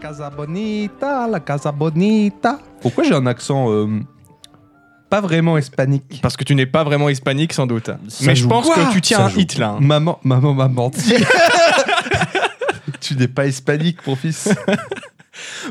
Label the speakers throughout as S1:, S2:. S1: Casa Bonita, la Casa Bonita. Pourquoi j'ai un accent euh, pas vraiment hispanique
S2: Parce que tu n'es pas vraiment hispanique sans doute.
S1: Ça
S2: Mais je
S1: joue.
S2: pense
S1: Quoi
S2: que tu tiens
S3: Ça
S2: un
S3: joue.
S2: hit là. hein.
S1: Maman, maman m'a menti.
S3: Tu n'es pas hispanique, mon fils.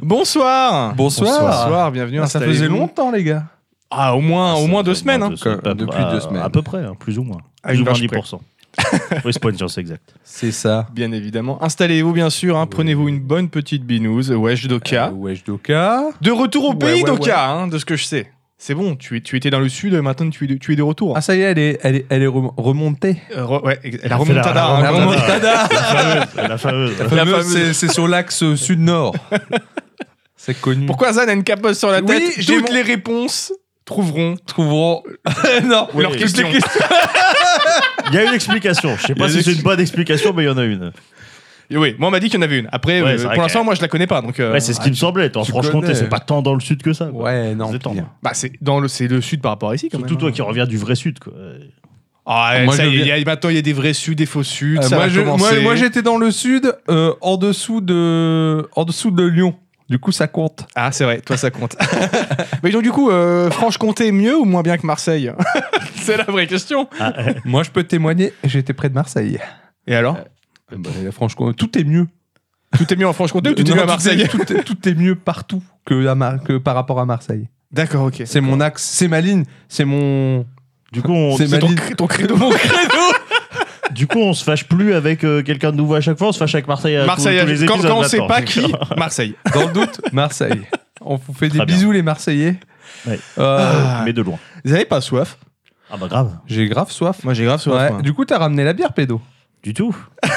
S2: Bonsoir.
S1: Bonsoir. Ah,
S2: Bonsoir, bienvenue.
S1: ça faisait
S2: installez-vous.
S1: longtemps, les gars.
S2: Ah, au moins, au
S4: Ça
S2: moins
S4: fait
S2: deux semaines. hein.
S4: semaines,
S1: Quoi,
S4: à peu-
S1: depuis
S4: à-
S1: deux semaines.
S4: À peu près, hein, plus ou moins.
S2: À
S4: plus
S2: une
S4: ou moins
S2: vache
S4: 10%. oui, c'est pas une science exacte.
S1: C'est ça.
S2: Bien évidemment. Installez-vous bien sûr. hein. Prenez-vous une bonne petite binouse. Wesh Doka.
S1: Euh, Wesh Doka.
S2: De retour au
S1: ouais,
S2: pays
S1: ouais,
S2: Doka, hein, de ce que je sais. C'est bon, tu, es- tu étais dans le sud, maintenant tu es de, tu es de retour.
S1: Ah, ça y est, elle est, elle est, elle est rem- remontée.
S2: Euh, re- ouais, ex- la
S4: Ah, c'est
S2: remontada. hein,
S4: La
S2: vraiment.
S4: remontada. La fameuse. La fameuse.
S2: La
S1: Fameuse,
S2: fameuse.
S1: c'est- C'est sur l'axe euh, sud-nord. C'est connu.
S2: Pourquoi Zan a une capote sur la
S1: Oui,
S2: tête
S1: j'ai
S2: Toutes
S1: mon-
S2: les réponses trouveront
S1: trouveront. non,
S2: leurs
S4: oui.
S2: questions.
S4: Il y a une explication. Je sais
S2: Il y a
S4: pas
S2: une Euh,
S4: si c'est une bonne explication, mais il y en a une.
S2: Et oui, moi on m'a dit qu'il y en avait une. Après,
S4: Ouais,
S2: euh,
S4: c'est vrai
S2: pour l'instant,
S4: que-
S2: moi je la connais pas. Donc, euh,
S4: Ouais, c'est ce qui me semblait. En
S1: tu
S4: Franche-Comté,
S1: connais.
S4: c'est pas tant dans le sud que ça. quoi.
S1: Ouais, non.
S4: C'est tendre.
S1: pire.
S2: bah, c'est dans le, c'est le sud par rapport à ici quand
S4: Surtout
S2: même.
S4: toi
S2: hein.
S4: qui reviens du vrai sud. Quoi.
S2: Ah,
S1: Moi,
S2: ça
S1: je
S2: y est,
S1: viens-
S2: il y a- maintenant il y a des vrais suds, des faux suds.
S1: Euh,
S2: ça
S1: moi,
S2: va
S1: je- moi-
S2: commencer.
S1: moi, j'étais dans le sud, euh, en dessous de, en dessous de Lyon. Du coup, ça compte.
S2: Ah, c'est vrai, toi ça compte. Mais donc, du coup, euh, Franche-Comté mieux ou moins bien que Marseille C'est la vraie question.
S4: Ah, euh,
S1: Moi, je peux témoigner. J'étais près de Marseille. Bah,
S2: Et alors
S1: franchement, tout est mieux.
S2: Tout est mieux en Franche-Comté ou tout est
S1: Non,
S2: mieux à Marseille
S1: tout, est, tout est mieux partout que, à Mar- que par rapport à Marseille.
S2: D'accord, ok.
S1: C'est mon axe, c'est ma ligne, c'est mon.
S4: du, coup, on,
S1: C'est ma
S2: ton,
S1: ligne.
S2: cr- ton credo, mon credo
S4: du coup, on se fâche plus avec euh, quelqu'un de nouveau à chaque fois. On se fâche avec Marseille à tous-
S2: Marseille,
S4: tous les
S2: quand,
S4: épisodes.
S2: quand on sait
S4: maintenant.
S2: pas qui, Marseille.
S1: Dans le doute, Marseille. On vous fait des
S4: Très bien.
S1: bisous, les Marseillais.
S4: Ouais.
S1: Euh,
S2: Ah.
S4: Mais de loin.
S2: Vous avez pas soif hein.
S4: Ah bah grave.
S1: J'ai grave soif.
S2: Moi j'ai grave
S1: Ouais. Du coup, t'as ramené la bière, pédo.
S4: Du tout.
S2: Et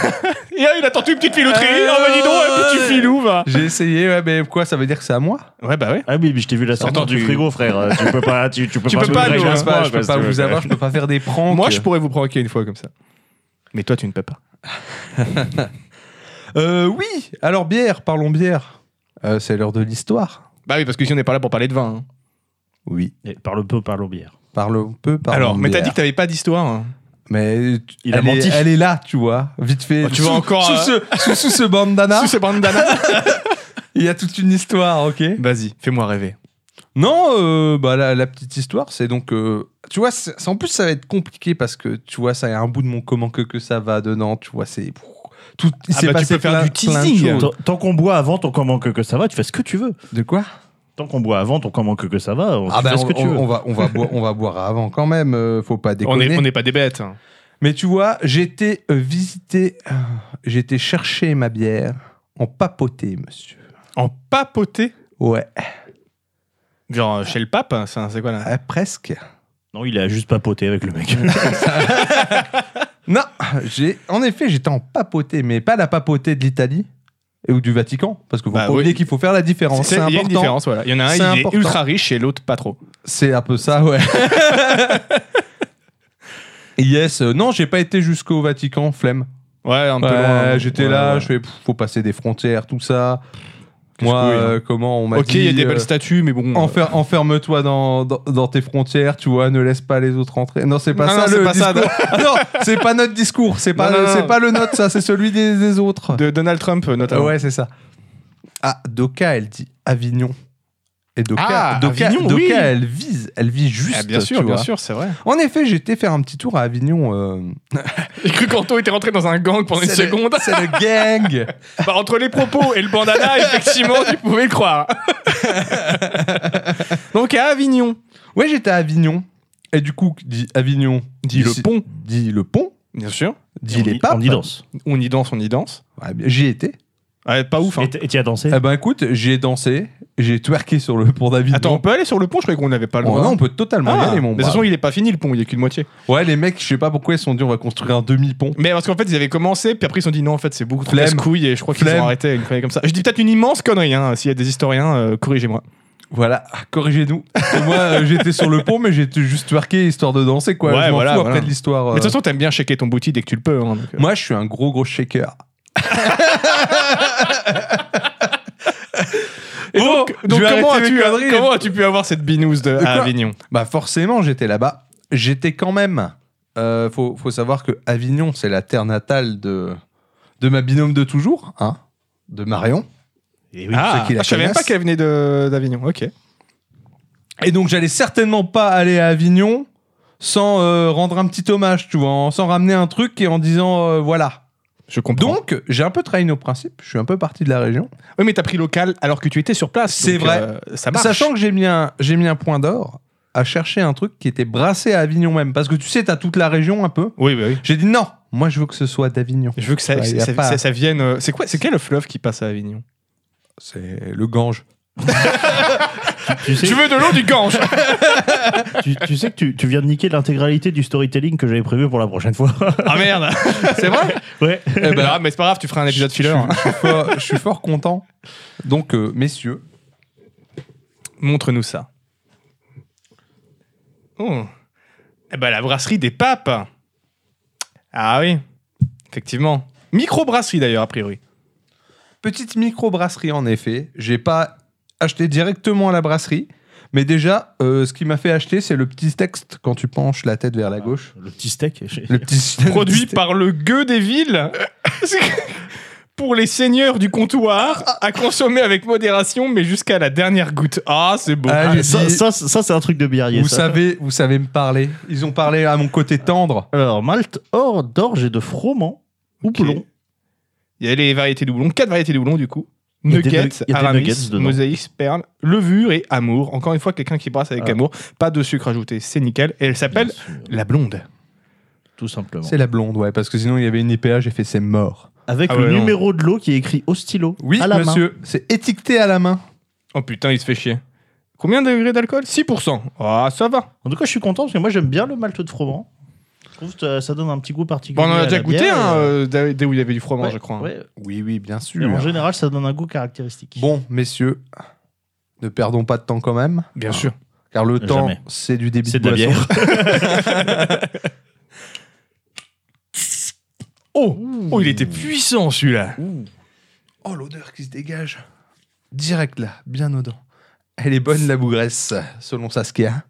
S2: ah, il a tenté une petite filouterie.
S1: Euh,
S2: Ah bah dis donc, un petit
S1: ouais.
S2: filou, va.
S1: J'ai essayé, ouais, mais quoi, ça veut dire que c'est à moi
S2: Ouais, bah ouais.
S4: Ah oui, mais je t'ai vu la
S2: Attends,
S4: sortir du
S2: tu-
S4: frigo, frère. Euh, tu peux pas. Tu, tu peux
S2: Tu
S4: pas.
S2: peux
S4: me
S2: pas,
S4: régler
S2: nous,
S4: un
S2: hein,
S1: je peux pas,
S4: point,
S1: je
S4: quoi,
S1: peux
S4: si
S1: pas
S4: tu veux.
S1: vous avoir, je peux pas faire des pranks.
S2: Moi je pourrais vous provoquer une fois comme ça. Mais toi tu ne peux pas.
S1: Euh, oui, alors bière, parlons bière. Euh, c'est l'heure de l'histoire.
S2: Bah oui, parce que si on n'est pas là pour parler de vin. hein.
S1: Oui.
S4: Eh, Parle peu, parle bière.
S1: Parlons peu, parlons
S2: Alors, mais t'as
S1: bière.
S2: dit que t'avais pas d'histoire. hein.
S1: Mais tu-
S4: Il a
S1: elle, est,
S4: menti.
S1: elle est là, tu vois, vite fait.
S2: Oh, tu
S1: Sous-
S2: vois encore,
S1: sous, ce, sous, sous ce bandana,
S2: Sous ce bandana.
S1: il y a toute une histoire, ok
S2: Vas-y, fais-moi rêver.
S1: Non, euh, bah, la, la petite histoire, c'est donc. euh, tu vois, c'est- c'est- en plus, ça va être compliqué parce que tu vois, ça y a un bout de mon comment que, que ça va dedans, tu vois, c'est. Tout, il
S2: Ah
S1: s'est
S2: bah, tu
S1: passé
S2: peux faire
S1: plein-
S2: du
S1: plein de
S2: teasing.
S1: choses.
S4: Tant- Tant qu'on boit avant, tant qu'on manque que ça va, tu fais ce que tu veux.
S1: De quoi
S4: Tant qu'on boit avant, tant qu'on manque que ça va, on
S1: Ah
S4: tu
S1: bah,
S4: fais ce
S1: on,
S4: que tu
S1: on-
S4: veux.
S1: on va, on, va boire, on va boire avant quand même, euh, faut pas
S2: On
S1: déconner.
S2: est- on n'est pas des bêtes. hein.
S1: Mais tu vois, j'étais euh, visité, euh, j'étais chercher ma bière en papoté, monsieur.
S2: En papoté
S1: Ouais,
S2: Genre euh, chez le pape, hein, c'est c'est quoi là
S1: euh, presque.
S4: Non, il a juste papoté avec le mec.
S1: Non, j'ai, en effet, j'étais en papoté, mais pas la papauté de l'Italie et- ou du Vatican, parce que vous
S2: Bah
S1: oublier
S2: oui.
S1: qu'il faut faire la différence.
S2: C'est-
S1: C'est
S2: Il y a une
S1: important.
S2: différence, voilà. Il y en a un,
S1: C'est
S2: il
S1: important.
S2: est ultra riche et l'autre pas trop.
S1: C'est un peu ça, ouais. yes, euh, non, j'ai pas été jusqu'au Vatican, flemme.
S2: Ouais, un peu
S1: Ouais,
S2: loin.
S1: J'étais
S2: Ouais,
S1: là,
S2: ouais.
S1: je fais, pff, faut passer des frontières, tout ça.
S2: Casse-couille,
S1: Moi,
S2: hein.
S1: euh, comment on m'a
S2: Ok,
S1: dit.
S2: il y a des
S1: euh,
S2: belles statues, mais bon. euh,
S1: enfer- Enferme-toi dans, dans, dans tes frontières, tu vois, ne laisse pas les autres entrer. Non, c'est pas
S2: Non,
S1: ça
S2: non, c'est
S1: le
S2: pas ça,
S1: discours. Ah non, c'est pas notre discours, c'est pas,
S2: Non, non,
S1: c'est
S2: non.
S1: pas le nôtre, ça, c'est celui des, des autres.
S2: De Donald Trump, euh,
S1: Ah
S2: notamment.
S1: ouais, c'est ça. Ah, Doka, elle dit Avignon. Et Doka,
S2: Ah,
S1: Doka,
S2: Avignon,
S1: Doka,
S2: oui.
S1: elle vise, elle vise juste.
S2: Ah, bien sûr,
S1: tu
S2: bien
S1: vois.
S2: sûr, c'est vrai.
S1: En effet, j'étais faire un petit tour à Avignon. euh,
S2: J'ai cru qu'Anto était rentré dans un gang pendant une
S1: c'est le-
S2: seconde.
S1: C'est le gang.
S2: Bah, entre les propos et le bandana, effectivement, tu pouvais le croire. Donc
S1: ah,
S2: à Avignon,
S1: Ouais, j'étais à Avignon. Et du coup, dit Avignon, dit
S2: le pont.
S1: dit le pont,
S2: bien sûr,
S1: dit les
S4: pas.
S1: papes.
S4: On y danse.
S2: on y danse, on y danse.
S1: Ouais, bien, J'y étais.
S2: Ouais, pas ouf. hein.
S4: Et t- et t'y as dansé
S1: Eh ben écoute, j'ai dansé, j'ai twerké sur le pont d'Avignon.
S2: Attends, on peut aller sur le pont Je croyais qu'on n'avait pas le
S1: Oh
S2: droit.
S1: non, on peut totalement y
S2: Ah,
S1: aller, mon
S2: mais de toute
S1: brave.
S2: façon, il est pas fini le pont, il est qu'une moitié.
S1: Ouais, les mecs, je sais pas pourquoi ils se sont dit on va construire un demi-pont.
S2: Mais parce qu'en fait, ils avaient commencé, puis après ils se sont dit non, en fait, c'est beaucoup trop
S1: Flemme.
S2: casse-couille et je crois qu'ils
S1: Flemme.
S2: ont arrêté une connerie comme ça. Je dis peut-être une immense connerie, hein. S'il y a des historiens, euh, corrigez-moi.
S1: Voilà, corrigez-nous. Parce que Moi, euh, j'étais sur le pont, mais j'étais juste twerké histoire de danser, quoi. je
S2: Ouais,
S1: m'en
S2: voilà,
S1: fous
S2: voilà.
S1: après de l'histoire. euh.
S2: Mais de toute façon, t'aimes bien checker ton bouti dès que tu le peux. hein, donc, euh.
S1: Moi, je suis un gros, gros shaker.
S2: Et
S1: Bon,
S2: donc, donc
S1: Oh, je vais
S2: comment
S1: arrêter mes
S2: as-tu euh,
S1: conneries.
S2: comment as-tu pu avoir cette binouse de,
S1: De quoi
S2: à Avignon
S1: Bah forcément, j'étais là-bas. J'étais quand même. euh, faut, faut savoir que Avignon, c'est la terre natale de, de ma binôme de toujours, hein, de Marion.
S4: Et Eh oui.
S1: Ah,
S2: Ah,
S1: ceux qui la
S2: je savais même
S1: connaissent.
S2: pas qu'elle venait de- d'Avignon. Ok.
S1: Et donc, j'allais certainement pas aller à Avignon sans euh, rendre un petit hommage, tu vois, en- sans ramener un truc et en disant euh, voilà.
S2: Je comprends. Donc,
S1: Donc, j'ai un peu trahi nos principes, je suis un peu parti de la région.
S2: oui, mais t'as pris local alors que tu étais sur place.
S1: C'est
S2: donc,
S1: vrai.
S2: euh, ça marche.
S1: Sachant que j'ai mis, un, j'ai mis un point d'or à chercher un truc qui était brassé à Avignon même. Parce que tu sais, t'as toute la région un peu.
S2: Oui, bah oui, oui.
S1: J'ai dit non, moi je veux que ce soit d'Avignon.
S2: Je veux que ça,
S1: Ouais, Bah, y a
S2: ça,
S1: pas-
S2: ça- ça vienne. euh, C'est quoi C'est quel le fleuve qui passe à Avignon
S1: C'est le Gange.
S4: Tu sais,
S2: veux de l'eau du Gange
S4: tu, tu sais que tu, tu viens de niquer l'intégralité du storytelling que j'avais prévu pour la prochaine fois.
S2: Ah merde
S1: C'est vrai
S4: ouais.
S1: Eh ben,
S2: Ah, mais c'est pas grave, tu feras un épisode filler. hein.
S1: Je, suis fort, je suis fort content. Donc, euh, messieurs,
S2: Montre-nous ça. Oh. Eh ben, la brasserie des papes. Ah oui, effectivement. Micro-brasserie d'ailleurs, a priori.
S1: petite micro-brasserie en effet. J'ai pas acheté directement à la brasserie. Mais déjà, euh, ce qui m'a fait acheter, c'est le petit texte quand tu penches la tête vers la gauche.
S4: Le petit steak. j'ai-
S1: Le petit
S2: Produit par le gueux des villes. Pour les seigneurs du comptoir, à consommer avec modération, mais jusqu'à la dernière goutte. Ah, c'est beau.
S1: Ah,
S4: Ah, ça, ça, ça, c'est un truc de biarrier.
S1: Vous
S4: ça.
S1: savez, vous savez me parler. Ils ont parlé à mon côté tendre.
S4: Alors, malte, or, d'orge et de froment, houblon.
S2: Il y a les variétés de houblon, quatre variétés de houblon du coup.
S4: Il y a des
S2: Nuggets,
S4: nu- il y a des
S2: aramis,
S4: nuggets dedans.
S2: mosaïque, perle, levure et amour. Encore une fois, quelqu'un qui brasse avec
S4: Ah.
S2: amour. Pas de sucre ajouté, c'est nickel. Et elle s'appelle
S4: Bien sûr,
S2: la blonde.
S4: Tout simplement.
S1: C'est la blonde, ouais, parce que sinon il y avait une IPA, j'ai fait c'est mort.
S4: Avec
S2: Ah
S4: le
S2: ouais, non.
S4: numéro de l'eau qui est écrit au stylo.
S1: Oui,
S4: à la main.
S1: monsieur, c'est étiqueté à la main.
S2: Oh putain, il se fait chier. Combien de degrés d'alcool 6%. Ah, ça va.
S4: En tout cas, je suis content parce que moi, j'aime bien le malte de froment. Je trouve que ça- ça donne un petit goût particulier.
S2: Bon, on en
S4: à
S2: a
S4: la
S2: déjà goûté
S4: bière,
S2: hein,
S4: euh,
S2: euh, d'a- dès où il y avait du fromage,
S4: ouais,
S2: je crois. hein.
S4: ouais.
S1: Oui, oui, bien
S4: Et en
S1: sûr.
S4: général, ça donne un goût caractéristique.
S1: Bon, messieurs, ne perdons pas de temps quand même,
S2: Bien sûr.
S1: car le
S4: Jamais.
S1: temps, c'est du débit de,
S4: c'est de la
S1: boisson.
S4: bière.
S2: Oh, oh, il était puissant celui-là.
S1: Oh, l'odeur qui se dégage. Direct là, bien au dents. Elle est bonne, la bougresse, selon Saskia.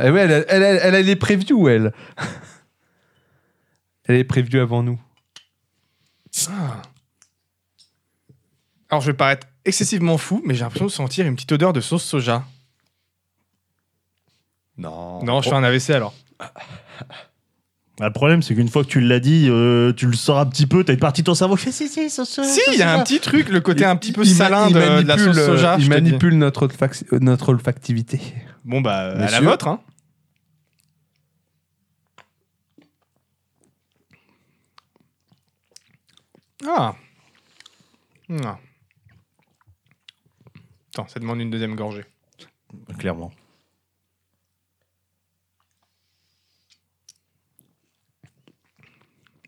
S1: Eh ouais, elle a, elle a- elle a les previews, elle. elle est preview avant nous.
S2: Alors, je vais paraître excessivement fou, mais j'ai l'impression de sentir une petite odeur de sauce soja.
S1: Non.
S2: Non, je fais un AVC alors.
S4: Bah, le problème, c'est qu'une fois que tu l'as dit, euh, tu le sors un petit peu, t'as une partie de ton cerveau qui fait si, si, ça se.
S2: Si,
S4: ça
S2: il
S4: se
S2: y a un
S4: va.
S2: petit truc, le côté
S1: Ah, Oh, Il-
S2: un petit peu
S1: il ma-
S2: salin
S1: il
S2: de, de la sauce
S1: manipule, euh,
S2: soja. je
S1: Il
S2: te dis.
S1: manipule notre, olfac- euh, notre olfactivité.
S2: Bon, bah, euh, à la
S1: Messieurs.
S2: vôtre. Hein. Ah. Ah. Attends, ça demande une deuxième gorgée.
S4: Clairement.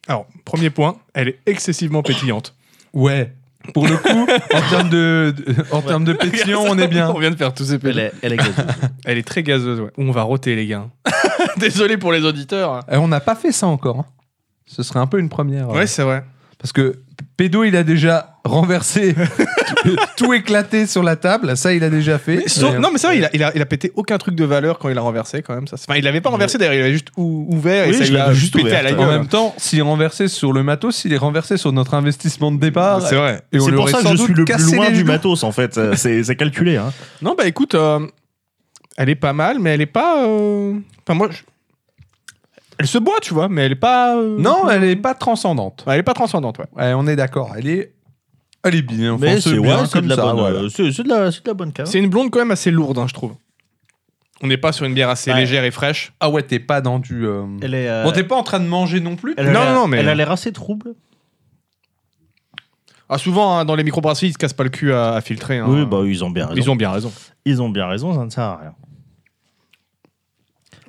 S2: Alors, premier point, elle est excessivement pétillante.
S1: Ouais. Pour le coup, en termes de, de- en termes de pétillon, on est bien.
S2: On vient de faire tous ces
S4: Elle
S2: pétillants.
S4: est, elle est gazeuse.
S2: Elle est très gazeuse, ouais. On va roter, les gars. Désolé pour les auditeurs.
S1: Euh, on n'a pas fait ça encore. hein. Ce serait un peu une première. euh,
S2: Ouais, c'est vrai.
S1: Parce que Pédo, il a déjà renversé, tout, tout éclaté sur la table. Ça, il a déjà fait.
S2: Mais sauf-
S1: Et- euh,
S2: non, mais ça, il a, il, a, il a pété aucun truc de valeur quand il a renversé, quand même. Ça. Enfin, il l'avait pas renversé d'ailleurs, il l'avait juste ou- ouvert et
S4: Oui,
S2: ça
S4: je
S2: lui a
S4: l'avais
S2: juste
S4: juste
S2: pété à la
S4: ouvert, ouais.
S1: En
S2: gueule.
S1: même temps, s'il est renversé sur le matos, il est renversé sur notre investissement de départ.
S2: C'est vrai.
S1: Et on
S4: C'est
S1: lui
S4: pour
S1: aurait
S4: ça que
S1: sans
S4: je
S1: doute
S4: suis le plus
S1: cassé
S4: loin
S1: les
S4: du
S1: genoux.
S4: matos, en fait. Euh, C'est c'est calculé. Hein.
S2: Non, bah écoute, euh, elle est pas mal, mais elle est pas. euh, Enfin, moi. je- Elle se boit, tu vois, mais elle est pas. euh,
S1: Non, elle n'est pas transcendante.
S2: Elle est pas transcendante, ouais.
S1: Ouais, on est d'accord. Elle est, elle est bien. enfin,
S4: Mais c'est
S1: bien
S4: ouais, c'est
S1: comme
S4: de, la
S1: ça,
S4: bonne,
S1: voilà.
S4: euh, c'est- c'est de la- c'est de la bonne cave.
S2: C'est une blonde quand même assez lourde, hein, je trouve. On n'est pas sur une bière assez
S4: Ouais.
S2: légère et fraîche.
S1: Ah ouais, t'es pas dans du. euh,
S4: Elle est. euh,
S1: Bon, t'es pas en train de manger non plus.
S4: elle a
S2: Non,
S4: l'air-
S2: non, mais-
S4: Elle a l'air assez trouble.
S2: Ah, souvent, hein, dans les microbrasseries, ils se cassent pas le cul à, à filtrer. hein.
S4: Oui, bah ils ont bien raison.
S2: ils ont bien raison.
S4: Ils ont bien raison, ça ne sert à rien.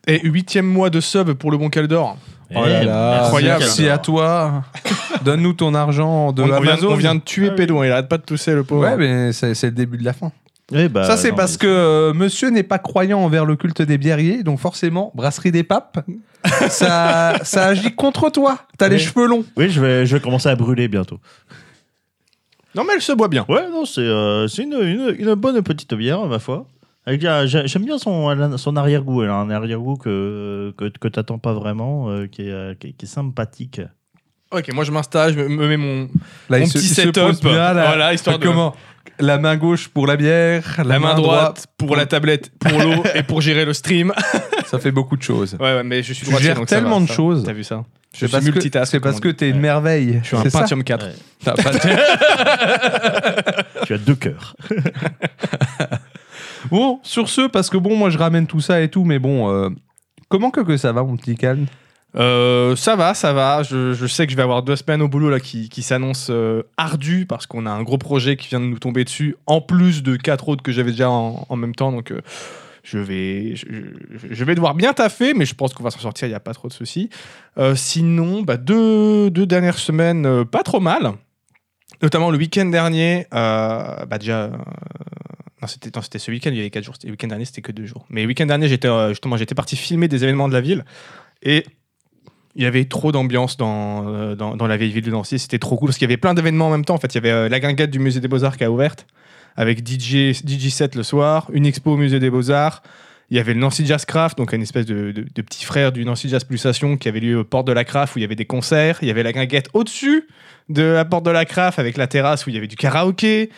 S2: Et huitième mois de sub pour le bon Caldor.
S1: Oh là
S4: Eh,
S1: là,
S2: incroyable.
S1: Merci à toi. Donne-nous ton argent de
S2: on, on vient,
S1: Amazon.
S2: on vient de tuer
S4: Ah oui.
S2: Pédouin, il arrête pas de tousser le pauvre.
S1: Ouais, mais c'est c'est le début de la fin.
S4: Eh bah,
S1: Ça, c'est
S4: non,
S1: parce
S4: mais-
S1: que euh, monsieur n'est pas croyant envers le culte des biériers, donc forcément, brasserie des papes, ça, ça agit contre toi. T'as les
S4: Oui.
S1: cheveux longs.
S4: Oui, je vais, je vais commencer à brûler bientôt.
S2: Non, mais elle se boit bien.
S4: Ouais, non, c'est euh, c'est une, une, une bonne petite bière, ma foi. Avec, euh, j'ai- J'aime bien son, elle a son arrière-goût. Elle a un arrière-goût que, que, que t'attends pas vraiment, euh, qui, est, euh, qui, est- qui est sympathique.
S2: Ok, moi je m'installe, je me- me mets mon,
S1: Là, Bah,
S2: mon
S1: il se-
S2: petit
S1: il se
S2: setup.
S1: pose bien, là.
S2: Voilà, histoire de.
S1: Comment La main gauche pour la bière, la,
S2: La main droite pour la tablette, pour l'eau et pour gérer le stream.
S1: droite. Ça fait beaucoup de choses.
S2: Ouais, ouais, mais je suis
S1: Tu
S2: droitier,
S1: gères
S2: donc ça
S1: tellement
S2: va,
S1: de
S2: ça.
S1: choses.
S2: T'as vu ça Je
S1: C'est
S2: suis
S1: parce que-
S2: multitask.
S1: C'est parce
S2: comme
S1: que
S2: on dit.
S1: t'es une merveille.
S2: je suis un
S1: C'est ça
S2: Pentium 4.
S4: Ouais.
S1: T'as pas de-
S4: Tu as deux cœurs.
S1: Bon, sur ce, parce que bon, moi je ramène tout ça et tout, mais bon, euh, comment que, que ça va, mon petit calme
S2: Euh, ça va, ça va. Je, je sais que je vais avoir deux semaines au boulot là qui, qui s'annoncent euh, ardues parce qu'on a un gros projet qui vient de nous tomber dessus, en plus de quatre autres que j'avais déjà en, en même temps. Donc euh, je vais, je, je- je vais devoir bien taffer, mais je pense qu'on va s'en sortir. Il n'y a pas trop de soucis. Euh, sinon, bah, deux, deux dernières semaines, euh, pas trop mal. Notamment le week-end dernier, euh, bah déjà. euh, non, c'était non, c'était ce week-end, il y avait quatre jours. C'était- Le week-end dernier, c'était que deux jours. Mais le week-end dernier, j'étais euh, justement, j'étais parti filmer des événements de la ville. Et il y avait trop d'ambiance dans, euh, dans, dans la vieille ville de Nancy. C'était trop cool parce qu'il y avait plein d'événements en même temps. En fait, il y avait euh, la guinguette du musée des Beaux-Arts qui a ouverte avec DJ, DJ set le soir, une expo au musée des Beaux-Arts. Il y avait le Nancy Jazz Craft, donc une espèce de, de- de petit frère du Nancy Jazz Pulsation qui avait lieu au Porte de la Craft où il y avait des concerts. Il y avait la guinguette au-dessus de la Porte de la Craft avec la terrasse où il y avait du karaoké.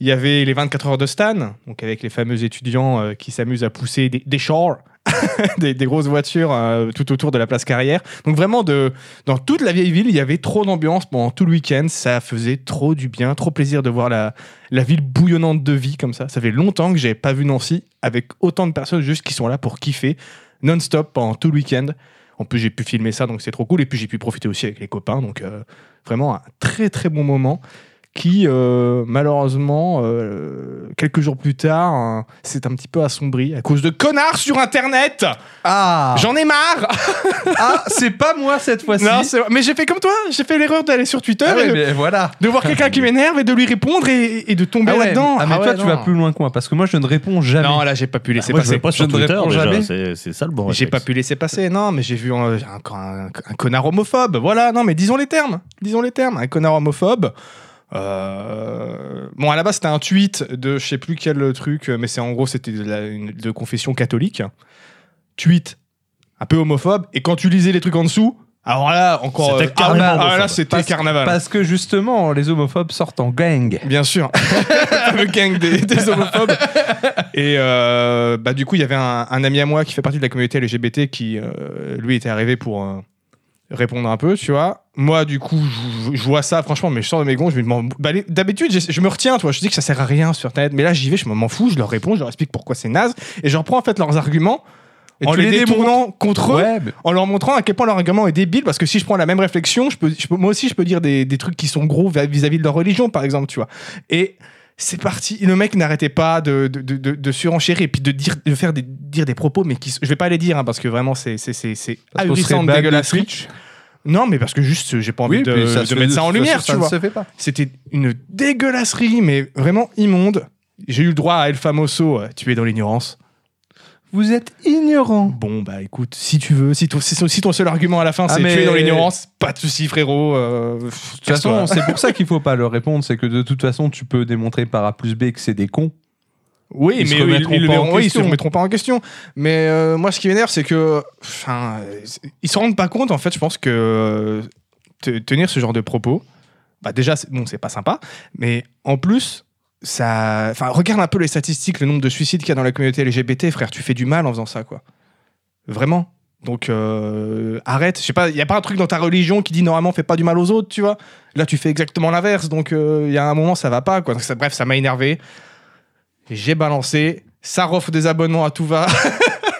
S2: Il y avait les 24 heures de Stan, donc avec les fameux étudiants euh, qui s'amusent à pousser des, des chars, des, des grosses voitures euh, tout autour de la place Carrière. Donc vraiment, de, dans toute la vieille ville, il y avait trop d'ambiance pendant tout le week-end. Ça faisait trop du bien, trop plaisir de voir la, la ville bouillonnante de vie comme ça. Ça fait longtemps que j'avais pas vu Nancy avec autant de personnes juste qui sont là pour kiffer non-stop pendant tout le week-end. En plus, j'ai pu filmer ça, donc c'est trop cool. Et puis, j'ai pu profiter aussi avec les copains. Donc, euh, vraiment un très, très bon moment qui, euh, malheureusement, euh, quelques jours plus tard, hein, s'est un petit peu assombri à cause de connards sur Internet.
S1: Ah
S2: J'en ai marre
S1: Ah, c'est pas moi cette fois-ci
S2: non, c'est vrai. mais j'ai fait comme toi, j'ai fait l'erreur d'aller sur Twitter,
S1: Ah
S2: et
S1: ouais,
S2: de,
S1: mais voilà
S2: de voir quelqu'un qui m'énerve et de lui répondre et, et de tomber
S1: Ah ouais,
S2: là-dedans.
S1: ah, mais
S2: Ah
S1: toi,
S2: ouais,
S1: tu
S2: non.
S1: vas plus loin que moi, parce que moi, je ne réponds jamais. Ah,
S2: Non, là, j'ai pas pu laisser
S4: Ah, Moi,
S2: passer.
S4: je vais pas
S1: Je
S4: sur
S1: ne
S4: Twitter
S1: réponds
S4: déjà.
S1: jamais.
S4: C'est c'est ça le bon.
S2: J'ai pas
S4: réflexe.
S2: pu laisser passer, non, mais j'ai vu euh, encore un, un connard homophobe. Voilà, non, mais disons les termes. Disons les termes. Un connard homophobe. Euh, Bon, à la base, c'était un tweet de je sais plus quel truc, mais c'est en gros, c'était de, la- une- de confession catholique. Tweet un peu homophobe. Et quand tu lisais les trucs en dessous, alors là, encore.
S4: C'était
S2: euh, ah,
S4: carrément
S2: bah, ah, là,
S4: homophobe.
S2: c'était carnaval.
S1: Parce que justement, les homophobes sortent en gang.
S2: Bien sûr, le gang des, des homophobes. Et euh, bah, du coup, il y avait un, un ami à moi qui fait partie de la communauté LGBT qui, euh, lui, était arrivé pour euh, répondre un peu, tu vois. Moi, du coup, je- je je vois ça, franchement, mais je sors de mes gonds, je vais m'en balayer. D'habitude, j'ai- je me retiens, tu vois, je dis que ça sert à rien sur Internet, mais là, j'y vais, je m'en fous, je leur réponds, je leur explique pourquoi c'est naze, et je reprends en fait leurs arguments
S1: Et
S2: en
S1: tu les
S2: les,
S1: démontes.
S2: détournant contre eux
S1: Ouais, mais-
S2: en leur montrant à quel point leur argument est débile parce que si je prends la même réflexion je peux, je peux- moi aussi je peux dire des, des trucs qui sont gros vis- vis-à-vis de leur religion par exemple tu vois et c'est parti Et le mec n'arrêtait pas de, de, de- de- de surenchérir et puis de dire de faire des, dire des propos mais qui s- je vais pas les dire hein, parce que vraiment c'est c'est c'est c'est
S1: Parce qu'on
S2: ahurissant
S1: serait
S2: de
S1: ban de
S2: dégueulasserie
S1: Twitch.
S2: non mais parce que juste j'ai pas envie
S1: Oui,
S2: de,
S1: puis ça
S2: de
S1: se-
S2: mettre ça
S1: de
S2: en
S1: toute
S2: lumière
S1: façon,
S2: tu vois
S1: Ça ne se fait pas.
S2: c'était une dégueulasserie mais vraiment immonde j'ai eu le droit à El Famoso euh, tu es dans l'ignorance
S1: Vous êtes ignorant.
S2: Bon, bah écoute, si tu veux, si ton, si ton- si ton seul argument à la fin
S1: Ah,
S2: c'est
S1: mais-
S2: tu es dans l'ignorance, pas de soucis frérot. euh, pff,
S1: De toute façon,
S2: casse-toi.
S1: c'est pour ça qu'il faut pas leur répondre, c'est que de toute façon, tu peux démontrer par A plus B que c'est des cons.
S2: oui,
S1: ils se
S2: mais eux,
S1: remettront
S2: ils, ils le
S1: pas en
S2: verront- oui, ils se
S1: question.
S2: remettront pas en question. Mais euh, moi, ce qui m'énerve, c'est que. Enfin, euh, c'est- ils se rendent pas compte, en fait, je pense que euh, te- tenir ce genre de propos, bah déjà, c'est- bon, c'est pas sympa, mais en plus. Ça... Enfin, regarde un peu les statistiques, le nombre de suicides qu'il y a dans la communauté LGBT, frère, tu fais du mal en faisant ça, quoi. Vraiment. Donc euh, arrête, je sais pas, il y a pas un truc dans ta religion qui dit normalement fais pas du mal aux autres, tu vois. Là tu fais exactement l'inverse, donc euh, il y a un moment ça va pas quoi. Donc, ça- bref, ça m'a énervé. J'ai balancé, ça offre des abonnements à tout va.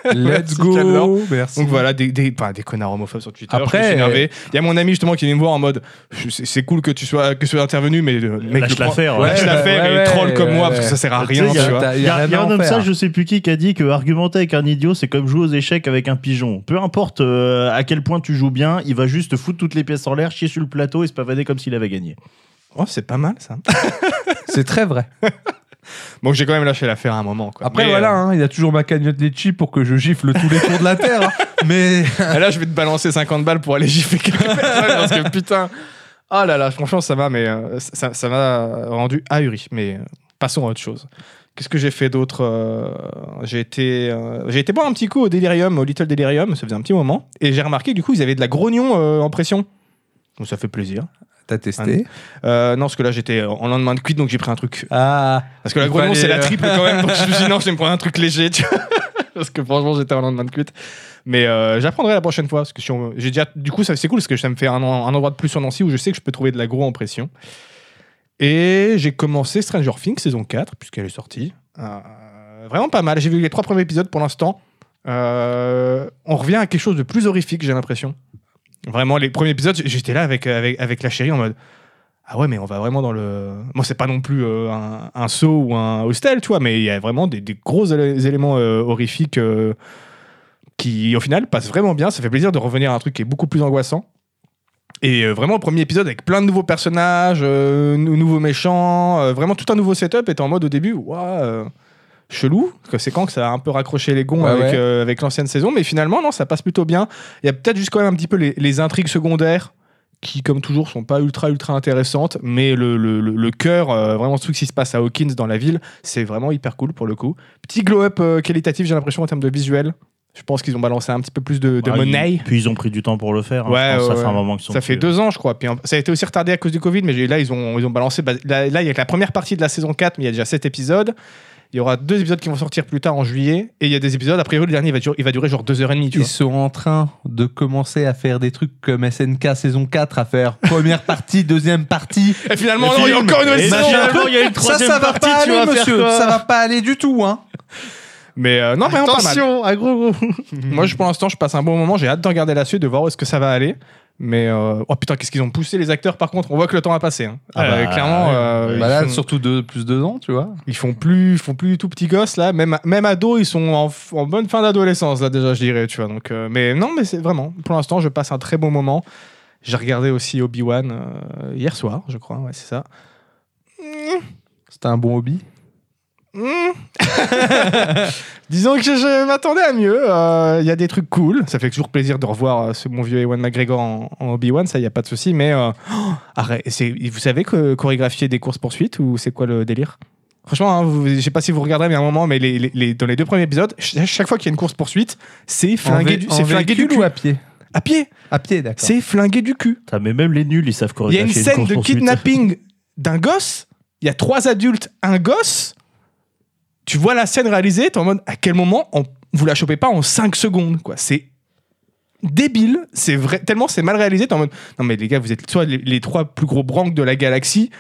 S1: Let's
S2: Merci, Calor.
S1: go. Merci.
S2: Donc voilà, des, des, enfin, des connards homophobes sur Twitter.
S1: Après-
S2: Après, je me suis énervé. Il y a mon ami justement qui vient me voir en mode je- c'est c'est cool que tu sois que tu sois intervenu, mais euh, mec,
S4: Lâche
S2: le prends-
S4: l'affaire,
S1: ouais.
S2: lâche
S1: Ouais,
S2: l'affaire
S1: ouais,
S2: et
S1: ouais,
S2: troll comme
S1: ouais,
S2: moi
S1: ouais.
S2: parce que ça sert à
S4: Tu sais,
S2: rien,
S4: il
S2: tu
S4: y a-
S2: vois.
S1: T'as-
S4: Il y, a-
S1: rien
S4: il y a
S1: à en
S4: un homme
S1: faire.
S4: sage, je sais plus qui, qui a dit que argumenter avec un idiot, c'est comme jouer aux échecs avec un pigeon. Peu importe euh, à quel point tu joues bien, il va juste te foutre toutes les pièces en l'air, chier sur le plateau et se pavader comme s'il avait gagné.
S2: Oh, c'est pas mal ça.
S1: C'est très vrai.
S2: Bon, j'ai quand même lâché l'affaire à un moment. Quoi.
S1: Après,
S2: Mais, euh,
S1: voilà, hein, il y a toujours ma cagnotte Litchi pour que je gifle tous les cours de la Terre. hein. Mais
S2: Ah, là, je vais te balancer 50 balles pour aller gifler quelqu'un parce que putain. Ah là là, franchement, ça m'a, mais euh, ça ça m'a rendu ahuri. Mais euh, passons à autre chose. Qu'est-ce que j'ai fait d'autre Euh, J'ai été, euh, j'ai été boire un petit coup au Delirium, au Little Delirium. Ça faisait un petit moment, et j'ai remarqué que, du coup ils avaient de la grognon euh, en pression. Donc ça fait plaisir.
S1: T'as testé
S2: Euh, non, parce que là j'étais en lendemain de cuite, donc j'ai pris un truc.
S1: Ah,
S2: Parce que la
S1: Il
S2: grelon, c'est
S1: fallait,
S2: la
S1: euh,
S2: triple quand même. Donc je me suis dit non, je vais me prendre un truc léger. tu vois. parce que franchement, j'étais en lendemain de cuite. Mais euh, j'apprendrai la prochaine fois. Parce que si on- j'ai déjà, du coup, ça c'est cool parce que ça me fait un, en- un endroit de plus sur Nancy où je sais que je peux trouver de la gros en pression. Et j'ai commencé Stranger Things saison 4, puisqu'elle est sortie. Euh, vraiment pas mal. J'ai vu les trois premiers épisodes pour l'instant. Euh, on revient à quelque chose de plus horrifique, j'ai l'impression. Vraiment, les premiers épisodes, j'étais là avec, avec, avec la chérie en mode Ah ouais, mais on va vraiment dans le. Moi, c'est pas non plus euh, un, un saut ou un hostel, tu vois, mais il y a vraiment des, des gros éle- éléments euh, horrifiques euh, qui, au final, passent vraiment bien. Ça fait plaisir de revenir à un truc qui est beaucoup plus angoissant. Et euh, vraiment, premier épisode avec plein de nouveaux personnages, euh, nou- nouveaux méchants, euh, vraiment tout un nouveau setup. Et t'es en mode au début, ouah, euh, chelou, parce que c'est quand que ça a un peu raccroché les gonds
S1: Ouais,
S2: avec,
S1: ouais.
S2: euh, avec l'ancienne saison. Mais finalement, non, ça passe plutôt bien. Il y a peut-être juste quand même un petit peu les, les intrigues secondaires qui, comme toujours, sont pas ultra ultra intéressantes, mais le, le, le- le cœur, euh, vraiment ce qui se passe à Hawkins dans la ville, c'est vraiment hyper cool pour le coup. Petit glow-up euh, qualitatif, j'ai l'impression, en termes de visuel. Je pense qu'ils ont balancé un petit peu plus de, de
S4: Ah,
S2: monnaie.
S4: ils- Puis ils ont pris du temps pour le faire. hein.
S2: Ouais,
S4: Je pense que
S2: ouais,
S4: ça fait
S2: ouais.
S4: un moment qu'ils sont
S2: Ça fait
S4: dessus.
S2: deux ans, je crois. Puis hein, ça a été aussi retardé à cause du Covid, mais j'ai- là, ils ont, ils ont balancé. bah, là, là, il y a que la première partie de la saison 4, mais il y a déjà 7 épisodes. Il y aura deux épisodes qui vont sortir plus tard en juillet. Et il y a des épisodes, a priori, le dernier, il va durer, il va durer genre 2h30. Tu
S1: ils
S2: vois.
S1: sont en train de commencer à faire des trucs comme SNK saison 4, à faire première partie, deuxième partie.
S2: Et Ah,
S4: euh.
S2: finalement,
S1: Et
S2: non, il y a
S1: film.
S2: encore une nouvelle
S1: Et
S2: saison. hein.
S1: machin.
S4: finalement, il y a une
S1: Ça,
S4: troisième
S1: ça va
S4: partie,
S1: pas
S4: tu
S1: aller,
S4: vas faire
S1: monsieur.
S4: quoi
S1: Ça va pas aller du tout, hein.
S2: Mais euh, non, vraiment pas mal.
S3: Attention, à gros gros.
S2: Moi, je, pour l'instant, je passe un bon moment. J'ai hâte de regarder la suite, de voir où est-ce que ça va aller. Mais euh, oh putain, qu'est-ce qu'ils ont poussé les acteurs par contre On voit que le temps a passé. hein.
S4: Ah
S2: Euh,
S4: bah,
S2: clairement,
S4: ouais.
S2: euh,
S1: Bah là,
S2: ils, font,
S1: surtout deux, plus deux ans, tu vois.
S2: ils font plus, ils font plus du tout petits gosses là. Même même ados, ils sont en, f- en bonne fin d'adolescence là déjà, je dirais. Tu vois. Donc, euh, mais non, mais c'est vraiment. Pour l'instant, je passe un très bon moment. J'ai regardé aussi Obi Wan hier soir, je crois. Ouais, c'est ça.
S1: C'était un bon hobby.
S2: Mm. Disons que je m'attendais à mieux. Euh, Il y a des trucs cool. Ça fait toujours plaisir de revoir euh, ce bon vieux Ewan McGregor en, en Obi-Wan, ça, il n'y a pas de souci. Mais euh, oh, arrête, c'est- vous savez que chorégraphier des courses-poursuites ou c'est quoi le délire Franchement, hein, vous- je sais pas si vous regarderez mais à un moment, mais les, les- les- dans les deux premiers épisodes, ch- chaque fois qu'il y a une course-poursuite, c'est flingué, du, c'est flingué du cul.
S1: à pied
S2: À pied,
S1: À pied, d'accord.
S2: c'est flingué du cul.
S4: Putain, mais même les nuls, ils
S2: Il
S4: savent
S2: y a
S4: chorégraphier
S2: une scène de
S4: course-poursuite.
S2: kidnapping d'un gosse. Il y a trois adultes, un gosse. Tu vois la scène réalisée, t'es en mode à quel moment on, vous la chopez pas en 5 secondes quoi. C'est débile, c'est vrai tellement c'est mal réalisé, t'es en mode non mais les gars, vous êtes soit les, les trois plus gros branques de la galaxie.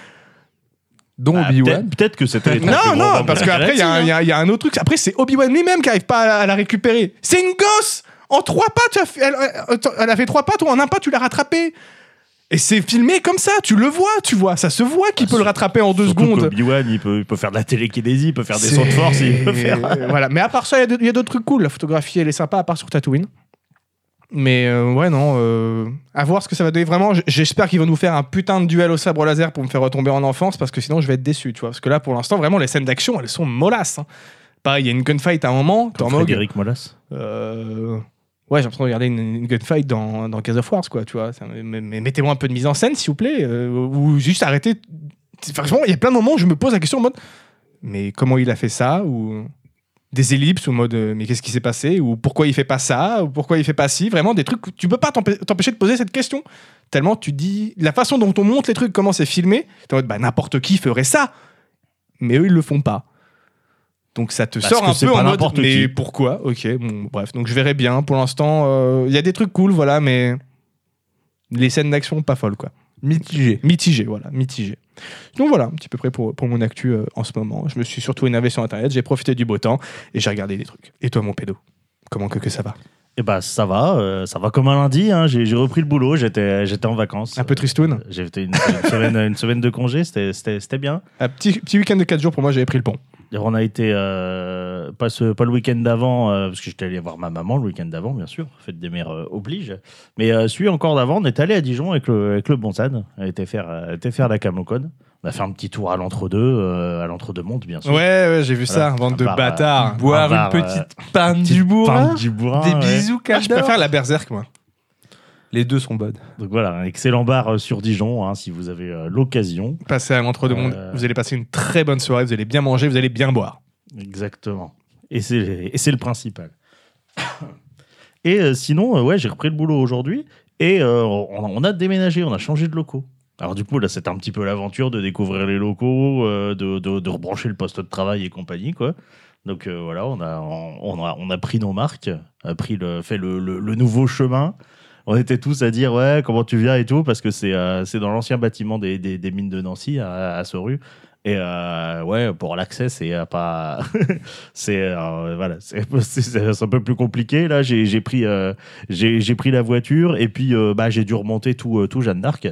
S1: Dont
S4: Ah,
S1: Obi-Wan.
S4: peut-être- Peut-être que c'était les trois plus
S2: Non
S4: gros
S2: non,
S4: bandes
S2: parce
S4: de la
S2: qu'après il y, a un-
S4: galaxie,
S2: il y a- il y a un autre truc, après c'est Obi-Wan lui-même qui arrive pas à, la- à la récupérer. C'est une gosse. En trois pas, tu as fait- elle, elle- elle a fait trois pas, toi en un pas tu l'as rattrapée. Et c'est filmé comme ça, tu le vois, tu vois, ça se voit qu'il
S4: Ah,
S2: peut le
S4: surtout-
S2: rattraper en deux
S4: Surtout
S2: secondes.
S4: qu'Obi-Wan, il peut, il peut faire de la télékinésie, il peut faire des
S2: C'est-
S4: sauts de force, il peut faire.
S2: Euh, voilà. Mais à part ça, il y a d'autres- il y a d'autres trucs cool. La photographie, elle est sympa, à part sur Tatooine. Mais euh, ouais, non. euh, à voir ce que ça va donner. Vraiment, j- j'espère qu'ils vont nous faire un putain de duel au sabre laser pour me faire retomber en enfance, parce que sinon, je vais être déçu, tu vois. Parce que là, pour l'instant, vraiment, les scènes d'action, elles sont mollasses. hein. Pareil, il y a une gunfight à un moment. t'es en
S4: Comme
S2: mode,
S4: Frédéric Molas.
S2: euh, Ouais, j'ai l'impression de regarder une, une gunfight dans, dans Case of Wars, quoi, tu vois. Ça- mais mais mettez-moi un peu de mise en scène, s'il vous plaît, euh, ou juste arrêtez. Franchement, il y a plein de moments où je me pose la question en mode Mais comment il a fait ça Ou des ellipses, ou en mode euh, Mais qu'est-ce qui s'est passé Ou pourquoi il fait pas ça Ou pourquoi il fait pas ci Vraiment, des trucs. où Tu peux pas t'empê- t'empêcher de poser cette question. Tellement tu dis. La façon dont on monte les trucs, comment c'est filmé, t'es en mode Bah, n'importe qui ferait ça. Mais eux, ils le font pas. Donc ça te
S4: Parce
S2: sort
S4: que
S2: un
S4: c'est
S2: peu
S4: pas
S2: en mode
S4: n'importe
S2: mais
S4: qui.
S2: pourquoi Ok, bon, bref. Donc je verrai bien. Pour l'instant, euh, il y a des trucs cool, voilà, mais les scènes d'action pas folles, quoi.
S1: Mitigé.
S2: Mitigé, voilà, mitigé. Donc voilà, un petit peu près pour, pour mon actu euh, en ce moment. Je me suis surtout énervé sur Internet, j'ai profité du beau temps et j'ai regardé des trucs. Et toi, mon pédo Comment que, que ça va
S4: Eh ben, ça va, euh, ça va comme un lundi. hein. J'ai j'ai repris le boulot, j'étais j'étais en vacances.
S2: Un peu tristoun
S4: Euh, J'ai fait une, une semaine, une semaine de congé, c'était- c'était c'était bien.
S2: Un petit, petit week-end de 4 jours pour moi, j'avais pris le pont.
S4: D'ailleurs, On a été, euh, pas, ce- pas le week-end d'avant, euh, parce que j'étais allé voir ma maman le week-end d'avant, bien sûr, fête des mères euh, oblige. Mais euh, celui encore d'avant, on est allé à Dijon avec le, avec le Bonsan, on était faire, euh, était faire la Camocon. On a fait un petit tour à l'entre-deux, euh, à l'entre-deux-monde, bien sûr.
S2: ouais, j'ai vu
S4: Voilà.
S2: ça, bande de
S4: Par, euh,
S2: bâtards.
S1: Boire
S4: Un bar,
S1: une petite panne du bourrin.
S4: Pain du bourrin,
S1: Des
S4: ouais.
S1: bisous,
S2: Ah, je
S1: Caldor.
S2: préfère la berserk, moi.
S1: Les deux sont bonnes.
S4: Donc voilà, un excellent bar euh, sur Dijon, hein, si vous avez euh, l'occasion.
S2: Passer à l'entre-deux-mondes,
S4: Euh.
S2: vous allez passer une très bonne soirée, vous allez bien manger, vous allez bien boire.
S4: Exactement. Et c'est et c'est le principal. Et euh, sinon, euh, ouais, j'ai repris le boulot aujourd'hui Et euh, on, on a déménagé, on a changé de locaux. Alors du coup, là, c'était un petit peu l'aventure de découvrir les locaux, euh, de, de- de rebrancher le poste de travail et compagnie, quoi. Donc euh, voilà, on a, on, a, on a pris nos marques, a pris le, fait le, le- le nouveau chemin. On était tous à dire, ouais, comment tu viens et tout, parce que c'est euh, c'est dans l'ancien bâtiment des, des- des mines de Nancy, à, à Sorue. Et euh, ouais, pour l'accès, c'est euh, pas... c'est euh, voilà, c'est c'est- c'est un peu plus compliqué. Là, j'ai j'ai pris, euh, j'ai j'ai pris la voiture et puis euh, bah, j'ai dû remonter tout, euh, tout Jeanne d'Arc.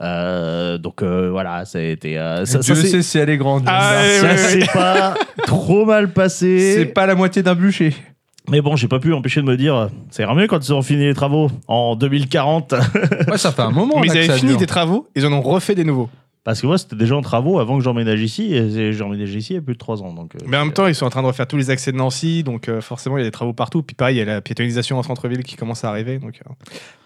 S4: Euh, donc euh, voilà, c'était. Euh, ça,
S1: Dieu
S4: ça s'est-
S1: sait si elle est grande.
S2: Ah, ouais,
S4: ça
S2: ouais, ouais.
S4: s'est pas trop mal passé.
S1: C'est pas la moitié d'un bûcher.
S4: Mais bon, j'ai pas pu empêcher de me dire, c'est mieux quand ils auront fini les travaux en 2040.
S1: Ouais, ça fait un moment.
S2: Mais
S1: là,
S2: ils
S1: que ça
S2: avaient fini
S1: dure.
S2: des travaux, ils en ont refait des nouveaux.
S4: Parce que moi, c'était déjà en travaux avant que j'emménage ici. Et j'ai emménagé ici il y a plus de 3 ans. Donc, euh,
S2: Mais en même temps, ils sont en train de refaire tous les accès de Nancy, donc euh, forcément, il y a des travaux partout. Puis pareil, il y a la piétonisation en centre-ville qui commence à arriver, donc euh,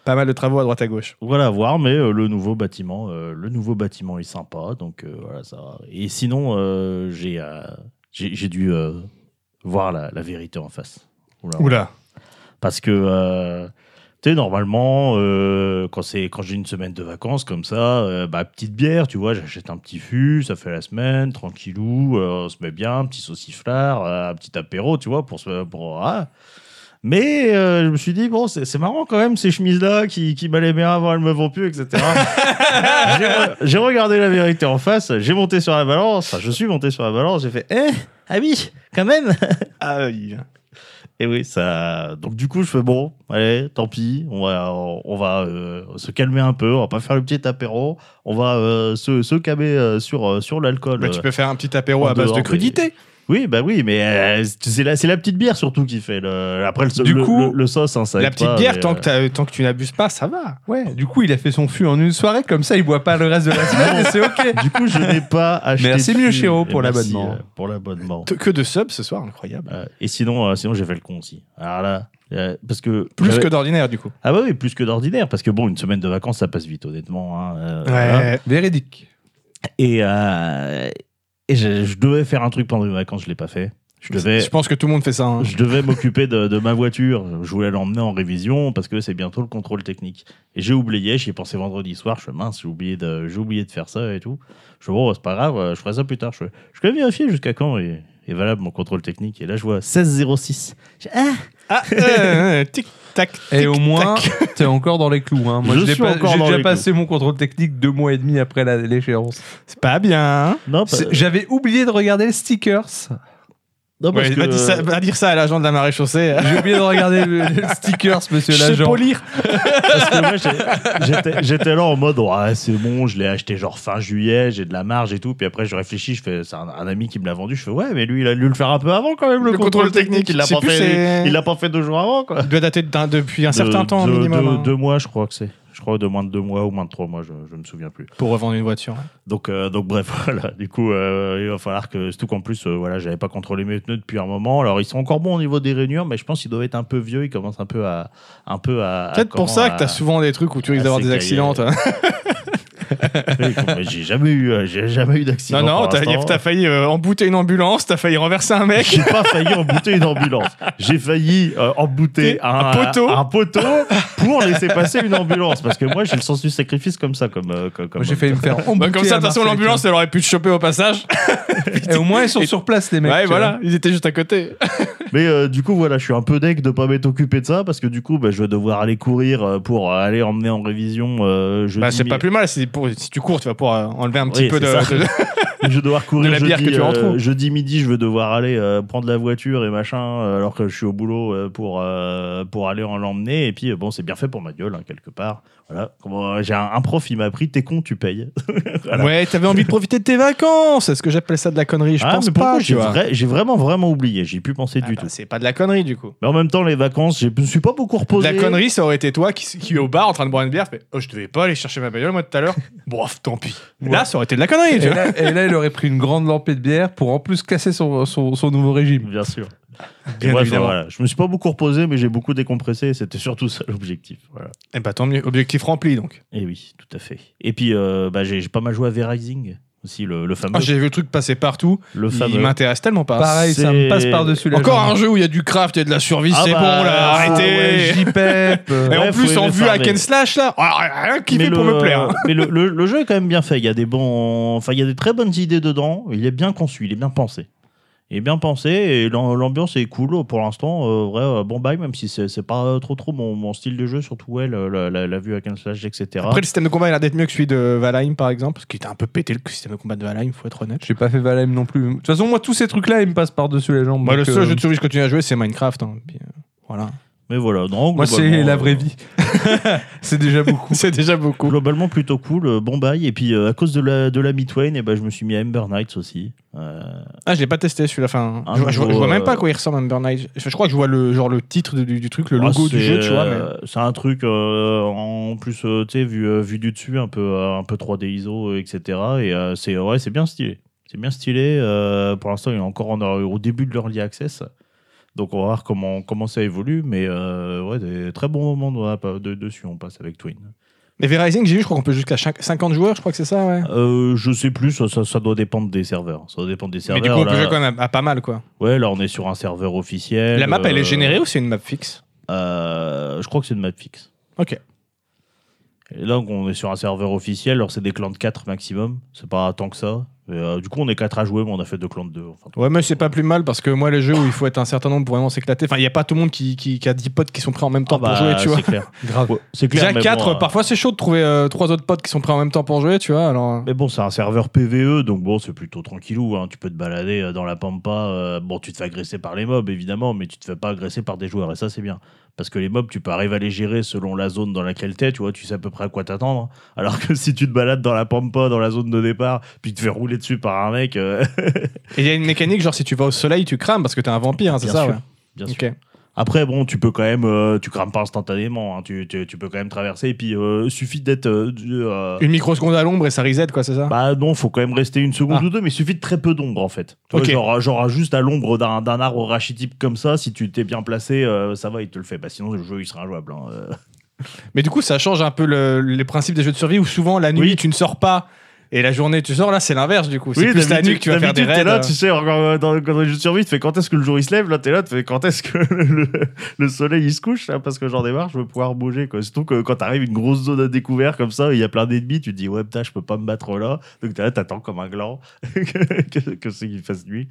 S2: pas mal de travaux à droite à gauche.
S4: Voilà à voir, mais euh, le nouveau bâtiment, euh, le nouveau bâtiment est sympa, donc euh, voilà ça. va. Et sinon, euh, j'ai euh, j'ai j'ai dû euh, voir la, la vérité en face. Oula.
S2: Oula.
S4: Parce que euh, tu sais normalement euh, quand c'est quand j'ai une semaine de vacances comme ça, euh, bah petite bière, tu vois, j'achète un petit fût, ça fait la semaine, tranquillou, euh, on se met bien, un petit sauciflard, euh, un petit apéro, tu vois, pour se pour ah. Mais euh, je me suis dit, bon, c'est c'est marrant quand même, ces chemises-là qui, qui m'allaient bien avant, elles me vont plus, etc. J'ai re- j'ai regardé la vérité en face, j'ai monté sur la balance, enfin, je suis monté sur la balance, j'ai fait, eh, ah oui, quand même
S2: Aïe.
S4: et oui, ça. Donc du coup, je fais bon, allez, tant pis, on va, on va euh, se calmer un peu, on va pas faire le petit apéro, on va euh, se, se calmer euh, sur, euh, sur l'alcool.
S2: Bah, tu
S4: Euh,
S2: peux faire un petit apéro
S4: en
S2: à base
S4: dehors
S2: de
S4: des-
S2: crudité.
S4: Oui, bah oui, mais euh, c'est la, c'est la petite bière surtout qui fait le. Après le,
S1: Du
S4: le-
S1: coup,
S4: le- le sauce, hein, ça
S2: La
S4: aide
S2: petite
S4: pas,
S2: bière,
S4: mais,
S2: tant,
S4: euh,
S2: que t'as- tant que tu n'abuses pas, ça va.
S1: Ouais, du coup, il a fait son fût en une soirée, comme ça, il boit pas le reste de la semaine et c'est ok.
S4: euh, Du coup, je n'ai pas acheté.
S1: Merci
S4: de
S1: mieux,
S4: fût.
S1: Chéro,
S4: Et
S1: pour
S4: merci,
S1: l'abonnement.
S4: euh, Pour l'abonnement.
S2: T- Que de subs ce soir, incroyable.
S4: Euh, et sinon, euh, sinon j'ai fait le con aussi. Alors là, euh, parce que
S2: Plus
S4: j'avais-
S2: que d'ordinaire, du coup.
S4: ah bah oui, plus que d'ordinaire, parce que bon, une semaine de vacances, ça passe vite, honnêtement. hein, euh, voilà.
S2: Ouais.
S1: Véridique.
S4: Et, euh, et je, je devais faire un truc pendant mes vacances, je l'ai pas fait. Je devais,
S2: Je pense que tout le monde fait ça. hein.
S4: je devais m'occuper de, de ma voiture. Je voulais l'emmener en révision parce que c'est bientôt le contrôle technique. Et j'ai oublié, j'y ai pensé vendredi soir. Je fais mince, j'ai oublié de, j'ai oublié de faire ça et tout. Je fais bon, c'est pas grave, euh, je ferai ça plus tard. Je fais, je vais vérifier jusqu'à quand est, est valable mon contrôle technique. Et là, je vois 1606. Je, ah,
S2: Ah, euh, euh, tic tac.
S1: Et
S2: tic,
S1: au moins,
S2: tac.
S1: t'es encore dans les clous. Hein. Moi,
S4: Je
S1: je l'ai
S4: suis
S1: pas-
S4: encore
S1: j'ai
S4: dans
S1: déjà
S4: les
S1: passé mon contrôle technique deux mois et demi après la- l'échéance.
S2: c'est pas bien. hein.
S4: non, pas-
S1: C'est- J'avais oublié de regarder les stickers.
S4: non, parce
S2: Ouais,
S4: que-
S2: va, dire ça, va dire ça à l'agent de la marée chaussée. hein.
S1: J'ai oublié de regarder le- les stickers, monsieur
S2: Je sais
S1: l'agent.
S2: pas lire.
S4: Parce que moi, j'ai- j'étais- j'étais là en mode, ouais, c'est bon, je l'ai acheté genre fin juillet, j'ai de la marge et tout. Puis après, je réfléchis, je fais, c'est un, un ami qui me l'a vendu. Je fais, ouais, mais lui, il a dû le faire un peu avant quand même, le,
S2: Le
S4: contrôle,
S2: contrôle
S4: technique.
S2: technique,
S4: Il l'a
S2: je sais
S4: pas,
S2: plus,
S4: fait-
S2: c'est-
S4: il l'a pas fait deux jours avant, quoi.
S2: Il doit dater d'un- depuis un
S4: De-
S2: certain temps
S4: de-
S2: minimum.
S4: de-
S2: hein,
S4: Deux mois, je crois que c'est. Je crois de moins de deux mois ou moins de trois mois, je, je me souviens plus.
S2: Pour revendre une voiture.
S4: Donc, euh, donc bref, voilà. Du coup, euh, il va falloir que. Surtout qu'en plus, euh, voilà, j'avais pas contrôlé mes pneus depuis un moment. Alors, ils sont encore bons au niveau des rainures, mais je pense qu'ils doivent être un peu vieux. Ils commencent un peu à. Un peu à à-
S2: Peut-être pour
S4: Ah, comment, euh,
S2: ça
S4: ah,
S2: que
S4: à-
S2: t'as souvent des trucs où tu risques
S4: à
S2: d'avoir des
S4: s'écailler.
S2: accidents. toi.
S4: Oui, mais j'ai jamais eu, euh, j'ai jamais eu d'accident.
S2: Non, non,
S4: pour
S2: t'as
S4: l'instant.
S2: t'as failli euh, embouter une ambulance, t'as failli renverser un mec.
S4: J'ai pas failli embouter une ambulance. J'ai failli euh, embouter un,
S2: Un poteau.
S4: un poteau pour laisser passer une ambulance. Parce que moi, j'ai le sens du sacrifice comme ça. Comme, euh, comme, comme-
S1: Moi, J'ai failli me faire
S2: Bah,
S1: embouter
S2: comme ça,
S1: à
S2: de toute façon,
S1: Marseille,
S2: l'ambulance, elle aurait pu te choper au passage.
S1: tu vois. Et au moins, ils sont sur place, les mecs.
S4: euh,
S2: ouais,
S1: tu
S2: voilà, ils étaient juste à côté.
S4: Mais euh, du coup, voilà, je suis un peu deg de pas m'être occupé de ça. Parce que du coup, bah, je vais devoir aller courir euh, pour aller emmener en révision. euh, jeudi
S2: Bah, c'est pas
S4: mi-
S2: plus mal. Si, pour- si tu cours, tu vas pouvoir euh, enlever un petit
S4: Oui,
S2: peu de.
S4: c'est ça.
S2: de-
S4: Je vais devoir courir
S2: de la
S4: jeudi,
S2: bière que tu
S4: euh,
S2: retrouves.
S4: jeudi midi, je vais devoir aller euh, prendre la voiture et machin, euh, alors que je suis au boulot euh, pour, euh, pour aller en l'emmener. Et puis, euh, bon, c'est bien fait pour ma gueule, hein, quelque part. Voilà. Comment- euh, J'ai un, un prof, il m'a pris, t'es con, tu payes. Voilà.
S2: Ouais, t'avais envie de profiter de tes vacances. Est-ce que j'appelle ça de la connerie Je
S4: Ah,
S2: pense
S4: mais pourquoi
S2: pas, tu
S4: J'ai
S2: vois.
S4: vrai- j'ai vraiment, vraiment oublié. J'ai plus pensé
S2: Ah
S4: du
S2: bah,
S4: tout.
S2: c'est pas de la connerie, du coup.
S4: Mais en même temps, les vacances, j'ai- je me suis pas beaucoup
S2: De
S4: reposé.
S2: La connerie, ça aurait été toi qui, qui est au bar en train de boire une bière. Fait, oh, je devais pas aller chercher ma bagnole, moi, tout à l'heure. Bof, tant pis. Là, ça aurait été de la
S1: vois.
S2: connerie, tu
S1: Et
S2: vois.
S1: là, et là, il aurait pris une grande lampée de bière pour en plus casser son, son, son nouveau régime.
S4: Bien sûr.
S2: Bien
S4: Bref,
S2: évidemment.
S4: voilà. Je me suis pas beaucoup reposé, mais j'ai beaucoup décompressé. et C'était surtout ça l'objectif. Voilà.
S2: Eh bah, tant mieux. Objectif rempli, donc.
S4: Et oui, tout à fait. Et puis, euh, bah, j'ai j'ai pas mal joué à V-Rising aussi le, le fameux.
S2: Ah, J'ai vu le truc passer partout.
S4: le
S2: Il
S4: fameux.
S2: m'intéresse tellement pas.
S1: Pareil, ça
S4: Bah, c'est-
S1: me passe par-dessus la
S2: Encore
S1: jambe.
S2: un jeu où il y a du craft et de la survie,
S4: Ah
S2: c'est
S4: bah,
S2: bon là,
S4: ah
S2: arrêtez.
S1: ouais, J-Pep. euh,
S2: et
S4: Ouais,
S2: en
S4: faut
S2: plus,
S4: aimer
S2: en vue
S4: ça,
S2: hack
S4: mais-
S2: and slash là, ah, rien qui fait
S4: Mais
S2: pour
S4: le-
S2: me
S1: hein.
S2: plaire. hein.
S4: Mais le, le- le jeu est quand même bien fait. Il y a des bons, enfin il y a des très bonnes idées dedans. Il est bien conçu, il est bien pensé. Il est bien pensé et l'am- l'ambiance est cool pour l'instant. euh, vrai, euh, bon bail, même si c'est c'est pas euh, trop trop mon, mon style de jeu, surtout ouais, le- la, la- la vue à can slash, etc.
S2: Après, le système de combat, il a l'air d'être mieux que celui de Valheim par exemple, parce qu'il était un peu pété le système de combat de Valheim, faut être honnête.
S1: J'ai pas fait Valheim non plus. De toute façon, moi, tous ces trucs-là, ils me passent par-dessus la jambe.
S2: Moi, le
S1: donc,
S2: seul
S1: euh,
S2: jeu de survie que je continue à jouer, c'est Minecraft. hein, puis, euh, voilà.
S4: Mais voilà, non,
S1: Moi, c'est
S4: globalement,
S1: la vraie
S4: euh,
S1: vie. c'est déjà beaucoup.
S2: C'est déjà beaucoup.
S4: Globalement plutôt cool, euh, bon bail. Et puis euh, à cause de la, de la Midwayne, et ben, je me suis mis à Ember Knights aussi. Euh,
S2: Ah, je l'ai pas testé celui-là. Enfin,
S4: Un
S2: je, vois- je vois- je vois
S4: nouveau,
S2: même pas à
S4: euh,
S2: quoi il ressemble Ember Knight. Je, je crois que je vois le, genre, le titre de- du, du truc, le
S4: Ah,
S2: logo du
S4: c'est,
S2: jeu, tu vois. Mais...
S4: euh, C'est un truc euh, en plus, euh, tu sais, vu, euh, vu du dessus, un peu, euh, un peu 3D ISO, euh, etc. Et euh, c'est ouais, c'est bien stylé. C'est bien stylé. euh, pour l'instant, il est encore en, au début de l'early access. Donc on va voir comment, comment ça évolue. Mais euh, ouais, des très bons moments de, de- dessus, on passe avec Twin.
S2: Mais V-Rising, j'ai vu, je crois qu'on peut jusqu'à cinq- 50 joueurs, je crois que c'est ça, ouais.
S4: Euh, je sais plus, ça, ça, ça doit dépendre des serveurs. Ça doit dépendre des
S2: Mais
S4: serveurs.
S2: du coup, on peut
S4: là,
S2: jouer quand même à, à pas mal, quoi.
S4: ouais, là on est sur un serveur officiel.
S2: La map, elle
S4: euh,
S2: est générée ou c'est une map fixe
S4: Euh, je crois que c'est une map fixe.
S2: Ok.
S4: Et là, on est sur un serveur officiel, alors c'est des clans de 4 maximum, c'est pas tant que ça. Et, euh, du coup, on est 4 à jouer, mais on a fait deux clans de 2.
S2: Ouais, mais c'est pas plus mal parce que moi, les jeux où il faut être un certain nombre pour vraiment s'éclater, enfin, il n'y a pas tout le monde qui, qui- qui a 10 potes qui sont prêts en même temps pour jouer, tu vois.
S4: Ah bah, C'est clair.
S1: Grave.
S4: Ouais, c'est clair.
S2: Déjà
S4: mais
S2: 4,
S4: bon, euh,
S2: parfois c'est chaud de trouver 3 autres potes qui sont prêts en même temps pour jouer, tu vois. Alors, euh.
S4: Mais bon, c'est un serveur PVE, donc bon, c'est plutôt tranquillou. hein. Tu peux te balader euh, dans la pampa. euh, bon, tu te fais agresser par les mobs, évidemment, mais tu te fais pas agresser par des joueurs, et ça, c'est bien. Parce que les mobs, tu peux arriver à les gérer selon la zone dans laquelle t'es, tu vois, tu sais à peu près à quoi t'attendre. hein. Alors que si tu te balades dans la pampa, dans la zone de départ, puis tu te fais rouler dessus par un mec, euh,
S2: Ah, Et il y a une mécanique, genre si tu vas au soleil, tu crames parce que t'es un vampire, hein, c'est
S4: Bien
S2: ça,
S4: sûr,
S2: ouais.
S4: bien sûr.
S2: Ok.
S4: Après, bon, tu peux quand même, euh, tu crames pas instantanément, hein, tu, tu, tu peux quand même traverser, et puis euh, suffit d'être. euh, du, euh,
S2: Une microseconde à l'ombre et ça reset, quoi, c'est ça
S4: Bah non, faut quand même rester une seconde
S2: Ah.
S4: ou deux, mais il suffit de très peu d'ombre en fait. Tu vois,
S2: Ok.
S4: genre, genre juste à l'ombre d'un, d'un arbre rachitique comme ça, si tu t'es bien placé, euh, ça va, il te le fait. Bah, sinon, le jeu il sera injouable. hein, euh.
S2: Mais du coup, ça change un peu le- les principes des jeux de survie où souvent la nuit
S4: Oui.
S2: tu ne sors pas et la journée tu sors. Là, c'est l'inverse du coup. C'est
S4: Oui,
S2: plus la
S4: d'habitude-
S2: nuit que tu vas faire des
S4: d'habitude,
S2: raids.
S4: t'es là,
S2: euh.
S4: tu sais, encore, euh, dans, quand dans les jeux de survie, tu fais quand est-ce que le jour il se lève, là t'es là, tu fais quand est-ce que le, le soleil il se couche, là, parce que j'en démarre, je veux pouvoir bouger. Quoi. Surtout que quand t'arrives une grosse zone à découvert comme ça, il y a plein d'ennemis, tu te dis ouais putain, je peux pas me battre là. Donc t'es là, t'attends comme un gland que, que, que c'est qu'il fasse nuit.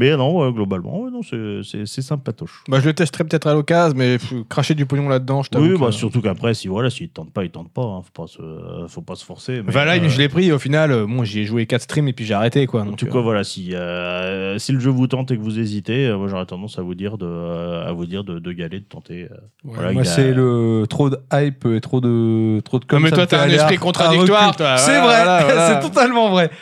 S4: Mais non, ouais, globalement, ouais, non, c'est- c'est c'est sympatoche.
S2: Bah, je le testerai peut-être à l'occasion, mais pff, cracher du pognon là-dedans, je t'avoue.
S4: Oui,
S2: que-
S4: bah, surtout qu'après, si voilà, s'il tente pas, il tente pas. hein, faut, pas se, euh, faut pas se forcer. mais,
S2: Valheim,
S4: euh,
S2: je l'ai pris et au final, euh, bon, j'y ai joué 4 streams et puis j'ai arrêté quoi.
S4: En
S2: donc,
S4: tout
S2: euh,
S4: cas, voilà, si, euh, si le jeu vous tente et que vous hésitez, euh, moi j'aurais tendance à vous dire de, euh, à vous dire de, de y aller, de tenter. euh.
S2: ouais.
S4: Voilà,
S1: Moi,
S4: il a-
S1: c'est le trop de hype et trop de trop de. comme
S2: mais
S1: ça
S2: toi,
S1: me fait
S2: t'as un
S1: aller
S2: esprit
S1: à- à
S2: contradictoire,
S1: recul.
S2: toi.
S1: C'est
S2: Voilà,
S1: vrai,
S2: voilà, voilà.
S1: c'est totalement vrai.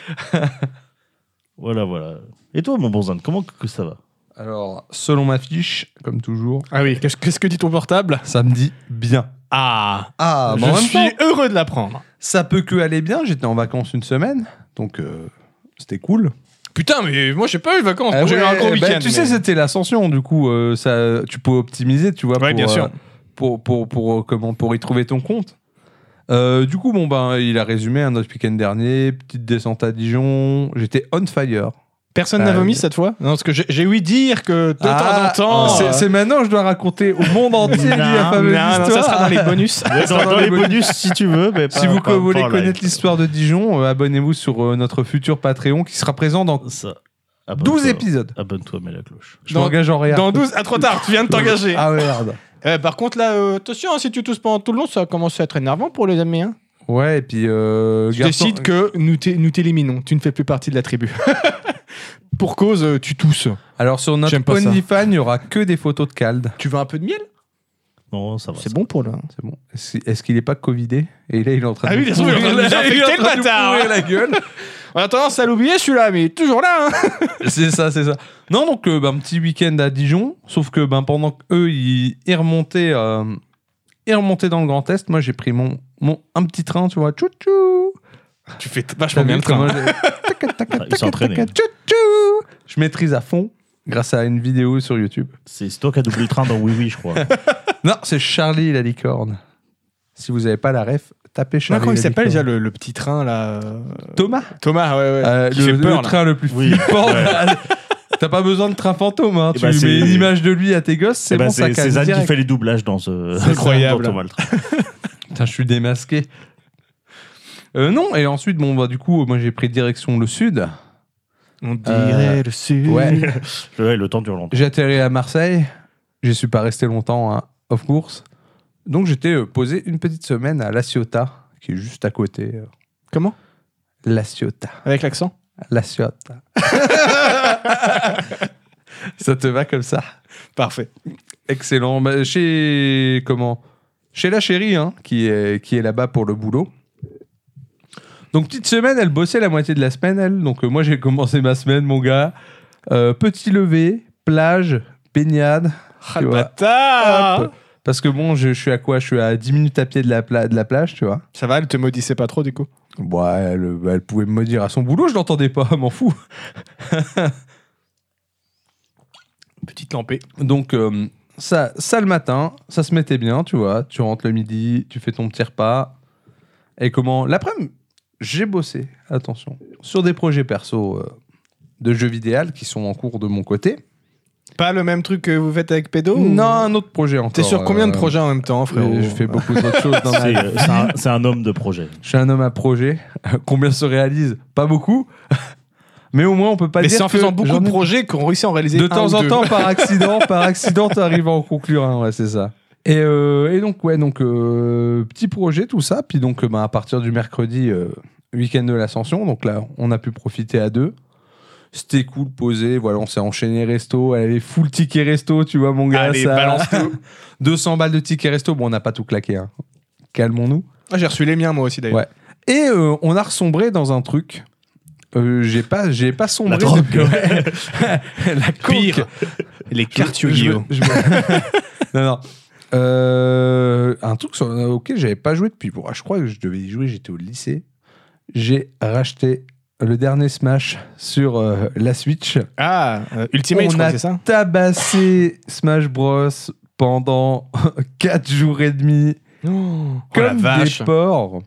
S4: Voilà, voilà. Et toi, mon bon Zan, comment que que ça va
S1: Alors, selon ma fiche, comme toujours,
S2: Ah oui, qu'est-ce qu'est-ce que dit ton portable
S1: ça me dit bien.
S2: Ah,
S1: Ah,
S2: Je
S1: mais en même
S2: suis
S1: temps,
S2: heureux de l'apprendre.
S1: ça peut que aller bien. J'étais en vacances une semaine, donc euh, c'était cool.
S2: Putain, mais moi j'ai pas eu de vacances.
S1: Ah
S2: j'ai eu
S1: ouais,
S2: un gros
S1: bah,
S2: week-end.
S1: tu sais,
S2: mais-
S1: c'était l'ascension, du coup, euh, ça, tu peux optimiser, tu vois,
S2: Ouais,
S1: pour,
S2: bien sûr.
S1: euh, pour, pour, pour, euh, comment, pour y trouver ton compte. Euh, du coup, bon, ben, il a résumé un notre week-end dernier, petite descente à Dijon, j'étais on fire.
S2: Personne
S1: Ah,
S2: n'a vomi
S1: oui.
S2: cette fois Non, parce que j'ai- j'ai ouï dire que de
S1: Ah,
S2: temps en temps.
S1: c'est-
S2: euh,
S1: C'est maintenant que je dois raconter au monde entier
S4: Non,
S1: la fameuse
S2: non, non,
S1: histoire.
S2: ça sera dans les Ah, bonus.
S4: dans, dans les bonus, si tu veux. Mais pas-
S1: Si vous
S4: pas- pas
S1: voulez
S4: en live.
S1: connaître l'histoire de Dijon, euh, abonnez-vous sur euh, notre futur Patreon qui sera présent dans
S4: Ça.
S1: 12
S4: Abonne-toi.
S1: épisodes.
S4: Abonne-toi, mets la cloche.
S1: Je
S2: Dans-
S1: m'engage en rien.
S2: Dans 12, à trop tard, tu viens de t'engager.
S1: Ah ouais, merde.
S2: Euh, par contre, là, euh, attention, hein, si tu tousses pendant tout le long, ça commence à être énervant pour les amis. Hein.
S1: Ouais, et puis. Euh,
S2: Tu
S1: garçon-
S2: décides que nous t'é- nous t'éliminons, tu ne fais plus partie de la tribu. pour cause, euh, tu tousses.
S1: Alors sur notre
S2: J'aime pas ça.
S1: OnlyFans, il n'y aura que des photos de Cald.
S2: Tu veux un peu de miel
S4: Non, ça va.
S2: C'est bon pour le.
S1: C'est bon. Est-ce est-ce qu'il n'est pas Covidé Et là, il est en train
S2: Ah
S1: de.
S2: oui,
S1: nous
S2: bien sûr, il est en train de
S1: pourrir-
S2: nous
S1: il est en
S2: infecter, le
S1: train de nous
S2: bâtard.
S1: pourrir la gueule.
S2: On a tendance à l'oublier celui-là, mais il est toujours là. Hein.
S1: c'est ça, c'est ça. Non, donc, euh, ben, un petit week-end à Dijon. Sauf que ben, pendant qu'eux, ils, ils, remontaient, euh, ils remontaient dans le Grand Est, moi, j'ai pris mon, mon, un petit train, tu vois. Tchou-tchou
S2: tu fais t- vachement bien le train.
S1: Comment j'ai- Tac, tac, tac,
S4: Ah, il s'est
S1: tac,
S4: entraîné.
S1: tac, tchou-tchou Je maîtrise à fond grâce à une vidéo sur YouTube.
S4: C'est c'est toi qui as doublé le train dans Oui Oui, je crois.
S1: Non, c'est Charlie la licorne. Si vous n'avez pas la ref, taper
S2: Non,
S1: Charlie.
S2: comment il
S1: la
S2: s'appelle déjà
S1: victoire.
S2: le, le petit train là euh,
S1: Thomas
S2: Thomas, ouais, ouais.
S1: Euh,
S2: qui
S1: le,
S2: fait peur,
S1: le
S2: là.
S1: train le plus
S4: Oui.
S1: flippant. T'as pas besoin de train fantôme, hein.
S4: Eh
S1: tu
S4: ben, c'est-
S1: mets une image de lui à tes gosses, c'est
S4: Eh ben,
S1: bon, ça
S4: c'est
S1: calme
S4: c'est Zane qui
S1: direct.
S4: fait les doublages dans ce.
S2: C'est incroyable.
S4: dans Thomas le Train.
S1: Putain, je suis démasqué. Euh, non, et ensuite, bon, bah, du coup, moi j'ai pris direction le sud.
S2: On
S1: dirait
S2: le sud.
S1: Ouais.
S4: Ouais, le temps dure longtemps.
S1: J'ai atterri à Marseille. Je suis pas resté longtemps, hein, of course. Donc j'étais euh, posé une petite semaine à La Ciotat, qui est juste à côté. euh,
S2: Comment
S1: La Ciotat.
S2: Avec l'accent
S1: La Ciotat. ça te va comme ça
S2: Parfait.
S1: Excellent. Bah, chez comment Chez la chérie, hein, qui est, qui est là-bas pour le boulot. Donc petite semaine, elle bossait la moitié de la semaine, elle. Donc euh, moi j'ai commencé ma semaine, mon gars. Euh, petit lever, plage, baignade.
S2: Ah,
S1: tu
S2: le
S1: vois.
S2: bâtard
S1: Hop. Parce que bon, je, je suis à quoi Je suis à 10 minutes à pied de la, pla- de la plage, tu vois.
S2: Ça va, elle te maudissait pas trop du coup
S1: Bon, elle, elle pouvait me dire à son boulot, je l'entendais pas, m'en fous.
S2: Petite lampée.
S1: Donc, euh, ça, ça le matin, ça se mettait bien, tu vois. Tu rentres le midi, tu fais ton petit repas. Et comment L'après-midi, j'ai bossé, attention, sur des projets perso euh, de jeux vidéo qui sont en cours de mon côté.
S2: Pas le même truc que vous faites avec Pédo ou-
S1: non, un autre projet encore.
S2: Oh. T'es sur combien de
S1: euh,
S2: projets en même temps, frérot
S1: euh, Je fais beaucoup d'autres choses dans ma
S4: C'est euh, c'est un, c'est un homme de projet.
S1: Je suis un homme à projet. Combien se réalise Pas beaucoup. Mais au moins, on peut pas
S2: Mais
S1: dire.
S2: c'est en
S1: que
S2: faisant beaucoup
S1: j'en
S2: de
S1: ai-
S2: projets qu'on réussit à en réaliser
S1: De
S2: un
S1: temps
S2: ou
S1: en
S2: deux.
S1: temps, par accident, par accident, t'arrives à en conclure un, ouais, c'est ça. Et, euh, et donc, ouais, donc, euh, petit projet, tout ça. Puis donc, euh, bah, à partir du mercredi, euh, week-end de l'ascension, donc là, on a pu profiter à deux. C'était cool, posé, voilà, on s'est enchaîné resto, elle avait full ticket resto, tu vois, mon gars.
S2: Allez,
S1: ça-
S2: balance tout.
S1: 200 balles de ticket resto, bon, on n'a pas tout claqué, hein. Calmons-nous.
S2: Ah, j'ai reçu les miens moi aussi d'ailleurs.
S1: Ouais. Et euh, on a ressombré dans un truc. Euh, j'ai pas, j'ai pas sombré.
S4: La drogue.
S1: depuis- Ouais. La coke.
S2: Pire. Les
S1: Je- je- je- je- non, non. Euh, un truc sur, auquel j'avais pas joué depuis. Bon, je crois que je devais y jouer, j'étais au lycée. J'ai racheté le dernier Smash sur euh, la Switch.
S2: Ah, euh, Ultimate,
S1: On
S2: je crois
S1: a
S2: que c'est ça
S1: Tabassé Smash Bros pendant 4 jours et demi.
S2: Oh, la
S1: Comme
S2: vache.
S1: des porcs.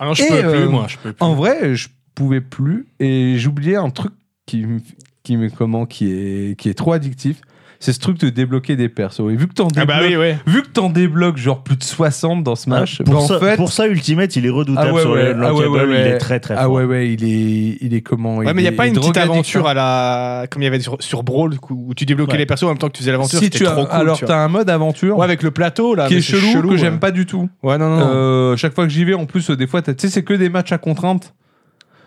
S2: Ah non, je
S1: Et,
S2: peux plus,
S1: euh,
S2: moi. Je peux plus.
S1: En vrai, je pouvais plus et j'oubliais un truc qui me- qui me comment qui est qui est trop addictif, c'est ce truc de débloquer des persos. Et vu que t'en
S2: Ah bah
S1: débloques-
S2: oui, ouais.
S1: vu que t'en débloques genre plus de 60 dans Smash,
S4: Ah, pour,
S1: bah, en
S4: ça,
S1: fait
S4: pour ça, Ultimate, il est redoutable
S1: Ah ouais,
S4: sur
S1: ouais,
S4: le- l'Unlockable,
S1: ah ouais, ouais,
S4: il est
S1: ouais.
S4: très très
S1: ah
S4: fort.
S1: ouais ouais, il est il est comment
S2: Ouais,
S1: il
S2: mais il n'y a
S1: est- hein.
S2: pas
S1: il
S2: une
S1: est
S2: petite
S1: drogadicteur.
S2: aventure à la... comme il y avait sur, sur Brawl où tu débloquais
S4: Ouais.
S2: les persos en même temps que tu faisais l'aventure.
S1: Si
S2: c'était
S1: tu as,
S2: trop cool,
S1: alors
S2: tu
S1: t'as un mode aventure
S2: vois. Ouais, avec le plateau là.
S1: qui
S2: mais
S1: est
S2: c'est
S1: chelou, que
S2: ouais.
S1: j'aime pas du tout.
S2: Ouais, non, non.
S1: Euh, chaque fois que j'y vais, en plus, euh, des fois, t'as- tu sais, c'est que des matchs à contrainte.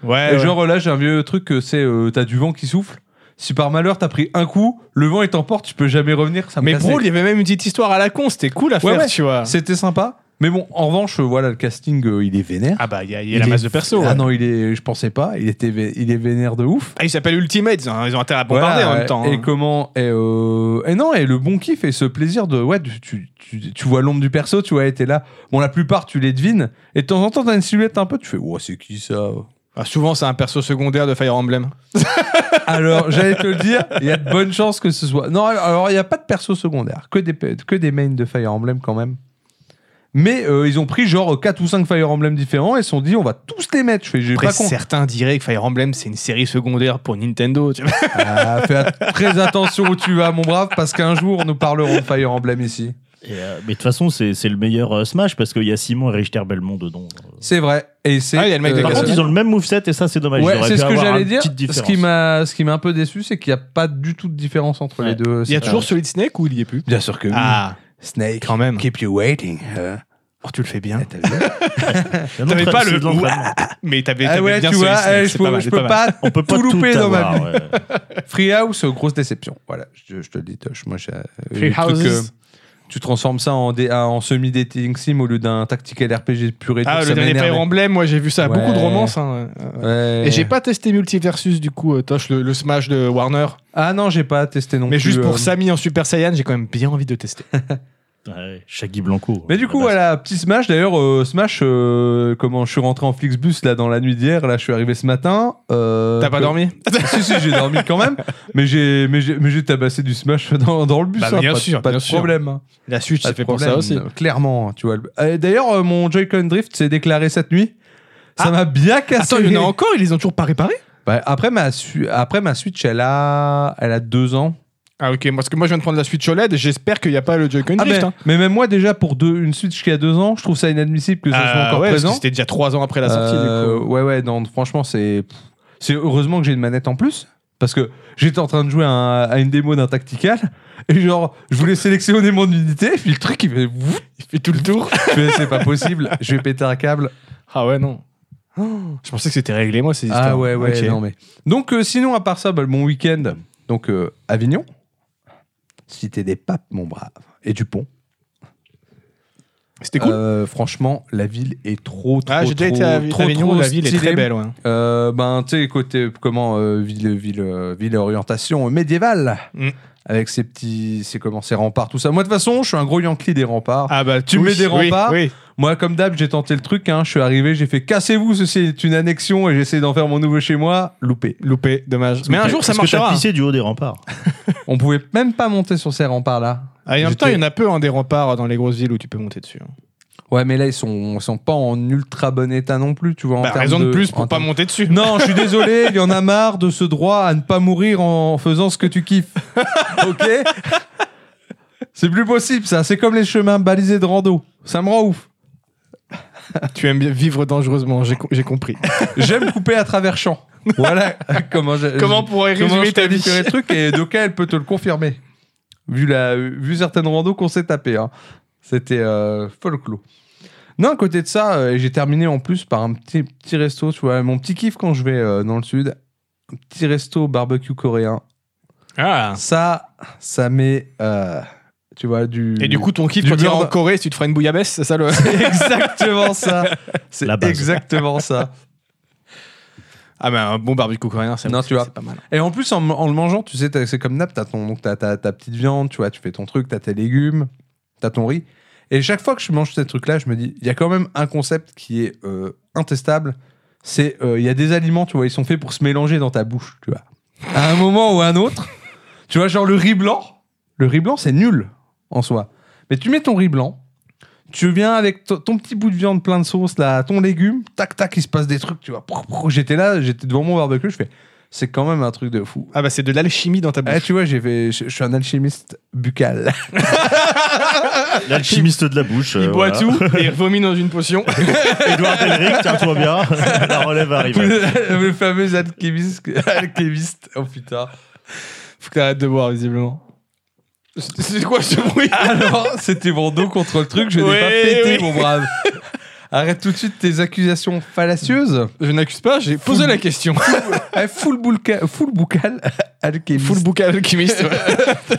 S2: ouais,
S1: Et
S2: ouais.
S1: genre là, j'ai un vieux truc que c'est euh, t'as du vent qui souffle. Si par malheur t'as pris un coup, le vent il t'emporte, tu peux jamais revenir. Ça me
S2: Mais
S1: cassait.
S2: Brawl, il y avait même une petite histoire à la con. C'était cool à
S1: Ouais,
S2: faire,
S1: ouais.
S2: tu vois.
S1: c'était sympa. Mais bon, en revanche, euh, voilà, le casting euh, il est vénère.
S2: Ah bah, il y a, il y a la
S1: est-
S2: masse de persos.
S1: Ah
S2: ouais.
S1: non, il est, je pensais pas. Il était, vé- il est vénère de ouf.
S2: Ah, il s'appelle Ultimate. Ils ont, ils ont intérêt à bombarder
S1: Voilà,
S2: en même temps.
S1: Et
S2: hein.
S1: comment et, euh, et non, et le bon kiff et ce plaisir de ouais, tu, tu, tu- tu vois l'ombre du perso, tu vois, et t'es là. Bon, la plupart tu les devines. Et de temps en temps t'as une silhouette un peu, tu fais ouais, c'est qui ça
S2: Ah, souvent, c'est un perso secondaire de Fire Emblem.
S1: Alors, j'allais te le dire, il y a de bonnes chances que ce soit. Non, alors, il n'y a pas de perso secondaire, que des, que des mains de Fire Emblem quand même. Mais euh, ils ont pris genre 4 ou 5 Fire Emblem différents et se sont dit, on va tous les mettre. Je fais, j'ai
S2: Après,
S1: pas con.
S2: certains diraient que Fire Emblem, c'est une série secondaire pour Nintendo. tu vois.
S1: Ah, fais at- très attention où tu vas, mon brave, parce qu'un jour, nous parlerons de Fire Emblem ici.
S4: Et, euh, mais de toute façon, c'est c'est le meilleur euh, Smash parce qu'il y a Simon et Richter Belmont dedans.
S1: C'est vrai. Et c'est. euh,
S2: Ah, il y a le mec de
S4: Par
S2: Personnel.
S4: contre, ils ont le même moveset et ça, c'est dommage.
S1: Ouais,
S4: Ils auraient
S1: c'est
S4: pu
S1: ce que
S4: avoir
S1: j'allais
S4: une
S1: dire.
S4: petite
S1: Ce
S4: différence.
S1: qui m'a ce qui m'a un peu déçu, c'est qu'il n'y a pas du tout de différence entre
S4: Ouais.
S1: les deux.
S2: Il y a toujours Solid Snake ou il y est plus
S1: Bien sûr que oui.
S2: Ah,
S1: Snake,
S2: quand même.
S1: keep you waiting. hein.
S2: Oh, tu le fais bien.
S1: T'as vu
S4: Il y a un
S2: T'avais
S4: autre-
S2: pas
S4: c'est
S2: le
S4: de l'entraînement.
S2: Mais t'avais
S1: Ah
S2: t'avais
S1: ouais,
S2: bien
S1: tu
S2: Solid
S1: vois,
S2: Snake,
S1: eh,
S2: c'est
S1: je peux
S2: mal, c'est
S1: je peux
S2: mal.
S1: pas
S4: On peut pas
S1: tout louper dans ma vie.
S4: avoir, ouais.
S1: Freehouse, euh, grosse déception. Voilà, je, je te le dis, Tosh. Moi, j'ai, euh, le truc,
S2: Freehouses.
S1: euh, tu transformes ça en, dé- ah, en semi-dating sim au lieu d'un tactical RPG pur et dur.
S2: Ah,
S1: ça
S2: le dernier
S1: m'énervait.
S2: Fire Emblem, moi j'ai vu ça. Beaucoup de
S1: Ouais.
S2: romances. hein, euh, euh,
S1: Ouais.
S2: Et j'ai pas testé Multiversus du coup, euh, Tosh, le, le Smash de Warner.
S1: Ah non, j'ai pas testé non
S2: mais
S1: plus.
S2: juste pour
S1: euh,
S2: Samy en Super Saiyan, j'ai quand même bien envie de tester.
S4: Ouais, Shaggy Blanco.
S1: Mais du coup,
S4: Bah,
S1: voilà, petit Smash. D'ailleurs, euh, Smash, euh, comment je suis rentré en Flixbus là dans la nuit d'hier. Là, je suis arrivé ce matin. euh,
S2: T'as pas
S1: que-
S2: dormi
S1: Si, si, j'ai dormi quand même. Mais j'ai, mais j'ai, mais j'ai tabassé du Smash dans, dans le bus.
S2: Bah,
S1: hein,
S2: bien
S1: pas, de-
S2: sûr,
S1: pas
S2: bien
S1: de
S2: sûr.
S1: problème. hein.
S2: La Switch,
S1: Pas
S2: c'est
S1: de
S2: fait pour
S1: problème,
S2: ça aussi.
S1: euh, Clairement, tu vois. Euh, D'ailleurs, euh, mon Joy-Con Drift s'est déclaré cette nuit. Ça
S2: Ah.
S1: m'a bien cassé.
S2: Attends, il y en a encore, ils les ont toujours pas réparés
S1: Bah, après, ma su- après ma Switch, elle a, elle a deux ans.
S2: Ah ok, parce que moi je viens de prendre la Switch OLED, j'espère qu'il n'y a pas le Joy-Con
S1: Ah,
S2: Drift.
S1: mais,
S2: hein.
S1: mais même moi, déjà, pour deux, une Switch qui a deux ans, je trouve ça inadmissible que ce
S2: Ah,
S1: soit encore
S2: ouais, parce que
S1: présent.
S2: C'était déjà 3 ans après la sortie.
S1: Euh,
S2: du coup.
S1: Ouais, ouais, non, franchement, c'est. pff, C'est heureusement que j'ai une manette en plus. Parce que j'étais en train de jouer à, un- à une démo d'un tactical. Et genre, je voulais sélectionner mon unité. Puis le truc, il fait. vouf,
S2: Il fait tout le tour.
S1: Je fais, c'est pas possible. Je vais péter un câble.
S2: ah ouais, non. Oh. Je pensais que c'était réglé, moi, ces histoires.
S1: Ah ouais, ouais,
S2: Ok.
S1: non, mais. Donc, euh, sinon, à part ça, bah, mon week-end. Donc, euh, Avignon. Cité des papes, mon brave. Et du pont.
S2: C'était cool.
S1: Euh, franchement, la ville est trop, trop,
S2: ah, j'ai déjà
S1: trop,
S2: été à
S1: trop,
S2: Avignon,
S1: trop
S2: la ville est
S1: stylée.
S2: très belle, ouais.
S1: Euh, ben, tu sais, côté comment euh, ville, ville, euh, ville orientation médiévale,
S2: Mm.
S1: avec ses petits, ses comment, ses remparts, tout ça. Moi, de toute façon, je suis un gros Yankee des remparts.
S2: Ah bah,
S1: Tu
S2: oui,
S1: mets des
S2: oui,
S1: remparts.
S2: oui.
S1: Moi, comme d'hab, j'ai tenté le truc. hein. je suis arrivé, j'ai fait cassez-vous, ceci est une annexion, et j'ai essayé d'en faire mon nouveau chez moi. Loupé.
S2: Loupé, dommage. Mais un jour, ça
S4: parce que t'as
S2: marchera.
S4: pissé du haut des remparts.
S1: On pouvait même pas monter sur ces remparts là.
S2: Ah, et en même
S1: J'étais-
S2: temps, il y en a peu hein, des remparts dans les grosses villes où tu peux monter dessus. hein.
S1: Ouais, mais là, ils sont, ils sont pas en ultra bon état non plus, tu vois. en
S2: Bah,
S1: termes
S2: raison de plus
S1: en
S2: pour pas
S1: termes-
S2: monter dessus.
S1: Non, je suis désolé, il y en a marre de ce droit à ne pas mourir en faisant ce que tu kiffes. ok C'est plus possible, ça. C'est comme les chemins balisés de rando. Ça me rend ouf.
S2: Tu aimes bien vivre dangereusement, j'ai co- j'ai compris.
S1: J'aime couper à travers champs. Voilà comment, je-
S2: Comment pourrais
S1: comment
S2: résumer
S1: je
S2: ta vie
S1: qualifierais le truc et Doka, elle peut te le confirmer. Vu, la, vu certaines randos qu'on s'est tapé. hein. C'était euh, folklore. Non, à côté de ça, euh, j'ai terminé en plus par un petit, petit resto, tu vois, mon petit kiff quand je vais euh, dans le sud. Un petit resto barbecue coréen.
S2: Ah.
S1: Ça, ça met, euh, tu vois, du.
S2: Et du coup, ton kiff
S1: Du
S2: quand tu iras
S1: beurre
S2: en
S1: dans-
S2: Corée, si tu te feras une bouillabaisse, c'est ça le.
S1: c'est exactement ça. C'est
S4: La base.
S1: exactement ça.
S2: Ah, mais un bon barbecue coréen, c'est
S1: Non, tu vois.
S2: c'est pas mal.
S1: Et en plus, en, en le mangeant, tu sais, t'as- c'est comme nappe, t'as ton, donc t'as ta- ta petite viande, tu vois, tu fais ton truc, t'as tes légumes, t'as ton riz. Et chaque fois que je mange ces trucs-là, je me dis, il y a quand même un concept qui est euh, intestable. C'est, euh, il y a des aliments, tu vois, ils sont faits pour se mélanger dans ta bouche, tu vois. À un moment ou à un autre, tu vois, genre le riz blanc, le riz blanc, c'est nul en soi. Mais tu mets ton riz blanc, tu viens avec to- ton petit bout de viande plein de sauce, là, ton légume, tac, tac, il se passe des trucs, tu vois. Prou, prou. J'étais là, j'étais devant mon barbecue, je fais, c'est quand même un truc de fou.
S2: Ah, bah, c'est de l'alchimie dans ta
S1: Ah,
S2: bouche.
S1: tu vois, j'ai fait, je, je suis un alchimiste buccal.
S4: L'alchimiste de la bouche. euh,
S2: Il boit tout et il vomit dans une potion.
S4: Edouard Delric, tiens-toi bien. la relève arrive.
S1: le fameux alchimiste. alchimiste. Oh putain.
S2: Faut que t'arrêtes de boire, visiblement. C'est c'est quoi ce bruit
S1: Alors, c'était mon dos contre le truc, je n'ai
S2: Oui,
S1: pas pété,
S2: oui.
S1: mon brave. Arrête tout de suite tes accusations fallacieuses.
S2: Je n'accuse pas, j'ai posé la question.
S1: Eh, Full, boulca- full buccal, alchimiste.
S2: Full boucal alchimiste. ouais.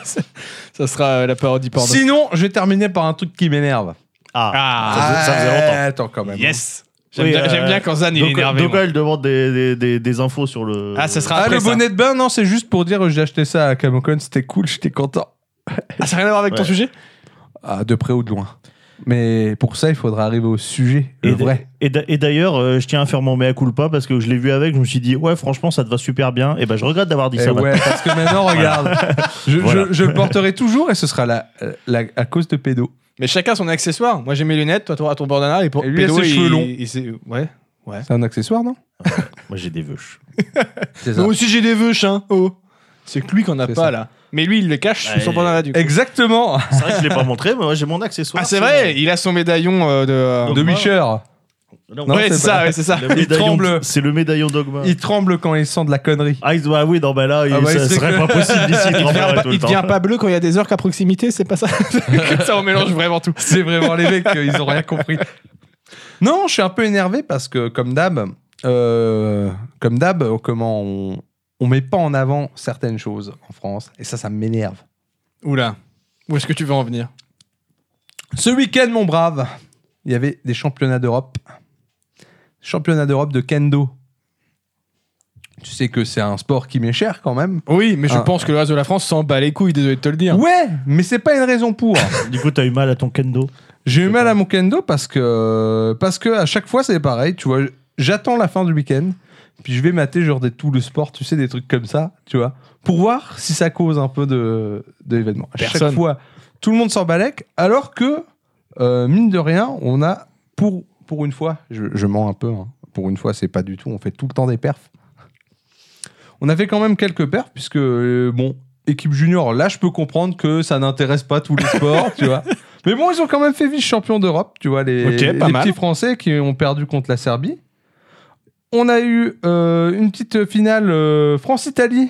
S2: ça sera euh, la parodie porno.
S1: Sinon, je vais terminer par un truc qui m'énerve. Eh,
S4: Ah.
S2: Ah,
S4: ça faisait longtemps.
S1: Attends, quand même. hein.
S2: yes. J'aime
S4: Oui,
S2: bien,
S4: euh,
S2: j'aime bien quand Zan il est
S4: Donc,
S2: énervé.
S4: donc
S2: moi.
S4: là, il demande des, des, des, des infos sur le.
S2: Ah, ça sera
S1: Ah,
S2: après
S1: le
S2: ça.
S1: bonnet de bain, non, c'est juste pour dire j'ai acheté ça à Camocon, c'était cool, j'étais content.
S2: Ah, ça n'a rien à voir avec ton
S4: Ouais.
S2: sujet
S1: Ah, de près ou de loin. Mais pour ça, il faudra arriver au sujet, le
S4: Et d-
S1: vrai.
S4: Et d'a- et d'ailleurs, euh, je tiens à faire mon mea culpa parce que je l'ai vu avec, je me suis dit, ouais, franchement, ça te va super bien. Et ben, je regrette d'avoir dit
S1: Eh
S4: ça. maintenant.
S1: ouais, parce que maintenant, regarde, je, je-
S4: Voilà.
S1: je le porterai toujours et ce sera la, la- à cause de pédo.
S2: Mais chacun son accessoire. Moi j'ai mes lunettes, toi toi ton bandana et pour
S1: Et lui, il a
S2: Pedro,
S1: ses cheveux longs.
S2: il s'est- ouais.
S1: C'est un accessoire, non
S4: Moi, j'ai des veuches.
S1: C'est
S2: Moi aussi j'ai des vœux hein. Oh. C'est que lui qu'on a
S1: C'est
S2: pas
S1: ça.
S2: là. Mais lui il le cache sous son
S4: Ouais.
S2: bandana du coup.
S1: Exactement
S4: C'est vrai que je l'ai pas montré, mais moi, j'ai mon accessoire.
S2: Ah c'est vrai, il a son médaillon euh, de euh,
S1: De
S4: Dogma.
S1: Witcher.
S4: Non,
S1: Non,
S2: Ouais,
S1: c'est
S2: c'est ça,
S1: pas-
S2: ouais, c'est ça.
S4: le
S1: il
S4: médaillon-
S1: tremble.
S4: C'est le médaillon dogma.
S1: Il tremble quand il sent de la connerie.
S4: Ah, il se- ah oui, non, bah là, il-
S1: Ah bah, il
S4: ça
S1: serait
S4: serait
S1: que-
S4: pas possible d'ici. Il tremblerait tout le
S2: Il
S4: temps.
S2: devient pas bleu quand il y a des orques à proximité, c'est pas ça Comme ça on mélange vraiment tout.
S1: C'est vraiment les mecs, euh, ils ont rien compris. Non, je suis un peu énervé parce que, comme d'hab, euh, comme d'hab, euh, comment on, on met pas en avant certaines choses en France. Et ça, ça m'énerve.
S2: Oula. Où est-ce que tu veux en venir
S1: Ce week-end, mon brave, il y avait des championnats d'Europe. Championnat d'Europe de kendo. Tu sais que c'est un sport qui m'est cher quand même.
S2: Oui, mais je
S1: Ah.
S2: pense que le reste de la France s'en bat les couilles, désolé de te le dire.
S1: Ouais, mais c'est pas une raison pour.
S4: Du coup, t'as eu mal à ton kendo.
S1: J'ai eu
S4: C'est
S1: mal
S4: pas-
S1: à mon kendo parce que parce que à chaque fois c'est pareil. Tu vois, j'attends la fin du week-end, puis je vais mater genre des tout le sport, tu sais des trucs comme ça, tu vois, pour voir si ça cause un peu de de l'événement. À chaque
S2: Personne.
S1: fois, tout le monde s'en balèque, alors que euh, mine de rien, on a pour pour une fois, je, je mens un peu. hein. Pour une fois, c'est pas du tout. On fait tout le temps des perfs. On a fait quand même quelques perfs puisque euh, bon. Équipe junior, là je peux comprendre que ça n'intéresse pas tous les sports, tu vois. Mais bon, ils ont quand même fait vice-champion d'Europe, tu vois, les,
S2: Ok, pas
S1: les
S2: mal.
S1: petits Français qui ont perdu contre la Serbie. On a eu euh, une petite finale euh, France-Italie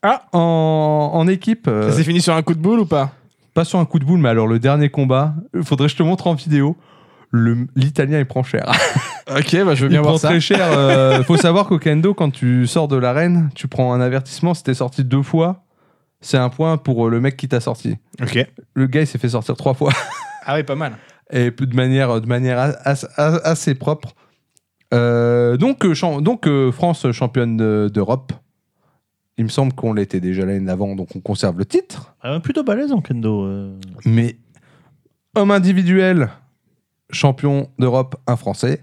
S2: Ah.
S1: en, en équipe. euh,
S2: Ça s'est fini sur un coup de boule ou pas
S1: pas sur un coup de boule, mais alors le dernier combat, il faudrait que je te montre en vidéo. Le- L'Italien, il prend cher.
S2: Ok, bah, je veux
S1: Il
S2: bien voir
S1: prend
S2: ça.
S1: très cher. euh, faut savoir qu'au kendo, quand tu sors de l'arène, tu prends un avertissement. C'était sorti deux fois. C'est un point pour euh, le mec qui t'a sorti.
S2: Ok.
S1: Le gars, il s'est fait sortir trois fois.
S2: Ah oui, pas mal.
S1: et peu- de manière, de manière as- as- as- assez propre. Euh, donc, euh, cham- donc euh, France championne de- d'Europe. Il me semble qu'on l'était déjà l'année d'avant, donc on conserve le titre.
S4: Ah, plutôt balèze en kendo. euh.
S1: Mais homme individuel, champion d'Europe, un Français.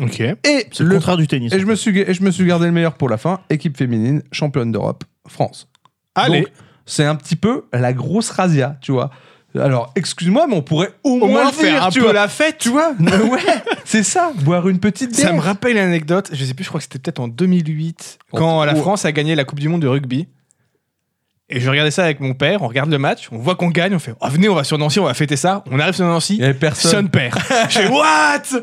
S2: Ok.
S1: Et,
S4: C'est le,
S1: le-
S4: contraire du tennis.
S1: et, je me suis, ga- et je me suis gardé le meilleur pour la fin. Équipe féminine, championne d'Europe, France.
S2: Allez.
S1: Donc, c'est un petit peu la grosse razzia, tu vois. Alors, excuse-moi, mais on pourrait au,
S2: au
S1: moins,
S2: moins
S1: le
S2: faire
S1: dire,
S2: un
S1: tu
S2: peu
S1: vois.
S2: la fête,
S1: Tu vois Ouais, c'est ça, boire une petite bière.
S2: Ça me rappelle une anecdote, je sais plus, je crois que c'était peut-être en 2008,
S1: Oh,
S2: quand la
S1: oh.
S2: France a gagné la Coupe du Monde de rugby. Et je regardais ça avec mon père, on regarde le match, on voit qu'on gagne, on fait oh, venez, on va sur Nancy, on va fêter ça. On arrive sur
S1: Il
S2: Nancy,
S1: y avait personne.
S2: sonne père. je fais what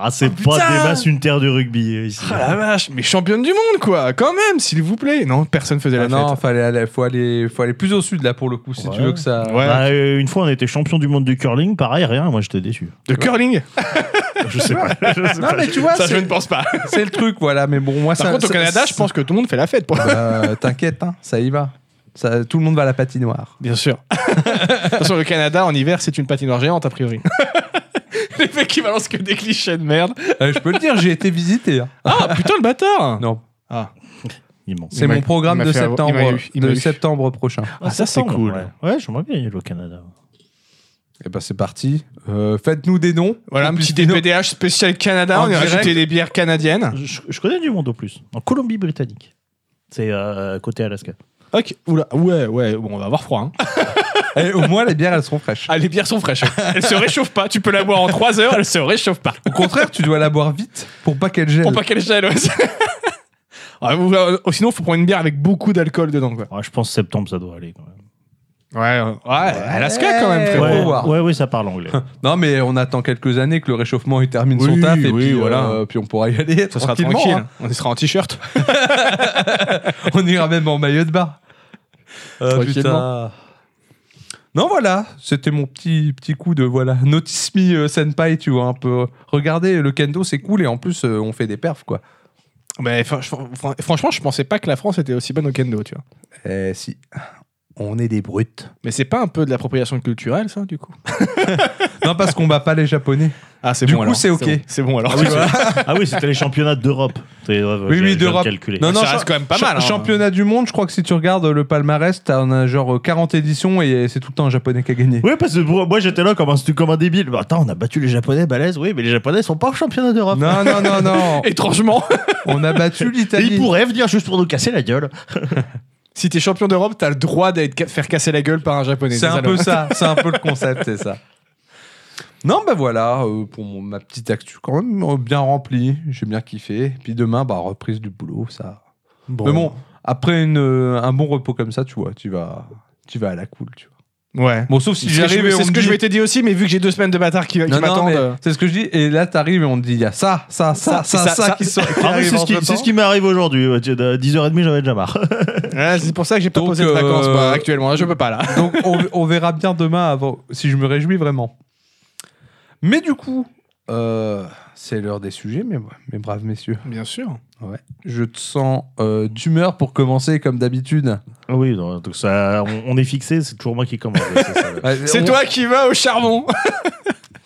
S4: Ah, c'est
S2: Oh,
S4: pas
S2: putain
S4: des masses une terre de rugby euh, ici.
S2: Ah la vache, mais championne du monde quoi, quand même, s'il vous plaît. Non, personne faisait la
S1: Ah non,
S2: fête.
S1: fallait aller, faut aller, faut aller plus au sud là pour le coup si
S4: Ouais.
S1: tu veux que ça.
S2: Ouais.
S4: Bah, euh, une fois, on était champion du monde du curling. Pareil, rien. Moi, j'étais déçu.
S2: De curling
S4: Je sais pas. Je sais
S1: Non
S4: pas.
S1: mais tu vois,
S2: Ça, je
S1: c'est
S2: ne pense pas. Par
S1: c'est le truc, voilà. Mais bon, moi ça.
S2: contre, au
S1: ça-
S2: Canada, je pense que tout le monde fait la fête. Pour...
S1: Bah, T'inquiète, hein, ça y va. Ça, tout le monde va à la patinoire.
S2: Bien sûr. De toute façon, le Canada, en hiver, c'est une patinoire géante, a priori. Les mecs qui balancent que des clichés de merde.
S1: Euh, je peux le dire, j'ai été visité. hein.
S2: Ah, putain, le bâtard
S1: Non,
S2: Ah,
S4: Immense.
S1: c'est
S2: m'a-
S1: mon
S2: il
S1: programme
S2: m'a
S1: de
S2: fait avoir- il m'a
S1: septembre,
S2: eu, il m'a
S1: de
S2: eu.
S1: septembre prochain.
S2: Ah, ça, c'est
S4: Septembre,
S2: cool.
S4: Ouais, Ouais, j'aimerais bien y aller au Canada.
S1: Et ben c'est parti. Euh, Faites-nous des noms.
S2: Voilà, un
S1: Plus
S2: petit
S1: des noms.
S2: DPDH spécial Canada,
S1: En
S2: on a
S1: direct.
S2: rajouté des bières canadiennes.
S4: Je, je connais du monde au plus. En Colombie-Britannique. C'est euh, côté Alaska.
S2: Ok, oula, ouais, ouais, bon, on va avoir froid. hein.
S1: Eh, au moins, les bières, elles seront fraîches.
S2: Ah, les bières sont fraîches. Elles se réchauffent pas, tu peux la boire en 3 heures, elles se réchauffent pas.
S1: Au contraire, tu dois la boire vite pour pas qu'elle gèle.
S2: Pour pas qu'elles gèlent, ouais. Ah, vous- euh, sinon, faut prendre une bière avec beaucoup d'alcool dedans, quoi.
S4: Ouais, je pense septembre, ça doit aller. Quand même.
S2: Ouais, ouais, Alaska quand même,
S1: Ouais.
S2: frérot.
S1: faut voir.
S4: ouais, ouais, ça parle anglais.
S1: Non, mais on attend quelques années que le réchauffement il termine son
S2: Oui,
S1: taf et
S2: oui,
S1: puis,
S2: voilà.
S1: euh, puis on pourra y aller.
S2: Ça sera
S1: tranquillement,
S2: tranquille. On y sera en t-shirt.
S1: hein. On ira même en maillot de bain. Ah,
S2: Tranquillement.
S1: putain. Non, voilà, c'était mon petit, petit coup de voilà. Notice me euh, senpai, tu vois, un peu. Regardez, le kendo c'est cool et en plus euh, on fait des perfs quoi.
S2: Mais fran- fran- franchement, je pensais pas que la France était aussi bonne au kendo, tu vois.
S1: Eh si, on est des brutes.
S2: Mais c'est pas un peu de l'appropriation culturelle, ça, du coup
S1: non, parce qu'on bat pas les japonais.
S2: Ah, c'est
S1: Du
S2: bon
S1: coup,
S2: alors.
S1: c'est ok.
S2: bon. C'est bon, alors.
S1: Ah oui,
S2: Tu vois,
S1: voilà.
S4: ah oui, c'était les championnats d'Europe. C'est- ouais,
S1: Oui,
S4: j'ai-
S1: oui,
S4: j'ai
S1: d'Europe.
S4: calculé.
S1: Non, non,
S2: ça
S1: cha-
S2: reste quand même pas
S1: cha-
S2: mal. hein.
S1: Championnat du monde, je crois que si tu regardes le palmarès, t'en as genre 40 éditions et c'est tout le temps un japonais qui a gagné.
S4: Oui, parce que pour- moi j'étais là comme un, comme un débile. Bah, attends, on a battu les Japonais, balèze, oui, mais les Japonais sont pas au championnat d'Europe.
S1: Non, non, non, non.
S2: Étrangement,
S1: On a battu
S4: Et ils
S1: l'Italie.
S4: pourraient venir juste pour nous casser la gueule.
S2: si t'es champion d'Europe, t'as le droit d'être ca- faire casser la gueule par un japonais.
S1: C'est un
S2: désolé.
S1: peu ça, c'est un peu le concept, c'est ça. Non, bah voilà, euh, pour mon- ma petite actu, quand même euh, bien remplie, j'ai bien kiffé. Puis demain, bah reprise du boulot, ça. Mais bon, après une, euh, un bon repos comme ça, tu vois, tu vas, tu vas à la cool, tu vois.
S2: Ouais.
S1: Bon, sauf si
S2: C'est ce que je-
S1: j'arrive et on
S2: c'est ce
S1: me
S2: que
S1: dit-
S2: je m'étais dit aussi, mais vu que j'ai deux semaines de bâtard qui, qui
S1: Non, non,
S2: m'attendent.
S1: mais
S2: euh,
S1: c'est ce que je dis. Et là, t'arrives et on te dit, il y a ça, ça, ça, ça,
S2: Ça, et ça,
S1: ça,
S2: ça.
S1: qui sont. qui
S4: Ah oui,
S1: arrivent
S4: c'est ce qui,
S1: entre-temps.
S4: c'est ce qui m'est arrivé aujourd'hui. Euh, ouais, tu- À 10h30, j'en avais déjà marre.
S2: ouais, euh, c'est pour ça que j'ai pas
S1: Donc,
S2: posé de vacances
S1: euh,
S2: moi, actuellement. hein, Je peux pas là.
S1: Donc on, on verra bien demain avant, si je me réjouis vraiment. Mais du coup, euh, c'est l'heure des sujets, mes, mes braves messieurs.
S2: Bien sûr.
S1: Je te sens euh, d'humeur pour commencer comme d'habitude.
S4: Ah oui, non, donc ça, on, on est fixé, c'est toujours moi qui commence. ouais, c'est ça, là.
S1: Ouais,
S2: C'est
S1: Euh, on-
S2: toi qui vas au charbon.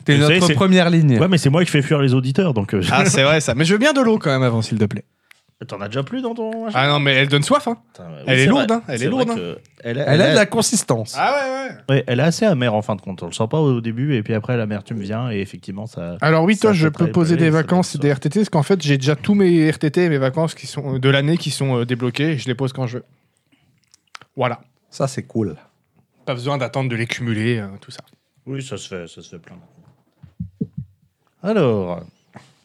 S1: T'es
S4: Vous
S1: notre
S4: savez, c'est-
S1: première ligne.
S4: Ouais, mais c'est moi qui fais fuir les auditeurs, donc. euh,
S2: Ah, c'est vrai ça. Mais je veux bien de l'eau quand même avant, s'il te plaît.
S4: T'en as déjà plus dans ton. machin
S2: Ah non, mais elle donne soif, hein.
S4: Putain, ouais,
S2: Elle
S4: oui,
S2: est
S4: c'est
S2: lourde,
S4: vrai.
S2: hein, elle
S4: C'est
S2: est
S4: vrai
S2: lourde,
S4: que Elle, a-
S1: Elle
S4: elle
S1: a de
S4: a-
S1: la consistance.
S2: Ah ouais, ouais.
S4: ouais, elle est assez amère en fin de compte. On le sent pas au début, et puis après, l'amertume vient, et effectivement, ça.
S2: Alors oui,
S4: Ça
S2: toi,
S4: peut
S2: je
S4: très
S2: peux poser
S4: bien,
S2: des
S4: ça
S2: vacances
S4: peut
S2: et des
S4: être ça.
S2: RTT, parce qu'en fait, j'ai déjà tous mes RTT et mes vacances qui sont, euh, de l'année qui sont euh, débloquées, et je les pose quand je veux. Voilà.
S1: Ça, c'est cool.
S2: Pas besoin d'attendre de les cumuler, euh, tout ça.
S4: Oui, ça se fait, ça se fait plein. Alors.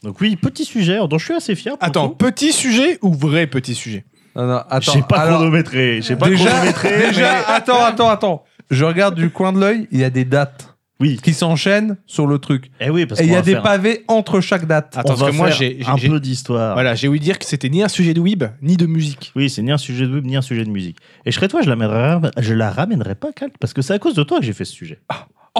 S4: Donc, oui, petit sujet dont je suis assez fier. pour le
S2: Attends,
S4: coup.
S2: petit sujet ou vrai petit sujet
S1: Non, non, attends.
S4: J'ai pas
S1: alors,
S4: chronométré. J'ai pas
S1: déjà,
S4: chronométré.
S1: déjà,
S4: mais-
S1: attends, attends, attends. Je regarde du coin de l'œil, il y a des dates
S4: Oui.
S1: qui s'enchaînent sur le truc.
S4: Eh oui, parce
S1: Et il y
S4: qu'on
S1: a
S4: va
S1: des
S4: faire-
S1: pavés entre chaque date.
S2: Attends,
S4: on va
S2: parce que moi,
S4: faire
S2: j'ai- j'ai-
S4: un
S2: j'ai-
S4: peu d'histoire.
S2: Voilà, j'ai ouï dire que c'était ni un sujet de web, ni de musique.
S4: Oui, c'est ni un sujet de web, ni un sujet de musique. Et je serais toi, je la, ramènerais- je la ramènerai pas, Cal, parce que c'est à cause de toi que j'ai fait ce sujet.
S2: à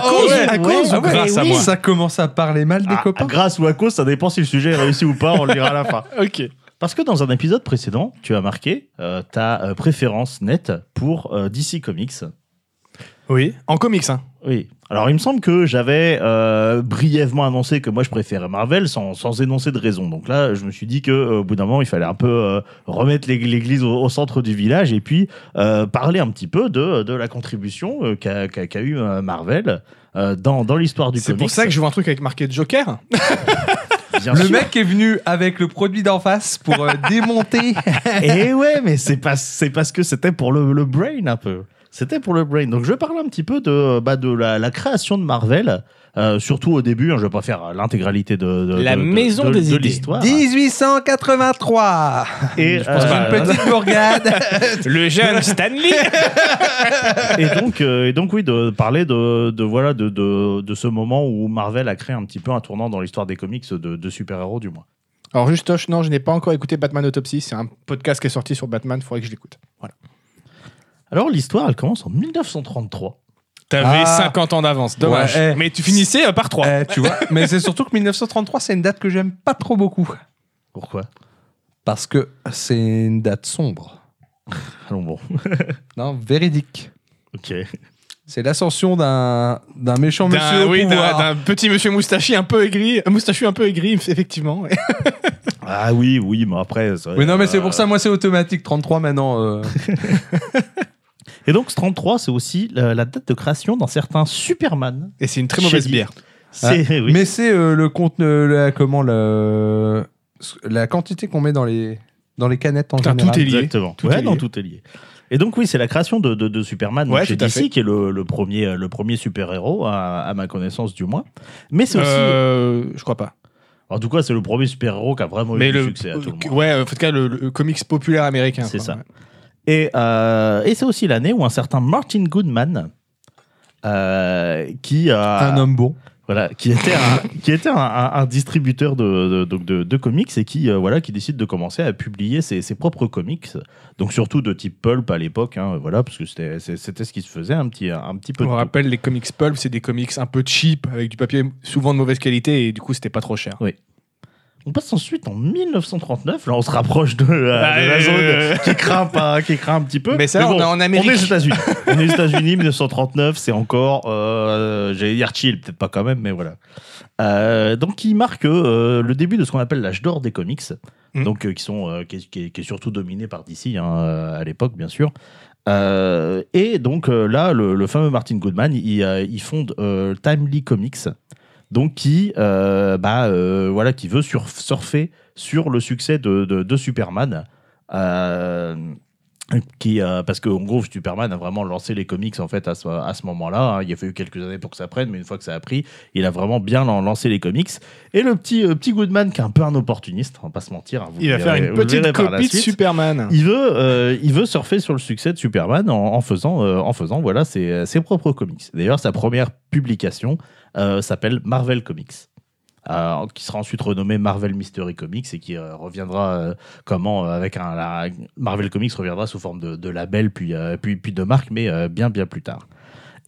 S2: cause,
S4: ouais,
S2: à
S4: ouais,
S2: cause
S4: ah
S2: ou
S4: ouais,
S2: grâce à
S4: oui.
S2: moi
S1: Ça commence à parler mal des
S4: Ah,
S1: copains.
S4: grâce ou à cause, ça dépend si le sujet est réussi ou pas, on le dira à la fin.
S2: Ok.
S4: Parce que dans un épisode précédent, tu as marqué euh, ta euh, préférence nette pour euh, DC Comics.
S2: Oui. En comics, hein.
S4: Oui. Alors, il me semble que j'avais euh, brièvement annoncé que moi je préférais Marvel sans, sans énoncer de raison. Donc là, je me suis dit que euh, au bout d'un moment, il fallait un peu euh, remettre l'ég- l'église au, au centre du village et puis euh, parler un petit peu de, de la contribution euh, qu'a qu'a- qu'a eu euh, Marvel euh, dans, dans l'histoire du
S2: C'est
S4: comics.
S2: pour ça que je vois un truc avec marqué Joker.
S4: Bien
S1: Le
S4: sûr.
S1: mec est venu avec le produit d'en face pour euh, démonter.
S4: Et Eh ouais, mais c'est pas- c'est parce que c'était pour le, le brain un peu. C'était pour le brain. Donc je vais parler un petit peu de, euh, bah, de la, la création de Marvel, euh, surtout au début. hein, je vais pas faire euh, l'intégralité de, de-
S2: La
S4: de- de-
S2: maison
S4: de-
S2: des
S4: de
S2: idées.
S4: l'histoire.
S1: 1883
S4: Et,
S2: pense
S4: euh,
S2: pas.
S1: Une petite bourgade
S2: Le jeune Stanley.
S4: et donc, euh, et donc oui, de parler de, de voilà de, de, de ce moment où Marvel a créé un petit peu un tournant dans l'histoire des comics de, de super-héros du moins.
S2: Alors juste, Tosh, non, je n'ai pas encore écouté Batman Autopsy. C'est un podcast qui est sorti sur Batman. Faudrait que je l'écoute. Voilà.
S4: Alors l'histoire, elle commence en 1933.
S2: T'avais
S1: Ah.
S2: 50 ans d'avance, dommage.
S1: dommage. Ouais, eh.
S2: Mais tu finissais euh, par 3.
S1: Eh, Tu vois, mais c'est surtout que 1933, c'est une date que j'aime pas trop beaucoup.
S4: Pourquoi
S1: Parce que c'est une date sombre.
S4: Allons bon.
S1: Non, véridique.
S4: Ok.
S1: C'est l'ascension d'un d'un méchant monsieur
S2: D'un
S1: au
S2: oui, d'un-
S1: pouvoir.
S2: d'un petit monsieur moustachi un peu aigri, un moustachu un peu aigri, effectivement.
S4: Ah oui, oui, mais après. c'est vrai,
S1: Oui, non, mais
S4: euh,
S1: c'est pour ça, moi, c'est automatique. 33 maintenant. euh.
S4: Et donc, ce 33, c'est aussi la, la date de création d'un certain Superman.
S2: Et c'est une très mauvaise
S4: Shady.
S2: bière.
S4: C'est oui.
S1: Mais c'est euh, le compte, euh, la, comment, le- la quantité qu'on met dans les, dans les canettes en
S2: Putain, tout
S1: général.
S2: est lié.
S4: Exactement.
S2: Tout
S4: ouais,
S2: est
S4: non,
S2: lié.
S4: tout est lié. Et donc, oui, c'est la création de, de, de Superman
S2: Ouais,
S4: chez
S2: tout à
S4: DC,
S2: fait.
S4: qui est le, le premier, le premier super-héros, à, à ma connaissance du moins. Mais c'est aussi.
S2: Euh, je crois pas.
S4: En tout cas, c'est le premier super-héros qui a vraiment eu
S2: Mais
S4: du
S2: le
S4: succès à tout le monde.
S2: ouais, en tout cas le, le comics populaire américain.
S4: C'est
S2: quoi.
S4: ça.
S2: Ouais.
S4: Et, euh, et c'est aussi l'année où un certain Martin Goodman, euh, qui a.
S1: Un homme bon.
S4: Voilà, qui était un, qui était un, un- un distributeur de, de, donc de, de comics et qui, euh, voilà, qui décide de commencer à publier ses, ses propres comics, donc surtout de type pulp à l'époque, hein, voilà, parce que c'était c'est- c'était ce qui se faisait un petit, un petit peu
S2: On
S4: de tout.
S2: rappelle les comics pulp, c'est des comics un peu cheap avec du papier souvent de mauvaise qualité et du coup c'était pas trop cher.
S4: On passe ensuite en 1939, là on se rapproche de, euh,
S2: Bah,
S4: de la
S2: euh,
S4: zone
S2: euh,
S4: qui, craint pas, qui craint un petit peu.
S2: Mais ça, on est en Amérique.
S4: On est aux États-Unis. on est aux États-Unis, 1939, c'est encore. Euh, J'allais dire chill, peut-être pas quand même, mais voilà. Euh, donc, il marque euh, le début de ce qu'on appelle l'âge d'or des comics,
S2: Mhm.
S4: donc, euh, qui, sont, euh, qui, est, qui est- qui est surtout dominé par DC hein, euh, à l'époque, bien sûr. Euh, et donc euh, là, le, le fameux Martin Goodman, il, euh, il fonde euh, Timely Comics, donc qui, euh, bah, euh, voilà, qui veut sur- surfer sur le succès de, de- de Superman. euh, qui, euh, parce qu'en gros, Superman a vraiment lancé les comics en fait à ce, à ce moment-là. hein. Il a fallu quelques années pour que ça prenne, mais une fois que ça a pris, il a vraiment bien lan- lancé les comics. Et le petit, euh, petit Goodman, qui est un peu un opportuniste, on va pas se mentir. hein, vous
S2: Il va
S4: le
S2: faire
S4: verrez-
S2: une
S4: vous le
S2: petite
S4: verrez par la
S2: copie de
S4: suite.
S2: Superman.
S4: Il veut, euh, il veut surfer sur le succès de Superman en, en faisant, euh, en faisant voilà, ses, ses propres comics. D'ailleurs, sa première publication euh, s'appelle Marvel Comics, euh, qui sera ensuite renommée Marvel Mystery Comics et qui euh, reviendra euh, comment euh, avec un la- Marvel Comics reviendra sous forme de, de label puis, euh, puis puis de marque, mais euh, bien bien plus tard.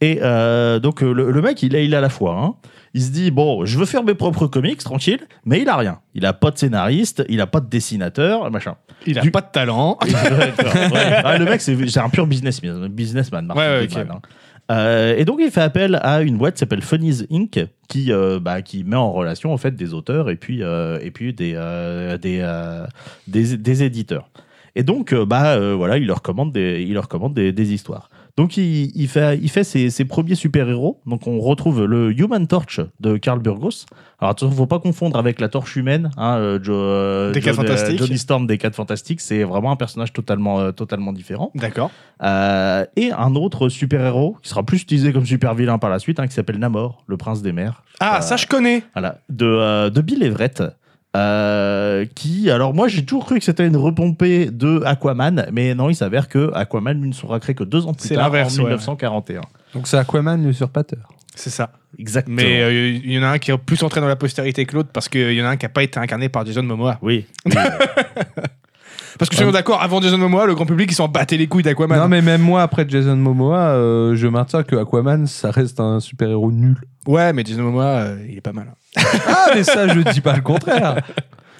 S4: Et euh, donc euh, le, le mec, il a, il a la foi. hein. Il se dit bon, je veux faire mes propres comics tranquille, mais il a rien. Il a pas de scénariste, il a pas de dessinateur, machin.
S2: Il a
S4: Du-
S2: pas de talent.
S4: Ouais, ouais. Ah, le mec, c'est c'est un pur businessman, businessman Martin
S2: Ouais, ouais,
S4: Goodman, hein. Euh, et donc il fait appel à une boîte qui s'appelle Funnies Inc. Qui, euh, bah, qui met en relation en fait des auteurs et puis, euh, et puis des, euh, des, euh, des, des éditeurs. Et donc euh, bah, euh, voilà, il leur commande des, il leur commande des, des histoires. Donc il, il fait, il fait ses, ses premiers super-héros. Donc on retrouve le Human Torch de Carl Burgos. Alors attention, faut pas confondre avec la torche humaine. Hein, euh, Jo- euh,
S2: Des Quatre
S4: John- euh,
S2: Fantastiques.
S4: Johnny Storm des 4 Fantastiques, c'est vraiment un personnage totalement, euh, totalement différent.
S2: D'accord.
S4: Euh, et un autre super-héros qui sera plus utilisé comme super-vilain par la suite, hein, qui s'appelle Namor, le prince des mers.
S2: Ah,
S4: Euh,
S2: ça, je connais.
S4: Voilà, de, euh, de Bill Everett. euh, qui, alors moi j'ai toujours cru que c'était une repompée de Aquaman, mais non, il s'avère que Aquaman lui, ne sera créé que deux ans plus
S2: C'est
S4: tard, en
S2: l'inverse, ouais, ouais.
S4: 1941.
S1: Donc c'est Aquaman le surpateur.
S2: C'est ça.
S4: Exactement.
S2: Mais euh, il y en a un qui est plus entré dans la postérité que l'autre parce qu'il y en a un qui n'a pas été incarné par Jason Momoa.
S4: Oui.
S2: Parce que je suis d'accord, avant Jason Momoa, le grand public, ils s'en battait les couilles d'Aquaman.
S1: Non, mais même moi, après Jason Momoa, euh, je maintiens que Aquaman, ça reste un super-héros nul.
S2: Ouais, mais Jason Momoa, euh, il est pas mal.
S1: Ah, mais ça, je dis pas le contraire.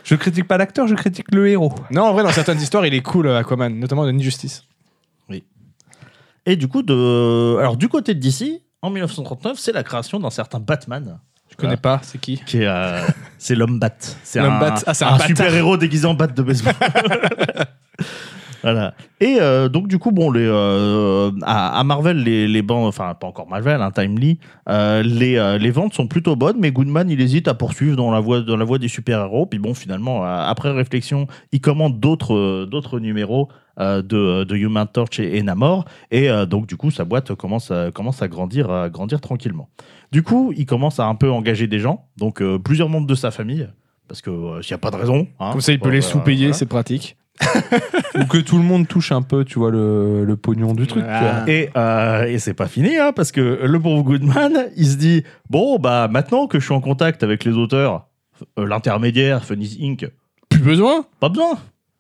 S1: Je critique pas l'acteur, je critique le héros.
S2: Non, en vrai, dans certaines histoires, il est cool, euh, Aquaman, notamment dans Injustice.
S4: Et du coup, de... alors du côté de DC, en 1939, c'est la création d'un certain Batman.
S2: Je connais
S4: Ouais.
S2: pas, c'est qui
S4: qui est, euh, c'est l'homme bat. C'est
S2: L'homme
S4: un,
S2: bat. Ah, c'est un bâtard.
S4: super héros déguisé en bat de baseball. voilà. Et euh, donc du coup, bon, les euh, à, à Marvel, les, les bancs, enfin pas encore Marvel, hein, Timely, euh, les, euh, les ventes sont plutôt bonnes, mais Goodman il hésite à poursuivre dans la voie dans la voie des super héros. Puis bon, finalement, euh, après réflexion, il commande d'autres euh, d'autres numéros. euh, de, de Human Torch et, et Namor et euh, donc du coup sa boîte commence à, commence à grandir à grandir tranquillement du coup, il commence à un peu engager des gens, donc euh, plusieurs membres de sa famille, parce que euh, s'il n'y a pas de raison. hein,
S2: Comme ça, il peut
S4: bon,
S2: les
S4: bah,
S2: sous-payer,
S4: voilà.
S2: c'est pratique.
S1: Ou que tout le monde touche un peu, tu vois, le, le pognon du truc. tu vois.
S2: Ah.
S4: Et, euh, et c'est pas fini, hein, parce que le pauvre Goodman, il se dit Bon, bah maintenant que je suis en contact avec les auteurs, euh, l'intermédiaire, Funny Inc.,
S2: Plus besoin
S4: pas besoin.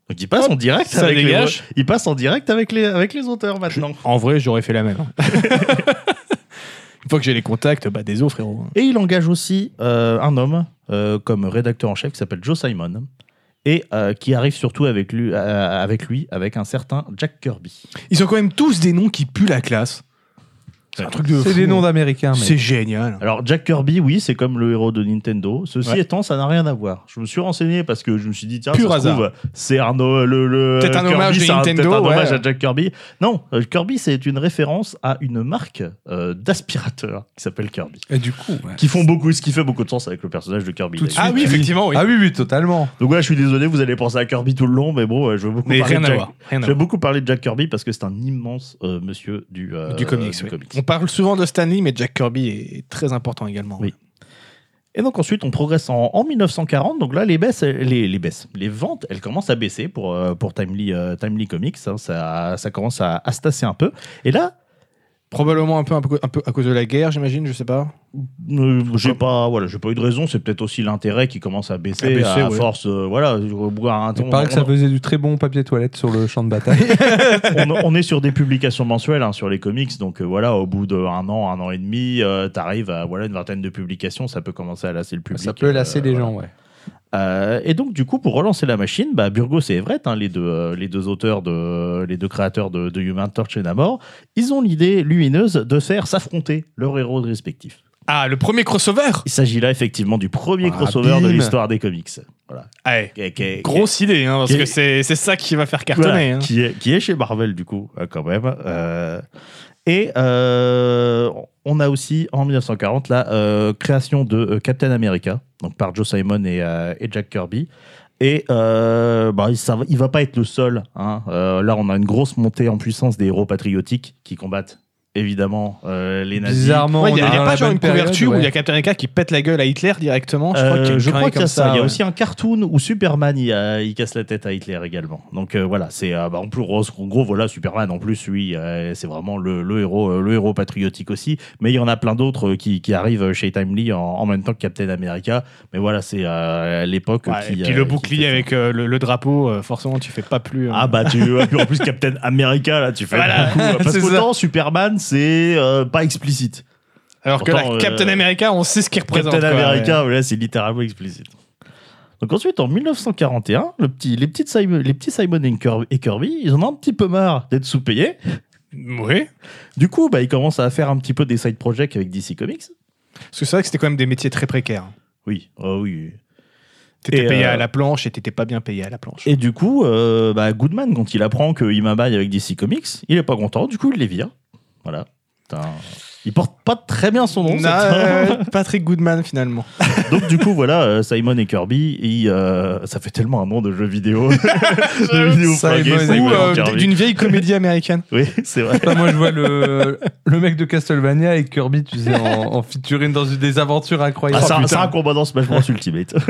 S4: Donc il passe
S2: Hop,
S4: en direct
S2: ça
S4: avec
S2: dégage.
S4: les il passe en direct avec les avec les auteurs maintenant.
S2: En vrai, j'aurais fait la même. hein. Une fois que j'ai les contacts, bah des os, frérot.
S4: Et il engage aussi euh, un homme euh, comme rédacteur en chef qui s'appelle Joe Simon et euh, qui arrive surtout avec lui, euh, avec lui avec un certain Jack Kirby.
S2: Ils ont quand même tous des noms qui puent la classe. C'est un truc de.
S1: C'est
S2: fou.
S1: des noms d'Américains, mais.
S2: C'est génial.
S4: Alors Jack Kirby, oui, c'est comme le héros de Nintendo. Ceci
S2: Ouais.
S4: étant, ça n'a rien à voir. Je me suis renseigné parce que je me suis dit tiens,
S2: Pur
S4: ça se
S2: hasard.
S4: trouve, c'est un o- le, le-
S2: Peut-être un
S4: Kirby,
S2: hommage de
S4: c'est un-
S2: Nintendo,
S4: peut-être un
S2: ouais.
S4: hommage à Jack Kirby. Non, euh, Kirby, c'est une référence à une marque euh, d'aspirateur qui s'appelle Kirby,
S1: Et du coup, ouais.
S4: qui font beaucoup, ce qui fait beaucoup de sens avec le personnage de Kirby.
S1: Tout de
S4: d'ailleurs.
S1: suite.
S2: Ah oui, effectivement, oui.
S1: Ah oui, oui, totalement.
S4: Donc ouais, je suis désolé, vous allez penser à Kirby tout le long, mais bon, euh, je veux beaucoup
S2: Mais
S4: parler
S2: rien
S4: de
S2: à
S4: Jack.
S2: voir. Rien à
S4: Je vais
S2: voir.
S4: beaucoup parler de Jack Kirby parce que c'est un immense euh, monsieur du, euh,
S2: Du comics,
S4: du
S2: oui. On parle souvent de Stanley, mais Jack Kirby est très important également.
S4: Oui. Et donc ensuite, on progresse en, en 1940. Donc là, les baisses, elles- les, les baisses, les ventes, elles commencent à baisser pour, euh, pour Timely, euh, Timely Comics. hein. ça, ça commence à, à se tasser un peu. Et là,
S2: Probablement un peu, un peu- un peu à cause de la guerre, j'imagine, je sais pas.
S4: euh, j'ai pas, voilà, j'ai pas eu de raison. C'est peut-être aussi l'intérêt qui commence à baisser à,
S2: À baisser, ouais.
S4: force. euh, voilà, au bout d'un temps,
S1: Il paraît que ça faisait du très bon papier toilette sur le champ de bataille.
S4: on, on est sur des publications mensuelles hein, sur les comics, donc euh, voilà, au bout d'un an, un an et demi, euh, t'arrives à voilà, une vingtaine de publications, ça peut commencer à lasser le public.
S1: ça peut lasser
S4: euh,
S1: les
S4: voilà.
S1: gens, ouais.
S4: Euh, et donc, du coup, pour relancer la machine, bah, Burgos et Everett, hein, les, deux, euh, les deux auteurs, de, les deux créateurs de, de Human Torch et Namor, ils ont l'idée lumineuse de faire s'affronter leurs héros respectifs.
S2: Ah, le premier crossover
S4: Il s'agit là effectivement du premier
S1: Ah,
S4: crossover de
S1: bim.
S4: l'histoire des comics. Voilà.
S2: Allez,
S4: Qui- qui-
S2: grosse idée, hein, parce
S4: qui-
S2: que c'est c'est ça qui va faire
S4: qui- voilà,
S2: cartonner. hein.
S4: qui, est, qui est chez Marvel, du coup, euh, quand même. Euh, et euh, on a aussi, en 1940, la euh, création de euh, Captain America, donc par Joe Simon et, euh, et Jack Kirby. Et euh, bah, ça va- il va pas être le seul. hein. Euh, là, on a une grosse montée en puissance des héros patriotiques qui combattent évidemment euh, les nazis.
S1: Bizarrement,
S2: Ouais, Il n'y a,
S1: on
S2: il y a
S1: dans
S2: pas
S1: la
S2: genre
S1: bonne
S2: une
S1: période,
S2: couverture où il y
S1: ouais.
S2: a Captain America qui pète la gueule à Hitler directement. Je crois
S4: Euh,
S2: qu'il y a une
S4: je crois
S2: connerie
S4: qu'il y a
S2: comme
S4: ça. Il y a
S2: ouais.
S4: aussi un cartoon où Superman il, euh, il casse la tête à Hitler également. Donc euh, voilà, c'est euh, bah, en plus en gros voilà Superman en plus lui euh, c'est vraiment le, le héros euh, le héros patriotique aussi. Mais il y en a plein d'autres euh, qui, qui arrivent chez Timely en, en même temps que Captain America. Mais voilà c'est euh, l'époque
S2: Ouais,
S4: qui.
S2: et
S4: euh,
S2: puis le
S4: qui
S2: bouclier
S4: fait ça.
S2: avec euh, le, le drapeau, euh, forcément, tu fais pas plus. euh.
S4: Ah bah tu ouais, puis en plus Captain America là tu fais
S2: Voilà.
S4: beaucoup, euh, parce
S1: C'est
S4: qu'autant Superman c'est euh, pas explicite.
S2: Alors que
S4: pourtant,
S2: la
S4: euh,
S2: Captain America, on sait ce qu'il représente.
S4: Captain
S2: quoi, ouais.
S4: America, ouais, là, c'est littéralement explicite. Donc ensuite, en 1941, le petit, les, petites Simon, les petits Simon et Kirby, et Kirby, ils en ont un petit peu marre d'être sous-payés.
S2: Oui.
S4: Du coup, bah, il commence à faire un petit peu des side projects avec DC Comics.
S2: Parce que c'est vrai que c'était quand même des métiers très précaires.
S4: Oui, oh oui.
S2: T'étais
S4: Et,
S2: payé
S4: euh,
S2: à la planche et t'étais pas bien payé à la planche.
S4: Et du coup, euh, bah, Goodman, quand il apprend que Ima baille avec DC Comics, il est pas content, du coup, il les vire. Voilà. Putain. Il porte pas très bien son nom.
S2: Non,
S4: cette-
S2: euh, Patrick Goodman finalement.
S4: Donc du coup voilà, euh, Simon et Kirby, ils, euh, ça fait tellement un nom de jeu vidéo. de vidéo
S1: Simon
S4: flinguée,
S1: et
S2: Ou
S4: Simon
S2: euh,
S4: et Kirby.
S2: d'une vieille comédie américaine.
S1: Bah,
S4: Oui, c'est vrai.
S1: Enfin, moi, je vois le, le mec de Castlevania et Kirby, tu sais, en, en featuring dans une- des aventures
S4: Ah,
S1: incroyables.
S4: c'est un-
S1: Putain.
S4: c'est un combat dans Smash Bros Ultimate.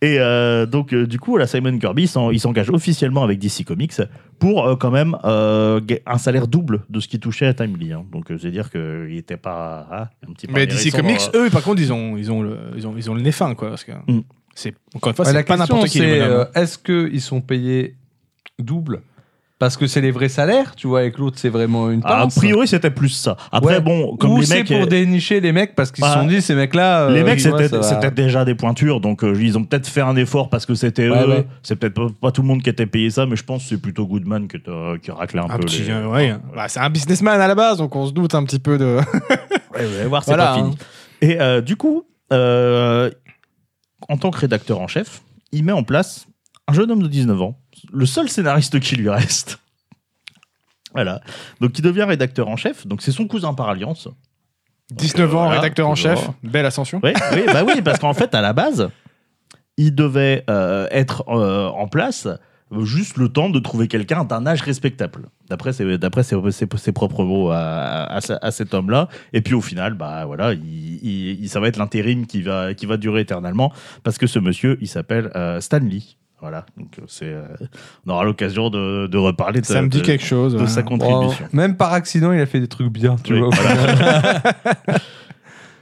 S4: Et euh, donc euh, du coup, là, Simon Kirby, s'en- il s'engage officiellement avec DC Comics pour euh, quand même euh, ga- un salaire double de ce qu'il touchait à Timely. hein. Donc euh, c'est-à-dire qu'il était pas ah, un petit peu euh,
S2: Mais
S4: hérissant
S2: DC Comics,
S4: dans-
S2: eux, par contre, ils ont, ils ont, le, ils ont, ils ont le nez fin, quoi. Parce que
S4: Mm.
S2: c'est, encore une fois,
S1: Ouais,
S2: c'est
S1: la
S2: pas
S1: question,
S2: n'importe qui. les
S1: c'est
S2: bonhommes. hein.
S1: euh, est-ce qu'ils sont payés double parce que c'est les vrais salaires, tu vois, avec l'autre, c'est vraiment une
S4: Ah, a
S1: pince
S4: priori, c'était plus ça. Après
S1: Ouais.
S4: bon, comme
S1: Ou
S4: les
S1: c'est
S4: mecs,
S1: pour dénicher les mecs parce qu'ils se
S4: Bah,
S1: sont dit, ces mecs-là.
S4: Les
S1: euh,
S4: mecs,
S1: tu vois,
S4: c'était
S1: ça va.
S4: c'était déjà des pointures, donc euh, ils ont peut-être fait un effort parce que c'était
S1: Ouais,
S4: eux.
S1: ouais.
S4: C'est peut-être pas, pas tout le monde qui était payé ça, mais je pense que c'est plutôt Goodman qui, t'a- qui raclait un,
S2: Un
S4: peu.
S2: petit,
S4: les-
S2: euh, ouais. Bah, c'est un businessman à la base, donc on se doute un petit peu de.
S4: Ouais, vous allez voir, c'est
S2: Voilà,
S4: pas
S2: hein.
S4: fini. Et euh, du coup, euh, en tant que rédacteur en chef, il met en place un jeune homme de 19 ans, le seul scénariste qui lui reste. Voilà. Donc, il devient rédacteur en chef. Donc, c'est son cousin par alliance.
S2: 19 ans,
S4: Voilà,
S2: rédacteur en
S4: toujours.
S2: chef, belle ascension.
S4: Oui, oui, bah oui, parce qu'en fait, à la base, il devait euh, être euh, en place juste le temps de trouver quelqu'un d'un âge respectable, d'après ses, d'après ses, ses- ses propres mots à, à- à cet homme-là. Et puis au final, bah voilà, il, il- ça va être l'intérim qui va, qui va durer éternellement, parce que ce monsieur, il s'appelle euh, Stanley. Voilà, donc euh, c'est, euh, on aura l'occasion de, de reparler de,
S2: Ça me dit
S4: de-
S2: quelque chose. hein.
S4: de
S2: ouais.
S4: sa
S1: Oh,
S4: contribution.
S1: même par accident, il a fait des trucs bien, tu
S4: Oui,
S1: vois.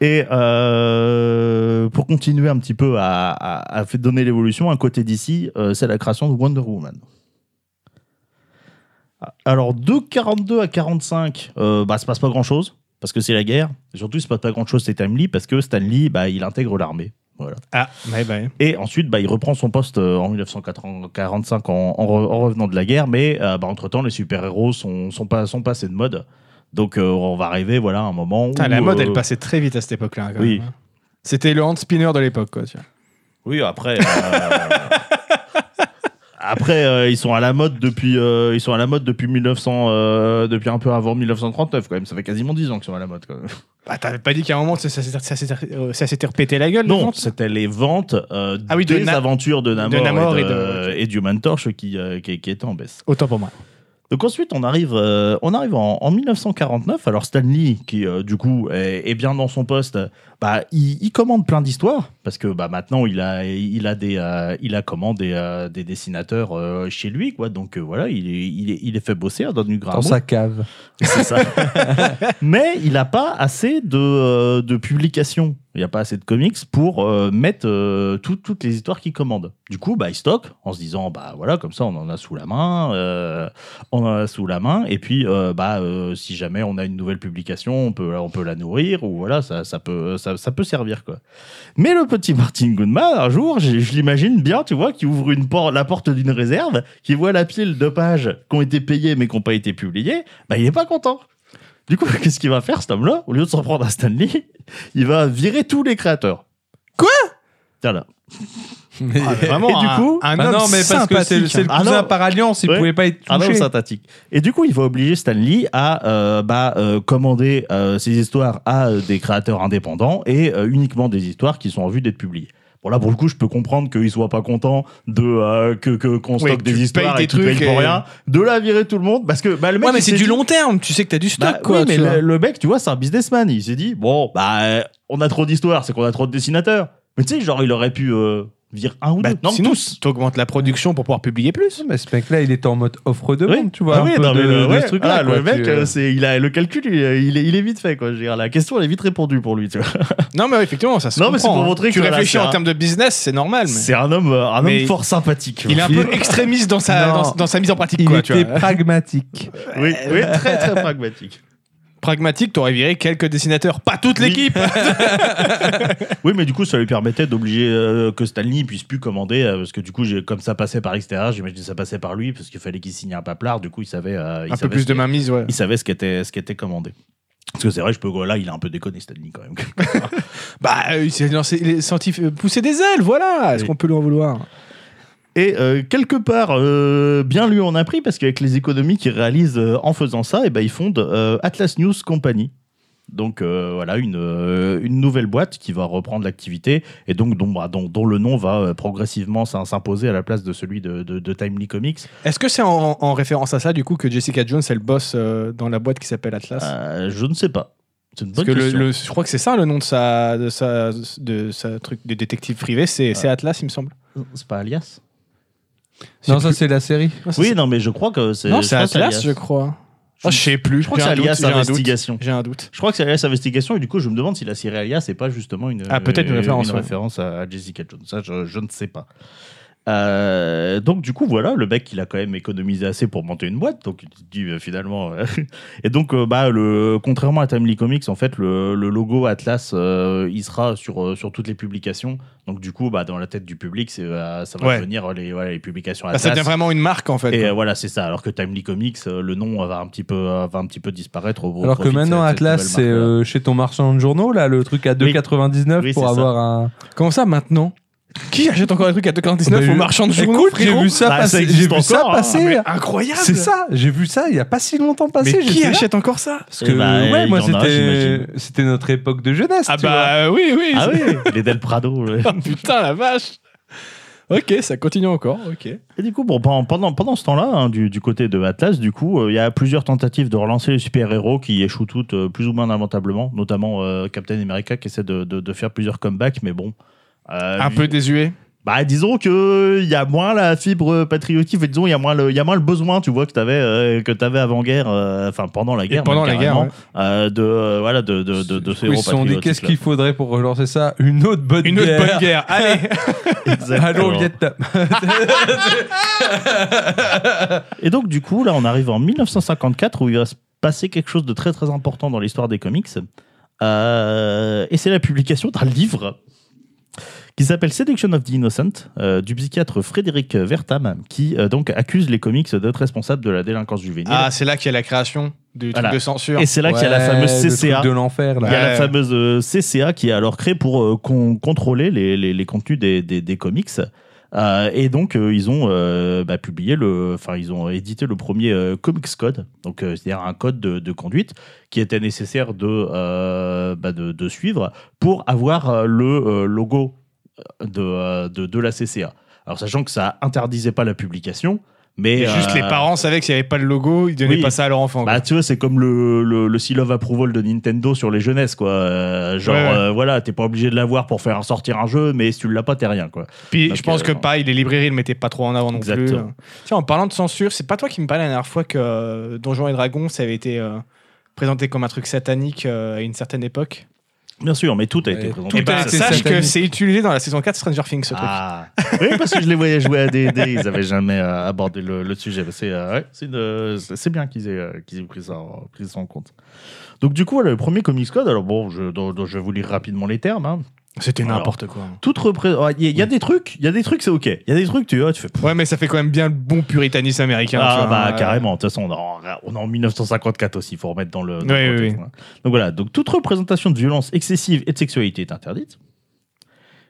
S4: Et euh, pour continuer un petit peu à, à- à fait- donner l'évolution, un côté d'ici, euh, c'est la création de Wonder Woman. Alors, de 42 à 45, euh, bah, se passe pas grand chose, parce que c'est la guerre. Et surtout, il se passe pas grand chose, c'est Timely, parce que Stanley, bah, il intègre l'armée. Voilà.
S2: Ah, ouais, bah, ouais.
S4: Et ensuite, bah, il reprend son poste euh, en 1945 en, en re- en revenant de la guerre, mais euh, bah, entre-temps, les super-héros sont, sont, pas, sont passés de mode. Donc, euh, on va arriver voilà, à un moment où.
S2: Putain, la mode,
S4: euh,
S2: elle passait très vite à cette époque-là. hein, quand
S4: oui.
S2: même, hein. C'était le hand spinner de l'époque, quoi. tu vois.
S4: Oui, après. euh, Après, euh, ils sont à la mode depuis, euh, ils sont à la mode depuis 1900, euh, depuis un peu avant 1939 quand même. Ça fait quasiment 10 ans qu'ils sont à la mode. Quand même.
S2: Bah, t'avais pas dit qu'à un moment, ça, ça, ça- ça- ça- ça s'était repété la gueule le
S4: Non,
S2: ventre
S4: c'était les ventes euh,
S2: Ah oui, de
S4: des
S2: Na-
S4: aventures de Namor,
S2: Namor
S4: et,
S2: et
S4: de,
S2: de-
S4: et du Man Torch qui, euh, qui, qui étaient en baisse.
S2: Autant pour moi.
S4: Donc ensuite, on arrive, euh, on arrive en, en 1949. Alors Stanley, qui euh, du coup est, est bien dans son poste, bah, il, il commande plein d'histoires parce que bah, maintenant il a, il a des, euh, il a comment des, euh, des dessinateurs euh, chez lui, quoi. Donc euh, voilà, il est, il, est, il est fait bosser hein, dans du
S1: Dans
S4: gramme.
S1: sa cave.
S4: C'est ça. Mais il n'a pas assez de, euh, de publications. Il n'y a pas assez de comics pour euh, mettre euh, tout- toutes les histoires qu'il commande. Du coup, bah, il stocke en se disant, bah voilà, comme ça, on en a sous la main, euh, on en a sous la main. Et puis, euh, bah, euh, si jamais on a une nouvelle publication, on peut, on peut la nourrir ou voilà, ça, ça peut, ça, ça peut servir quoi. Mais le petit Martin Goodman, un jour, je, je l'imagine bien, tu vois, qui ouvre une por- la porte d'une réserve, qui voit la pile de pages qui ont été payées mais qui n'ont pas été publiées, bah, il n'est pas content. Du coup, qu'est-ce qu'il va faire, cet homme-là Au lieu de s'en prendre à Stanley, il va virer tous les créateurs.
S2: Quoi
S4: Voilà.
S2: Ah, mais vraiment,
S4: Et du
S2: un-
S4: coup-
S2: un
S1: Bah
S2: homme
S1: non, mais parce que c'est
S2: sympathique,
S1: c'est le
S2: hein.
S4: Ah
S1: cousin
S4: non.
S1: par alliance, il
S4: Ouais.
S1: pouvait pas être
S4: Ah non,
S1: touché.
S4: sympathique. Et du coup, il va obliger Stanley à euh, bah, euh, commander euh, ses histoires à euh, des créateurs indépendants et euh, uniquement des histoires qui sont en vue d'être publiées. Bon là pour le coup je peux comprendre qu'il soit pas content de euh, que que- qu'on
S2: Oui,
S4: stocke
S2: que tu
S4: des histoires
S2: payes
S4: et
S2: des
S4: qu'il paye
S2: trucs
S4: pour
S2: et-
S4: rien, de la virer tout le monde parce que bah, le mec
S2: Ouais, mais
S4: il
S2: c'est
S4: s'est
S2: du
S4: dit-
S2: long terme, tu sais que t'as du stock,
S4: Bah,
S2: quoi.
S4: oui, mais
S2: tu vois.
S4: le, le mec, tu vois, c'est un businessman. Il s'est dit, bon, bah, euh, on a trop d'histoires, c'est qu'on a trop de dessinateurs. Mais tu sais, genre, il aurait pu euh, virer un ou
S2: Bah,
S4: deux. Non,
S2: sinon,
S4: tous.
S2: t'augmentes la production pour pouvoir publier plus.
S1: Non, Mais ce mec-là, il était en mode offre de
S4: Oui.
S1: monde, tu vois.
S4: Ah
S1: un
S4: oui,
S1: peu
S4: non, mais
S1: de-
S4: le,
S1: de
S4: ouais,
S1: ce truc-là,
S4: voilà,
S1: quoi,
S4: le mec,
S1: tu-
S4: euh, c'est- il a, le calcul, il, il est, il est vite fait. Quoi. Je veux dire, la question, elle est vite répondue pour lui. tu vois.
S2: Non, mais ouais, effectivement, ça se
S4: Non, mais c'est
S2: comprend,
S4: pour
S2: hein.
S4: montrer que
S2: Tu
S4: voilà,
S2: réfléchis
S4: c'est
S2: en
S4: un-
S2: termes de business, c'est normal. mais
S4: C'est un homme, euh, un homme
S2: Mais-
S4: fort sympathique.
S2: Il est un
S1: Il-
S2: peu extrémiste dans sa,
S1: Non.
S2: dans, dans sa mise en pratique,
S1: Il
S2: quoi. tu
S1: était
S2: vois.
S1: pragmatique.
S4: Oui, oui, très, très pragmatique.
S2: pragmatique, t'aurais viré quelques dessinateurs, pas toute
S4: Oui. Ah,
S2: l'équipe.
S4: Oui, mais du coup, ça lui permettait d'obliger euh, que Stanley puisse plus commander, euh, parce que du coup, j'ai- comme ça passait par l'extérieur, j'imagine que ça passait par lui, parce qu'il fallait qu'il signe un paplard, du coup, il savait. euh, il
S2: Un peu
S4: savait
S2: plus
S4: ce
S2: de
S4: qui-
S2: mainmise, ouais.
S4: Il savait ce qui était, ce qui était commandé. Parce que c'est vrai, je peux. Là, il a un peu déconné, Stanley, quand même.
S2: Bah, euh, il s'est lancé- il est senti euh, pousser des ailes, voilà. Est-ce
S4: Oui.
S2: qu'on peut lui en vouloir
S4: Et euh, quelque part, euh, bien lui en a pris, parce qu'avec les économies qu'ils réalisent euh, en faisant ça, et ben, ils fondent euh, Atlas News Company. Donc euh, voilà, une, euh, une nouvelle boîte qui va reprendre l'activité et donc dont, bah, dont- dont le nom va euh, progressivement s'im- s'imposer à la place de celui de, de- de Timely Comics.
S2: Est-ce que c'est en, en référence à ça, du coup, que Jessica Jones, elle bosse euh, dans la boîte qui s'appelle Atlas
S4: Euh, je ne sais pas. C'est une bonne
S2: Parce que le,
S4: question.
S2: le- je crois que c'est ça le nom de sa, de sa, de sa truc de détective privé, c'est c'est Atlas, il me semble.
S4: C'est pas Alias
S1: Non, ça, c'est la série.
S2: Non, ça,
S4: Oui,
S2: c'est-
S4: non, mais je crois que c'est.
S2: non,
S4: je
S2: c'est
S4: crois que c'est
S2: Atlas, je crois. Oh, je sais plus.
S4: Je crois que c'est
S2: J'ai un
S4: Alias
S2: doute, j'ai un doute,
S4: Investigation.
S2: J'ai un doute.
S4: Je crois que c'est Alias Investigation et du coup, je me demande si la série Alias n'est pas justement une,
S2: Ah, peut-être une référence, ouais.
S4: référence à à Jessica Jones. Ça, je, je ne sais pas. Euh, donc, du coup, voilà, le mec, il a quand même économisé assez pour monter une boîte. Donc, il dit euh, finalement. euh, et donc, euh, bah, le, contrairement à Timely Comics, en fait, le, le logo Atlas, euh, il sera sur, euh, sur toutes les publications. Donc, du coup, bah, dans la tête du public, c'est, euh, ça va
S2: Ouais.
S4: devenir euh, les, voilà, les publications
S2: Bah,
S4: Atlas.
S2: ça devient vraiment une marque en fait.
S4: Et euh, voilà, c'est ça. Alors que Timely Comics, euh, le nom euh, va un petit peu, euh, va un petit peu disparaître. au- au
S1: Alors que
S4: profit de
S1: maintenant,
S4: cette- cette
S1: Atlas,
S4: nouvelle
S1: c'est
S4: marque-là.
S1: euh, chez ton marchand de journaux, là, le truc à 2,99
S4: Oui,
S1: pour
S4: c'est ça.
S1: avoir un.
S2: Comment ça maintenant Qui achète encore des trucs à 2,49
S1: Bah,
S2: au
S1: je-
S2: marchand de journaux
S1: Écoute, j'ai
S2: frérot
S1: vu ça
S4: Bah, ça
S1: passer. J'ai
S4: existe
S1: vu ça
S4: encore, hein.
S1: passer.
S2: Mais incroyable Ah,
S1: C'est ça, j'ai vu ça il y a pas si longtemps passé.
S2: Mais
S1: j'étais
S2: qui
S1: là.
S2: achète encore ça Ah,
S1: Parce
S4: Eh
S1: que
S4: bah,
S1: ouais,
S4: il
S1: moi
S4: y en a,
S1: c'était
S4: j'imagine.
S1: c'était notre époque de jeunesse.
S2: Ah
S1: tu vois.
S2: bah euh, oui, oui.
S4: Ah oui, les Del Prado. ouais.
S2: Ah, putain la vache Ok, ça continue encore, ok.
S4: Et du coup, bon, pen- pendant, pendant ce temps-là, hein, du, du côté de Atlas, du coup, euh, il y a plusieurs tentatives de relancer les super-héros qui échouent toutes euh, plus ou moins lamentablement, notamment euh, Captain America qui essaie de, de- de faire plusieurs comebacks, mais bon. euh,
S2: Un
S4: vu-
S2: peu désuet.
S4: Bah, disons que euh, il y a moins la fibre patriotique, et disons il y a moins le, il y a moins le besoin, tu vois, que t'avais euh, que t'avais avant guerre, euh, enfin pendant la
S2: Et
S4: guerre,
S2: pendant
S4: même
S2: la guerre, hein.
S4: carrément, euh, de euh, voilà de de de, de ces
S1: Ils
S4: héros
S1: se sont dit
S4: patriotiques,
S1: qu'est-ce
S4: là.
S1: qu'il faudrait pour relancer ça Une autre bonne
S2: Une autre
S1: guerre.
S2: bonne guerre, allez
S4: Exactement.
S1: Allons au Vietnam.
S4: Et donc, du coup, là, on arrive en 1954 où il va se passer quelque chose de très très important dans l'histoire des comics. Euh, et c'est la publication d'un livre qui s'appelle Seduction of the Innocent euh, du psychiatre Frédéric Vertam qui euh, donc accuse les comics d'être responsables de la délinquance juvénile.
S2: Ah, c'est là qu'il y a la création du
S4: Voilà.
S2: truc de censure.
S4: et c'est là qu'il y a la
S1: Ouais,
S4: fameuse
S1: le truc
S4: CCA.
S1: de l'enfer
S4: Il y
S1: là.
S4: a la
S2: Ouais.
S4: fameuse euh, CCA qui est alors créée pour euh, con- contrôler les, les- les contenus des, des- des comics. Euh, et donc, euh, ils ont euh, bah, publié le, enfin, ils ont édité le premier euh, Comics Code, donc euh, c'est-à-dire un code de, de conduite qui était nécessaire de, euh, bah, de, de suivre pour avoir euh, le euh, logo de, euh, de, de la CCA. Alors, sachant que ça interdisait pas la publication, mais
S2: Et juste
S4: euh,
S2: les parents savaient que s'il n'y avait pas le logo, ils donnaient
S4: oui.
S2: pas ça à leur enfant. quoi.
S4: bah, tu vois, c'est comme le, le, le Seal of Approval de Nintendo sur les jeunesses, quoi. Euh, genre,
S2: Ouais, ouais.
S4: euh, voilà, t'es pas obligé de l'avoir pour faire sortir un jeu, mais si tu l'as pas, t'es rien, quoi.
S2: Puis
S4: donc,
S2: je pense
S4: euh,
S2: que pareil, les librairies ne le mettaient pas trop en avant non
S4: Exactement.
S2: plus. Tiens, en parlant de censure, c'est pas toi qui me parlais la dernière fois que euh, Donjons et Dragons, ça avait été euh, présenté comme un truc satanique euh, à une certaine époque.
S4: Bien sûr, mais tout a été
S1: Et
S4: présenté.
S1: tout
S2: Et
S1: a
S2: ben,
S1: été
S2: sache
S1: satanique.
S2: que c'est utilisé dans la saison 4 Stranger Things, ce truc.
S4: Ah. oui, parce que je les voyais jouer à D&D, ils avaient jamais euh, abordé le, le sujet. Mais C'est euh, ouais, c'est une, euh, c'est- c'est bien qu'ils aient, euh, qu'ils aient pris, ça, en- pris ça en compte. Donc du coup, voilà, le premier Comics Code, alors bon, je, dont- dont je vais vous lire rapidement les termes. hein.
S2: C'était
S4: Alors.
S2: n'importe quoi.
S4: Toute repré- oh, Il y, a- il y a des trucs, il y a des trucs, c'est ok. Il y a des trucs, tu vois, tu fais...
S2: Ouais, mais ça fait quand même bien le bon puritanisme américain.
S4: Ah,
S2: tu vois.
S4: bah
S2: Ouais.
S4: carrément, de toute façon on est en- on est en 1954 aussi, il faut remettre dans le... dans le
S2: Oui, oui,
S4: contexte, hein. Donc voilà, donc toute représentation de violence excessive et de sexualité est interdite.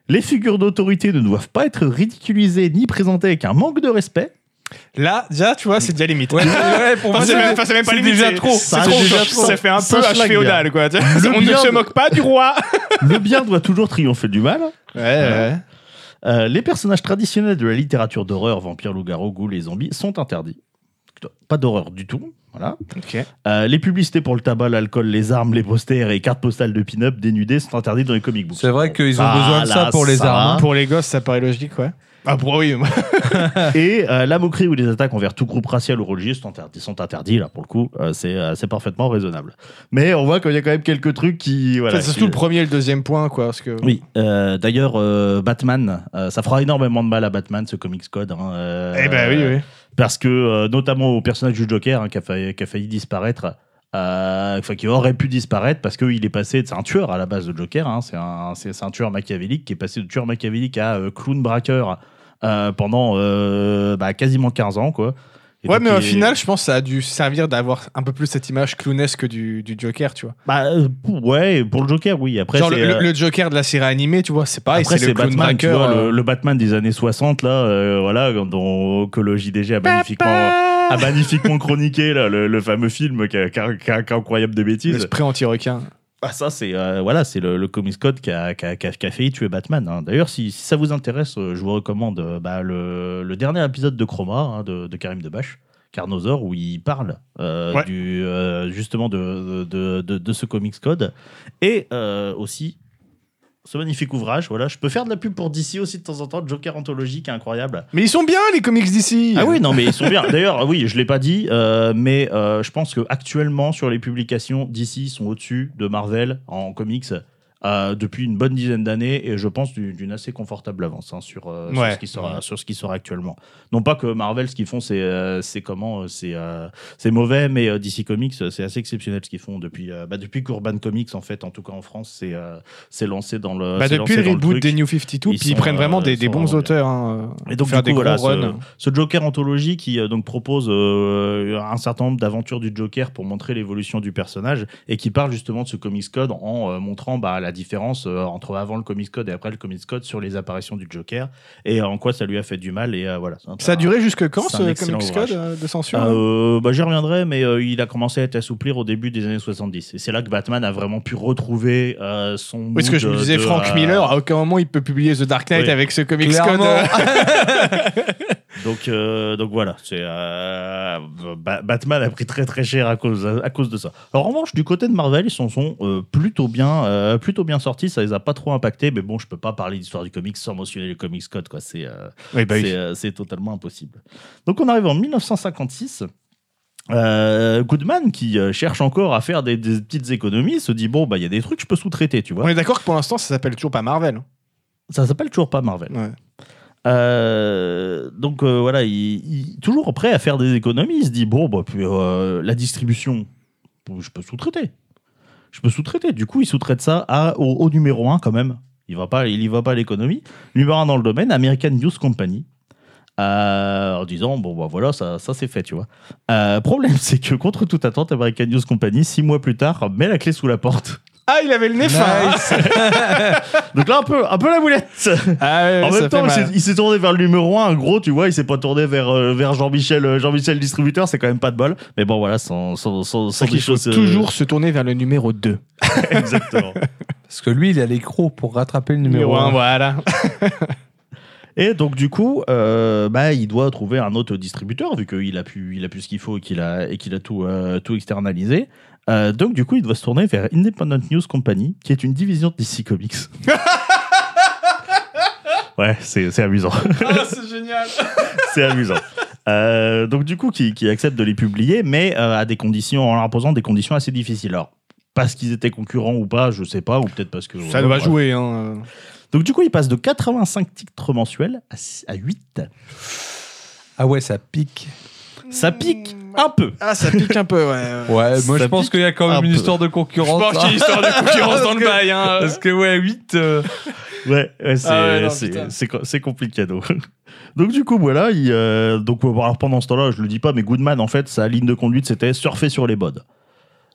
S4: Les figures d'autorité ne doivent pas être ridiculisées ni présentées avec un manque de respect.
S2: Là, déjà, tu vois, c'est déjà limite.
S1: Ouais, ouais, pour
S2: Enfin,
S1: moi,
S2: c'est même, enfin, c'est même pas limite,
S1: déjà
S2: c'est-
S1: trop.
S2: C'est
S4: Ça,
S2: trop,
S4: c'est déjà
S2: ça-
S4: trop.
S2: Ça fait un
S4: Ça
S2: peu
S4: se
S2: hache
S4: lague bien.
S2: féodal, quoi. tu vois. On ne
S4: bien
S2: se
S4: de-
S2: moque pas du roi.
S4: Le bien doit toujours triompher du mal.
S2: Ouais, ouais.
S4: Euh, les personnages traditionnels de la littérature d'horreur, vampires, loups-garous, ghouls et zombies, sont interdits. Pas d'horreur du tout. Voilà.
S2: Ok.
S4: Euh, les publicités pour le tabac, l'alcool, les armes, les posters et cartes postales de pin-up dénudées sont interdites dans les comic books.
S1: C'est vrai
S4: Bon,
S1: qu'ils ont besoin de ça
S4: là,
S1: pour les armes. hein.
S2: Pour les gosses, ça paraît logique, ouais. Ah, pour oui. moi.
S4: Et euh, la moquerie ou les attaques envers tout groupe racial ou religieux sont interdits, sont interdits là pour le coup, euh, c'est euh, c'est parfaitement raisonnable. Mais on voit qu'il y a quand même quelques trucs qui. Voilà,
S2: Enfin, c'est
S4: qui- euh,
S2: surtout le premier et le deuxième point, quoi. Parce que...
S4: Oui, euh, d'ailleurs, euh, Batman, euh, ça fera énormément de mal à Batman ce Comics Code. hein, euh,
S2: Eh ben oui, oui.
S4: Parce que, euh, notamment au personnage du Joker hein, qui, a failli, qui a failli disparaître. euh, enfin, qui aurait pu disparaître parce qu'il est passé, c'est un tueur à la base de Joker, hein, c'est un, c'est c'est un tueur machiavélique qui est passé de tueur machiavélique à euh, clown braqueur euh, pendant euh, bah, quasiment 15 ans. Quoi. Et
S2: ouais,
S4: donc,
S2: mais au
S4: il-
S2: final, je pense que ça a dû servir d'avoir un peu plus cette image clownesque du, du Joker, tu vois.
S4: Bah, euh, ouais, pour le Joker, oui. Après,
S2: Genre
S4: c'est,
S2: le, le-
S4: euh,
S2: le Joker de la série animée, tu vois, c'est pareil,
S4: Après,
S2: c'est
S4: c'est
S2: le clown
S4: Batman, tu
S2: braqueur.
S4: vois,
S2: euh,
S4: le, le Batman des années 60, là, euh, voilà, dont, que le JDG a magnifiquement,
S2: Bah
S4: a magnifiquement chroniqué, là, le, le fameux film qui a, qui a- qui a- qui a incroyable de
S2: le
S4: bêtises.
S2: spray anti-requin.
S4: Ah, ça, c'est euh, voilà, c'est le, le Comics Code qui a, qui a- qui a- qui a failli tuer Batman. hein. D'ailleurs, si, si ça vous intéresse, euh, je vous recommande euh, bah, le, le dernier épisode de Chroma hein, de, de Karim Debache, Carnosaur, où il parle euh,
S2: Ouais.
S4: du, euh, justement de, de, de- de ce Comics Code et euh, aussi ce magnifique ouvrage. Voilà, je peux faire de la pub pour DC aussi de temps en temps, Joker anthologique, incroyable.
S2: Mais ils sont bien, les comics d'ici
S4: Ah oui, non, mais ils sont bien. D'ailleurs, oui, je l'ai pas dit, euh, mais euh, je pense que actuellement sur les publications DC, ils sont au-dessus de Marvel en comics euh, depuis une bonne dizaine d'années et je pense d'une d'une assez confortable avance hein, sur, euh, sur
S2: Ouais.
S4: ce qui sera sur ce qui sera actuellement. Non pas que Marvel, ce qu'ils font, c'est euh, c'est comment, euh, c'est euh, c'est mauvais, mais euh, DC Comics, euh, c'est assez exceptionnel ce qu'ils font depuis euh, bah, depuis qu'Urban Comics en fait, en tout cas en France, c'est euh, c'est lancé dans le
S2: Bah,
S4: c'est
S2: depuis
S4: lancé
S2: le
S4: dans
S2: reboot
S4: truc.
S2: des New 52,
S4: Ils
S2: puis ils
S4: sont,
S2: prennent vraiment
S4: euh,
S2: des, des
S4: sont
S2: bons
S4: vraiment
S2: auteurs. hein, euh,
S4: Et donc,
S2: pour faire
S4: du coup,
S2: des
S4: voilà,
S2: gros runs.
S4: ce, ce Joker anthologie qui euh, donc propose euh, un certain nombre d'aventures du Joker pour montrer l'évolution du personnage et qui parle justement de ce Comics Code en euh, montrant bah, la différence euh, entre avant le Comics Code et après le Comics Code sur les apparitions du Joker et en quoi ça lui a fait du mal. Et euh, voilà. C'est un-
S2: Ça a duré jusque quand,
S4: C'est un
S2: ce
S4: excellent
S2: comics
S4: ouvrage.
S2: code euh, de censure là
S4: euh, bah, J'y reviendrai, mais euh, il a commencé à être assouplir au début des années 70. Et c'est là que Batman a vraiment pu retrouver euh, son. euh,
S2: Oui, ce que je me disais, Frank Miller, à aucun moment il peut publier The Dark Knight
S4: oui.
S2: avec ce euh. comics
S1: Clairement.
S2: code.
S4: Donc, euh, donc voilà, c'est euh, Ba- Batman a pris très très cher à cause, à cause de ça. Alors en revanche, du côté de Marvel, ils s'en sont euh, plutôt, bien, euh, plutôt bien sortis, ça les a pas trop impactés, mais bon, je peux pas parler d'histoire du comics sans mentionner le comics code, quoi. C'est euh,
S2: Oui, bah oui.
S4: c'est, euh, c'est totalement impossible. Donc on arrive en 1956. Euh, Goodman, qui euh, cherche encore à faire des, des petites économies, se dit bon, bah il y a des trucs que je peux sous-traiter, tu vois.
S2: On est d'accord que pour l'instant, ça s'appelle toujours pas Marvel. hein.
S4: Ça s'appelle toujours pas Marvel.
S2: Ouais.
S4: Euh, donc euh, voilà, il, il- toujours prêt à faire des économies. Il se dit bon, bah, puis, euh, la distribution, je peux sous-traiter. Je peux sous-traiter. Du coup, il sous-traite ça à- au, au numéro 1 quand même. Il va pas, il y va pas à l'économie. Numéro 1 dans le domaine, American News Company. Euh, en disant bon bah voilà ça, ça c'est fait tu vois Euh, problème c'est que contre toute attente American News Company six mois plus tard met la clé sous la porte
S2: Ah, il avait le nez fin
S1: Nice.
S4: donc là un peu un peu la boulette
S2: Ah ouais,
S4: En
S2: ça
S4: même temps,
S2: fait
S4: il
S2: mal.
S4: s'est- il s'est tourné vers le numéro 1, gros, tu vois, il s'est pas tourné vers, euh, vers Jean-Michel euh, Jean-Michel distributeur, c'est quand même pas de bol. Mais bon, voilà, sans, sans, sans, sans
S2: C'est qu'il
S4: des
S2: faut
S4: choses. euh,
S2: toujours se tourner vers le numéro 2.
S4: Exactement.
S1: Parce que lui, il a les crocs pour rattraper le numéro,
S2: un,
S1: un.
S2: voilà.
S4: Et donc, du coup, euh, bah, il doit trouver un autre distributeur, vu qu'il a pu, il a pu ce qu'il faut et qu'il a, et qu'il a tout, euh, tout externalisé. Euh, donc, du coup, il doit se tourner vers Independent News Company, qui est une division de DC Comics. ouais, c'est c'est amusant.
S2: Ah, c'est génial.
S4: C'est amusant. Euh, donc du coup, qui, qui accepte de les publier, mais euh, à des conditions, en leur imposant des conditions assez difficiles. Alors, parce qu'ils étaient concurrents ou pas, je sais pas, ou peut-être parce que...
S2: Ça
S4: ouais,
S2: doit
S4: ouais.
S2: jouer. Hein.
S4: Donc du coup, il passe de 85 titres mensuels à, six- à 8.
S1: Ah ouais, ça pique.
S4: Ça pique un peu.
S2: Ah, ça pique un peu, ouais.
S1: Ouais, moi je
S4: Ça
S1: pense
S4: pique
S1: qu'il y a quand
S4: un
S1: même une
S4: peu.
S1: histoire de
S2: Je
S1: concurrence. hein.
S2: pense qu'il y a une histoire de concurrence dans le bail. Hein.
S1: Parce que ouais, euh, 8.
S4: Ouais, ouais, c'est
S2: Ah ouais, non,
S4: c'est-
S2: putain.
S4: c'est co- c'est compliqué. donc. donc du coup, voilà, il, euh, donc, euh, bon, alors, pendant ce temps-là, je le dis pas, mais Goodman, en fait, sa ligne de conduite, c'était surfer sur les modes.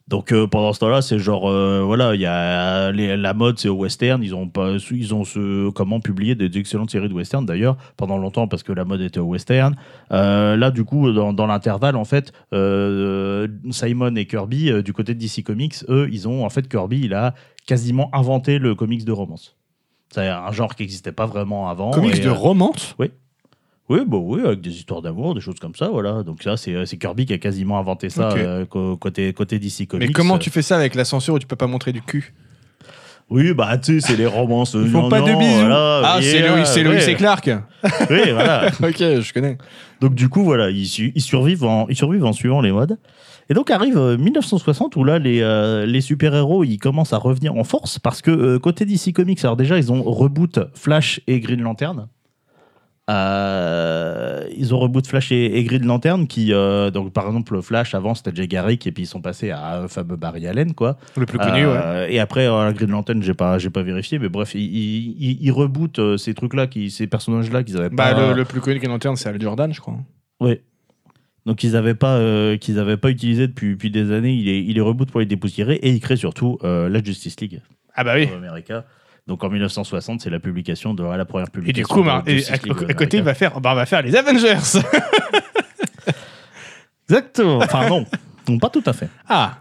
S4: Donc euh, pendant ce temps-là, c'est genre euh, voilà, il y a les- la mode, c'est au western. Ils ont pas, ils ont ce, comment publié des, des excellentes séries de western d'ailleurs pendant longtemps parce que la mode était au western. Euh, là, du coup, dans, dans l'intervalle, en fait, euh, Simon et Kirby euh, du côté de DC Comics, eux, ils ont en fait Kirby, il a quasiment inventé le comics de romance. C'est un genre qui n'existait pas vraiment avant.
S2: Comics
S4: et,
S2: de
S4: euh,
S2: romance
S4: oui, bah oui, avec des histoires d'amour, des choses comme ça, voilà. Donc ça, c'est euh, c'est Kirby qui a quasiment inventé ça
S2: Ok.
S4: euh, co- côté côté DC Comics.
S2: Mais comment
S4: Euh,
S2: tu fais ça avec la censure où tu peux pas montrer du cul
S4: Oui, bah tu sais, c'est les romances. Ils
S1: font pas de bisous.
S2: Ah, c'est Lois c'est Lois et Clark.
S4: euh, Oui, voilà.
S2: Ok, je connais.
S4: Donc du coup, voilà, ils, su- ils survivent en, ils survivent en suivant les modes. Et donc arrive euh, 1960 où là, les, euh, les super-héros, ils commencent à revenir en force parce que euh, côté DC Comics, alors déjà, ils ont reboot Flash et Green Lantern. Euh, ils ont reboot Flash et, et Grid Lanterne qui, euh, donc par exemple, Flash avant c'était Jay Garrick et puis ils sont passés à un fameux Barry Allen quoi.
S2: Le plus connu, ouais.
S4: Euh, Et après euh, Grid Lanterne, j'ai pas, j'ai pas vérifié, mais bref, ils, ils, ils- ils rebootent euh, ces trucs là, qui, ces personnages là qu'ils avaient
S2: Bah,
S4: pas. euh,
S2: le, le plus connu qui est lanterne, c'est Al Jordan, je crois.
S4: Ouais. Donc ils n'avaient pas, euh, qu'ils avaient pas utilisé depuis, depuis des années. Il les, il les reboot pour les dépoussiérer et il crée surtout euh, la Justice League
S2: Ah bah oui.
S4: of America. Donc en 1960, c'est la publication de la première
S2: Et du
S4: publication.
S2: coup,
S4: de
S2: bah, et
S4: Justice
S2: à,
S4: League of
S2: à côté,
S4: America.
S2: il va faire, bah, on va faire les Avengers. bah-
S4: Exactement. Enfin non, non, pas tout à fait,
S2: ah,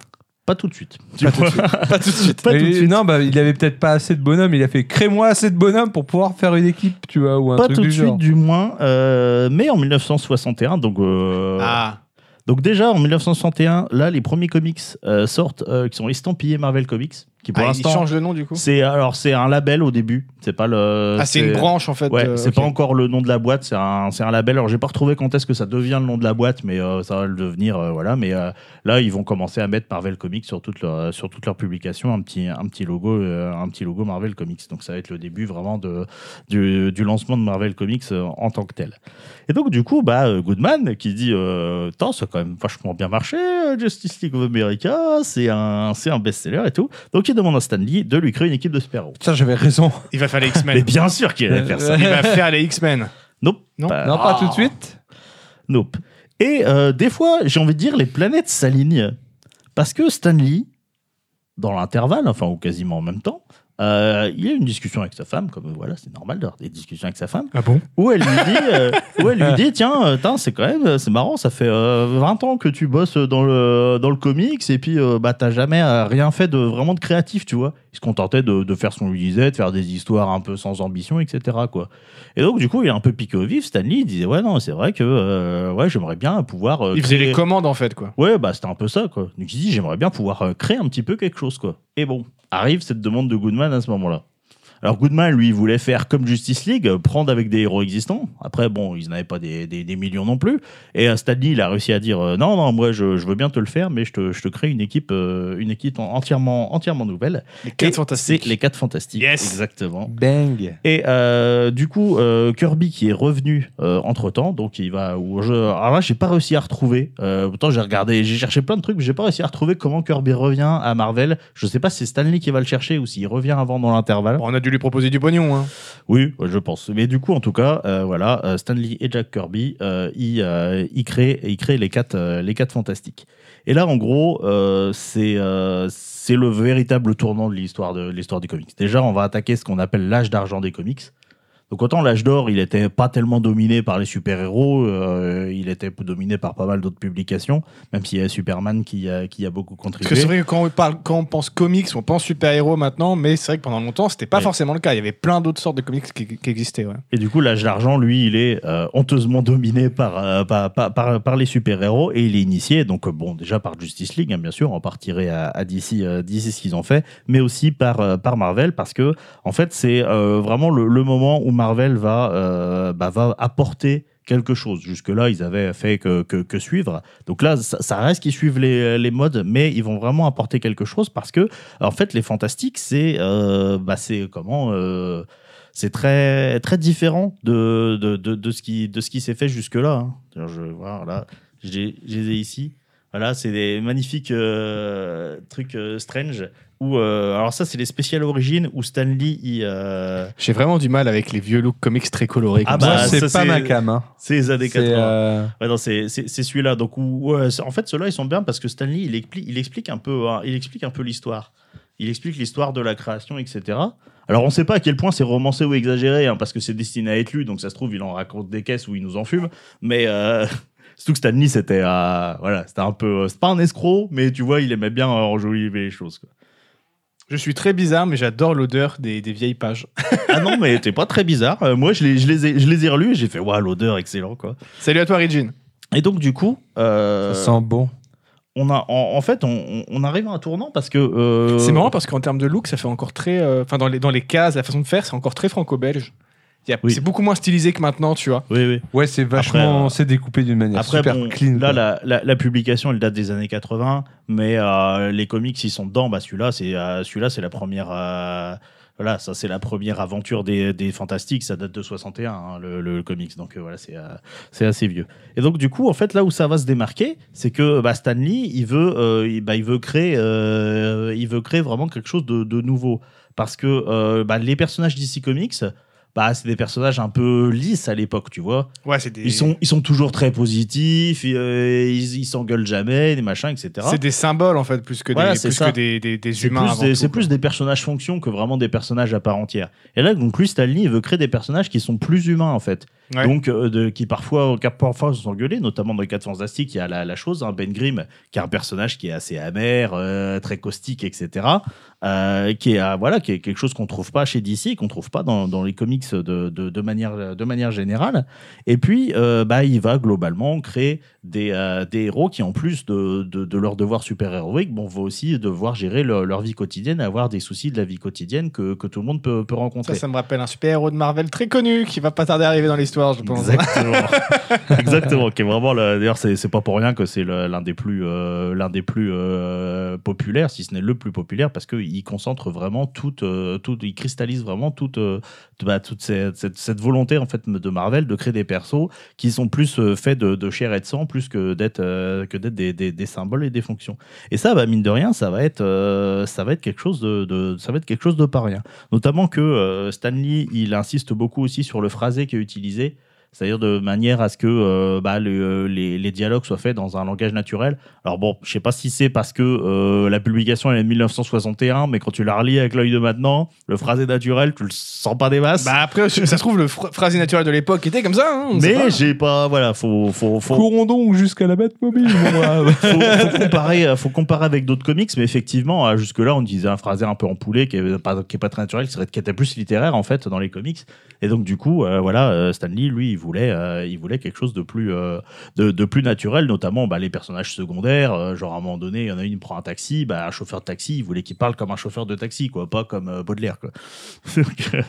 S4: pas tout de suite.
S2: pas tout de suite. pas tout de suite.
S4: Pas
S1: Et
S4: tout de suite.
S1: Non, bah, il avait peut-être pas assez de bonhommes. Il a fait crée-moi assez de bonhommes pour pouvoir faire une équipe, tu vois, ou un
S4: Pas
S1: truc
S4: tout de
S1: du
S4: suite,
S1: genre.
S4: du moins. euh, mais en 1961, donc euh,
S2: Ah,
S4: donc déjà en 1961, là les premiers comics euh, sortent euh, qui sont estampillés Marvel Comics, qui pour
S2: Ah, il
S4: l'instant
S2: change le nom du coup.
S4: c'est alors c'est un label au début. C'est pas le.
S2: Ah, c'est une branche en fait.
S4: Ouais,
S2: euh,
S4: c'est
S2: ok.
S4: pas encore le nom de la boîte, c'est un, c'est un label. Alors j'ai pas retrouvé quand est-ce que ça devient le nom de la boîte, mais euh, ça va le devenir, euh, voilà. Mais euh, là, ils vont commencer à mettre Marvel Comics sur toute leur, sur toute leur publication, un petit, un petit logo, euh, un petit logo Marvel Comics. Donc ça va être le début vraiment de, du, du lancement de Marvel Comics euh, en tant que tel. Et donc du coup, bah euh, Goodman qui dit, euh, tant ça a quand même vachement bien marché, euh, Justice League of America, c'est un, c'est un best-seller et tout. Donc il demande à Stanley de lui créer une équipe de super-héros.
S1: Tiens, j'avais raison.
S2: Il va faire les
S4: Mais
S2: X-Men.
S4: bien sûr qu'il allait faire ça.
S2: Il va faire les X-Men.
S4: Nope.
S2: Non.
S1: Non, pas tout de suite.
S4: Nope. Et euh, des fois, j'ai envie de dire, les planètes s'alignent. Parce que Stanley, dans l'intervalle, enfin, ou quasiment en même temps, euh, il y a une discussion avec sa femme, comme voilà, c'est normal d'avoir des discussions avec sa femme,
S2: Ah bon
S4: où elle lui dit, euh, où elle lui dit tiens, euh, tain, c'est quand même, euh, c'est marrant, ça fait euh, 20 ans que tu bosses dans le, dans le comics, et puis euh, bah, t'as jamais euh, rien fait de vraiment de créatif, tu vois. Il se contentait de, de faire son lisette, de faire des histoires un peu sans ambition, etc. Quoi. Et donc, du coup, il est un peu piqué au vif, Stanley, il disait, ouais, non, c'est vrai que euh, ouais, j'aimerais bien pouvoir... euh,
S2: Il faisait
S4: créer-
S2: les commandes en fait quoi.
S4: Ouais, bah c'était un peu ça, quoi. Donc il dit, j'aimerais bien pouvoir euh, créer un petit peu quelque chose, quoi. Et bon, arrive cette demande de Goodman à ce moment-là. Alors Goodman, lui, il voulait faire comme Justice League, euh, prendre avec des héros existants. Après, bon, ils n'avaient pas des, des- des millions non plus. Et euh, Stanley, il a réussi à dire, euh, non, non, moi, je, je veux bien te le faire, mais je te, je te crée une équipe, euh, une équipe en- entièrement, entièrement nouvelle.
S2: Les
S4: Et
S2: quatre
S4: c'est
S2: fantastiques.
S4: Les quatre fantastiques.
S2: Yes.
S4: Exactement.
S1: Bang.
S4: Et euh, du coup, euh, Kirby qui est revenu entre temps, donc il va. Au jeu. Alors là, j'ai pas réussi à retrouver. Euh, pourtant, j'ai regardé, j'ai cherché plein de trucs, mais j'ai pas réussi à retrouver comment Kirby revient à Marvel. Je sais pas si c'est Stanley qui va le chercher ou s'il revient avant dans l'intervalle.
S2: Bon, on a dû lui proposer du pognon. Hein.
S4: Oui, je pense. Mais du coup, en tout cas, euh, voilà, euh, Stanley et Jack Kirby, euh, ils, euh, ils créent, ils créent les quatre, euh, les quatre fantastiques. Et là, en gros, euh, c'est euh, c'est le véritable tournant de l'histoire de de l'histoire des comics. Déjà, on va attaquer ce qu'on appelle l'âge d'argent des comics. Donc autant l'âge d'or, il n'était pas tellement dominé par les super-héros, euh, il était dominé par pas mal d'autres publications, même s'il y a Superman qui a, qui a beaucoup
S2: Parce que c'est
S4: contribué.
S2: vrai que quand on, parle, quand on pense comics, on pense super-héros maintenant, mais c'est vrai que pendant longtemps, c'était pas
S4: Ouais.
S2: forcément le cas. Il y avait plein d'autres sortes de comics qui, qui existaient. Ouais.
S4: Et du coup, l'âge d'argent, lui, il est euh, honteusement dominé par, euh, par, par, par- par les super-héros et il est initié, donc euh, bon, déjà par Justice League, hein, bien sûr, en partirait à, à DC, euh, DC ce qu'ils ont fait, mais aussi par, euh, par Marvel, parce que, en fait, c'est euh, vraiment le, le moment où Marvel va, euh, bah, va apporter quelque chose. Jusque-là, ils avaient fait que, que, que suivre. Donc là, ça, ça reste qu'ils suivent les, les modes, mais ils vont vraiment apporter quelque chose parce que, en fait, les fantastiques, c'est euh, bah, c'est comment euh, c'est très très différent de, de, de, de ce qui de ce qui s'est fait jusque là. Je vais voir là, j'ai je les ai ici. Voilà, c'est des magnifiques euh, trucs euh, strange. Où, euh, alors ça, c'est les spéciales origines où Stanley, il, euh,
S2: J'ai vraiment du mal avec les vieux looks comics très colorés.
S4: Ah
S2: comme
S4: bah,
S1: Moi,
S2: ça.
S1: c'est
S4: ça,
S1: pas
S4: c'est-
S1: ma cam. hein.
S4: c'est les années
S1: C'est,
S4: 80.
S1: euh,
S4: Ouais, non, c'est c'est- c'est celui-là. Donc, où- ouais, c'est- en fait, ceux-là, ils sont bien parce que Stanley, il explique, il explique un peu, hein, il explique un peu l'histoire. Il explique l'histoire de la création, etc. Alors, on ne sait pas à quel point c'est romancé ou exagéré, hein, parce que c'est destiné à être lu. Donc, ça se trouve, il en raconte des caisses ou il nous en fume. Mais euh, surtout que Stanley, c'était, euh, voilà, c'était un peu, euh, c'est pas un escroc, mais tu vois, il aimait bien euh, enjoliver les choses. quoi.
S2: Je suis très bizarre, mais j'adore l'odeur des, des vieilles pages.
S4: Ah non, mais t'es pas très bizarre. Euh, moi, je les, je les ai, je les ai relus et j'ai fait, waouh, l'odeur, excellent, quoi.
S2: Salut à toi, Regine.
S4: Et donc, du coup, euh,
S1: Ça sent bon.
S4: on a, en, en fait, on, on- on arrive à un tournant parce que. euh,
S2: C'est marrant parce qu'en termes de look, ça fait encore très. euh, Enfin, dans, les, dans les cases, la façon de faire, c'est encore très franco-belge. Il y a-
S4: Oui.
S2: C'est beaucoup moins stylisé que maintenant, tu vois.
S4: Oui, oui.
S1: Ouais, c'est vachement.
S4: euh,
S1: c'est découpé d'une manière
S4: Après,
S1: super
S4: bon,
S1: clean.
S4: là,
S1: quoi.
S4: la, la- la publication, elle date des années 80, mais euh, les comics, ils sont dedans. Bah, celui-là, c'est euh, celui-là, c'est la première. euh, voilà, ça c'est la première aventure des, des Fantastiques, ça date de 61, hein, le, le comics, donc euh, voilà, c'est euh, c'est assez vieux. Et donc du coup, en fait, là où ça va se démarquer, c'est que bah, Stan Lee, il veut, euh, il, bah, il veut créer, euh, il veut créer vraiment quelque chose de, de nouveau, parce que euh, bah, les personnages d'ici comics, bah, c'est des personnages un peu lisses à l'époque, tu vois.
S2: Ouais, c'est des.
S4: Ils sont, ils sont toujours très positifs, ils euh, ils ils s'engueulent jamais, des machins, etc.
S2: C'est des symboles en fait, plus que des,
S4: Voilà, c'est
S2: plus
S4: ça.
S2: que des, des- des
S4: C'est
S2: humains.
S4: plus
S2: avant
S4: des-
S2: tout,
S4: C'est
S2: quoi.
S4: plus des personnages fonction que vraiment des personnages à part entière. Et là, donc lui, Stanley, il veut créer des personnages qui sont plus humains, en fait.
S2: Ouais.
S4: Donc, euh, de- qui parfois, qui parfois se sont engueulés, notamment dans les 4 Fantastiques, il y a la, la chose, hein, Ben Grimm, qui est un personnage qui est assez amer, euh, très caustique, etc. euh, qui, est, euh, voilà, qui est quelque chose qu'on trouve pas chez DC, qu'on trouve pas dans, dans les comics de, de, de manière, de manière générale. Et puis, euh, bah, il va globalement créer des, euh, des héros qui, en plus de, de, de leur devoir super-héroïque, bon, vont aussi devoir gérer leur, leur vie quotidienne, avoir des soucis de la vie quotidienne que, que tout le monde peut, peut rencontrer.
S2: Ça, ça me rappelle un super-héros de Marvel très connu qui va pas tarder à arriver dans l'histoire, je pense.
S4: Exactement. Exactement, qui est vraiment le- d'ailleurs c'est c'est pas pour rien que c'est le- l'un des plus euh, l'un des plus euh, populaires si ce n'est le plus populaire parce que il concentre vraiment toute euh, toute- il cristallise vraiment toute euh, bah, toute ces- cette, cette volonté en fait de Marvel de créer des persos qui sont plus euh, faits de, de chair et de sang plus que d'être euh, que d'être des, des- des symboles et des fonctions. Et ça bah, mine de rien, ça va être euh, ça va être quelque chose de, de- ça va être quelque chose de pas rien. Notamment que euh, Stan Lee, il insiste beaucoup aussi sur le phrasé qui est utilisé c'est-à-dire de manière à ce que euh, bah, le- les, les dialogues soient faits dans un langage naturel. Alors bon, je sais pas si c'est parce que euh, la publication elle est de 1961, mais quand tu la relis avec l'œil de maintenant, le phrasé naturel, tu le sens pas des masses.
S2: Bah après, ça se trouve, le phr- phrasé naturel de l'époque était comme ça. hein, on sait pas.
S4: mais j'ai pas, voilà, faut, faut, faut,
S1: Courons donc jusqu'à la Batmobile. mon brave.
S4: faut, faut comparer, euh, faut comparer avec d'autres comics, mais effectivement, euh, jusque-là, on disait un phrasé un peu en poulet qui est pas, qui est pas très naturel, qui, serait, qui était plus littéraire en fait dans les comics. Et donc du coup, euh, voilà, euh, Stan Lee, lui, il voulait, euh, il voulait quelque chose de plus, euh, de, de plus naturel, notamment bah, les personnages secondaires. euh, genre à un moment donné, il y en a une qui prend un taxi, bah, un chauffeur de taxi, il voulait qu'il parle comme un chauffeur de taxi, quoi, pas comme euh, Baudelaire. Quoi. donc, euh,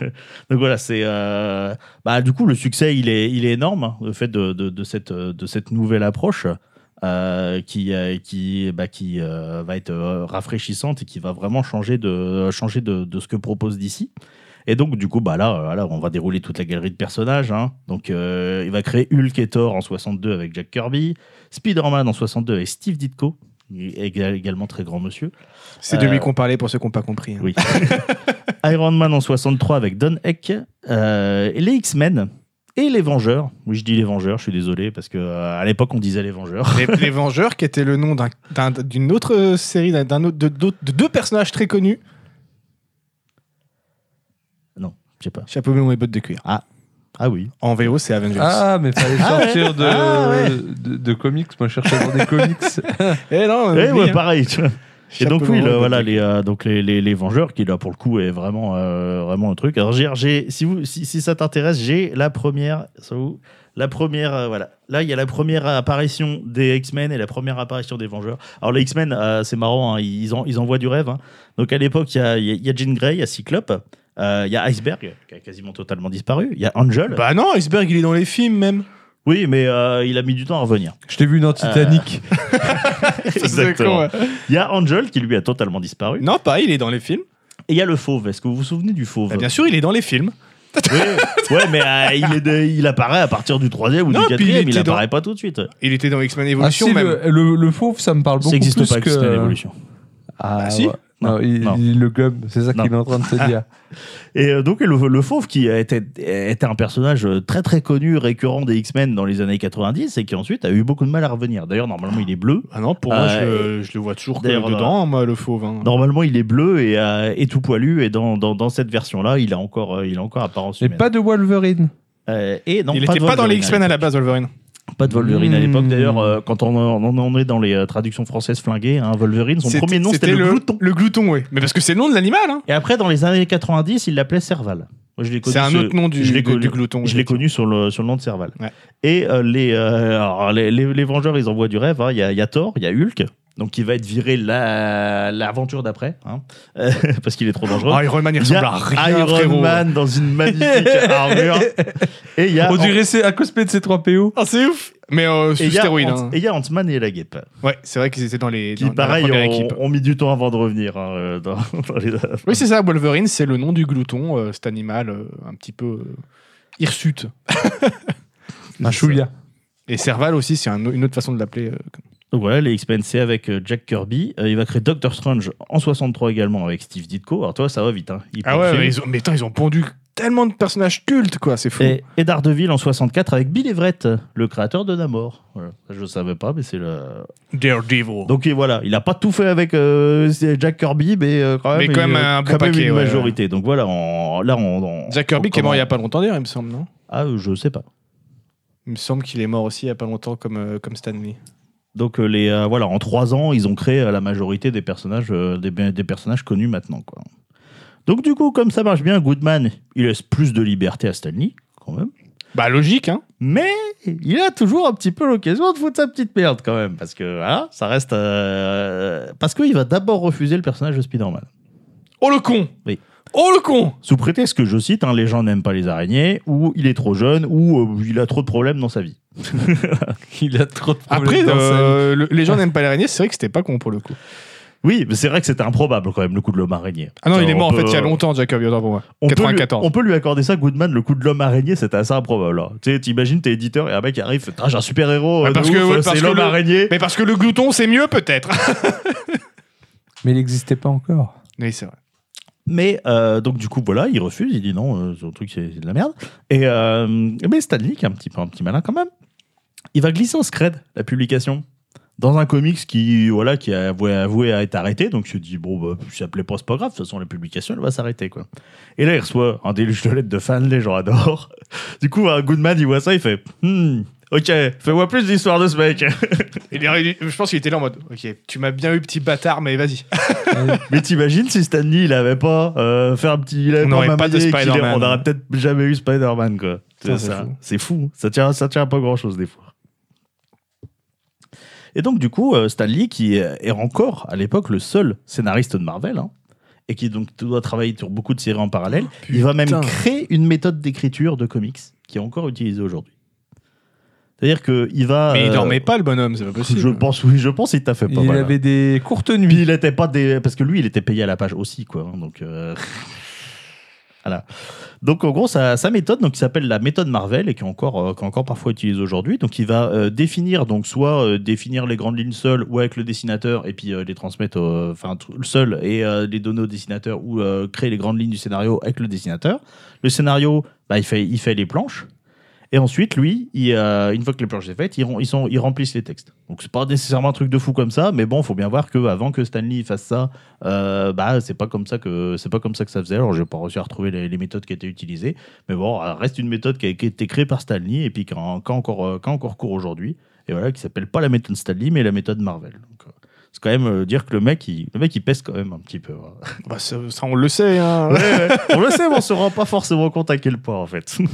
S4: donc voilà, c'est, euh, bah, du coup, le succès, il est, il est énorme, hein, le fait de, de, de cette, euh, de cette nouvelle approche euh, qui, euh, qui, bah, qui euh, va être euh, rafraîchissante et qui va vraiment changer de, changer de, de ce que propose d'ici. Et donc, du coup, bah là, euh, là, on va dérouler toute la galerie de personnages. hein. Donc, euh, il va créer Hulk et Thor en 62 avec Jack Kirby, Spider-Man en 62 avec Steve Ditko, ég- également très grand monsieur.
S2: C'est de lui
S4: Euh,
S2: qu'on parlait pour ceux qui n'ont pas compris. hein.
S4: Oui. Iron Man en 63 avec Don Heck, euh, et les X-Men et les Vengeurs. Oui, je dis les Vengeurs, je suis désolé, parce que euh, à l'époque, on disait les Vengeurs.
S2: Les, les Vengeurs, qui était le nom d'un- d'un- d'une autre série, d'un- d'un autre, de, d'autres- de deux personnages très connus.
S4: Non, je sais pas.
S2: Chapeau melon et bottes de cuir.
S4: Ah oui.
S2: En VO, c'est Avengers.
S1: Ah, mais fallait
S4: Ah ouais.
S1: sortir de,
S4: Ah ouais.
S1: de, de comics. Moi, je cherchais dans des comics.
S2: Eh non,
S4: Eh
S2: oublie,
S4: ouais,
S2: hein.
S4: pareil, tu vois. Et
S2: Chapeau
S4: donc
S2: melon
S4: oui,
S2: et
S4: le-
S2: bottes
S4: voilà
S2: de cuir.
S4: les, euh, donc les, les, les Vengeurs qui là pour le coup est vraiment euh, vraiment un truc. Alors j'ai, j'ai- si vous si, si ça t'intéresse, j'ai la première ça où la première euh, voilà. Là il y a la première apparition des X-Men et la première apparition des Vengeurs. Alors les X-Men euh, c'est marrant, hein, ils en ils envoient du rêve. hein. Donc à l'époque il y a il y a- il y a Jean Grey, il y a Cyclope, euh, il y a Iceberg qui a quasiment totalement disparu, il y a Angel.
S2: Bah non, Iceberg, il est dans les films même.
S4: oui mais euh, il a mis du temps à revenir.
S1: Je t'ai vu dans Titanic.
S4: Euh, Exactement. Il y a Angel qui lui a totalement disparu.
S2: Non, pas, il est dans les films.
S4: Et il y a le fauve. Est-ce que vous vous souvenez du fauve
S2: Eh bien sûr, il est dans les films.
S4: Oui, ouais, mais euh, il, est de- il apparaît à partir du troisième ou
S2: Non,
S4: du
S2: puis il
S4: quatrième,
S2: était
S4: il,
S2: dans-
S4: apparaît pas tout de suite.
S2: Il était dans X-Men
S1: Ah,
S2: Evolution
S1: si,
S2: même.
S1: le, le, le fauve, ça me parle
S4: Ça
S1: beaucoup plus
S4: n'existe pas,
S1: que.
S4: que... l'évolution.
S1: Ah,
S2: Ah, si.
S1: ouais. Non, il,
S4: Non.
S1: il le gomme. C'est ça
S4: Non.
S1: qu'il est en train de se dire.
S4: Et euh, donc, le, le fauve, qui était, était un personnage très très connu, récurrent des X-Men dans les années 90, et qui ensuite a eu beaucoup de mal à revenir. D'ailleurs, normalement, il est bleu.
S2: Ah non, pour
S4: Euh,
S2: moi, je, le- je le vois toujours que
S4: d'ailleurs,
S2: dedans, moi, le fauve. hein.
S4: Normalement, il est bleu et, euh, et tout poilu, et dans, dans, dans cette version-là, il a encore, euh, il a encore apparence
S1: Et
S4: humaine.
S1: pas de Wolverine.
S4: Euh, et non,
S2: il
S4: pas
S2: était
S4: de
S2: pas dans les
S4: Wolverine,
S2: X-Men à la base, Wolverine.
S4: Pas de Wolverine à l'époque.
S1: Hmm.
S4: D'ailleurs, euh, quand on, on, on est dans les euh, traductions françaises flinguées, hein, Wolverine, son
S2: C'est-
S4: premier nom, c'était le glouton.
S2: Le glouton, oui. Mais parce que c'est le nom de l'animal. hein.
S4: Et après, dans les années 90, il l'appelait Serval. Moi, je l'ai connu
S2: C'est un
S4: sur-
S2: autre nom du,
S4: je
S2: du-
S4: l'ai connu-
S2: du glouton.
S4: Je l'ai connu sur le, sur le nom de Serval.
S2: Ouais.
S4: Et euh, les, euh, alors, les, les- les Vengeurs, ils envoient du rêve. hein. Il y, a, il y a Thor, il y a Hulk, donc il va être viré la- l'aventure d'après, hein, euh, parce qu'il est trop dangereux.
S2: Ah, Iron Man, il
S4: Il y
S2: ressemble à
S4: a
S2: rien,
S4: Iron
S2: frérot.
S4: Man dans une magnifique armure. Et il y a.
S1: On dirait c'est à cosplay de ces 3 PO.
S2: Ah, c'est ouf Mais euh,
S4: et
S2: sous
S4: il y a
S2: stéroïde.
S4: Ant- et il y a Ant-Man et la guêpe,
S2: Ouais, c'est vrai qu'ils étaient dans les.
S4: qui,
S2: dans- dans la
S4: pareil,
S2: première
S4: ont,
S2: équipe.
S4: ont mis du temps avant de revenir hein, euh, dans, dans les-
S2: Oui, c'est ça, Wolverine, c'est le nom du glouton, euh, cet animal euh, un petit peu euh, hirsute.
S1: Un chouïa.
S2: Et Serval aussi, c'est un- une autre façon de l'appeler. euh, comme-
S4: Donc voilà, les X-Men, c'est avec euh, Jack Kirby. Euh, il va créer Doctor Strange en 63 également avec Steve Ditko. Alors toi, ça va vite. Hein. Il
S2: Ah
S4: prend le
S2: ouais,
S4: film.
S2: mais, ils ont, mais attends, ils ont pondu tellement de personnages cultes, quoi, c'est fou.
S4: et, et Daredevil en 64 avec Bill Everett, le créateur de Namor. Voilà. Ça, Je ne savais pas, mais c'est le...
S2: Daredevil.
S4: Donc et voilà, il n'a pas tout fait avec euh, c'est Jack Kirby, mais euh, quand
S2: Mais
S4: même,
S2: quand même
S4: il, euh,
S2: un bon
S4: quand même
S2: paquet,
S4: une
S2: ouais,
S4: majorité. Donc voilà, on- là on, on-
S2: Jack Kirby
S4: on
S2: qui est mort il
S4: commence-
S2: y a pas longtemps d'ailleurs, il me semble, non
S4: Ah, euh, je sais pas.
S2: Il me semble qu'il est mort aussi il y a pas longtemps comme, euh, comme Stanley.
S4: Donc euh, les euh, voilà, en trois ans, ils ont créé euh, la majorité des personnages euh, des, des personnages connus maintenant quoi. Donc du coup, comme ça marche bien, Goodman, il laisse plus de liberté à Stanley quand même.
S2: Bah logique, hein
S4: Mais il a toujours un petit peu l'occasion de foutre sa petite merde quand même, parce que voilà, ça reste euh, parce qu'il va d'abord refuser le personnage de Spider-Man.
S2: Oh le con
S4: Oui.
S2: Oh le con
S4: Sous prétexte que je cite, hein, les gens n'aiment pas les araignées, ou il est trop jeune, ou euh, il a trop de problèmes dans sa vie.
S1: Il a trop de
S2: Après,
S1: problèmes dans sa vie.
S2: euh, le- les gens n'aiment pas l'araignée, c'est vrai que c'était pas con pour le coup.
S4: Oui, mais c'est vrai que c'était improbable quand même le coup de l'homme araignée.
S2: Ah non, il est
S4: On
S2: mort en
S4: peut-
S2: fait il y a longtemps, Jack Kirby, autant pour moi.
S4: On peut, lui,
S2: 94.
S4: on peut lui accorder ça, Goodman, le coup de l'homme araignée, c'était assez improbable. hein. Tu sais, t'imagines, t'es éditeur et un mec arrive, fait, ah, j'ai un super héros,
S2: Ouais, parce que- ouais, parce
S4: euh, c'est
S2: que
S4: l'homme
S2: le-
S4: araignée.
S2: Mais parce que le glouton, c'est mieux peut-être
S1: Mais il n'existait pas encore.
S2: Oui, c'est vrai.
S4: Mais euh, donc du coup voilà, il refuse, il dit non, euh, ce truc c'est c'est de la merde. Et euh, mais Stanley, qui est un petit peu un petit malin quand même, il va glisser au scred la publication dans un comics qui voilà qui a avoué, avoué à être arrêté. Donc il se dit bon bah, si ça plaît pas c'est pas grave, de toute façon la publication elle va s'arrêter quoi. Et là il reçoit un déluge de lettres de fans, les gens adorent. Du coup un Goodman il voit ça, il fait Hmm, ok fais-moi plus d'histoire de ce mec.
S2: Il est ré- je pense qu'il était là en mode Ok, tu m'as bien eu, petit bâtard, mais vas-y.
S4: Mais t'imagines si Stanley il avait pas euh, fait un petit, il avait
S2: On
S4: pas
S2: aurait pas de
S4: mamadé et qu'il est-
S2: Spider-Man.
S4: on aurait peut-être jamais eu Spider-Man quoi.
S2: Putain,
S4: C'est
S2: c'est
S4: ça,
S2: fou.
S4: c'est fou. Ça tient, ça tient à pas grand chose des fois. Et donc du coup, euh, Stanley qui est est encore à l'époque le seul scénariste de Marvel hein, et qui donc doit travailler sur beaucoup de séries en parallèle,
S2: Oh,
S4: il va même créer une méthode d'écriture de comics qui est encore utilisée aujourd'hui. C'est-à-dire que il va.
S2: Ah, Mais il
S4: euh,
S2: dormait pas, le bonhomme, c'est pas possible.
S4: Je pense, oui, je pense, il t'a fait pas
S1: Il
S4: mal. hein.
S1: avait des courtes nuits.
S4: Puis il était pas des... parce que lui il était payé à la page aussi quoi. hein, donc euh, voilà. Donc en gros sa, sa méthode donc qui s'appelle la méthode Marvel et qui est encore euh, qui est encore parfois utilisée aujourd'hui. Donc il va euh, définir donc soit euh, définir les grandes lignes seul ou avec le dessinateur et puis euh, les transmettre au- enfin tout- seul et euh, les donner au dessinateur ou euh, créer les grandes lignes du scénario avec le dessinateur. Le scénario bah, il fait il fait les planches. Et ensuite, lui, il, euh, une fois que les planches sont faites, ils, rem- ils sont, ils remplissent les textes. Donc c'est pas nécessairement un truc de fou comme ça, mais bon, faut bien voir que avant que Stanley fasse ça, euh, bah c'est pas comme ça que c'est pas comme ça que ça faisait. Alors j'ai pas réussi à retrouver les, les méthodes qui étaient utilisées, mais bon, euh, reste une méthode qui a, qui a été créée par Stanley et puis qui a, qui a encore euh, qui a encore cours aujourd'hui. Et voilà, qui s'appelle pas la méthode Stanley, mais la méthode Marvel. Donc, euh, c'est quand même euh, dire que le mec, il, le mec, il pèse quand même un petit peu. hein.
S2: Bah, ça, ça, on le sait. Hein.
S4: Euh, On le sait, mais on se rend pas forcément compte à quel point, en fait.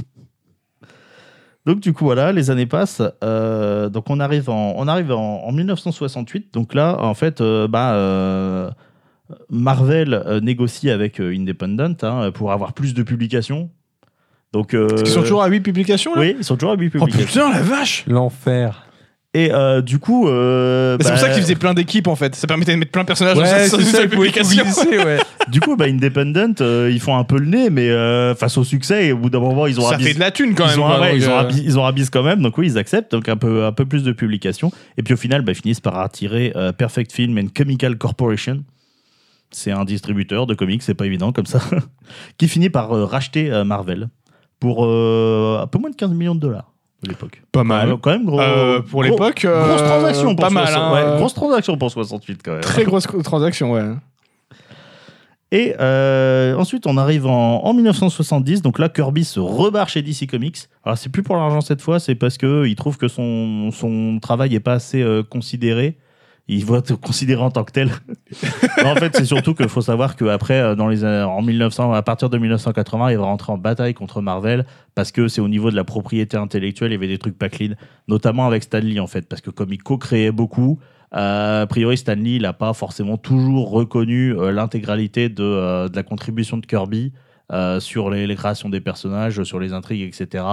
S4: Donc, du coup, voilà, les années passent. Euh, donc, on arrive, en, on arrive en, en 1968. Donc, là, en fait, euh, bah, euh, Marvel euh, négocie avec euh, Independent hein, pour avoir plus de publications. Donc, euh,
S2: Ils sont toujours à 8 publications, là
S4: Oui, ils sont toujours à 8
S2: Oh
S4: publications.
S2: putain, la vache
S1: L'enfer.
S4: Et euh, du coup. euh,
S2: C'est
S4: bah,
S2: pour ça qu'ils faisaient plein d'équipes en fait. Ça permettait de mettre plein de
S4: Ah,
S2: personnages dans
S1: Ouais,
S2: une- dans
S1: c'est
S2: une
S1: ça,
S2: seule
S1: il pouvait tout
S2: publication.
S1: glisser, ouais.
S4: Du coup, bah, Independent, euh, ils font un peu le nez, mais euh, face au succès, et au bout d'un moment, ils ont
S2: Ça
S4: habillé-
S2: fait de la thune quand même.
S4: ils, ont,
S2: quoi,
S4: ouais,
S2: donc,
S4: ils, ont
S2: euh,
S4: rabi- ils ont rabise quand même, donc oui, ils acceptent, donc un peu, un peu plus de publications. Et puis au final, bah, ils finissent par attirer euh, Perfect Film and Chemical Corporation. C'est un distributeur de comics, c'est pas évident comme ça, qui finit par euh, racheter euh, Marvel pour euh, un peu moins de 15 millions de dollars à l'époque.
S2: Pas
S4: Euh, Quand même, gros.
S2: Euh, pour
S4: gros-
S2: l'époque, euh,
S4: Grosse transaction pour
S2: pas mal.
S4: 60
S2: hein.
S4: ouais, grosse transaction pour 68 quand même.
S2: Très grosse co- transaction, ouais.
S4: Et euh, ensuite, on arrive en, en 1970. Donc là, Kirby se rebarre chez DC Comics. Alors, c'est plus pour l'argent cette fois, c'est parce que il trouve que son, son travail est pas assez euh, considéré. ils vont te considérer en tant que tel. Non, en fait, c'est surtout qu'il faut savoir qu'après, euh, dans les, années- en 1900, à partir de 1980, il va rentrer en bataille contre Marvel parce que c'est au niveau de la propriété intellectuelle, il y avait des trucs pas clean, notamment avec Stan Lee en fait, parce que comme il co-créait beaucoup, euh, a priori Stan Lee n'a pas forcément toujours reconnu euh, l'intégralité de, euh, de la contribution de Kirby. euh, sur les, les créations des personnages, sur les intrigues, etc.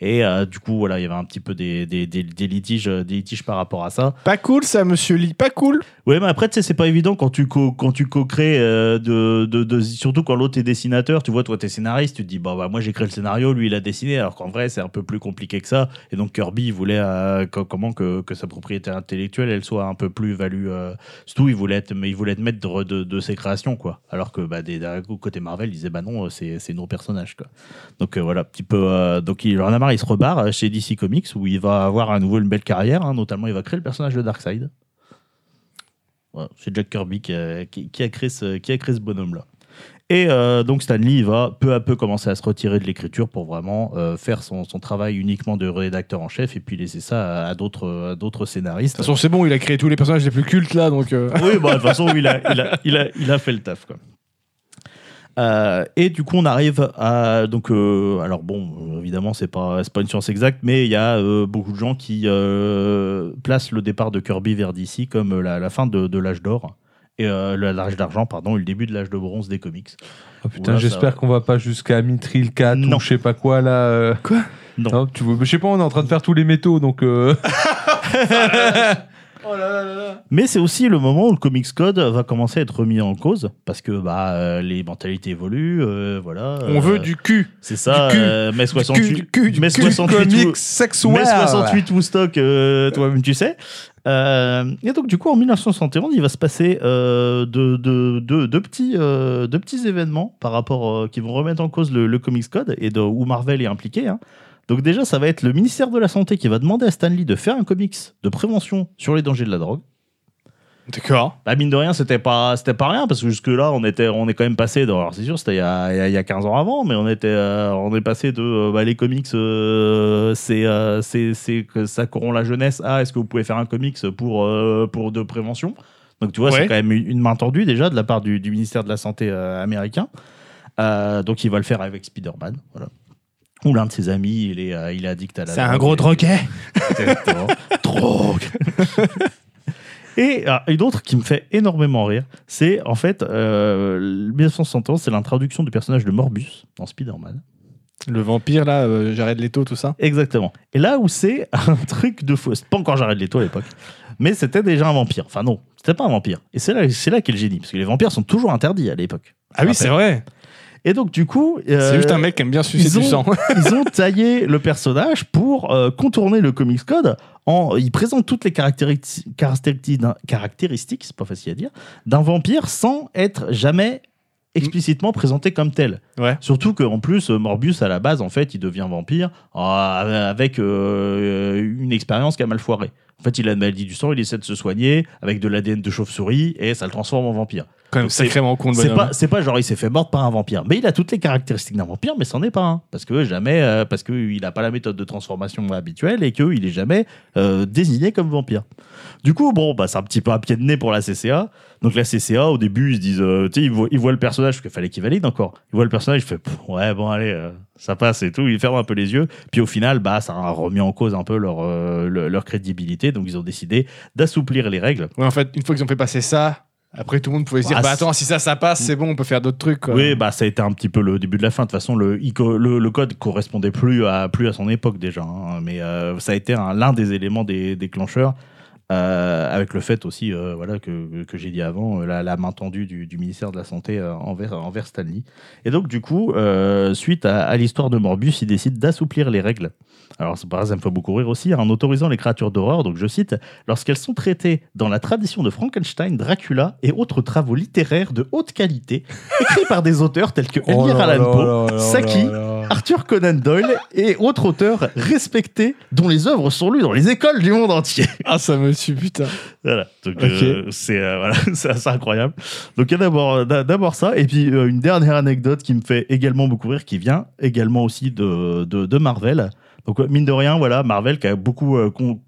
S4: Et euh, du coup, voilà, il y avait un petit peu des, des- des- des litiges, euh, des litiges par rapport à ça.
S2: Pas cool ça, monsieur Lee, pas cool.
S4: Ouais, mais après, tu sais, c'est pas évident quand tu co- quand tu co-crées, euh, de, de, de- surtout quand l'autre est dessinateur. Tu vois, toi, t'es scénariste, tu te dis, bah, bah moi, j'ai créé le scénario, lui, il a dessiné, alors qu'en vrai, c'est un peu plus compliqué que ça. Et donc, Kirby, il voulait euh, co- comment que, que sa propriété intellectuelle, elle soit un peu plus value. Euh, surtout, il voulait être, mais il voulait être maître de, de ses créations, quoi. Alors que, bah, des, d'un coup, côté Marvel, il disait, bah non, euh, c'est c'est nos personnages, quoi. Donc, euh, voilà, petit peu. euh, donc, il en a marre, il se rebarre euh, chez DC Comics, où il va avoir à nouveau une belle carrière, hein. notamment, il va créer le personnage de Darkseid. Voilà, c'est Jack Kirby qui a, qui- qui a créé ce, qui a créé ce bonhomme-là. Et euh, donc Stanley va peu à peu commencer à se retirer de l'écriture pour vraiment euh, faire son, son travail uniquement de rédacteur en chef et puis laisser ça à, à d'autres à d'autres
S2: De
S4: scénaristes.
S2: toute façon, c'est bon, il a créé tous les personnages les plus cultes là, donc. euh,
S4: Oui, bah, de toute façon, il a, il, a, il, a, il a fait le taf. Quoi. Euh, et du coup, on arrive à. Donc, euh, alors, bon, euh, évidemment, c'est pas, c'est pas une science exacte, mais il y a euh, beaucoup de gens qui euh, placent le départ de Kirby vers DC comme euh, la, la fin de, de l'âge d'or. Et euh, le- l'âge d'argent, pardon, et le début de l'âge de bronze des comics.
S1: Oh, putain,
S4: Voilà, ça
S1: j'espère
S4: va.
S1: qu'on va pas jusqu'à Mitril 4
S4: Non.
S1: ou je sais pas quoi là. euh.
S2: Quoi
S4: Non.
S1: Ah, tu veux... Je sais pas, on est en train de faire tous les métaux donc. euh,
S4: Mais c'est aussi le moment où le Comics Code va commencer à être remis en cause, parce que bah, euh, les mentalités évoluent, euh, voilà.
S2: On
S4: euh,
S2: veut du cul.
S4: C'est ça,
S2: du cul,
S4: euh, mai 68.
S2: du cul, du
S4: mai
S2: cul,
S4: 68,
S1: comics
S4: ou-
S1: sexuels.
S4: mai 68 Woodstock, euh, toi-même tu sais. Euh, et donc du coup en 1971 il va se passer euh, de, de- de- de petits, euh, de petits événements par rapport euh, qui vont remettre en cause le, le Comics Code et de, où Marvel est impliqué. hein. Donc déjà ça va être le ministère de la Santé qui va demander à Stanley de faire un comics de prévention sur les dangers de la drogue.
S2: D'accord.
S4: Bah mine de rien, c'était pas, c'était pas rien parce que jusque là, on était, on est quand même passé. Dans, alors c'est sûr, c'était il y, a, il y a- il y a 15 ans avant, mais on était, euh, on est passé de euh, bah, les comics, euh, c'est, euh, c'est, c'est que ça corrompt la jeunesse. Ah, est-ce que vous pouvez faire un comics pour, euh, pour de prévention Donc tu vois,
S2: Ouais.
S4: c'est quand même une une main tendue déjà de la part du, du ministère de la santé euh, américain. Euh, donc il va le faire avec Spider-Man, voilà. Ou l'un de ses amis, il est, euh, il est addict à la.
S2: C'est un
S4: drogue
S2: gros
S4: et-
S2: droguet.
S4: Exactement. Drogue. Et ah, une autre qui me fait énormément rire, c'est en fait euh, 1971, c'est l'introduction du personnage de Morbus dans Spider-Man.
S2: Le vampire là, euh, Jared Leto, tout ça.
S4: Exactement. Et là où c'est un truc de faux, c'est pas encore Jared Leto à l'époque, mais c'était déjà un vampire. Enfin non, c'était pas un vampire. Et c'est là, c'est là qu'est le génie, parce que les vampires sont toujours interdits à l'époque.
S2: Ah oui, c'est vrai.
S4: Et donc du coup, euh,
S2: C'est juste un mec qui aime bien sucer
S4: ils
S2: du
S4: ont-
S2: sang.
S4: ils ont taillé le personnage pour euh, contourner le Comics Code. En, ils présentent toutes les caractéri- caractéristiques, d'un- caractéristiques, c'est pas facile à dire, d'un vampire sans être jamais explicitement présenté comme tel.
S2: Ouais.
S4: Surtout qu'en plus, euh, Morbius, à la base, en fait, il devient vampire euh, avec euh, une expérience qui a mal foiré. En fait, il a une maladie du sang, il essaie de se soigner avec de l'ADN de chauve-souris et ça le transforme en vampire.
S2: Quand même
S4: Donc, c'est-
S2: sacrément con de
S4: C'est
S2: bonhomme.
S4: pas, c'est pas genre il s'est fait mordre par un vampire, mais il a toutes les caractéristiques d'un vampire, mais c'en est pas un. Parce que jamais, euh, parce qu'il n'a pas la méthode de transformation habituelle et qu'il est jamais euh, désigné comme vampire. Du coup, bon, bah, c'est un petit peu un pied de nez pour la CCA. Donc la CCA, au début, ils se disent, euh, tu sais, ils voient, ils voient le personnage, parce qu'il fallait qu'il valide encore. Ils voient le personnage, ils font, Pff, ouais, bon, allez, euh, ça passe et tout. Ils ferment un peu les yeux. Puis au final, bah, ça a remis en cause un peu leur, euh, le- leur crédibilité. Donc ils ont décidé d'assouplir les règles.
S2: Ouais, en fait, une fois qu'ils ont fait passer ça, après tout le monde pouvait se dire
S4: Bah,
S2: bah attends, si ça, ça passe, c'est bon, on peut faire d'autres trucs. quoi.
S4: Oui, bah ça a été un petit peu le début de la fin. De toute façon, le, ico- le, le code correspondait plus à, plus à son époque déjà. hein. Mais euh, ça a été un- l'un des éléments des, déclencheurs. euh, avec le fait aussi, euh, voilà, que, que j'ai dit avant, euh, la, la main tendue du, du ministère de la Santé euh, envers, envers Stanley. Et donc, du coup, euh, suite à, à l'histoire de Morbus, il décide d'assouplir les règles. Alors, c'est pas grave, ça me fait beaucoup rire aussi, hein, en autorisant les créatures d'horreur, donc je cite, lorsqu'elles sont traitées dans la tradition de Frankenstein, Dracula et autres travaux littéraires de haute qualité, écrits par des auteurs tels que
S1: Oh
S4: Edgar
S1: là
S4: Allan
S1: là
S4: Poe,
S1: là là
S4: Saki,
S1: là là.
S4: Arthur Conan Doyle et autres auteurs respectés dont les œuvres sont lues dans les écoles du monde entier.
S2: Ah, ça me suit, putain.
S4: Voilà, donc
S2: Ok.
S4: euh, c'est euh, voilà, c'est assez incroyable. Donc il y a d'abord euh, d'a- d'abord ça, et puis euh, une dernière anecdote qui me fait également beaucoup rire, qui vient également aussi de, de, de Marvel. Donc ouais, mine de rien, voilà, Marvel qui a beaucoup euh, con-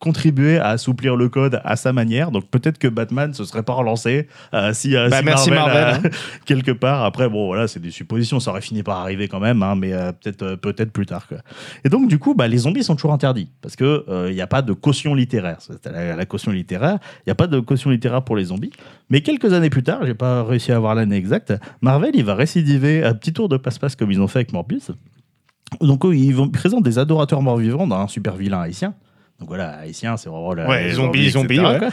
S4: contribué à assouplir le code à sa manière. Donc peut-être que Batman se serait pas relancé euh, si, euh,
S2: Bah,
S4: si
S2: merci
S4: Marvel,
S2: Marvel,
S4: euh, quelque part. Après bon voilà c'est des suppositions, ça aurait fini par arriver quand même, hein, mais euh, peut-être euh, peut-être plus tard. quoi. Et donc du coup bah, les zombies sont toujours interdits parce que euh, il n'y a pas de caution littéraire. C'est la, la caution littéraire, il n'y a pas de caution littéraire pour les zombies. Mais quelques années plus tard, j'ai pas réussi à avoir l'année exacte, Marvel il va récidiver un petit tour de passe-passe comme ils ont fait avec Morbius. Donc eux, ils vont- présentent des adorateurs morts-vivants dans un super vilain haïtien. Donc voilà, haïtien, c'est vraiment le
S2: Ouais,
S4: les
S2: zombies, zombies,
S4: zombies, etc.,
S2: ouais.
S4: quoi.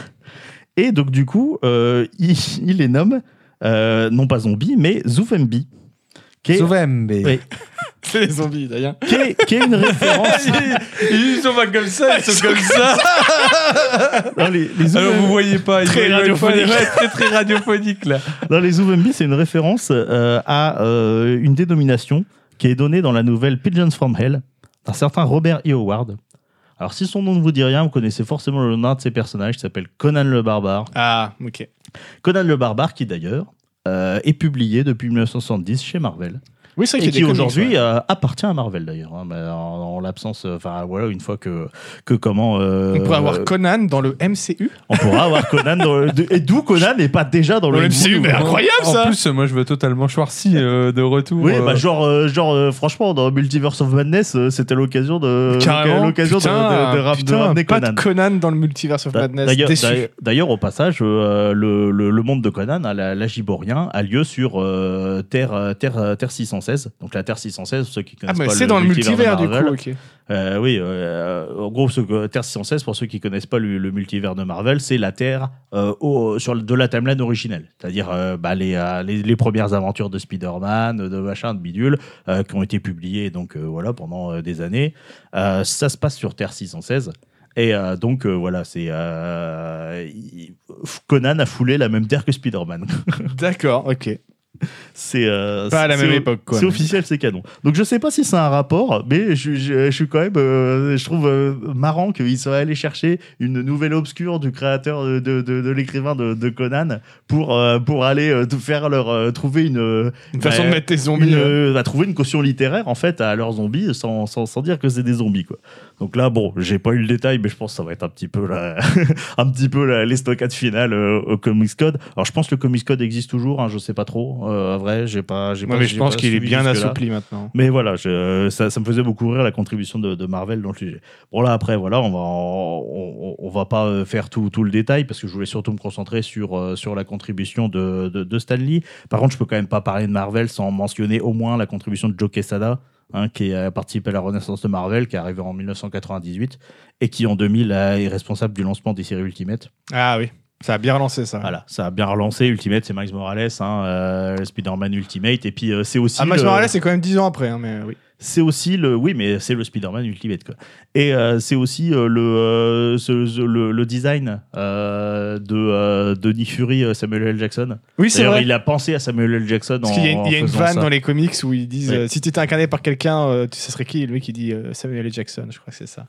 S4: Et donc du coup, euh, il, il les nomme euh, non pas zombies, mais Zoufembi, qui est,
S1: Sovembe.
S4: Oui.
S2: C'est les zombies, d'ailleurs.
S4: qui est- qui est une référence.
S2: Ils sont pas comme ça, ils sont comme ça.
S4: Non, les, les
S1: Alors
S4: Zoufembe-
S1: vous voyez pas, il
S2: Très
S1: y a une fois-
S2: radiophonique.
S1: ouais, très très radiophonique là.
S4: Dans les Zouvembi, c'est une référence euh, à euh, une dénomination qui est donnée dans la nouvelle Pigeons from Hell d'un certain Robert E. Howard. Alors, si son nom ne vous dit rien, vous connaissez forcément le nom d'un de ses personnages qui s'appelle Conan le Barbare.
S2: Ah, ok.
S4: Conan le Barbare, qui d'ailleurs euh, est publié depuis 1970 chez Marvel.
S2: Oui, c'est
S4: Et
S2: vrai qu'il
S4: qui
S2: y a des comics,
S4: aujourd'hui
S2: ouais.
S4: euh, appartient à Marvel d'ailleurs. hein, mais en, en l'absence, euh, enfin voilà, une fois que, que comment. euh,
S2: On pourrait
S4: euh,
S2: avoir Conan dans le MCU.
S4: on pourra avoir Conan dans le- de- Et d'où Conan n'est pas déjà dans le,
S2: Dans le MCU, mais
S4: mouvement.
S2: incroyable
S1: En
S2: ça.
S1: plus, moi je veux totalement Schwarzy euh, de retour.
S4: Oui,
S1: euh,
S4: bah genre, euh, genre euh, franchement, dans Multiverse of Madness, euh, c'était l'occasion de
S2: Carrément.
S4: euh, l'occasion de,
S2: Putain,
S4: de- de ram- de
S2: putain,
S4: ramener
S2: pas
S4: Conan.
S2: de Conan dans le Multiverse of
S4: D'a-
S2: Madness.
S4: D'ailleurs,
S2: Déçu.
S4: d'ailleurs- d'ailleurs, au passage, euh, le, le- le monde de Conan, à la, la Giborien, a lieu sur euh, Terre, euh, Terre, euh, Terre 616. Donc la Terre 616, ceux qui
S2: Ah,
S4: connaissent
S2: mais
S4: pas
S2: c'est dans le multivers,
S4: de
S2: du
S4: Marvel,
S2: coup, ok.
S4: euh, oui, euh, en gros, ce que- Terre 616, pour ceux qui connaissent pas le, le multivers de Marvel, c'est la Terre euh, au- sur, le- de la timeline originelle. C'est-à-dire euh, bah, les, euh, les, les premières aventures de Spider-Man, de machin, de bidule, euh, qui ont été publiées donc, euh, voilà, pendant euh, des années. Euh, ça se passe sur Terre 616. Et euh, donc, euh, voilà, c'est. euh, il- Conan a foulé la même terre que Spider-Man.
S2: D'accord, ok.
S4: C'est euh,
S2: Pas à la
S4: c'est-
S2: même
S4: c'est-
S2: époque, quoi.
S4: C'est officiel, c'est canon. Donc je sais pas si c'est un rapport, mais je, je- je suis quand même, euh, je trouve euh, marrant qu'il soit allé chercher une nouvelle obscure du créateur de, de, de- de l'écrivain de, de Conan pour euh, pour aller euh, tout faire leur euh, trouver une, euh,
S2: Une façon
S4: Ouais.
S2: de mettre tes zombies.
S4: une,
S2: euh,
S4: euh, à trouver une caution littéraire en fait à leurs zombies sans, sans, sans dire que c'est des zombies quoi. Donc là bon, j'ai pas eu le détail mais je pense que ça va être un petit peu la, un petit peu la, l'estocade finale euh, au Comics Code. Alors je pense que le Comics Code existe toujours, hein, je sais pas trop, euh, à vrai, j'ai pas j'ai
S2: Ouais,
S4: pas
S2: mais je
S4: j'ai
S2: pense
S4: pas
S2: qu'il est
S4: suivi
S2: bien
S4: jusque-là.
S2: assoupli maintenant.
S4: Mais voilà, je- ça, ça me faisait beaucoup rire la contribution de, de Marvel dans le sujet. Bon là après voilà, on va en- on, on va pas euh, faire tout, tout le détail parce que je voulais surtout me concentrer sur euh, sur la contribution de, de, de Stan Lee. Par contre, je peux quand même pas parler de Marvel sans mentionner au moins la contribution de Joe Quesada. hein, qui a participé à la renaissance de Marvel, qui est arrivé en 1998 et qui en 2000 a- est responsable du lancement des séries Ultimate.
S2: Ah oui, ça a bien relancé ça.
S4: Voilà, ça a bien relancé Ultimate, c'est Max Morales, hein, euh, Spider-Man Ultimate, et puis euh, c'est aussi.
S2: Ah, Max
S4: le-
S2: Morales, c'est quand même 10 ans après, hein, mais oui.
S4: c'est aussi le oui mais c'est le Spider-Man Ultimate quoi. et euh, c'est aussi euh, le, euh, ce- ce- le le design euh, de euh, de Nick Fury euh, Samuel L Jackson
S2: Oui, c'est
S4: d'ailleurs
S2: vrai.
S4: il a pensé à Samuel L Jackson
S2: Parce
S4: en-
S2: qu'il y a une,
S4: en
S2: il y a une
S4: faisant
S2: vanne
S4: ça.
S2: dans les comics où ils disent
S4: Ouais.
S2: euh, si tu étais incarné par quelqu'un, euh, tu- ce serait qui Et Lui qui dit euh, Samuel L. Jackson, je crois que c'est ça.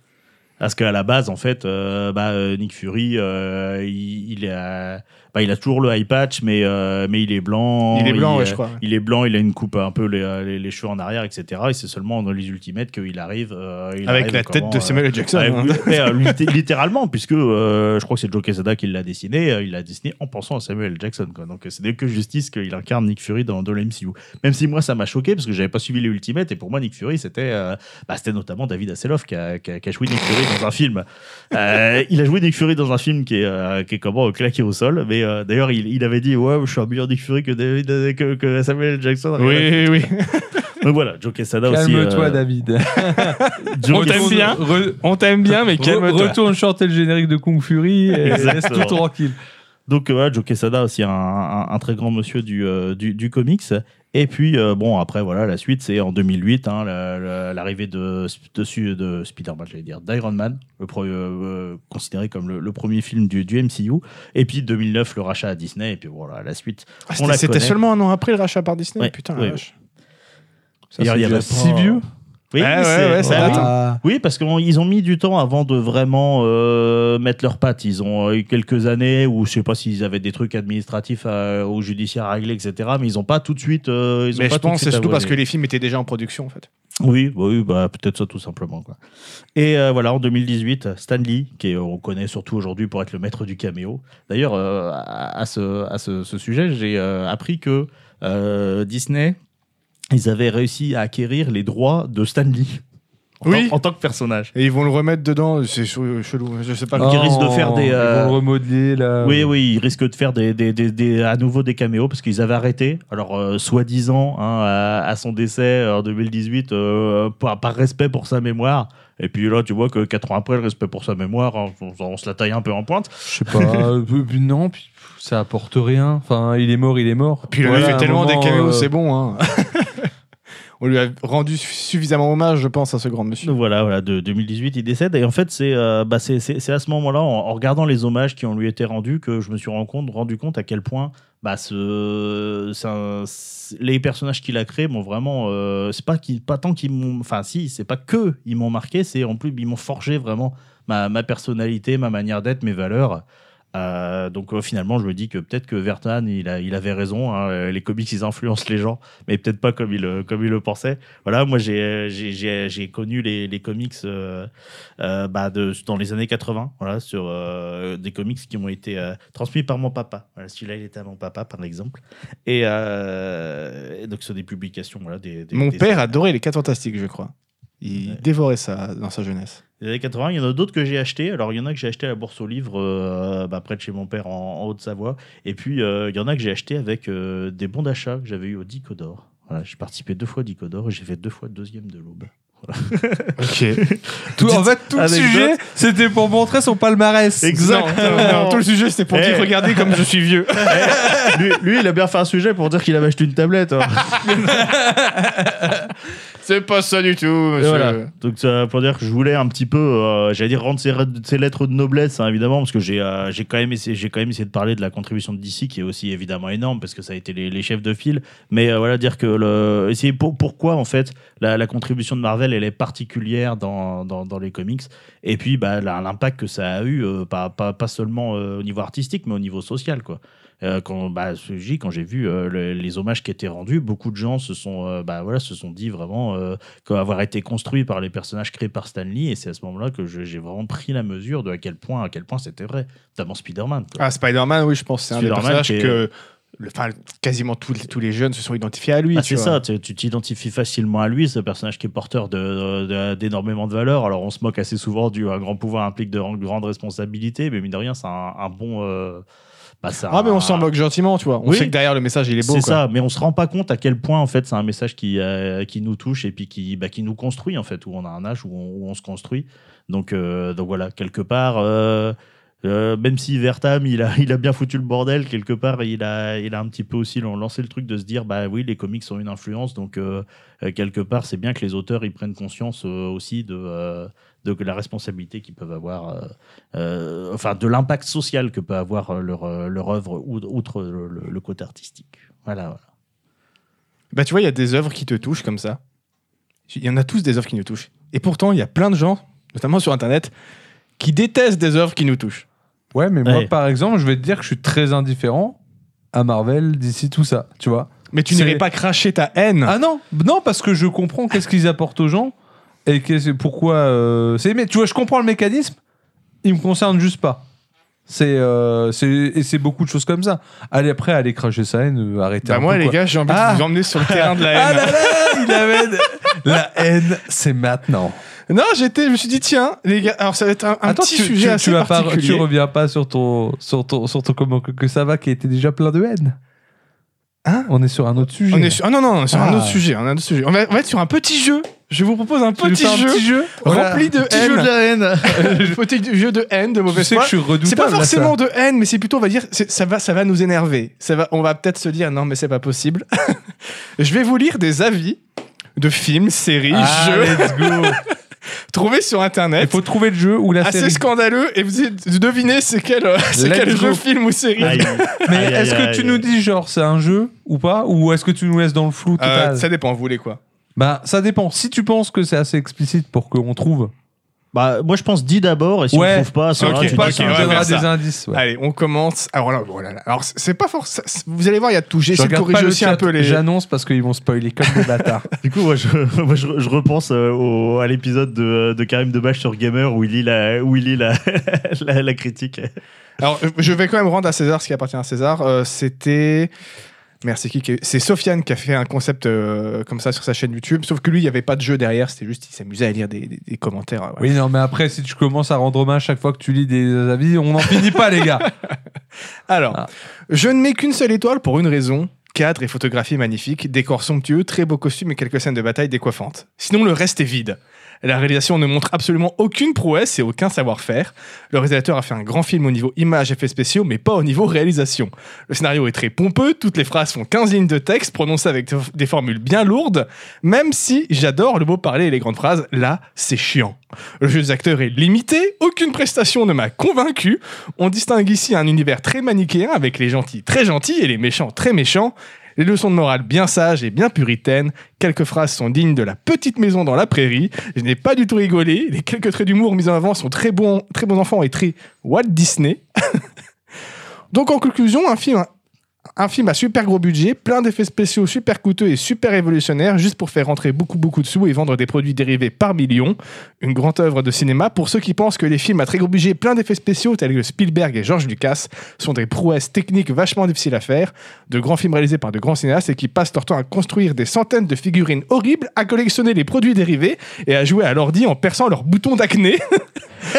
S4: parce qu'à la base en fait euh, bah, euh, Nick Fury euh, il, il a bah, il a toujours le eye patch mais euh, mais il est blanc
S2: Oh, il est blanc, ouais,
S4: euh,
S2: je crois. ouais.
S4: il est blanc, il a une coupe un peu les, euh, les- les cheveux en arrière, etc. Et c'est seulement dans les ultimates qu'il arrive. euh, il
S2: Avec
S4: arrive
S2: la
S4: comment,
S2: tête de
S4: euh,
S2: Samuel L. Jackson.
S4: Ouais,
S2: hein.
S4: oui, mais, euh, litté- littéralement, puisque euh, je crois que c'est Joe Quesada qui l'a dessiné. euh, il l'a dessiné en pensant à Samuel Jackson. Quoi. Donc euh, c'est dès que justice qu'il incarne Nick Fury dans, dans le MCU. Même si moi ça m'a choqué parce que j'avais pas suivi les Ultimates et pour moi Nick Fury c'était euh, bah, c'était notamment David Hasselhoff qui a, qui a- qui a joué Nick Fury dans un film. Euh, il a joué Nick Fury dans un film qui est, euh, qui est comment euh, claqué au sol. Mais euh, d'ailleurs il, il avait dit ouais je suis un meilleur Nick Fury que, David, que, que Samuel Jackson.
S2: Oui, oui.
S4: Donc voilà Joe Quesada aussi.
S1: Calme-toi
S4: euh,
S1: David.
S4: Joe
S2: On t'aime
S4: Quesada-
S2: bien.
S1: Re-
S2: On t'aime bien, mais
S1: re-
S2: calme-toi.
S1: retourne chanter le générique de Kung Fury et reste
S4: Exactement.
S1: tout tranquille.
S4: Donc euh, voilà, Joe Quesada aussi un, un- un très grand monsieur du, euh, du, du comics. Et puis euh, bon après voilà la suite c'est en 2008 hein, la- la- l'arrivée de dessus de Spider-Man j'allais dire d'Iron Man le pro- euh, euh, considéré comme le, le premier film du, du MCU et puis 2009 le rachat à Disney et puis voilà la suite
S2: Ah,
S4: on la
S2: c'était- C'était
S4: connaît.
S2: seulement un an après le rachat par Disney.
S4: Ouais,
S2: Putain,
S4: ouais,
S2: la vache.
S1: Ça,
S4: Et alors,
S1: c'est
S4: il y
S1: déjà
S4: avait
S1: si
S4: pas-
S1: vieux.
S4: Oui,
S2: Ouais, ouais,
S4: c'est-
S2: ouais, ça
S4: bah
S2: date,
S4: oui.
S2: hein.
S1: Ah,
S4: Oui, parce qu'ils ont mis du temps avant de vraiment euh, mettre leurs pattes. Ils ont euh, eu quelques années où je sais pas s'ils avaient des trucs administratifs à- ou judiciaires à régler, etc. Mais ils n'ont pas tout de suite. euh, ils ont
S2: Mais
S4: pas
S2: je
S4: tout de
S2: pense que c'est
S4: suite
S2: surtout parce que
S4: avoué.
S2: les films étaient déjà en production en fait.
S4: Oui, bah oui, bah, peut-être ça tout simplement. Quoi. Et euh, voilà, en 2018, Stanley, qui est- euh, on connaît surtout aujourd'hui pour être le maître du caméo. D'ailleurs, euh, à à ce, à ce, ce sujet, j'ai euh, appris que euh, Disney, ils avaient réussi à acquérir les droits de Stanley.
S2: Oui.
S4: en tant que personnage.
S2: Et ils vont le remettre dedans, c'est chou- chelou, je sais pas.
S1: Oh.
S4: Ah. Ils risquent de faire des,
S1: Ils
S4: euh,
S1: vont le remodeler là.
S4: Oui, oui, ils risquent de faire des, des- des- des- à nouveau des caméos parce qu'ils avaient arrêté. Alors, euh, soi-disant, hein, à, à son décès euh, en 2018, euh, par, par respect pour sa mémoire. Et puis là, tu vois que 80 ans après, le respect pour sa mémoire, hein, on, on se la taille un peu en pointe.
S1: Je sais pas. euh, puis non, puis pff, ça apporte rien. Enfin, il est mort, il est mort.
S2: Puis il
S1: Voilà,
S2: a
S1: à
S2: fait
S1: un
S2: tellement
S1: moment,
S2: des caméos,
S1: euh,
S2: c'est bon. hein. On lui a rendu su- suffisamment hommage, je pense, à ce grand monsieur.
S4: Donc Voilà, voilà, de 2018, il décède. Et en fait, c'est euh, bah, c'est- c'est- c'est à ce moment-là, en, en regardant les hommages qui ont lui été rendus, que je me suis rendu compte, rendu compte à quel point bah, ce, c'est un- c'est- les personnages qu'il a créés m'ont vraiment. euh, c'est pas, qu'ils- pas tant qu'ils m'ont. Enfin, si, c'est pas que ils m'ont marqué, c'est en plus, ils m'ont forgé vraiment ma, ma personnalité, ma manière d'être, mes valeurs. Euh, donc euh, finalement, je me dis que peut-être que Vertan, il, a- il avait raison. hein, les comics, ils influencent les gens, mais peut-être pas comme il, le- comme il le pensait voilà, moi j'ai euh, j'ai- j'ai- j'ai connu les, les comics euh, euh, bah, de, dans les années 80, voilà, sur euh, des comics qui m'ont été euh, transmis par mon papa. Voilà, Celui-là, il était à mon papa, par exemple. Et, euh, et donc, sur des publications. Voilà, des, des-
S2: Mon
S4: des-
S2: père adorait les 4 Fantastiques, je crois. Il
S4: Ouais.
S2: dévorait ça dans sa jeunesse.
S4: Les années 80, il y en a d'autres que j'ai acheté. Alors, il y en a que j'ai acheté à la Bourse aux Livres, euh, bah, près de chez mon père en, en Haute-Savoie. Et puis, euh, il y en a que j'ai acheté avec euh, des bons d'achat que j'avais eu au Dicodor. Voilà, j'ai participé deux fois au Dicodor et j'ai fait deux fois deuxième de l'aube.
S2: Ok.
S1: Tout- en fait, tout le
S4: Anecdote.
S1: sujet, c'était pour montrer son palmarès.
S2: Exactement. Tout le sujet, c'était pour
S4: Eh.
S2: dire regardez comme je suis vieux.
S4: lui, lui, il a bien fait un sujet pour dire qu'il avait acheté une tablette. hein.
S2: C'est pas ça du tout,
S4: Et voilà. Donc ça pour dire que je voulais un petit peu, euh, j'allais dire rendre ses, ses lettres de noblesse, hein, évidemment, parce que j'ai euh, j'ai quand même essayé, j'ai quand même essayé de parler de la contribution de DC qui est aussi évidemment énorme parce que ça a été les, les chefs de file. Mais euh, voilà, dire que le, essayer pour- pourquoi en fait la, la contribution de Marvel elle est particulière dans, dans, dans les comics. Et puis bah, la- l'impact que ça a eu, euh, pas, pas, pas seulement euh, au niveau artistique, mais au niveau social quoi. Euh, quand bah, je dis, quand j'ai vu euh, le- les hommages qui étaient rendus, beaucoup de gens se sont euh, bah, voilà se sont dit vraiment euh, qu'à avoir été construit par les personnages créés par Stanley et c'est à ce moment-là que je- j'ai vraiment pris la mesure de à quel point à quel point c'était vrai, notamment Spider-Man. quoi.
S2: Ah, Spider-Man, oui, je pense que c'est un des
S4: Spider-Man
S2: personnages
S4: qui est-
S2: que le- enfin, quasiment tous, les- tous les jeunes se sont identifiés à lui.
S4: Ah,
S2: tu
S4: c'est
S2: vois.
S4: ça, tu tu t'identifies facilement à lui, ce personnage qui est porteur d'énormément de, d'énormément de valeurs. Alors on se moque assez souvent du un grand pouvoir implique de grandes responsabilités, mais mine de rien, c'est un, un bon. euh, bah, c'est
S2: Ah, mais on
S4: un-
S2: s'en moque gentiment, tu vois. On
S4: Oui.
S2: sait que derrière le message, il est beau.
S4: C'est
S2: quoi.
S4: ça, mais on se rend pas compte à quel point en fait c'est un message qui, euh, qui nous touche et puis qui, bah, qui nous construit en fait, où on a un âge où on, où on se construit. Donc, euh, donc voilà, quelque part, euh, euh, même si Vertam il a, il a bien foutu le bordel, quelque part il a, il a un petit peu aussi lan- lancé le truc de se dire bah oui, les comics ont une influence, donc euh, euh, quelque part c'est bien que les auteurs ils prennent conscience euh, aussi de. euh, de la responsabilité qu'ils peuvent avoir, euh, euh, enfin de l'impact social que peut avoir euh, leur, euh, leur œuvre ou- outre le- le- le côté artistique. Voilà, voilà.
S2: Bah, tu vois, il y a des œuvres qui te touchent comme ça. Il y en a tous des œuvres qui nous touchent. Et pourtant, il y a plein de gens, notamment sur Internet, qui détestent des œuvres qui nous touchent.
S1: Ouais, mais moi,
S4: Ouais.
S1: par exemple, je vais te dire que je suis très indifférent à Marvel, d'ici tout ça, tu vois.
S2: Mais tu
S1: C'est-
S2: n'irais pas cracher ta haine.
S1: Ah non, non, parce que je comprends qu'est-ce qu'ils apportent aux gens et qu'est-ce- pourquoi. euh, c'est, mais tu vois, je comprends le mécanisme. Il me concerne juste pas. C'est, euh, c'est et c'est beaucoup de choses comme ça. Allez après, allez cracher sa haine, euh, arrêtez.
S2: bah,
S1: un
S2: moi,
S1: peu,
S2: les
S1: quoi.
S2: gars, j'ai envie
S1: Ah.
S2: de vous emmener sur le terrain de la haine.
S1: Ah là là, il avait de- la haine, c'est maintenant.
S2: Non, j'étais, je me suis dit, tiens, les gars, alors ça va être un, un petit
S1: tu,
S2: sujet
S1: tu-
S2: assez
S1: tu vas pas-
S2: particulier.
S1: tu reviens pas sur ton, sur ton, sur ton comment que, que ça va qui était déjà plein de haine.
S2: Hein
S1: On est sur un autre sujet.
S2: On est sur, ah non, non, on est sur un
S1: Ah.
S2: autre sujet. On, est un autre sujet. On, va, on va être sur un petit jeu. Je vous propose un
S1: Tu nous
S2: petit
S1: fais un
S2: jeu,
S1: petit jeu
S2: rempli de
S4: Petit
S2: haine.
S4: jeu de la haine.
S2: petit jeu de haine, de
S1: Je
S2: mauvaise
S1: sais
S2: foi.
S1: que je suis redoutable.
S2: C'est pas
S1: là, ça.
S2: forcément de haine, mais c'est plutôt, on va dire, c'est- ça va, ça va nous énerver. Ça va, on va peut-être se dire, non, mais c'est pas possible. je vais vous lire des avis de films, séries,
S1: Ah,
S2: jeux
S1: let's go.
S2: trouvés sur
S1: Il
S2: Internet.
S1: faut trouver le jeu ou la
S2: Assez
S1: série.
S2: scandaleux, et vous devinez c'est quel, euh, c'est
S1: Let's
S2: quel
S1: go.
S2: jeu, film ou série.
S4: Aïe.
S1: Mais
S4: Aïe,
S1: est-ce
S4: aïe,
S1: que
S4: aïe.
S1: tu nous dis genre c'est un jeu ou pas ou est-ce que tu nous laisses dans le flou
S2: Euh,
S1: total
S2: ça dépend, vous voulez quoi
S1: Bah, ça dépend. Si tu penses que c'est assez explicite pour qu'on trouve,
S4: Bah, moi, je pense, dis d'abord, et si
S1: Ouais.
S4: on trouve pas, ça
S2: Ok,
S4: va,
S1: on
S4: tu
S1: trouve
S4: dis
S1: pas
S4: que c'est
S1: qu'on
S2: on
S4: un
S2: va
S1: donnera
S2: faire ça.
S1: des indices. ouais.
S2: Allez, on commence. Alors là, voilà. Alors c'est- c'est pas forcément. Vous allez voir, il y a tout. J'ai
S1: Je
S2: essayé de
S1: regarde pas
S2: corriger
S1: le
S2: aussi un
S1: chat,
S2: peu les.
S1: J'annonce parce qu'ils vont spoiler comme des bâtards.
S4: Du coup, moi, je, moi, je, je repense euh, au- à l'épisode de, euh, de Karim Debache sur Gamer où il lit la, où il lit la, la, la critique.
S2: Alors euh, je vais quand même rendre à César ce qui appartient à César. Euh, C'était. Merde, c'est qui qui a eu- C'est Sofiane qui a fait un concept euh, comme ça sur sa chaîne YouTube. Sauf que lui, il n'y avait pas de jeu derrière. C'était juste, il s'amusait à lire des, des- des commentaires. euh, voilà.
S1: Oui, non, mais après, si tu commences à rendre hommage chaque fois que tu lis des avis, on n'en finit pas, les gars.
S2: Alors,
S1: Ah.
S2: je ne mets qu'une seule étoile pour une raison. Cadre et photographie magnifique, décor somptueux, très beau costume et quelques scènes de bataille décoiffantes. Sinon, le reste est vide. La réalisation ne montre absolument aucune prouesse et aucun savoir-faire. Le réalisateur a fait un grand film au niveau images, effets spéciaux, mais pas au niveau réalisation. Le scénario est très pompeux, toutes les phrases font 15 lignes de texte prononcées avec des formules bien lourdes, même si j'adore le mot parler et les grandes phrases, là, c'est chiant. Le jeu des acteurs est limité, aucune prestation ne m'a convaincu, on distingue ici un univers très manichéen avec les gentils très gentils et les méchants très méchants. Les leçons de morale bien sages et bien puritaines. Quelques phrases sont dignes de la petite maison dans la prairie. Je n'ai pas du tout rigolé. Les quelques traits d'humour mis en avant sont très bons, très bons enfants et très Walt Disney. Donc en conclusion, un film, un film à super gros budget, plein d'effets spéciaux super coûteux et super révolutionnaires, juste pour faire rentrer beaucoup beaucoup de sous et vendre des produits dérivés par millions. Une grande œuvre de cinéma pour ceux qui pensent que les films à très gros budget plein d'effets spéciaux tels que Spielberg et George Lucas sont des prouesses techniques vachement difficiles à faire, de grands films réalisés par de grands cinéastes et qui passent leur temps à construire des centaines de figurines horribles, à collectionner les produits dérivés et à jouer à l'ordi en perçant leurs boutons d'acné.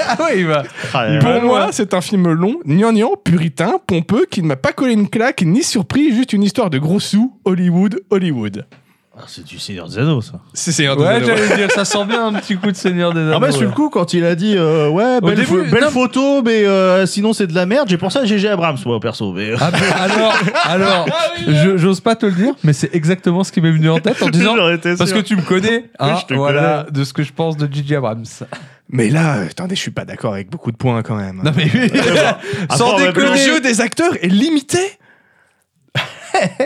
S2: ah ouais, il va.
S4: Ah, là, là.
S2: Pour moi, c'est un film long, gnangnan, puritain, pompeux, qui ne m'a pas collé une claque, ni surpris, juste une histoire de gros sous, Hollywood, Hollywood.
S4: Ah, c'est du Seigneur des Anneaux, ça.
S2: C'est Seigneur des
S1: Ouais,
S2: Anneaux.
S1: j'allais dire, ça sent bien un petit coup de Seigneur des Anneaux.
S4: Ah bah sur le coup quand il a dit euh, ouais belle,
S1: début,
S4: pho- belle
S1: non.
S4: photo mais euh, sinon c'est de la merde j'ai pensé à GG Abrams moi perso mais euh,
S1: Ah, mais alors, alors je- j'ose pas te le dire, mais c'est exactement ce qui m'est venu en tête en disant.
S4: j'aurais été
S1: Parce que
S4: sûr.
S1: tu me connais, hein,
S4: je te
S1: voilà, de ce que je pense de Gigi Abrams.
S2: Mais là, euh, attendez, je suis pas d'accord avec beaucoup de points quand même.
S1: Non, mais oui,
S4: Après, on
S2: Sans
S4: va
S2: déconner. Le
S4: pleurer.
S2: jeu des acteurs est limité.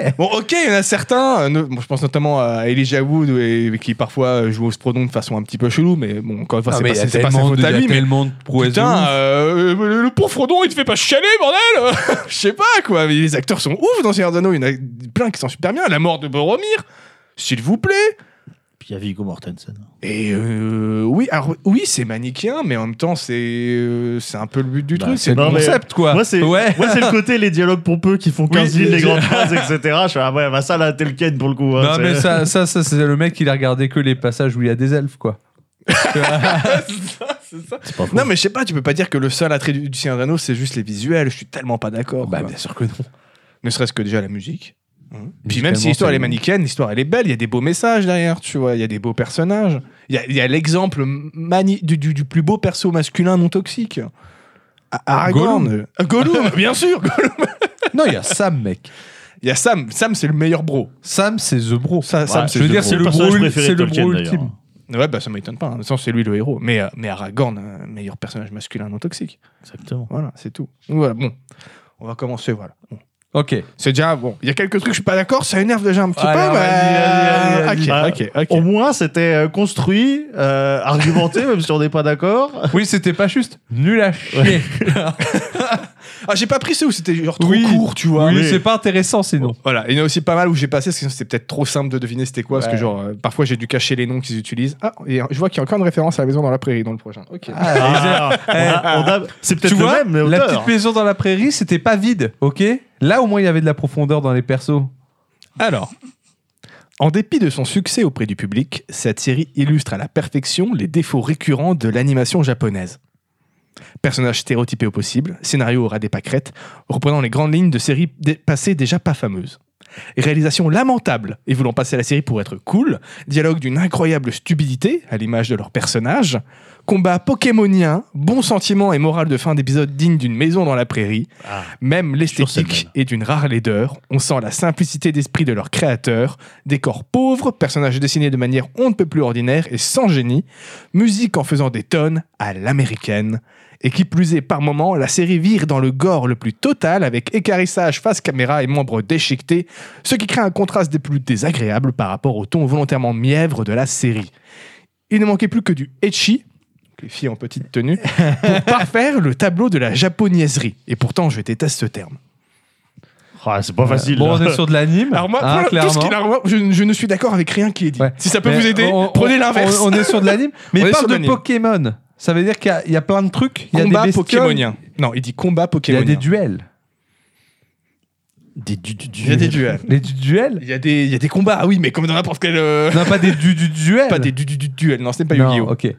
S2: bon, ok, il y en a certains. euh, no- bon, je pense notamment à Elijah Wood, et, qui parfois euh, joue au Sprodon de façon un petit peu chelou, mais bon, encore une fois,
S1: Ah,
S2: c'est
S1: mais
S2: pas,
S1: il y a
S2: c'est pas sa
S1: tellement de-
S2: faute à
S1: il y a
S2: lui. Mais
S1: tellement de prouesses. de
S2: putain,
S1: ouf.
S2: euh, euh, le pauvre Frodon, il te fait pas chialer, bordel Je sais pas, quoi. Mais les acteurs sont ouf dans Seigneur des Anneaux. Il y en a plein qui sont super bien. La mort de Boromir, s'il vous plaît.
S4: puis il y a Viggo Mortensen
S2: Et euh, oui, alors oui, c'est manichéen, mais en même temps, c'est euh, c'est un peu le but du
S4: Bah,
S2: truc.
S1: c'est le
S4: non, mais-
S1: concept, quoi.
S4: moi c'est
S1: Ah, ouais.
S4: moi, c'est le côté les dialogues pompeux qui font 15
S1: Oui,
S4: lignes les
S1: je-
S4: grandes phrases etc je fais ah ouais bah ça là t'es le Ken pour le coup hein,
S1: Non,
S4: c'est-
S1: mais ça, ça, ça c'est le mec, il a regardé que les passages où il y a des elfes, quoi.
S4: c'est pas faux.
S2: Non, mais je sais pas, tu peux pas dire que le seul attrait du, du Seigneur des Anneaux, c'est juste les visuels. Je suis tellement pas d'accord. quoi.
S1: sûr que non.
S2: Bah, ne serait-ce que déjà la musique. hein. Puis
S1: Musicalement,
S2: même si l'histoire
S1: c'est-
S2: elle est manichéenne, l'histoire elle est belle, il y a des beaux messages derrière, tu vois, il y a des beaux personnages. Il y a- il y a, l'exemple mani- du, du- du plus beau perso masculin non toxique. A- Aragorn. Euh, Gollum, bien sûr. Gollum.
S1: Non, il y a Sam, mec.
S2: Il y a Sam. Sam, c'est le meilleur bro.
S1: Sam, c'est The Bro.
S2: Ça, Sam,
S4: Ouais,
S2: c'est
S1: je veux
S2: the
S1: dire,
S2: bro.
S1: c'est le
S4: personnage
S1: bro ul-
S4: préféré
S1: c'est
S4: de
S1: le
S4: Tolkien,
S1: bro
S4: d'ailleurs.
S1: ultime.
S2: Ouais, bah ça m'étonne pas. hein. De toute façon, c'est lui le héros. Mais, euh, mais Aragorn, euh, meilleur personnage masculin non toxique.
S4: exactement
S2: Voilà, c'est tout. Donc, Voilà, bon. On va commencer, voilà. Bon.
S1: Ok.
S2: C'est déjà, bon, il y a quelques trucs, je suis pas d'accord, ça énerve déjà un petit
S1: Alors,
S2: peu. mais-
S1: vas-y, vas-y, vas-y, Ah.
S4: vas-y.
S2: Ok, ok, ok.
S4: Bah, au moins c'était euh, construit euh, argumenté même si on n'est pas d'accord
S1: Oui, c'était pas juste. Nul à chier.
S2: Ah, j'ai pas pris ceux où c'était genre trop
S1: Oui.
S2: court, tu vois.
S1: oui,
S2: Mais-
S1: c'est pas intéressant sinon.
S2: Voilà, il y en a aussi pas mal où j'ai passé, parce que sinon c'était peut-être trop simple de deviner c'était quoi, parce que
S1: Ouais.
S2: genre, euh, parfois j'ai dû cacher les noms qu'ils utilisent. Ah, et euh, je vois qu'il y a encore une référence à la maison dans la prairie dans le prochain. Ok.
S4: Ah, on a- on a- c'est peut-être
S1: Eh, Tu
S4: le
S1: vois,
S4: même mais
S1: la
S4: auteur.
S1: petite maison dans la prairie, c'était pas vide, ok Là, au moins, il y avait de la profondeur dans les persos.
S2: Alors. En dépit de son succès auprès du public, cette série illustre à la perfection les défauts récurrents de l'animation japonaise. Personnages stéréotypés au possible, scénario aura des pâquerettes, reprenant les grandes lignes de séries dé- passées déjà pas fameuses. Réalisation lamentable et voulant passer la série pour être cool, dialogue d'une incroyable stupidité à l'image de leurs personnages, combat pokémonien, bon sentiment et morale de fin d'épisode digne d'une maison dans la prairie,
S4: Ah.
S2: même
S4: Sur
S2: l'esthétique
S4: scène.
S2: est d'une rare laideur. On sent la simplicité d'esprit de leur créateur. Décors pauvres, personnages dessinés de manière on ne peut plus ordinaire et sans génie. Musique en faisant des tonnes à l'américaine. Et qui plus est, par moment, la série vire dans le gore le plus total avec écarissage face caméra et membres déchiquetés, ce qui crée un contraste des plus désagréables par rapport au ton volontairement mièvre de la série. Il ne manquait plus que du etchi, donc les filles en petite tenue, pour parfaire le tableau de la japonaiserie. Et pourtant, je déteste ce terme.
S4: Ah, c'est pas facile.
S1: Bon,
S4: là.
S1: on est sur de l'anime.
S2: Alors moi,
S1: hein,
S2: pour le- tout ce
S1: clairement.
S2: qu'il a remarqué, je, je ne suis d'accord avec rien qui est dit.
S1: Ouais.
S2: Si ça peut
S1: Mais
S2: vous aider,
S1: on- on-
S2: prenez l'inverse.
S1: On, on est sur de l'anime.
S2: On
S1: Mais
S2: est
S1: il
S2: sur
S1: parle
S2: de
S1: de
S2: l'anime.
S1: Pokémon. Ça veut dire qu'il y a- il y, a plein de trucs. Il y a
S2: Combat
S1: des bestioles,
S2: pokémonien. Non, il dit combat
S1: Il y
S2: pokémonien.
S1: a des duels.
S4: Des du- du- du-
S2: Il y a des duels.
S1: Les du- duels
S2: Il y, a des, il y a des combats, ah oui, mais comme dans n'importe quel. euh,
S1: Non, pas des du, du duels.
S2: Pas des du, du, du- duels, non, c'est pas
S1: Non,
S2: Yu-Gi-Oh!
S1: ok.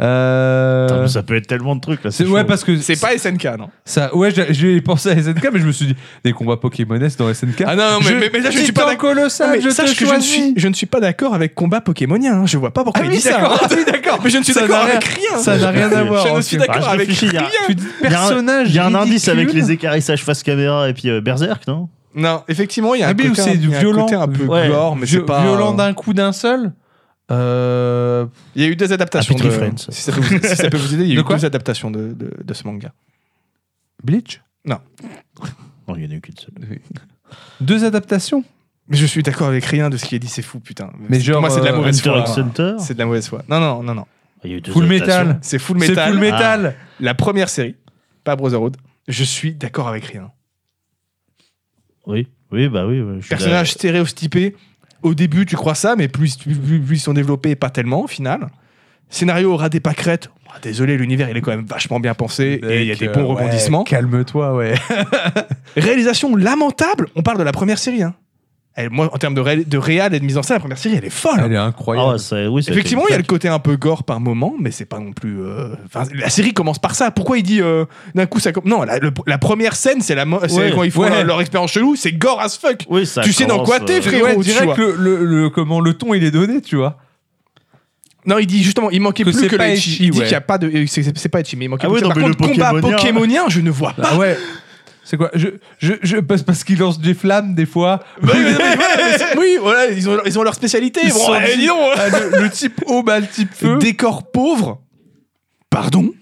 S1: Euh,
S4: Putain, mais ça peut être tellement de trucs là.
S1: c'est-
S4: chaud.
S1: ouais, parce que
S2: C'est pas SNK, non.
S1: ça. Ouais, j'ai- j'ai pensé à SNK, mais je me suis dit des combats pokémonesques dans SNK.
S2: Ah non, non, mais,
S1: Je-
S2: mais, mais là, je suis pas
S1: Titan
S2: d'accord.
S1: colossal,
S2: Mais
S1: Ah, je
S2: sache
S1: te
S2: que je ne,
S1: choisis.
S2: suis, je ne suis pas d'accord avec combat pokémonien, hein. je vois pas pourquoi
S1: Ah
S2: il
S1: oui,
S2: dit ça.
S1: d'accord.
S2: hein.
S1: Ah oui, d'accord.
S2: Mais je ne suis
S1: Ça
S2: d'accord
S1: n'a rien-
S2: avec rien.
S1: Ça n'a rien à
S4: Je
S1: voir.
S2: je ne
S1: ok.
S2: suis d'accord
S4: Ah, je
S2: avec
S4: réfléchis, il y a-
S2: rien.
S1: Tu dis
S4: Il y a un-
S1: personnage.
S4: Il y a un indice
S1: ridicule.
S4: avec les écarissages face caméra et puis euh, Berserk, non
S2: Non, effectivement, il y a
S1: Ah
S2: un
S1: oui,
S2: côté,
S1: où c'est
S2: un- il y a un
S1: violent,
S2: côté un peu
S4: ouais,
S2: gore, mais c'est
S1: Viol-
S2: pas. euh,
S1: Violent d'un coup d'un seul. Euh,
S2: Il y a eu deux adaptations.
S4: Ah, Petri
S2: de...
S4: Friends.
S2: Si, ça peut vous, si ça peut vous aider, il y a
S1: De
S2: eu
S1: quoi
S2: deux adaptations de, de, de ce manga.
S1: Bleach.
S4: Non, il y en a eu qu'une seule.
S1: Deux adaptations.
S2: Mais je suis d'accord avec rien de ce qui est dit, c'est fou, putain.
S1: Mais
S2: C'est-
S1: genre,
S2: pour moi, c'est de la
S1: euh,
S2: mauvaise
S4: Hunter
S2: foi.
S4: x Hunter
S2: C'est de la mauvaise foi. Non, non, non, non.
S4: Il y a eu deux
S1: Full
S4: adaptations.
S1: Metal.
S2: C'est full
S1: C'est
S2: metal. Ah.
S1: Full Metal.
S2: La première série, pas Brotherhood. Je suis d'accord avec rien.
S4: Oui, oui, bah oui. oui, je suis
S2: Personnage stéréotypé. Au début, tu crois ça, mais plus, plus- plus- plus ils sont développés, pas tellement, au final. Scénario au ras des pâquerettes. Bah, désolé, l'univers, il est quand même vachement bien pensé et il y a
S1: Mec,
S2: des
S1: euh,
S2: bons
S1: ouais,
S2: rebondissements.
S1: Calme-toi, ouais.
S2: Réalisation lamentable. On parle de la première série. Hein. Elle- moi, en termes de, ré- de réal et de mise en scène, la première série, elle est folle. hein.
S1: Elle est
S4: d'accord. Ah
S1: incroyable.
S4: ouais, ça- oui, ça a été
S2: Effectivement,
S4: une
S2: il y a le
S4: claque.
S2: côté un peu gore par moment, mais c'est pas non plus. euh, enfin, la série commence par ça. Pourquoi il dit euh, d'un coup ça. com- Non, la, le- la première scène, c'est la mo- c'est
S4: Ouais.
S2: quand ils font
S1: Ouais.
S2: leur, leur expérience chelou, c'est gore as fuck.
S4: Oui, ça
S2: Tu sais dans
S4: commence,
S2: quoi t'es,
S4: euh,
S2: frère.
S1: Ouais,
S2: frérot, tu vois.
S1: direct, le, le- le- comment le ton il est donné, tu vois.
S2: Non, il dit justement, il manquait
S1: Que
S2: plus
S1: c'est
S2: que le
S1: pas
S2: Echi.
S1: Echi,
S2: Il dit
S1: ouais.
S2: qu'il y a pas de. euh, C'est c'est pas Echi, mais il manquait
S4: Ah
S2: plus
S4: oui,
S2: que
S4: non,
S2: ça. Par
S4: mais le
S2: contre, combat
S4: Pokémonien-
S2: pokémonien, je ne vois pas.
S1: Ah ouais. C'est quoi je, je, je, Parce, parce qu'il lance des flammes des fois.
S2: Oui, mais- mais- mais c'est- oui, voilà, ils ont, ils ont leur spécialité.
S1: Ils
S2: Bon,
S1: sont
S2: eh,
S1: dit-
S2: dis donc, hein.
S1: Ah, le, le type eau, bah, le type feu.
S2: Décor pauvre. Pardon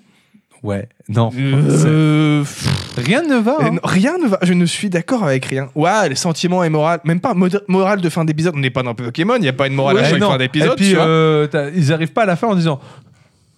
S1: Ouais, non.
S2: Euh, pff,
S1: Mmh. Rien ne va.
S2: Euh,
S1: hein.
S2: non, rien ne va. Je ne suis d'accord avec rien. Ouais, les sentiments et morale. Même pas mod- morale de fin d'épisode. On n'est pas dans Pokémon. Il n'y a pas une morale
S1: Ouais,
S2: à chaque
S1: non.
S2: fin d'épisode.
S1: Et puis,
S2: tu vois.
S1: euh, t'as- ils arrivent pas à la fin en disant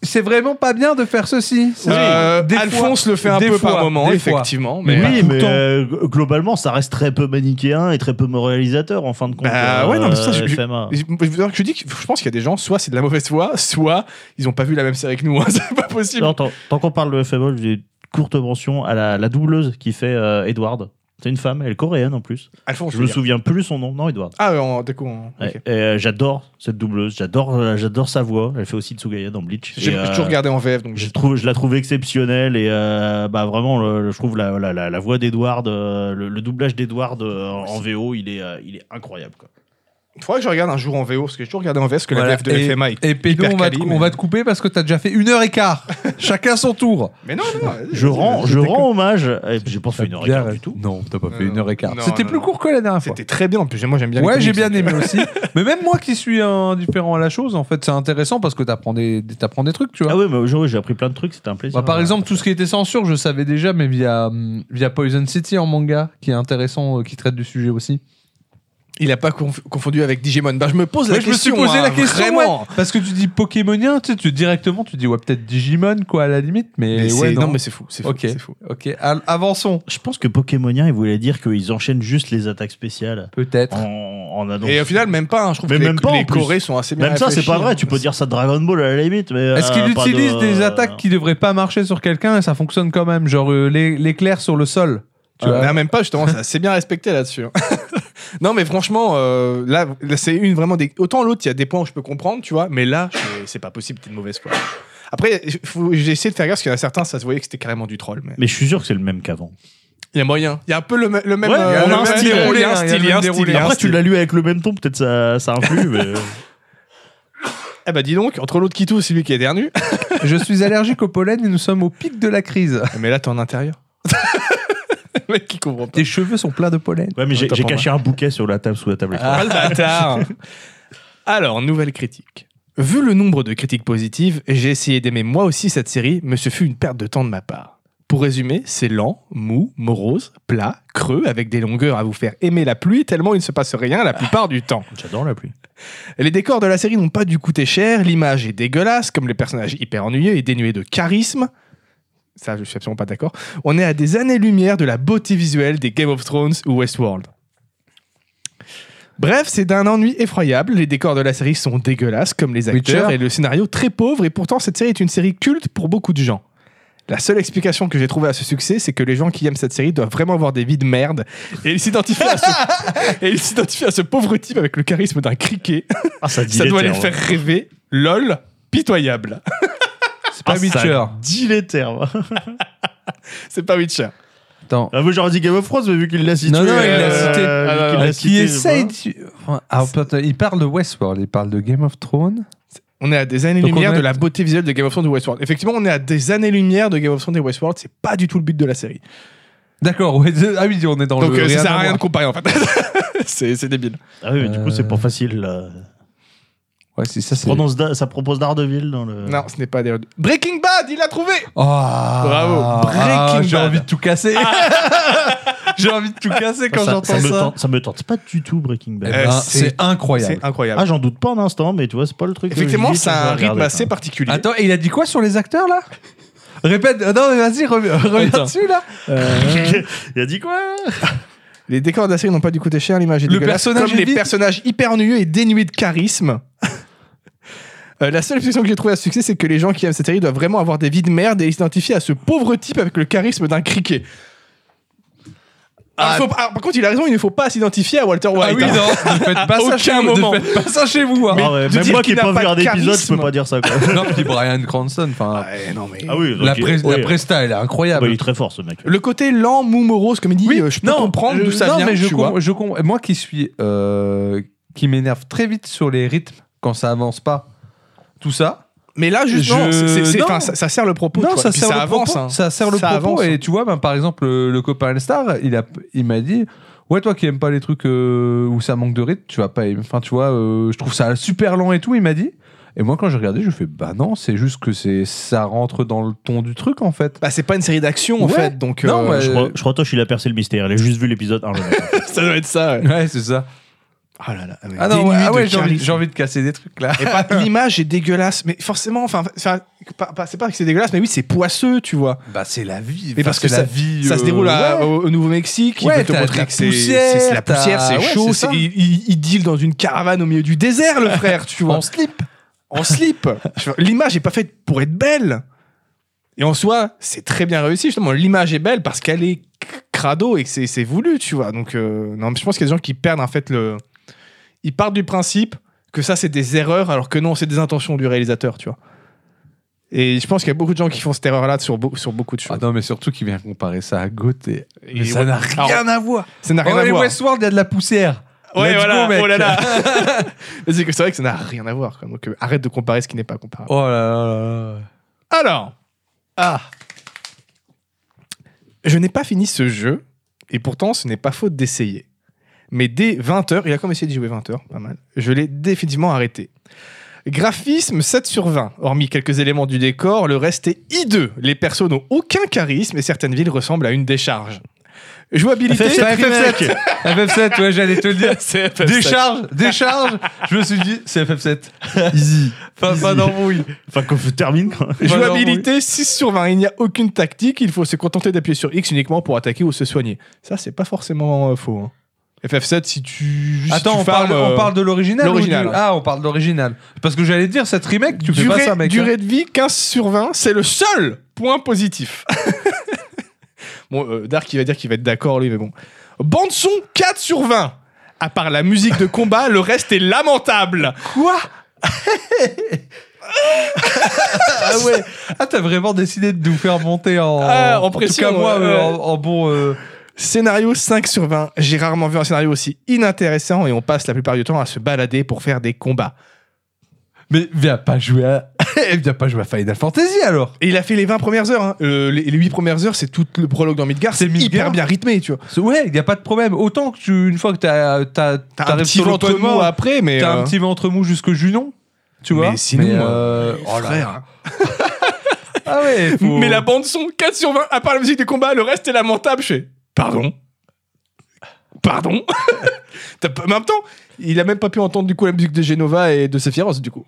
S1: c'est vraiment pas bien de faire ceci. C'est-
S2: Euh,
S1: Des fois-
S2: Alphonse le fait un
S1: des
S2: peu
S1: fois,
S2: par moment,
S1: des
S2: effectivement.
S1: Mais
S2: Mais,
S1: pas
S4: Oui,
S1: tout le
S4: mais
S1: temps.
S4: euh, g- globalement, ça reste très peu manichéen et très peu moralisateur en fin de compte. euh,
S2: Bah, ouais, non, mais ça, je- je-
S4: FMA.
S2: Je, je- je dis que je pense qu'il y a des gens, soit c'est de la mauvaise foi, soit ils n'ont pas vu la même série que nous. hein, c'est pas possible.
S4: Non, tant tant qu'on parle de FMA, j'ai une courte mention à la, la doubleuse qui fait euh, Edward. C'est une femme, elle est coréenne en plus.
S2: Alphonse, je
S4: Je me
S2: veux dire.
S4: souviens plus son nom. Non, Edward.
S2: Ah, ouais, en- d'accord. en- Oh, ok.
S4: Ouais. Et, euh, j'adore cette doubleuse, j'adore euh, j'adore sa voix. Elle fait aussi Tsugaya dans Bleach.
S2: J'ai
S4: Et, euh,
S2: j'ai toujours regardé en VF, donc
S4: Je,
S2: j'ai-
S4: trouve, je la trouve exceptionnelle et euh, bah vraiment, le- le- je trouve la, la, la, la voix d'Edward, euh, le, le doublage d'Edward euh, en VO, il est, euh, il est incroyable. Quoi.
S2: il faudrait que je regarde un jour en VO, parce que j'ai toujours regardé en VF, parce que
S1: Voilà,
S2: la VF de FMA est...
S1: Et Pédo,
S2: hyper
S1: on, va te-
S2: quali, mais-
S1: on va te couper parce que t'as déjà fait une heure et quart. Chacun son tour.
S2: Mais non, non, vas-y,
S4: Je
S2: vas-y,
S4: rends,
S2: vas-y.
S4: je rends hommage. et puis, J'ai pas fait une heure et quart
S1: Bien-
S4: du tout.
S1: Euh, Non, t'as pas fait
S2: Non,
S1: une heure et quart.
S2: non,
S1: C'était
S2: non,
S1: plus
S2: non.
S1: court que la dernière fois.
S2: C'était très bien, en plus, moi j'aime bien les
S1: Ouais, j'ai
S2: comics,
S1: bien
S2: donc,
S1: aimé aussi. Mais même moi qui suis indifférent à la chose, en fait, c'est intéressant parce que t'apprends des, des- t'apprends des trucs, tu vois.
S4: Ah oui, mais aujourd'hui j'ai appris plein de trucs, c'était un plaisir.
S1: Bah, par exemple, tout ce qui était censure, je savais déjà, mais via, hum, via Poison City en manga, qui est intéressant, euh, qui traite du sujet aussi.
S2: Il a pas conf- confondu avec Digimon. Ben, je me pose la
S1: Ouais, je me suis
S2: question.
S1: posé
S2: hein,
S1: la question,
S2: vraiment.
S1: ouais, parce que tu dis Pokémonien, tu, sais, tu directement, tu dis ouais peut-être Digimon quoi à la limite, mais,
S2: Mais
S1: ouais
S2: c'est-
S1: non.
S2: non, mais c'est fou. C'est fou,
S1: Ok.
S2: c'est fou.
S1: Ok, al- avançons.
S4: Je pense que Pokémonien, il voulait dire qu'ils enchaînent juste les attaques spéciales
S1: Peut-être.
S4: en, en annonce.
S2: Et au final, même pas. hein, je trouve
S4: Mais
S2: que les-
S4: même pas, en
S2: les
S4: plus.
S2: Corées sont assez bien
S4: Même ça, c'est pas
S2: réfléchis,
S4: vrai.
S2: hein.
S4: Tu peux dire ça de Dragon Ball à la limite. mais,
S1: Est-ce qu'il
S4: euh, pas de-
S1: utilise des attaques qui devraient pas marcher sur quelqu'un et ça fonctionne quand même, genre euh, l'é- l'éclair sur le sol, tu
S2: Euh,
S1: vois
S2: non, même pas, justement, c'est assez bien respecté là-dessus. hein. non, mais franchement, euh, là, là, c'est une vraiment des. Autant l'autre, il y a des points où je peux comprendre, tu vois, mais là, je- c'est pas possible, t'es de mauvaise foi. Après, faut- j'ai essayé de faire gaffe parce qu'il y en a certains, ça se voyait que c'était carrément du troll. Mais
S4: Mais je suis sûr que c'est le même qu'avant.
S2: il y a moyen. Il y a un peu le, me- le même.
S4: Ouais, il y a
S2: euh,
S4: le
S2: on a un
S4: même
S2: style,
S4: déroulé,
S2: il y a un
S1: hein,
S2: style,
S1: il y a le
S2: il y a un
S1: même
S2: style,
S1: déroulé.
S2: il y a un
S4: Après, tu
S2: style.
S4: l'as lu avec le même ton, peut-être ça, ça influe. mais...
S2: Eh bah, dis donc, entre l'autre qui tousse et lui qui est dernier.
S1: Je suis allergique au pollen et nous sommes au pic de la crise.
S2: Ah, mais là, t'es en intérieur. le mec qui comprend pas.
S1: Tes cheveux sont pleins de pollen.
S4: Ouais, mais j'ai
S2: t'en
S4: j'ai
S2: prends
S4: caché un bouquet sur la table sous la table.
S2: Ah, le bâtard Alors, nouvelle critique. Vu le nombre de critiques positives, j'ai essayé d'aimer moi aussi cette série, mais ce fut une perte de temps de ma part. Pour résumer, c'est lent, mou, morose, plat, creux, avec des longueurs à vous faire aimer la pluie tellement il ne se passe rien la plupart du temps.
S4: J'adore la pluie.
S2: Les décors de la série n'ont pas dû coûter cher, l'image est dégueulasse, comme les personnages hyper ennuyeux et dénués de charisme. Ça, je suis absolument pas d'accord. On est à des années-lumière de la beauté visuelle des Game of Thrones ou Westworld. Bref, c'est d'un ennui effroyable. Les décors de la série sont dégueulasses, comme les acteurs,
S1: Witcher.
S2: et le scénario très pauvre, et pourtant cette série est une série culte pour beaucoup de gens. La seule explication que j'ai trouvée à ce succès, c'est que les gens qui aiment cette série doivent vraiment avoir des vies de merde, et ils s'identifient à, ce- et ils s'identifient à ce pauvre type avec le charisme d'un criquet
S4: Ah, ça,
S2: ça doit les faire rêver. LOL, pitoyable.
S1: C'est
S4: Ah,
S1: pas Witcher.
S2: C'est pas Witcher.
S1: Attends.
S4: Ah, moi j'aurais dit Game of Thrones, mais vu qu'il l'a cité.
S1: Non, non, il l'a
S4: euh,
S1: cité.
S4: vu
S2: Alors,
S4: qu'il l'a
S1: qui
S4: cité, je sais
S1: essaye.
S4: pas.
S1: de- Enfin, ah, putain, il parle de Westworld, il parle de Game of Thrones.
S2: On est à des
S1: Donc
S2: années-lumière
S1: on est-
S2: de la beauté visuelle de Game of Thrones et Westworld. Effectivement, on est à des années-lumière de Game of Thrones et Westworld. C'est pas du tout le but de la série.
S1: D'accord, ouais, ah oui, on est dans
S2: Donc
S1: le.
S2: euh, ça sert à
S1: voir.
S2: rien de comparer en fait. c'est c'est débile.
S4: Ah oui, mais du coup, c'est
S1: Euh,
S4: pas facile. là.
S1: Ouais, c'est ça, c'est.
S4: Prononce Da- ça propose d'Ardeville dans le.
S2: Non, ce n'est pas des... Breaking Bad, il l'a trouvé
S1: Oh,
S2: Bravo. Breaking
S1: ah, J'ai
S2: Bad. Ah.
S1: envie de tout casser. j'ai envie de tout casser quand
S4: Ah, ça,
S1: j'entends
S4: ça
S1: ça.
S4: Me tente, ça me tente pas du tout Breaking
S1: Eh
S4: Bad.
S1: ben,
S2: Euh,
S1: c'est incroyable.
S2: C'est incroyable.
S4: Ah, j'en doute pas un instant, mais tu vois, c'est pas le truc. que je
S2: Effectivement,
S4: dis,
S2: c'est
S4: je vais
S2: un rythme
S4: regarder,
S2: assez
S4: ça.
S2: particulier.
S1: Attends, et il a dit quoi sur les acteurs là Répète, euh, non, mais vas-y, reviens, reviens
S2: Attends.
S1: dessus là.
S4: Il a dit quoi
S2: Les décors de la série n'ont pas du coûté cher, l'image est
S1: Le
S2: dégueulasse,
S1: personnage
S2: comme
S1: est
S2: les
S1: vide.
S2: personnages hyper ennuyeux et dénués de charisme. Euh, la seule explication que j'ai trouvée à ce succès, c'est que les gens qui aiment cette série doivent vraiment avoir des vies de merde et s'identifier à ce pauvre type avec le charisme d'un criquet. Ah, il faut- ah, par contre, il a raison, il ne faut pas s'identifier à Walter White.
S1: ah oui,
S2: hein.
S1: non, ne faites pas ça
S2: Aucun
S1: chez vous,
S2: moment.
S1: Ne faites pas ça chez vous. hein.
S4: Ah ouais,
S2: de
S4: Même
S2: dire
S4: moi qui
S2: qu'il
S4: ai
S2: n'a
S4: pas
S2: pas
S4: vu un
S2: de
S4: épisode, je peux
S2: charisme.
S4: pas dire ça. Quoi.
S1: Non, puis Brian Cranston, enfin.
S2: Ouais, non, mais-
S4: ah oui, donc
S1: la,
S4: il-
S1: pres- la
S4: oui.
S1: presta, elle est
S4: Bah,
S1: incroyable.
S4: il est très fort ce mec.
S2: Le côté lent, mou, morose, comme il dit, euh, je peux comprendre
S1: je-
S2: d'où ça
S1: non,
S2: vient.
S1: Mais je,
S2: tu vois.
S1: com- je com- moi qui suis. euh, qui m'énerve très vite sur les rythmes quand ça avance pas. Tout ça.
S2: Mais là, justement,
S1: Je-
S2: c'est- c'est- c'est-
S1: non.
S2: enfin, ça, ça sert le propos. tu
S1: non,
S2: vois,
S1: ça
S2: et puis
S1: sert le
S2: avance.
S1: propos.
S2: hein.
S1: Ça sert le
S2: Ça
S1: propos.
S2: avance,
S1: et
S2: hein.
S1: tu vois, ben, par exemple, le, le copain Elstar, il, a, il m'a dit. Ouais, toi qui aimes pas les trucs euh, où ça manque de rythme, tu vas pas. aimer. Enfin, tu vois, euh, je trouve ça super lent et tout, il m'a dit. Et moi, quand j'ai regardé, je fais bah non, c'est juste que c'est ça rentre dans le ton du truc en fait.
S2: Bah, c'est pas une série d'action en
S1: Ouais.
S2: fait, donc
S1: Non,
S2: euh,
S1: ouais.
S4: Je,
S1: euh,
S4: crois- je crois Tosh, il a percé le mystère. Il a juste vu l'épisode 1.
S2: ça doit être ça. ouais.
S1: Ouais, c'est ça.
S2: Ah là là, mais
S1: Ah non,
S2: dénué
S1: ouais, ah
S2: de
S1: ouais, j'ai envie,
S2: charisme.
S1: j'ai envie de casser des trucs là.
S2: Et pas- l'image est dégueulasse, mais forcément, enfin, enfin, pas- pas- c'est pas que c'est dégueulasse, mais oui, c'est poisseux, tu vois.
S1: Bah c'est la vie.
S2: Mais parce que ça,
S1: vie,
S2: ça se
S1: euh,
S2: déroule à-
S1: ouais.
S2: au, au Nouveau-Mexique,
S1: Ouais,
S2: il veut te
S1: t'as-
S2: montrer
S1: t'as
S2: que c'est
S1: poussière,
S2: c'est- c'est la poussière,
S1: t'as-
S2: c'est
S1: ouais,
S2: chaud,
S1: c'est ça.
S2: c'est- il, il- il deal dans une caravane au milieu du désert, le frère, tu vois.
S1: en slip.
S2: En slip. Je veux- L'image est pas faite pour être belle. Et en soi, c'est très bien réussi, justement. L'image est belle parce qu'elle est c- crado et que c'est c'est voulu, tu vois. Donc, euh, non, mais je pense qu'il y a des gens qui perdent, en fait, le. Ils partent du principe que ça, c'est des erreurs, alors que non, c'est des intentions du réalisateur, tu vois. Et je pense qu'il y a beaucoup de gens qui font cette erreur-là sur, beau- sur beaucoup de
S1: Ah
S2: choses.
S1: non, mais surtout qu'il vient comparer ça à Gauthier.
S2: Et
S1: Ah, Mais ça
S2: ouais.
S1: n'a rien à voir.
S2: Ça n'a rien
S1: oh,
S2: à
S1: les
S2: voir.
S1: Westworld, il y a de la poussière.
S2: Ouais,
S1: Let's
S2: voilà.
S1: go, mec.
S2: Oh là là. Mais c'est que c'est vrai que ça n'a rien à voir. quoi. Donc, euh, arrête de comparer ce qui n'est pas comparable.
S1: Oh là là là là.
S2: Alors, ah, je n'ai pas fini ce jeu, et pourtant ce n'est pas faute d'essayer. Mais dès 20h, il a comme essayé d'y jouer 20h, pas mal, je l'ai définitivement arrêté. Graphisme 7 sur 20. Hormis quelques éléments du décor, le reste est hideux. Les persos n'ont aucun charisme et certaines villes ressemblent à une décharge. Jouabilité.
S1: FF7, Ouais, FF7. FF7, ouais, j'allais te le dire.
S2: C'est FF7.
S1: Décharge, décharge. Je me suis dit, c'est FF7.
S4: Easy.
S1: Pas, pas d'embrouille.
S4: Enfin, qu'on termine. quoi.
S2: Jouabilité 6 sur 20. Il n'y a aucune tactique. Il faut se contenter d'appuyer sur X uniquement pour attaquer ou se soigner. Ça, c'est pas forcément euh, faux. hein. FF7, si tu. si
S1: Attends,
S2: tu
S1: on parle,
S2: farmes, euh,
S1: on parle de l'original ou
S2: l'original,
S1: du-
S2: hein.
S1: Ah, on parle de l'original. Parce que j'allais dire, cette remake, tu fais
S2: euh, durée,
S1: pas ça, mec. hein.
S2: durée de vie 15 sur 20. C'est le seul point positif. bon, euh, Dark, il va dire qu'il va être d'accord, lui, mais bon. Bande-son 4 sur 20. À part la musique de combat, le reste est lamentable.
S1: Quoi ah ouais Ah t'as vraiment décidé de nous faire monter en
S2: Ah, en
S1: en,
S2: pression,
S1: tout cas moi
S2: ouais.
S1: euh, en, en bon euh,
S2: Scénario 5 sur 20. J'ai rarement vu un scénario aussi inintéressant et on passe la plupart du temps à se balader pour faire des combats.
S1: mais viens pas jouer à viens pas jouer à bah, Final Fantasy alors.
S2: Et il a fait les 20 premières heures. hein. Euh, les, les 8 premières heures, c'est tout le prologue dans Midgar. C'est
S1: C'est
S2: hyper
S1: Midgard.
S2: bien rythmé, tu vois.
S1: C'est- Ouais, il y a pas de problème. Autant que tu une fois que t'as t'as
S2: T'as un
S1: t'arrives
S2: petit
S1: sur
S2: ventre
S1: l'open
S2: mou
S1: world,
S2: après, mais.
S1: t'as
S2: euh,
S1: un petit ventre mou jusque Junon. Tu vois
S2: Mais sinon,
S1: euh, oh là là.
S2: frère.
S1: Ah ouais, faut-
S2: Mais la bande son, 4 sur 20, à part la musique des combats, le reste est lamentable. Je fais, pardon Pardon T'as pas- Mais en même temps, il a même pas pu entendre du coup la musique de Genova et de Sephiroth du coup.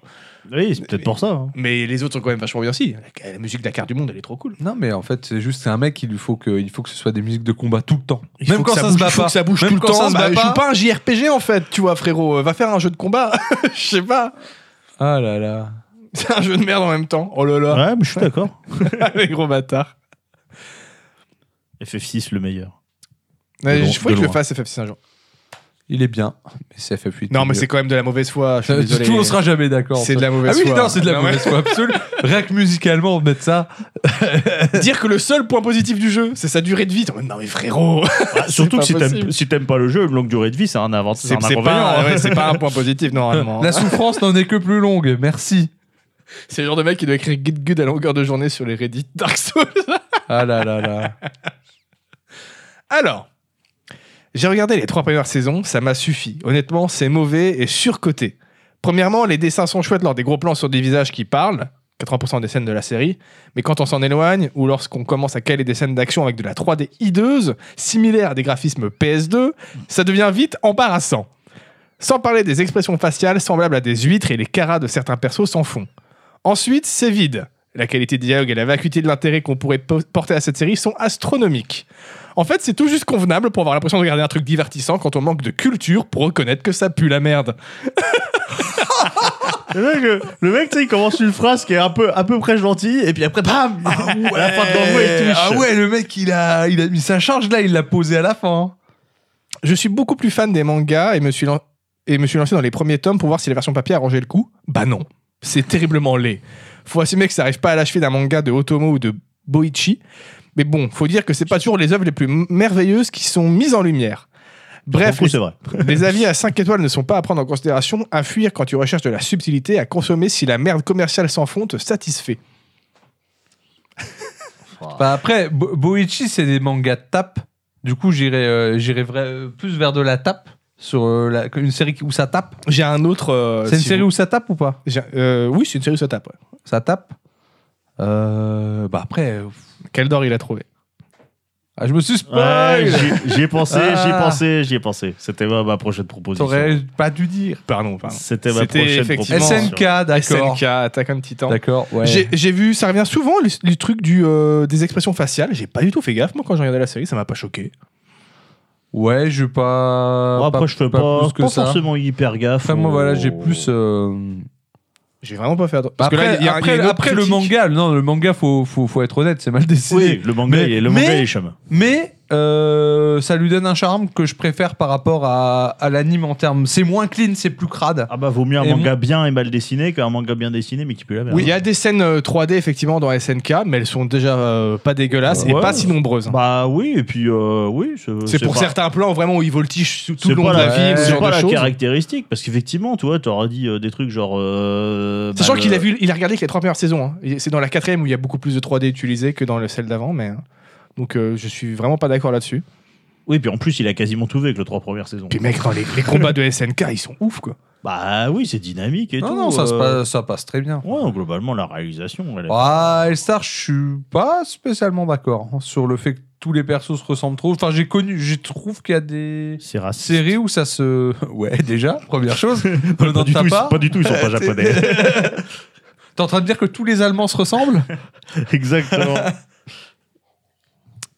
S4: Oui, c'est peut-être pour ça. hein.
S2: Mais les autres sont quand même vachement bien aussi. La, la musique de la carte du monde, elle est trop cool.
S1: Non, mais en fait, c'est juste c'est un mec, il lui faut que, il faut que ce soit des musiques de combat tout le temps.
S2: Il faut que bouge, il faut que ça bouge
S1: Même
S2: tout le
S1: quand
S2: temps.
S1: ça se
S2: Bah,
S1: bat pas.
S2: Joue pas un JRPG en fait, tu vois frérot. Euh, Va faire un jeu de combat. Je sais pas.
S1: Ah là là.
S2: C'est un jeu de merde en même temps. Oh là
S1: Ah.
S2: là,
S4: Ouais, mais je suis d'accord.
S2: les gros bâtards.
S4: FF6, le meilleur.
S2: Ouais,
S1: loin-
S2: Il faut que
S1: de
S2: je le
S1: loin.
S2: fasse FF6 un jour.
S1: Il est bien, mais c'est FF8.
S2: Non mais
S1: mieux.
S2: c'est quand même de la mauvaise foi. Je suis
S1: Ça-
S2: désolé.
S1: Tout, on sera jamais d'accord.
S2: C'est de la
S1: Ah
S2: mauvaise
S1: oui,
S2: foi.
S1: non, c'est de la mauvaise foi absolue. Rien que musicalement, mettre ça.
S2: Dire que le seul point positif du jeu, c'est sa durée de vie. T'es en mode, Non mais frérot,
S1: Ah,
S4: surtout
S2: pas
S4: que si t'aimes,
S2: possible.
S4: si t'aimes pas le jeu, une longue durée de vie, c'est un avant- c'est
S2: c'est
S4: un
S2: c'est
S4: inconvénient.
S2: pas,
S4: hein.
S2: ouais, c'est pas un point positif normalement.
S1: La souffrance n'en est que plus longue, merci.
S2: C'est le genre de mec qui doit écrire Git Good à longueur de journée sur les Reddit Dark Souls.
S1: Ah là là là.
S2: Alors, j'ai regardé les trois premières saisons, ça m'a suffi. Honnêtement, c'est mauvais et surcoté. Premièrement, les dessins sont chouettes lors des gros plans sur des visages qui parlent, 80% des scènes de la série, mais quand on s'en éloigne ou lorsqu'on commence à caler des scènes d'action avec de la 3D hideuse, similaire à des graphismes PS2, ça devient vite embarrassant. Sans parler des expressions faciales semblables à des huîtres et les caras de certains persos s'en font. Ensuite, c'est vide. La qualité de dialogue et la vacuité de l'intérêt qu'on pourrait po- porter à cette série sont astronomiques. En fait, c'est tout juste convenable pour avoir l'impression de regarder un truc divertissant quand on manque de culture pour reconnaître que ça pue la merde.
S4: Le mec, euh, le mec, tu sais, il commence une phrase qui est un peu, à peu près gentille, et puis après, bam À la fin de l'envoi, il touche.
S1: ah ouais, le mec, il a, il a mis sa charge là, il l'a posée à la fin. hein.
S2: Je suis beaucoup plus fan des mangas et me suis, lan- et me suis lancé dans les premiers tomes pour voir si la version papier arrangeait le coup. Bah non, c'est terriblement laid. Faut assumer que ça arrive pas à l'achever d'un manga de Otomo ou de Boichi, mais bon, faut dire que c'est pas toujours les œuvres les plus m- merveilleuses qui sont mises en lumière. Bref,
S4: Pour le coup, c'est vrai.
S2: Les avis à 5 étoiles ne sont pas à prendre en considération, à fuir quand tu recherches de la subtilité, à consommer si la merde commerciale sans fond te satisfait.
S1: Bah après, Bo- Boichi, c'est des mangas de tape. Du coup, j'irai euh, j'irai vrai- euh, plus vers de la tape. Sur euh, la- une série où ça tape.
S2: J'ai un autre. euh,
S1: c'est une
S2: si
S1: série
S2: vous-
S1: où ça tape ou pas
S2: J'ai- euh, oui, c'est une série où ça tape. ouais.
S1: Ça tape Euh, Bah après, euh,
S2: Kaldor, il a trouvé.
S1: ah, je me suis
S4: Ouais,
S1: spoil
S4: j'y- j'y ai pensé, j'y ai
S1: Ah.
S4: pensé, j'y ai pensé. C'était ma, ma prochaine proposition.
S1: T'aurais pas dû dire.
S2: Pardon, pardon.
S4: C'était ma
S2: C'était
S4: prochaine
S2: effectivement-
S4: proposition.
S1: SNK, d'accord.
S2: SNK, Attack on Titan.
S1: D'accord, ouais.
S2: J'ai j'ai vu, ça revient souvent, le, le truc du, euh, des expressions faciales. J'ai pas du tout fait gaffe, moi, quand j'ai regardé la série, ça m'a pas choqué.
S1: Ouais, je pas.
S4: Bon, après, je fais pas,
S1: plus que
S4: pas
S1: ça.
S4: forcément hyper gaffe.
S1: Après, moi, voilà, j'ai
S4: au-
S1: plus. euh,
S2: J'ai vraiment pas fait attention.
S1: Parce
S2: là,
S1: après,
S2: il y a- il y a
S1: après,
S2: une autre
S1: après le
S2: critique.
S1: manga, non, le manga, faut, faut, faut être honnête, c'est mal dessiné.
S4: Oui, le manga,
S1: Mais-
S4: il est- le manga,
S1: mais-
S4: il est chum.
S1: Mais euh, ça lui donne un charme que je préfère par rapport à, à l'anime en termes. C'est moins clean, c'est plus crade.
S4: Ah bah, vaut mieux un
S1: Et
S4: manga bien et mal dessiné qu'un manga bien dessiné mais qui pue la merde.
S2: Oui, il y a des scènes euh, 3D effectivement dans SNK, mais elles sont déjà euh, pas dégueulasses et
S4: Ouais.
S2: pas si nombreuses.
S4: Bah oui, et puis euh, oui.
S2: C'est pour
S4: pas-
S2: certains plans vraiment où ils voltigent sous- tout
S4: c'est
S2: le long
S4: pas
S2: de la
S1: la-
S2: ville,
S1: ouais,
S2: ce
S4: C'est
S2: genre
S4: pas
S2: de
S4: la
S2: choses.
S4: caractéristique, parce qu'effectivement, tu vois, t'auras dit euh, des trucs genre. euh, bah,
S2: Sachant
S4: le-
S2: qu'il a, vu, il a regardé que les trois premières saisons. hein. Et C'est dans la quatrième où il y a beaucoup plus de 3D utilisé que dans le- celle d'avant, mais. hein. Donc euh, je suis vraiment pas d'accord là-dessus.
S4: Oui, puis en plus, il a quasiment tout vu avec les trois premières saisons.
S2: Puis mec, dans les, les combats de SNK, ils sont ouf quoi.
S4: Bah oui, c'est dynamique et
S1: non,
S4: tout.
S1: non, ça, se
S4: euh,
S1: passe, ça passe très bien.
S4: Ouais, donc, globalement, la réalisation,
S2: Oh.
S4: elle est.
S1: Ah, Elstar, je suis pas spécialement d'accord hein, sur le fait que tous les persos se ressemblent trop. Enfin, j'ai connu, je trouve qu'il y a des
S4: C'est raciste.
S1: séries où ça se. Ouais, déjà, première chose.
S4: Pas,
S1: Dans
S4: du tout, ils,
S1: Tapa,
S4: pas du tout, ils sont pas japonais.
S1: T'es en train de dire que tous les Allemands se ressemblent
S4: Exactement.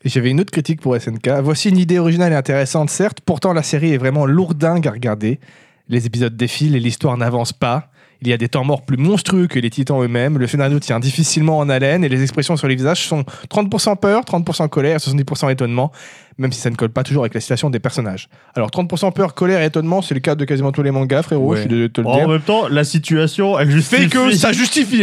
S2: Et J'avais une autre critique pour SNK. Voici une idée originale et intéressante, certes, pourtant la série est vraiment lourdingue à regarder. Les épisodes défilent et l'histoire n'avance pas. Il y a des temps morts plus monstrueux que les titans eux-mêmes, le scénario tient difficilement en haleine et les expressions sur les visages sont 30% peur, 30% colère, 70% étonnement, même si ça ne colle pas toujours avec la situation des personnages. Alors 30% peur, colère et étonnement, c'est le cas de quasiment tous les mangas, frérot,
S1: Ouais.
S2: je suis désolé de te le
S4: en
S2: dire.
S4: même temps, la situation, elle justifie.
S2: Fait que ça justifie,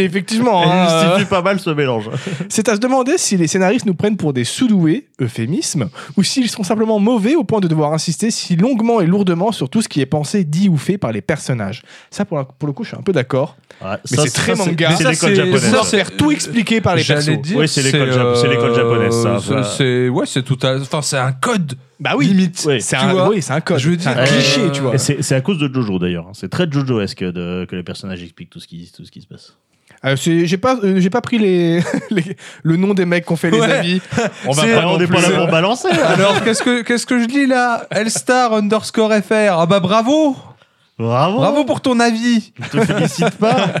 S2: effectivement.
S4: elle
S2: hein, euh.
S4: justifie pas mal ce mélange.
S2: C'est à se demander si les scénaristes nous prennent pour des sous-doués, euphémisme, ou s'ils sont simplement mauvais au point de devoir insister si longuement et lourdement sur tout ce qui est pensé, dit ou fait par les personnages. Ça, pour, la- pour le coup, je suis un peu d'accord.
S4: Ouais,
S2: Mais
S4: ça,
S2: c'est très
S4: ça,
S2: manga.
S4: C'est
S1: Ça,
S4: l'école
S1: c'est-
S4: japonaise.
S1: ça,
S2: Pouvoir
S4: ça.
S2: se faire tout expliquer par Ah, les
S1: J'allais
S2: personnages.
S1: dire, euh,
S4: Oui, c'est l'école jap- c'est l'école japonaise, ça,
S1: c'est-
S4: voilà.
S1: C'est ouais, c'est tout à. Enfin, c'est un code
S2: Bah oui,
S1: limite.
S4: Ouais.
S2: c'est
S1: Tu
S2: un,
S1: vois
S2: oui, c'est un code.
S1: Je veux
S2: C'est un
S1: dire,
S2: cliché,
S1: euh,
S2: tu vois.
S4: Et C'est c'est à cause de Jojo d'ailleurs. hein. C'est très Jojo-esque de- que les personnages expliquent tout ce qui, tout ce qui se passe.
S2: Euh, c'est- j'ai pas, euh, j'ai pas pris les, les- le nom des mecs qu'on fait les
S1: Ouais.
S2: avis.
S4: On
S1: C'est-
S4: va pas, on
S1: non
S4: est pas
S1: plus,
S4: là pour
S1: euh,
S4: balancer. hein.
S1: Alors, qu'est-ce que, qu'est-ce que je lis là Elstar underscore FR. Ah bah bravo
S2: Oh.
S4: Bravo.
S1: Bravo pour ton avis
S4: Je te félicite pas.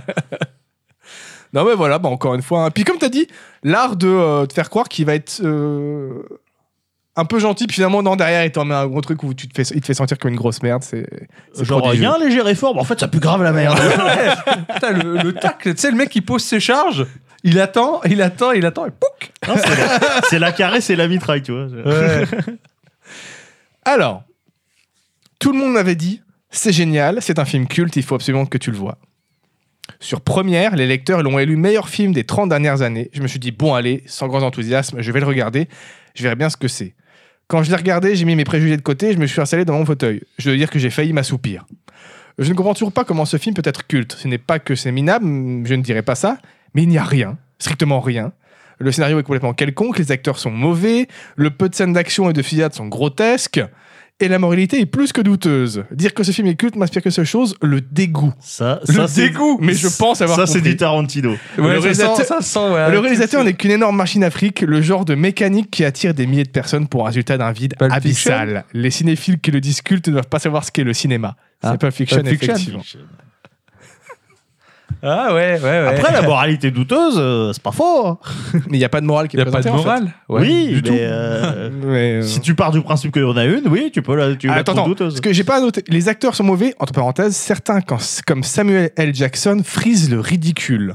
S2: Non mais voilà, bah encore une fois. hein. Puis comme t'as dit, l'art de euh, te faire croire qu'il va être euh, un peu gentil, puis finalement non derrière il t'en met un gros truc où tu te fais, il te fait sentir comme une grosse merde. C'est c'est
S4: Genre, il
S2: prodigieux.
S4: y a un léger effort. mais En fait, ça pue grave la merde.
S1: Putain, le, le tacle, tu sais, le mec, il pose ses charges, il attend, il attend, il attend, et pouc
S4: Non, c'est la- c'est la caresse et la mitraille, tu vois.
S2: Alors, tout le monde m'avait dit, c'est génial, c'est un film culte, il faut absolument que tu le vois. Sur première, les lecteurs l'ont élu meilleur film des 30 dernières années. Je me suis dit, bon allez, sans grand enthousiasme, je vais le regarder, je verrai bien ce que c'est. Quand je l'ai regardé, j'ai mis mes préjugés de côté et je me suis installé dans mon fauteuil. Je dois dire que j'ai failli m'assoupir. Je ne comprends toujours pas comment ce film peut être culte. Ce n'est pas que c'est minable, je ne dirais pas ça, mais il n'y a rien, strictement rien. Le scénario est complètement quelconque, les acteurs sont mauvais, le peu de scènes d'action et de fusillade sont grotesques, et la moralité est plus que douteuse. Dire que ce film est culte m'inspire que seule chose, le dégoût.
S4: Ça,
S2: Le
S4: ça c'est-
S2: dégoût Mais je pense avoir
S4: Ça, c'est
S2: compris.
S4: du Tarantino.
S2: Le réalisateur-
S1: sent,
S2: le réalisateur n'est qu'une énorme machine afrique, le genre de mécanique qui attire des milliers de personnes pour un résultat d'un vide
S1: Pulp Fiction
S2: abyssal. Les cinéphiles qui le discutent ne doivent pas savoir ce qu'est le cinéma.
S1: Ah,
S2: c'est Pulp Fiction,
S1: Pulp Fiction.
S2: effectivement.
S1: Ah ouais, ouais, ouais.
S4: Après, la moralité douteuse, euh, c'est pas faux. hein.
S2: Mais il n'y a pas de morale qui
S1: il n'y
S2: est
S1: a pas de
S2: présentée, en fait.
S1: morale. Ouais,
S4: oui,
S1: du
S4: mais, euh,
S2: Mais, euh,
S4: si tu pars du principe qu'il y en a une, oui, tu peux la, tu
S2: Ah,
S4: la
S2: attends,
S4: trouves
S2: attends,
S4: douteuse.
S2: parce que j'ai pas noté. Les acteurs sont mauvais, entre parenthèses, certains, quand- comme Samuel L. Jackson, frisent le ridicule.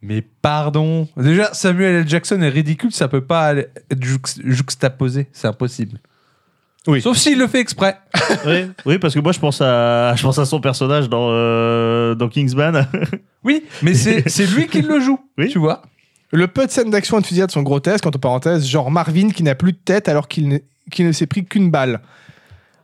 S1: Mais pardon. Déjà, Samuel L. Jackson est ridicule, ça peut pas aller- être juxt- juxtaposé, c'est impossible.
S2: Oui.
S1: Sauf s'il le fait exprès.
S4: oui, oui, parce que moi, je pense à, je pense à son personnage dans, euh, dans Kingsman.
S1: Oui, mais c'est c'est lui qui le joue,
S4: Oui.
S1: tu vois.
S2: Le peu de scènes d'action et de fusillade sont grotesques, entre parenthèses, genre Marvin qui n'a plus de tête alors qu'il ne, qu'il ne s'est pris qu'une balle.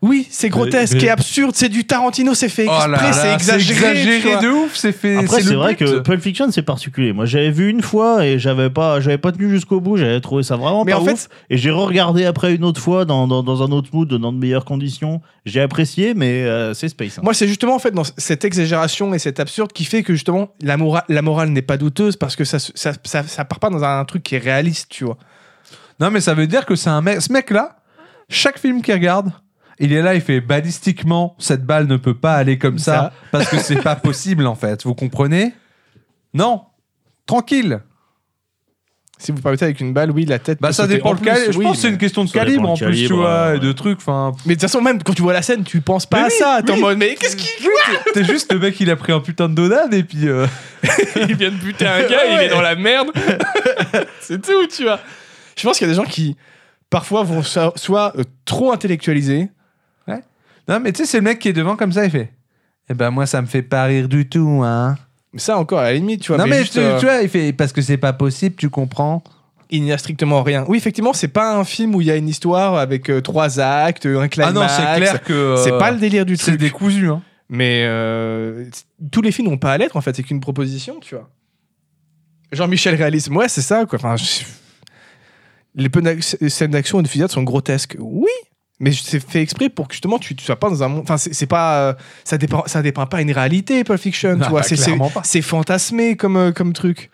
S2: Oui, c'est grotesque
S4: mais-
S2: et absurde, c'est du Tarantino, c'est fait
S1: Oh là
S2: exprès,
S1: là,
S2: c'est exagéré. tu vois.
S1: de ouf, c'est fait.
S4: Après,
S1: le
S4: c'est vrai
S1: but.
S4: que Pulp Fiction, c'est particulier. Moi, j'avais vu une fois et j'avais pas, j'avais pas tenu jusqu'au bout. J'avais trouvé ça vraiment
S2: Mais
S4: pas
S2: en fait,
S4: ouf. Et j'ai regardé après une autre fois dans, dans, dans un autre mood, dans de meilleures conditions. J'ai apprécié, mais euh, c'est space. hein.
S2: Moi, c'est justement en fait dans cette exagération et cet absurde qui fait que justement la, mora- la morale n'est pas douteuse parce que ça, se- ça, ça, ça part pas dans un truc qui est réaliste, tu vois.
S1: Non, mais ça veut dire que c'est un mec. Ce mec-là, chaque film qu'il regarde, il est là, il fait balistiquement, cette balle ne peut pas aller comme ça,
S2: Ça.
S1: parce que c'est pas possible en fait. Vous comprenez Non. Tranquille.
S2: Si vous partez avec une balle, oui, la tête.
S1: Bah
S2: peut
S1: ça
S2: sauter.
S1: dépend
S2: En
S1: le
S2: plus,
S1: calibre. Je
S2: oui,
S1: pense que c'est une question de
S4: Ça dépend
S1: calibre en
S4: le
S1: plus, tu
S4: calibre,
S1: vois,
S2: euh,
S4: ouais.
S1: et de trucs. Enfin,
S2: Mais de toute façon, même quand tu vois la scène, tu penses pas
S1: Mais
S2: à
S1: oui,
S2: ça. T'es en
S1: oui.
S2: mode, mais qu'est-ce qui.
S1: t'es juste le mec, il a pris un putain de donade et puis. euh,
S2: Il vient de buter un gars,
S1: Ouais.
S2: il est dans la merde. Ah c'est tout, tu vois. Je pense qu'il y a des gens qui, parfois, vont so- soit euh, trop intellectualiser.
S1: Non, mais tu sais, c'est le mec qui est devant comme ça, il fait. Eh ben moi, ça me fait pas rire du tout, hein.
S2: Mais Ça, encore, à la limite, tu vois.
S1: non, mais,
S2: juste,
S1: tu,
S2: euh,
S1: tu vois, il fait parce que c'est pas possible, tu comprends.
S2: il n'y a strictement rien. Oui, effectivement, c'est pas un film où il y a une histoire avec euh, trois actes, un
S1: Ah
S2: climax.
S1: que.
S2: Ah C'est pas le délire du
S1: C'est
S2: truc.
S1: décousu, hein.
S2: Mais euh, c- tous les films n'ont pas à l'être, en fait. C'est qu'une proposition, tu vois. Jean-Michel réalisme, ouais, c'est ça, quoi. Enfin, je- Les peu d'ac- scènes d'action et de fusillade sont grotesques. Oui, mais c'est fait exprès pour que justement tu ne sois pas dans un monde. Enfin, c'est c'est pas. euh, Ça dépeint, ça dépeint pas une réalité, Pulp Fiction,
S1: Non,
S2: tu vois.
S1: bah,
S2: C'est- c'est-
S1: clairement pas.
S2: C'est fantasmé comme, euh, comme truc.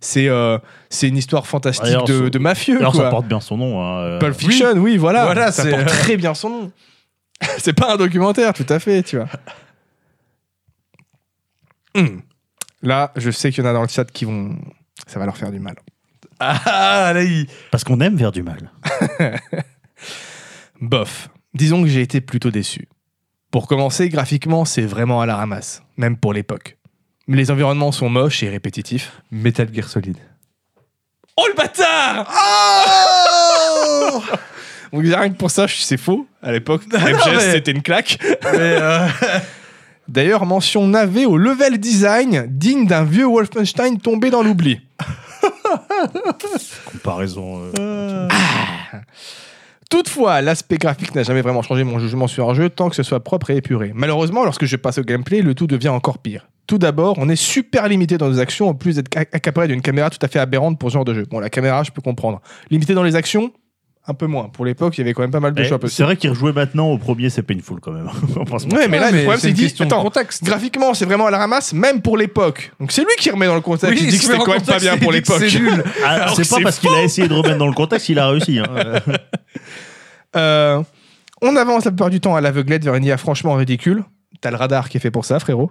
S2: C'est euh, c'est une histoire fantastique
S4: D'ailleurs,
S2: de,
S4: ça-
S2: de mafieux,
S4: D'ailleurs, ça
S2: quoi.
S4: porte bien son nom. hein, euh.
S2: Pulp Fiction, oui, voilà.
S1: Voilà,
S2: ça
S1: c'est-
S2: porte très bien son nom. c'est pas un documentaire, tout à fait, tu vois. Hmm. Là, je sais qu'il y en a dans le chat qui vont. Ça va leur faire du mal.
S1: Ah, là, il.
S4: Parce qu'on aime faire du mal.
S2: Bof. Disons que j'ai été plutôt déçu. Pour commencer, graphiquement, c'est vraiment à la ramasse, même pour l'époque. Les environnements sont moches et répétitifs.
S1: Metal Gear Solid.
S2: Oh le bâtard Oh Donc, rien que pour ça, je- c'est faux. À l'époque, FGS,
S1: mais-
S2: c'était une claque. D'ailleurs, mention navée au level design, digne d'un vieux Wolfenstein tombé dans l'oubli.
S4: Comparaison. euh,
S2: Ah, Toutefois, l'aspect graphique n'a jamais vraiment changé mon jugement sur un jeu tant que ce soit propre et épuré. Malheureusement, lorsque je passe au gameplay, le tout devient encore pire. Tout d'abord, on est super limité dans nos actions en plus d'être ca- accaparé d'une caméra tout à fait aberrante pour ce genre de jeu. Bon, la caméra, je peux comprendre. Limité dans les actions un peu moins. Pour l'époque, il y avait quand même pas mal de
S4: Eh,
S2: choix
S4: C'est
S2: possibles.
S4: vrai qu'il rejouait maintenant au premier, c'est painful quand même. On pense pas.
S2: Ouais, mais là, le problème, c'est
S1: une
S2: dit,
S1: question de
S2: attends,
S1: contexte.
S2: graphiquement, c'est vraiment à la ramasse, même pour l'époque. Donc c'est lui qui remet dans le contexte. il dit que c'était quand même pas bien pour l'époque.
S1: C'est nul.
S4: Ah,
S2: Alors que
S4: c'est pas
S2: c'est
S4: parce qu'il a essayé de remettre dans le contexte, il a réussi. hein.
S2: Euh, on avance la plupart du temps à l'aveuglette vers une IA franchement ridicule. T'as le radar qui est fait pour ça, frérot.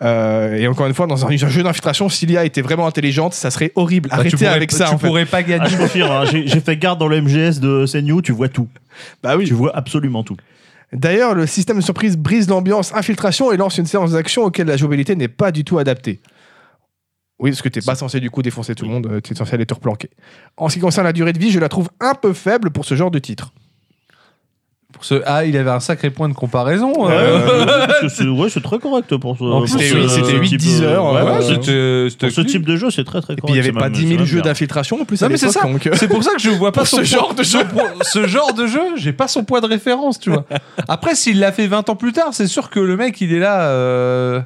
S2: Euh, et encore une fois, dans un, un jeu d'infiltration, si l'IA était vraiment intelligente, ça serait horrible.
S1: Bah, tu
S2: Arrêtez
S1: pourrais-
S2: avec ça.
S1: Tu
S2: en fait.
S1: pourrais pas
S4: Ah,
S1: gagner.
S4: je confirme, hein, j'ai j'ai fait garde dans le MGS de CNU, tu vois tout.
S2: Bah oui.
S4: Tu vois absolument tout.
S2: D'ailleurs, le système de surprise brise l'ambiance infiltration et lance une séance d'action auquel la jouabilité n'est pas du tout adaptée. Oui, parce que t'es pas censé du coup défoncer tout le monde, euh, t'es censé aller te replanquer. En ce qui concerne la durée de vie, je la trouve un peu faible pour ce genre de titre.
S1: Pour ce... Ah, il avait un sacré point de comparaison. euh.
S4: Euh, c'est- c'est- ouais, c'est très correct pour ce.
S1: En plus,
S4: pour
S1: c'était-
S4: ce-
S1: c'était
S4: ce
S2: 8-10
S4: type, euh,
S2: heures,
S4: ouais,
S2: ouais,
S4: ouais,
S2: c'était-
S4: Pour ce type de jeu, c'est très très
S2: Et
S4: correct.
S2: puis il n'y avait
S4: c'est
S2: pas
S4: même-
S2: 10
S4: c'est
S2: 000
S4: même
S2: jeux
S4: bien.
S2: d'infiltration en plus.
S1: Non,
S2: à
S1: mais c'est
S2: l'époque, donc, euh,
S1: C'est pour ça que je vois pas
S2: Pour
S1: son
S2: ce
S1: point-
S2: genre de jeu.
S1: son point- ce genre de jeu, j'ai pas son point de référence, tu vois. Après, s'il l'a fait 20 ans plus tard, c'est sûr que le mec, il est là. euh,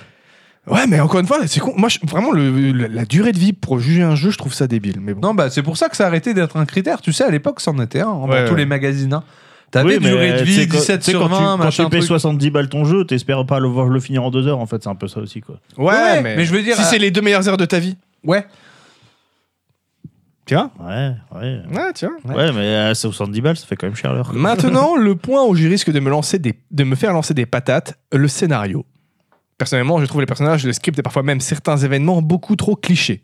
S2: Ouais, mais encore une fois, c'est con. Moi, je- vraiment, le- le- la durée de vie pour juger un jeu, je trouve ça débile. Mais bon.
S1: Non, bah c'est pour ça que ça a arrêté d'être un critère. Tu sais, à l'époque, c'en était un. hein, dans
S2: Ouais,
S1: tous
S2: ouais.
S1: les magazines. hein. T'avais
S4: Oui, mais
S1: durée de
S4: tu
S1: vie,
S4: sais, quand-
S1: 17
S4: tu sais,
S1: sur
S4: quand tu-
S1: 20,
S4: Quand tu
S1: machin.
S4: payes
S1: truc.
S4: 70 balles ton jeu, t'espères pas le voir le finir en deux heures. En fait, c'est un peu ça aussi quoi.
S1: Ouais, mais je veux dire,
S2: Si
S1: euh,
S2: c'est les deux meilleures heures de ta vie.
S1: Ouais.
S2: Tiens.
S4: Ouais, ouais.
S2: Ouais, tiens.
S4: Ouais, mais à 70 balles, ça fait quand même cher l'heure.
S2: Maintenant, le point où je risque de me, lancer des, de me faire lancer des patates, le scénario. Personnellement, je trouve les personnages, le script et parfois même certains événements beaucoup trop clichés.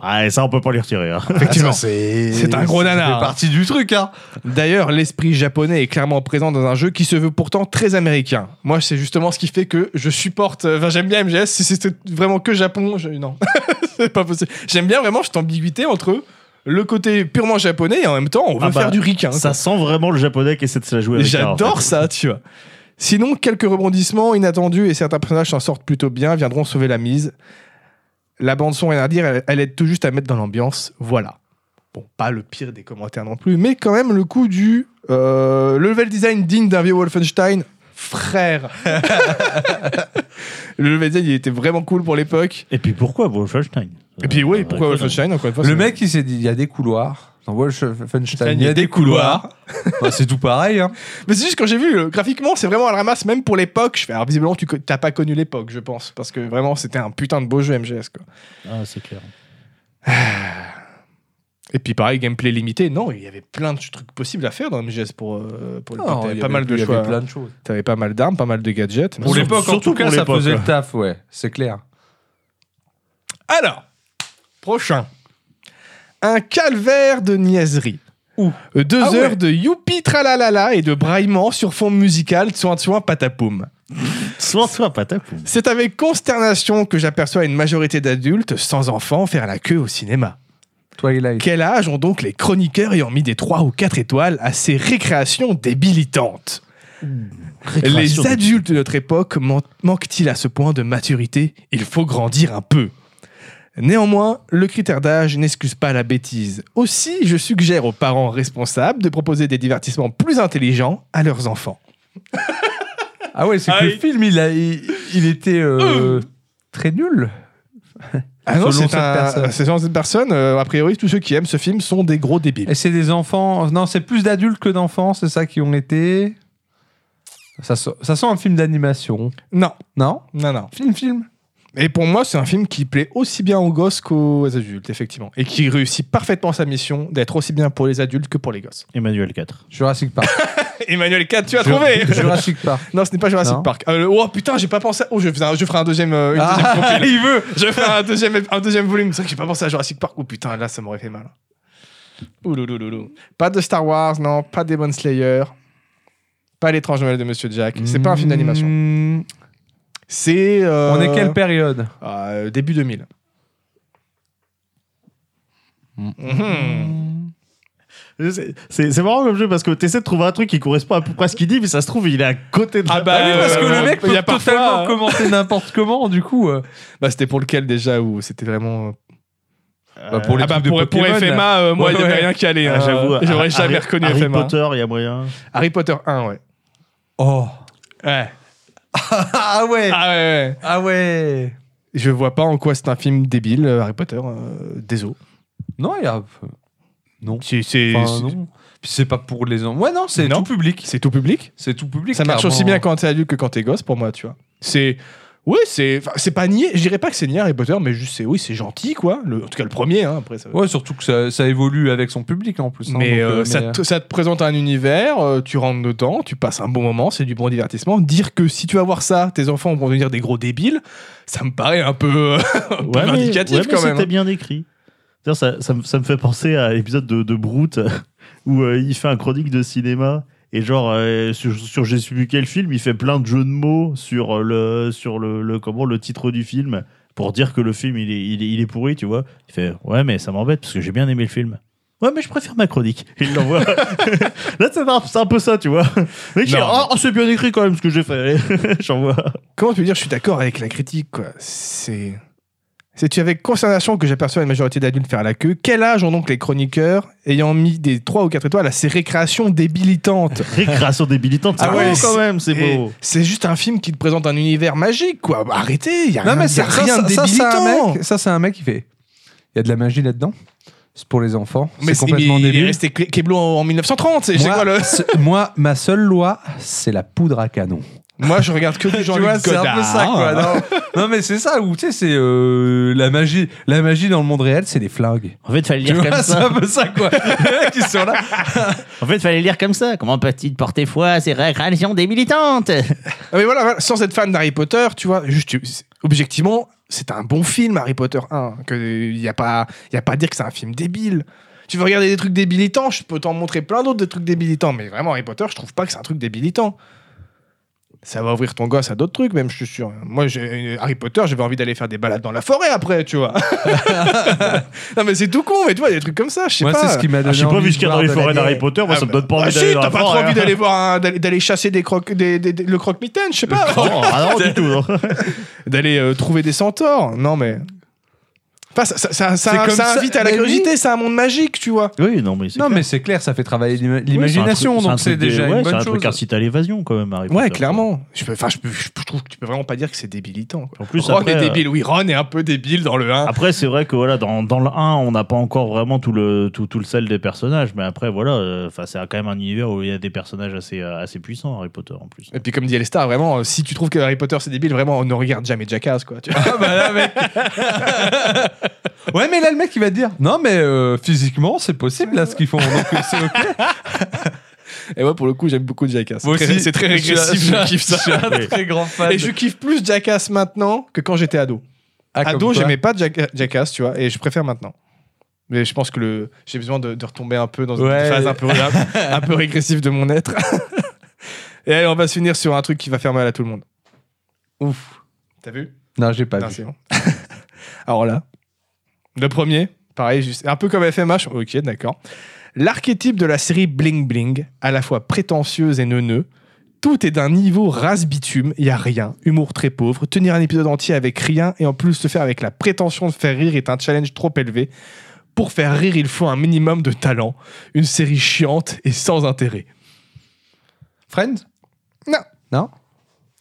S4: Ah, et ça, on peut pas les retirer. hein.
S2: Effectivement.
S1: C'est
S2: un gros
S1: Ça
S2: nanar.
S1: fait partie du truc, hein.
S2: D'ailleurs, l'esprit japonais est clairement présent dans un jeu qui se veut pourtant très américain. Moi, c'est justement ce qui fait que je supporte. euh, Enfin, j'aime bien MGS. Si c'était vraiment que Japon, je- non, c'est pas possible. J'aime bien vraiment cette ambiguïté entre le côté purement japonais et en même temps, on veut
S4: Ah bah,
S2: faire du ricain. quoi.
S4: Ça sent vraiment le japonais qui essaie de se la jouer avec un, en fait.
S2: J'adore ça, tu vois. Sinon, quelques rebondissements inattendus et certains personnages s'en sortent plutôt bien, viendront sauver la mise. La bande son, rien à dire, elle, elle aide tout juste à mettre dans l'ambiance. Voilà. Bon, pas le pire des commentaires non plus, mais quand même le coup du euh, level design digne d'un vieux Wolfenstein, frère. le level design, il était vraiment cool pour l'époque.
S4: Et puis pourquoi Wolfenstein
S2: Et puis oui,
S4: Euh,
S2: pourquoi
S4: euh,
S2: Wolfenstein encore une fois
S1: Ah, Le
S2: c'est-
S1: mec, il s'est dit, il y a des couloirs. Dans Wolfenstein, il y a des couloirs. Bah, c'est tout pareil, hein.
S2: Mais c'est juste quand j'ai vu euh, graphiquement, c'est vraiment à la ramasse, même pour l'époque. Je fais, alors visiblement, tu co- t'as pas connu l'époque, je pense, parce que vraiment, c'était un putain de beau jeu MGS. Quoi.
S4: Ah, c'est clair.
S2: Et puis pareil, gameplay limité. Non, il y avait plein de trucs possibles à faire dans MGS pour, euh, pour l'époque.
S1: Non, il
S2: T'avais
S1: y
S2: pas
S1: avait-
S2: mal de
S1: il y avait
S2: choix.
S1: plein de choses.
S2: T'avais pas mal d'armes, pas mal de gadgets.
S1: Pour
S4: Surtout-
S1: l'époque, en
S4: surtout
S1: tout cas,
S4: pour
S1: ça
S4: l'époque,
S1: faisait
S4: ouais.
S1: le taf, ouais, c'est clair.
S2: Alors, prochain. Un calvaire de niaiserie.
S1: Ouh.
S2: Euh, Deux
S1: Ah ouais.
S2: heures de youpi tralalala et de braillement sur fond musical, soin de soin patapoum.
S4: Soit soit patapou.
S2: C'est avec consternation que j'aperçois une majorité d'adultes sans enfants faire la queue au cinéma.
S1: Twilight.
S2: Quel âge ont donc les chroniqueurs ayant mis des 3 ou 4 étoiles à ces récréations débilitantes Les adultes de notre époque man- manquent-ils à ce point de maturité Il faut grandir un peu. Néanmoins, le critère d'âge n'excuse pas la bêtise. Aussi, je suggère aux parents responsables de proposer des divertissements plus intelligents à leurs enfants.
S1: Ah ouais, c'est que
S2: Ah,
S1: le
S2: il-
S1: film, il, a, il, il était euh, très nul.
S2: Ah
S1: Selon
S2: non, c'est
S1: cette personne.
S2: un- c'est selon cette personne. euh, a priori, tous ceux qui aiment ce film sont des gros débiles.
S1: Et c'est des enfants. Non, c'est plus d'adultes que d'enfants, c'est ça qui ont été. Ça, so- ça sent un film d'animation.
S2: Non,
S1: Non
S2: non, non.
S1: Film, film.
S2: Et pour moi, c'est un film qui plaît aussi bien aux gosses qu'aux adultes, effectivement. Et qui réussit parfaitement sa mission d'être aussi bien pour les adultes que pour les gosses.
S4: Emmanuel 4.
S1: Jurassic Park.
S2: Emmanuel 4, tu as
S1: Jur-
S2: trouvé
S1: Jurassic Park.
S2: Non, ce n'est pas Jurassic
S1: Non.
S2: Park. Euh, le- oh putain, j'ai pas pensé. à- Oh, je, fais un- je ferai un deuxième. euh, une deuxième
S1: Ah,
S2: compil.
S1: il veut
S2: Je ferai un deuxième, un deuxième volume. C'est vrai que j'ai pas pensé à Jurassic Park. Oh putain, là, ça m'aurait fait mal. Ouloulouloulou. Pas de Star Wars, non. Pas des Demon Slayer. Pas l'étrange Noël de Monsieur Jack. C'est pas un film d'animation.
S1: Mmh.
S2: Hmm. C'est. euh,
S1: On est quelle période
S2: euh, Début 2000. Mhm.
S4: C'est c'est marrant comme jeu parce que t'essaies de trouver un truc qui correspond à peu près à ce qu'il dit, mais ça se trouve, il est à côté de
S2: Ah bah,
S1: Ah oui,
S2: euh,
S1: parce que
S2: euh,
S1: le mec
S2: il y
S1: peut
S2: a parfois,
S1: totalement
S2: hein.
S1: commenter n'importe comment, du coup. euh.
S2: Bah, c'était pour lequel déjà où c'était vraiment.
S1: Bah, pour les
S2: ah bah,
S1: trucs de
S2: pour, pour
S1: Pokémon, là.
S2: FMA, euh, moi,
S1: Ouais,
S2: il y avait
S1: ouais.
S2: rien qui allait.
S4: Ah,
S2: hein.
S4: J'avoue,
S2: J'aurais
S4: Harry-
S2: jamais reconnu hein.
S4: Harry
S2: FMA.
S4: Potter, il y a moyen.
S2: Harry Potter 1, ouais.
S1: Oh.
S2: Ouais.
S1: Ah ouais
S2: Ah ouais, ouais.
S1: Ah ouais
S2: Je vois pas en quoi c'est un film débile, euh, Harry Potter. euh, désolé.
S1: Non, il y a. Non.
S2: C'est c'est-
S1: Enfin,
S2: c'est-
S1: non. Puis c'est pas pour les enfants. Ouais, non, c'est
S2: Non.
S1: tout public.
S2: c'est tout public.
S1: C'est tout public.
S2: Ça marche
S1: clairement.
S2: aussi bien quand t'es adulte que quand t'es gosse pour moi, tu vois. C'est ouais, c'est enfin, c'est pas nier. Je dirais pas que c'est nier Harry Potter, mais juste c'est oui, c'est gentil quoi. Le- en tout cas le premier. hein, après ça.
S1: Ouais, surtout que ça, ça évolue avec son public en plus. hein,
S2: Mais,
S1: donc,
S2: euh,
S1: euh,
S2: ça,
S1: mais,
S2: te, ça te présente un univers, euh, tu rentres dedans, tu passes un bon moment, c'est du bon divertissement. Dire que si tu vas voir ça, tes enfants vont devenir des gros débiles, ça me paraît un peu, un peu
S4: Ouais, mais-
S2: vindicatif
S4: ouais, mais
S2: quand même. hein.
S4: C'était bien décrit. D'ailleurs, Ça, ça, me- ça me fait penser à l'épisode de, de Brute où euh, il fait un chronique de cinéma et genre euh, sur, sur j'ai su quel film, il fait plein de jeux de mots sur euh, le sur le, le- comment le titre du film pour dire que le film il est, il est, il est pourri, tu vois. Il fait ouais mais ça m'embête parce que j'ai bien aimé le film. Ouais mais je préfère ma chronique. Il l'envoie. Là c'est un, c'est un peu ça, tu vois. Mais qui
S2: Non.
S4: oh, c'est bien écrit quand même ce que j'ai fait. J'envoie.
S2: Comment tu peux dire je suis d'accord avec la critique quoi C'est c'est avec consternation que j'aperçois une majorité d'adultes faire la queue. Quel âge ont donc les chroniqueurs ayant mis des 3 ou 4 étoiles à ces récréations débilitantes
S4: Récréation débilitante. C'est
S2: Ah
S4: beau
S2: ouais,
S4: quand
S2: c'est-
S4: même, c'est
S2: Et
S4: beau.
S2: C'est juste un film qui te présente un univers magique quoi. Bah, arrêtez, il y a
S1: euh, Non,
S2: rien,
S1: mais
S2: y a
S1: ça, ça,
S2: rien de
S1: ça, ça, c'est un
S2: débilitant.
S1: mec- ça, c'est un mec qui fait. Il y a de la magie là-dedans. C'est pour les enfants.
S2: Mais
S1: C'est complètement
S2: mais Il est
S1: débile.
S2: resté Cle- Keblo en, en 1930, c'est c'est
S1: Moi,
S2: quoi le
S1: c'est- moi, ma seule loi, c'est la poudre à canon.
S2: Moi, je regarde que du
S1: Tu
S2: genre
S1: vois, c'est un peu ça, quoi. Non, Non, mais c'est ça où, tu sais, c'est euh, la magie. La magie dans le monde réel, c'est des flingues.
S4: En fait, fallait
S1: Tu vois, c'est un peu ça, quoi. Les mecs, ils sont là.
S4: En fait, fallait lire comme ça. Comment peut-il porter foi à ces récréations débilitantes
S2: Ah, mais voilà, voilà, sans être fan d'Harry Potter, tu vois, juste tu- c'est- objectivement, c'est un bon film Harry Potter 1, que il y a pas il y a pas à dire que c'est un film débile. Tu veux regarder des trucs débilitants, je peux t'en montrer plein d'autres de trucs débilitants, mais vraiment Harry Potter, je trouve pas que c'est un truc débilitant. Ça va ouvrir ton gosse à d'autres trucs, même, je suis sûr. Moi, j'ai- euh, Harry Potter, j'avais envie d'aller faire des balades dans la forêt après, tu vois. non, mais c'est tout con, mais tu vois, des trucs comme ça, je sais
S1: Moi,
S2: pas.
S1: c'est ce qui m'a donné.
S4: Ah, Je sais pas
S1: envie
S4: vu
S1: de
S4: ce qu'il y a
S1: boire
S4: dans les
S1: de la
S4: forêts
S1: bière.
S4: d'Harry Potter, moi ça me donne pas
S2: Ah
S4: envie
S2: si,
S4: d'aller dans
S2: t'as
S4: la
S2: pas trop
S4: forêt. hein.
S2: envie d'aller voir un- d'aller d'aller chasser des crocs, des, des- des- le croque-mitaine, je sais pas.
S4: hein. Non, ah non, du tout. non.
S2: d'aller euh, trouver des centaures. Non mais. Enfin, ça, ça- ça- ça-
S1: comme
S2: ça
S1: ça,
S2: invite à
S1: mais
S2: la
S1: oui.
S2: curiosité, c'est un monde magique, tu vois.
S4: Oui, non, mais c'est
S1: Non,
S4: clair.
S1: mais c'est clair, ça fait travailler l'ima-
S4: Oui, c'est un
S1: l'imagination,
S4: truc-
S1: donc
S4: un
S1: c'est
S4: truc de-
S1: déjà
S4: ouais,
S1: une
S4: C'est
S1: bonne
S4: un truc
S1: chose.
S4: incite à l'évasion quand même, Harry Potter.
S2: Ouais, clairement. Je, peux, enfin, je, peux- je trouve que tu peux vraiment pas dire que c'est débilitant. quoi.
S4: En plus,
S2: Ron
S1: Oh,
S4: après,
S2: est
S4: euh, Ah.
S2: débile, oui, Ron est un peu débile dans le 1.
S4: Après, c'est vrai que voilà, dans, dans le 1, on n'a pas encore vraiment tout le, tout, tout le sel des personnages, mais après, voilà, euh, enfin, c'est quand même un univers où il y a des personnages assez, euh, assez puissants, Harry Potter en plus.
S2: Et puis comme dit Lestar, vraiment, euh, si tu trouves que Harry Potter c'est débile, vraiment, on ne regarde jamais Jackass, quoi. tu vois.
S1: Ah bah là, mec. ouais, mais là, le mec, il va te dire Non, mais euh, physiquement, c'est possible, là, ce qu'ils font. Donc, euh, c'est ok.
S2: Et moi, pour le coup, j'aime beaucoup Jackass.
S1: Moi
S2: C'est
S1: aussi.
S2: très- c'est très
S1: Je suis un-
S2: régressif,
S1: je suis
S2: je kiffe ça.
S1: un
S4: Oui.
S1: très grand fan.
S2: Et je kiffe plus Jackass maintenant que quand j'étais ado.
S1: Ah, comme
S2: Ado,
S1: quoi.
S2: j'aimais pas Jack- Jackass, tu vois, et je préfère maintenant. Mais je pense que le... j'ai besoin de, de retomber un peu dans une
S1: Ouais.
S2: phase un peu, un peu régressive de mon être. et allez, on va se finir sur un truc qui va faire mal à tout le monde.
S1: Ouf.
S2: T'as vu
S1: Non, j'ai pas
S2: Non,
S1: vu.
S2: c'est bon. Alors là, le premier, pareil, juste un peu comme FMH. Ok, d'accord. L'archétype de la série Bling Bling, à la fois prétentieuse et neuneux, tout est d'un niveau rase bitume, il y a rien, humour très pauvre, tenir un épisode entier avec rien et en plus le faire avec la prétention de faire rire est un challenge trop élevé. Pour faire rire, il faut un minimum de talent, une série chiante et sans intérêt.
S1: Friends
S2: Non.
S1: Non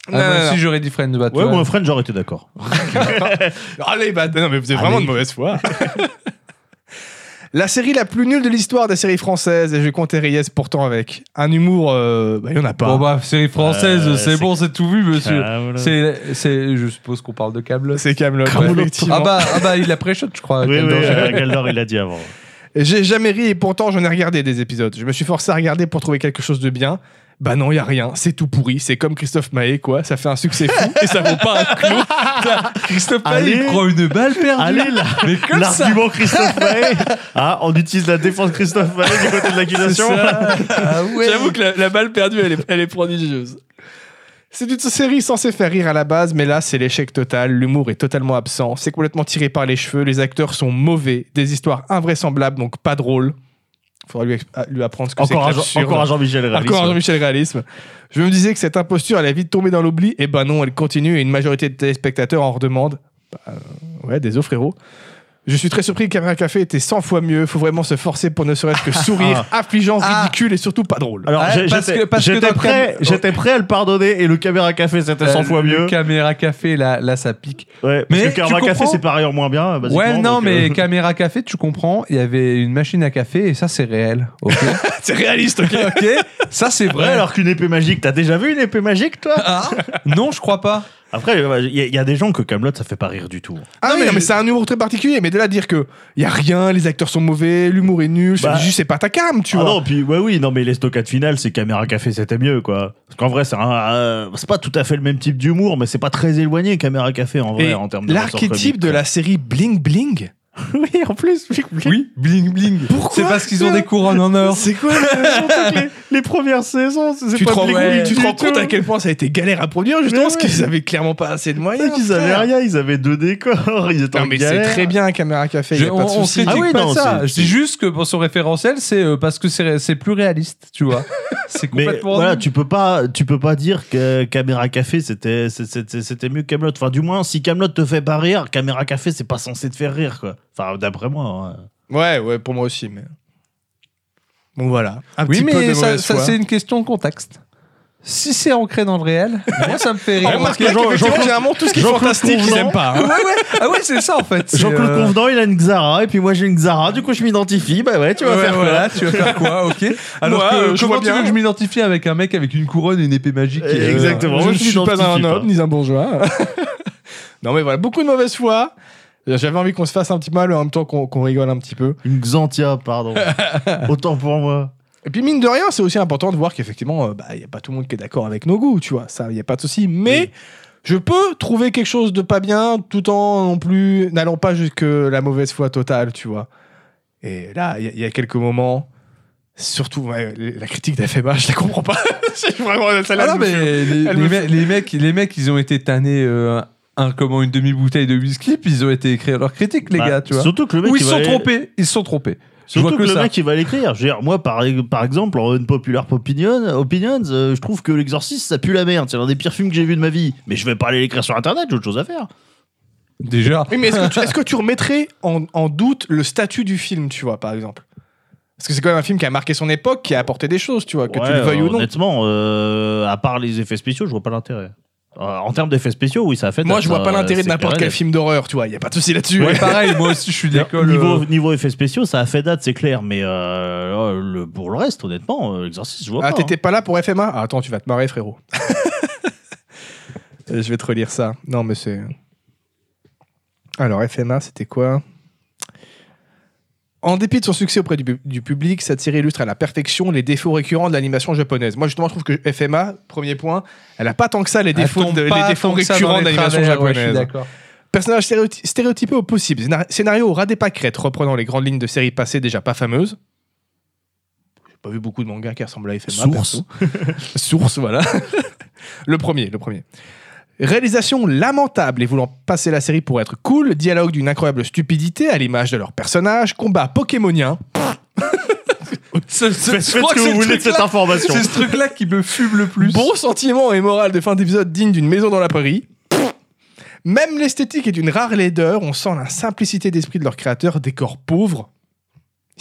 S1: Ah,
S2: Non,
S1: moi
S2: non,
S1: aussi,
S2: non.
S1: j'aurais dit Friends. Bah, tu
S4: Ouais,
S1: vois.
S4: mon friend, j'aurais été d'accord.
S2: Allez, bah, non, mais vous êtes
S1: Allez.
S2: vraiment de mauvaise foi. la série la plus nulle de l'histoire des séries françaises, et je comptais Reyes pourtant avec. Un humour, euh, bah, il n'y en a pas.
S1: Bon, bah, série française,
S4: Euh,
S1: c'est
S4: c'est-
S1: bon, c'est tout vu, monsieur.
S4: Ah, voilà.
S1: C'est, c'est, je suppose qu'on parle de câble.
S2: c'est Camelot,
S1: Kaamelott.
S2: effectivement.
S1: Ah bah, ah bah, il a pré-shot, je crois.
S4: Oui, oui,
S1: Dumbledore.
S4: euh, Galdor, il l'a dit avant.
S2: J'ai jamais ri et pourtant j'en ai regardé des épisodes. Je me suis forcé à regarder pour trouver quelque chose de bien. Bah non, il y a rien, c'est tout pourri, c'est comme Christophe Maé quoi, ça fait un succès fou et ça vaut pas un clou. Ça, Christophe
S1: Ah,
S2: Maé,
S1: il
S4: Allez.
S1: prend une balle perdue.
S4: Allez, là,
S1: mais comme ça.
S4: l'argument Christophe Maé. Ah, on utilise la défense Christophe Maé du côté de l'accusation.
S1: Ah ouais.
S2: J'avoue que la, la balle perdue, elle est, elle est prodigieuse. C'est une série censée faire rire à la base, mais là, c'est l'échec total. L'humour est totalement absent. C'est complètement tiré par les cheveux. Les acteurs sont mauvais. Des histoires invraisemblables, donc pas drôles. Faudra lui, ex- à- lui apprendre ce que c'est
S4: Encore un
S2: que
S4: Jean-
S2: l'absurde.
S4: encore un Jean-Michel Rallis,
S2: Encore un
S4: ouais.
S2: Jean-Michel Réalisme. Je me disais que cette imposture allait vite tomber dans l'oubli. Eh Et ben non, elle continue et une majorité de téléspectateurs en redemandent. Bah, euh, ouais, désolé frérot. Je suis très surpris que Caméra Café était 100 fois mieux. Faut vraiment se forcer pour ne serait-ce que sourire, affligeant,
S1: Ah.
S2: ridicule et surtout pas drôle.
S4: Alors,
S1: Ouais,
S4: j'ai-
S1: parce
S4: j'étais
S1: que- parce que
S4: j'étais
S1: notre
S4: prêt,
S1: cam-
S4: j'étais prêt à le pardonner et le caméra café, c'était 100
S1: Euh,
S4: fois
S1: le
S4: mieux.
S1: Caméra café, là, là, ça pique.
S4: Ouais,
S1: Mais
S4: parce
S1: tu
S4: que caméra café,
S1: comprends
S4: c'est par ailleurs moins bien. basiquement,
S1: Ouais, non,
S4: donc,
S1: mais
S4: euh,
S1: caméra café, tu comprends, il y avait une machine à café et ça, c'est réel. Ok,
S2: c'est réaliste, ok
S1: Ok, ça, c'est
S4: Ouais,
S1: vrai.
S4: alors qu'une épée magique, t'as déjà vu une épée magique, toi
S1: Ah, non, je crois pas.
S4: Après, il y, a- y a des gens que Camelot, ça fait pas rire du tout.
S2: Ah
S1: Non,
S2: oui,
S1: mais
S2: non, mais
S1: je-
S2: c'est un humour très particulier. Mais de là à dire que y a rien, les acteurs sont mauvais, l'humour est nul, c'est
S4: Bah.
S2: juste c'est pas ta cam, tu
S4: ah
S2: vois.
S4: non, puis ouais, oui, non, mais les stockades finales, c'est caméra café, c'était mieux, quoi. Parce qu'en vrai, c'est un, euh, c'est pas tout à fait le même type d'humour, mais c'est pas très éloigné caméra café en vrai
S2: Et
S4: en termes de ressort
S2: L'archétype de la série Bling Bling.
S4: comique. oui, en plus,
S1: Oui, bling bling.
S2: Pourquoi
S1: C'est parce qu'ils ont des couronnes en or.
S4: C'est quoi le- les, les premières saisons c'est
S2: Tu te,
S4: pas
S2: rends,
S4: Bling
S1: ouais.
S4: Bling
S2: tu te
S4: du
S2: rends compte
S4: tout.
S2: à quel point ça a été galère à produire, justement,
S4: Mais
S2: parce
S4: ouais.
S2: qu'ils avaient clairement pas assez de
S4: Ouais,
S2: moyens.
S4: Ils avaient
S2: frère.
S4: rien, ils avaient deux décors, ils étaient
S2: Non,
S4: en
S2: mais c'est
S4: galère.
S2: très bien, Caméra Café, y
S1: Je-
S2: a pas de
S1: on on
S2: souci.
S1: critique
S4: Ah oui,
S1: pas
S4: non,
S1: ça.
S4: c'est-
S1: Je dis juste que pour son référentiel, c'est euh, parce que c'est c'est plus réaliste, tu vois. C'est
S4: Mais
S1: complètement.
S4: voilà,
S1: nul.
S4: tu peux pas, tu peux pas dire que Caméra Café c'était c'est- c'était c'était mieux que Camelot. Enfin, du moins, si Camelot te fait pas rire, Caméra Café c'est pas censé te faire rire, quoi. Enfin, d'après moi. hein. ouais.
S2: Ouais, ouais, pour moi aussi, mais. Bon, voilà. Un
S1: Oui,
S2: petit peu de
S1: mais ça,
S2: mauvaise
S1: ça,
S2: foi.
S1: c'est une question de contexte. Si c'est ancré dans le réel, moi ça me fait rire.
S2: Remarque
S1: Parce que-
S2: là qu'effectivement,
S4: Jean-Claude-
S2: généralement, tout ce qui est
S4: Jean-Claude
S2: fantastique, ils
S4: Convenant.
S2: aiment pas. hein.
S1: Ouais, ouais. Ah ouais, c'est ça en fait. C'est,
S4: Jean-Claude
S1: euh,
S4: Convenant, il a une Xara et puis moi j'ai une Xara, du coup je m'identifie. Bah ouais, tu vas
S1: ouais,
S4: faire
S1: voilà, tu vas faire quoi Ok. Alors
S2: Moi,
S1: que,
S2: euh, je
S1: comment
S2: vois
S1: tu
S2: bien.
S1: veux que je m'identifie avec un mec avec une couronne et une épée magique et, euh,
S4: Exactement.
S2: Je
S4: Je
S2: ne suis pas
S4: m'identifie
S2: un
S4: pas.
S2: homme ni un bourgeois. non, mais voilà, beaucoup de mauvaise foi. J'avais envie qu'on se fasse un petit mal, mais en même temps qu'on qu'on rigole un petit peu.
S4: Une Xantia, pardon. Autant pour moi.
S2: Et puis, mine de rien, c'est aussi important de voir qu'effectivement, il n'y a pas tout le monde qui est d'accord avec nos goûts, tu vois. Ça, il n'y a pas de souci. Mais je peux trouver quelque chose de pas bien tout en non plus n'allant pas jusque la mauvaise foi totale, tu vois. Et là, il y a- il y, a quelques moments, surtout ouais, la critique d'FMA, je la comprends pas. C'est vraiment celle-là,
S1: Ah non,
S2: je me suis-
S1: mais les,
S2: elle
S1: les
S2: me
S1: me-
S2: fait-
S1: les mecs, les mecs, ils ont été tannés euh, un comment une demi bouteille de whisky, puis ils ont été écrire leurs critiques, les
S4: Bah,
S1: gars, tu vois.
S4: Surtout que le mec
S1: Ou ils
S4: il
S1: se
S4: va
S1: sont
S4: aller-
S1: trompés, ils se sont trompés. Je vois que
S4: Surtout que, le
S1: ça.
S4: mec il va l'écrire. Je veux dire, moi par, par exemple, en Unpopular Opinion, Opinions, euh, je trouve que l'exorciste ça pue la merde. C'est l'un des pires films que j'ai vu de ma vie. Mais je vais pas aller l'écrire sur internet, j'ai autre chose à faire.
S1: Déjà.
S2: Oui, mais est-ce que, tu- est-ce que tu remettrais en, en doute le statut du film, tu vois, par exemple Parce que c'est quand même un film qui a marqué son époque, qui a apporté des choses, tu vois, que tu
S4: Ouais,
S2: le veuilles
S4: euh,
S2: ou non.
S4: Honnêtement, euh, à part les effets spéciaux, je vois pas l'intérêt. Euh, en termes d'effets spéciaux, oui, ça a fait.
S2: Moi, je vois
S4: ça,
S2: pas l'intérêt
S4: c'est
S2: de n'importe
S4: clair et
S2: quel film d'horreur, tu vois, il a pas de souci là-dessus.
S1: Ouais, pareil, moi aussi, je suis
S4: net.
S1: d'école.
S4: Niveau,
S1: euh,
S4: niveau effets spéciaux, ça a fait date, c'est clair, mais euh, le, pour le reste, honnêtement, euh, l'exorciste, je vois
S2: Ah,
S4: pas.
S1: hein.
S2: t'étais pas là pour FMA Ah, Attends, tu vas te marrer, frérot. Euh, je vais te relire ça. Non, mais c'est. Alors, FMA, c'était quoi En dépit de son succès auprès du, pub- du public, cette série illustre à la perfection les défauts récurrents de l'animation japonaise. Moi, justement, je trouve que FMA, premier point, elle a pas tant que ça les
S1: elle
S2: défauts,
S1: tombe
S2: de- les
S1: pas
S2: défauts
S1: tant que ça dans
S2: récurrents de
S1: euh, les
S2: l'animation
S1: travers, ouais, je suis
S2: japonaise.
S1: d'accord.
S2: Personnages stéréoty- stéréotypés au possible. Scénar- Scénario au ras des pâquerettes, reprenant les grandes lignes de séries passées déjà pas fameuses. J'ai pas vu beaucoup de mangas qui ressemblent à FMA.
S4: Source.
S2: perso. Source, voilà. le premier, le premier. Réalisation lamentable et voulant passer la série pour être cool, dialogue d'une incroyable stupidité à l'image de leurs personnages, combat pokémonien.
S1: C'est- c'est-
S4: hein. Faites
S1: je
S4: faites
S1: crois
S4: ce que
S1: c'est
S4: vous
S1: le
S4: voulez de
S1: truc-là-
S4: cette information.
S1: C'est ce truc-là qui me fume le plus.
S2: Bon sentiment et morale de fin d'épisode digne d'une maison dans la prairie. Pfff. Même l'esthétique est d'une rare laideur, on sent la simplicité d'esprit de leur créateur, décor pauvre.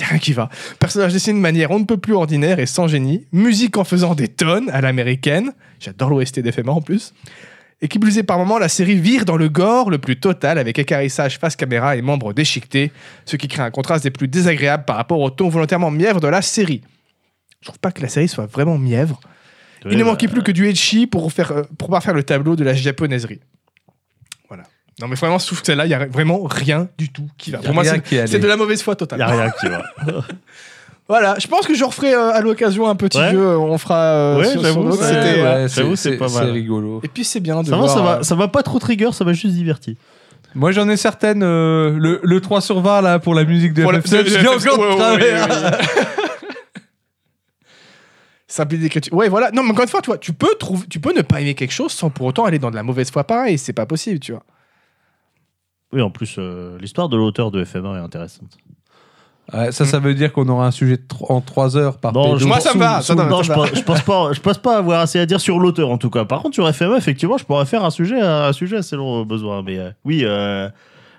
S2: Y a rien qui va. Personnage dessiné de manière on ne peut plus ordinaire et sans génie. Musique en faisant des tonnes à l'américaine. J'adore l'OST d'FMA en plus. Et qui plus est par moments, la série vire dans le gore le plus total avec écarissage face caméra et membres déchiquetés, ce qui crée un contraste des plus désagréables par rapport au ton volontairement mièvre de la série. Je trouve pas que la série soit vraiment mièvre. Il ne
S4: bah,
S2: manquait plus que du Echi pour faire euh, pour parfaire le tableau de la japonaiserie. Voilà. Non mais vraiment, sauf que celle-là, il n'y a vraiment rien du tout qui
S1: Y
S2: va.
S1: a
S2: Pour moi,
S1: rien
S2: c'est
S1: qui est allé.
S2: c'est de la mauvaise foi
S4: Il y a
S2: totale.
S4: rien qui va.
S2: Voilà, je pense que je referai euh, à l'occasion un petit
S4: Ouais.
S2: jeu, euh, on fera euh,
S4: Ouais,
S2: sur,
S4: j'avoue,
S2: sur l'autre,
S4: ouais,
S2: c'était, euh,
S4: ouais. j'avoue, c'est pas mal.
S1: C'est rigolo.
S2: Et puis c'est bien de
S4: Ça va,
S2: voir,
S4: ça
S2: euh,
S4: va, ça va pas trop trigger, ça m'a juste diverti.
S1: Moi, j'en ai certaines. euh, le, le 3 sur 20, là, pour la musique de
S2: Pour la-
S1: FF7,
S2: de- de-
S1: je viens encore de
S2: ouais, ouais,
S1: travers.
S2: Simplicité d'écriture. Ouais, voilà. Non, mais encore une fois, tu vois, tu peux, trouver, tu peux ne pas aimer quelque chose sans pour autant aller dans de la mauvaise foi pareil. C'est pas possible, tu vois.
S4: Oui, en plus, euh, l'histoire de l'auteur de FMA est intéressante.
S1: Ouais, ça, ça veut dire qu'on aura un sujet de tro- en 3 heures par
S4: Non,
S1: pédo.
S4: je-
S2: Moi, ça me va. ça, non, ça
S4: Non, je
S2: me va.
S4: pense, je pense pas, je pense pas avoir assez à dire sur l'auteur en tout E, cas. Par contre, sur FMA, effectivement, je pourrais faire un sujet, un sujet assez long au besoin. Mais euh, oui, euh,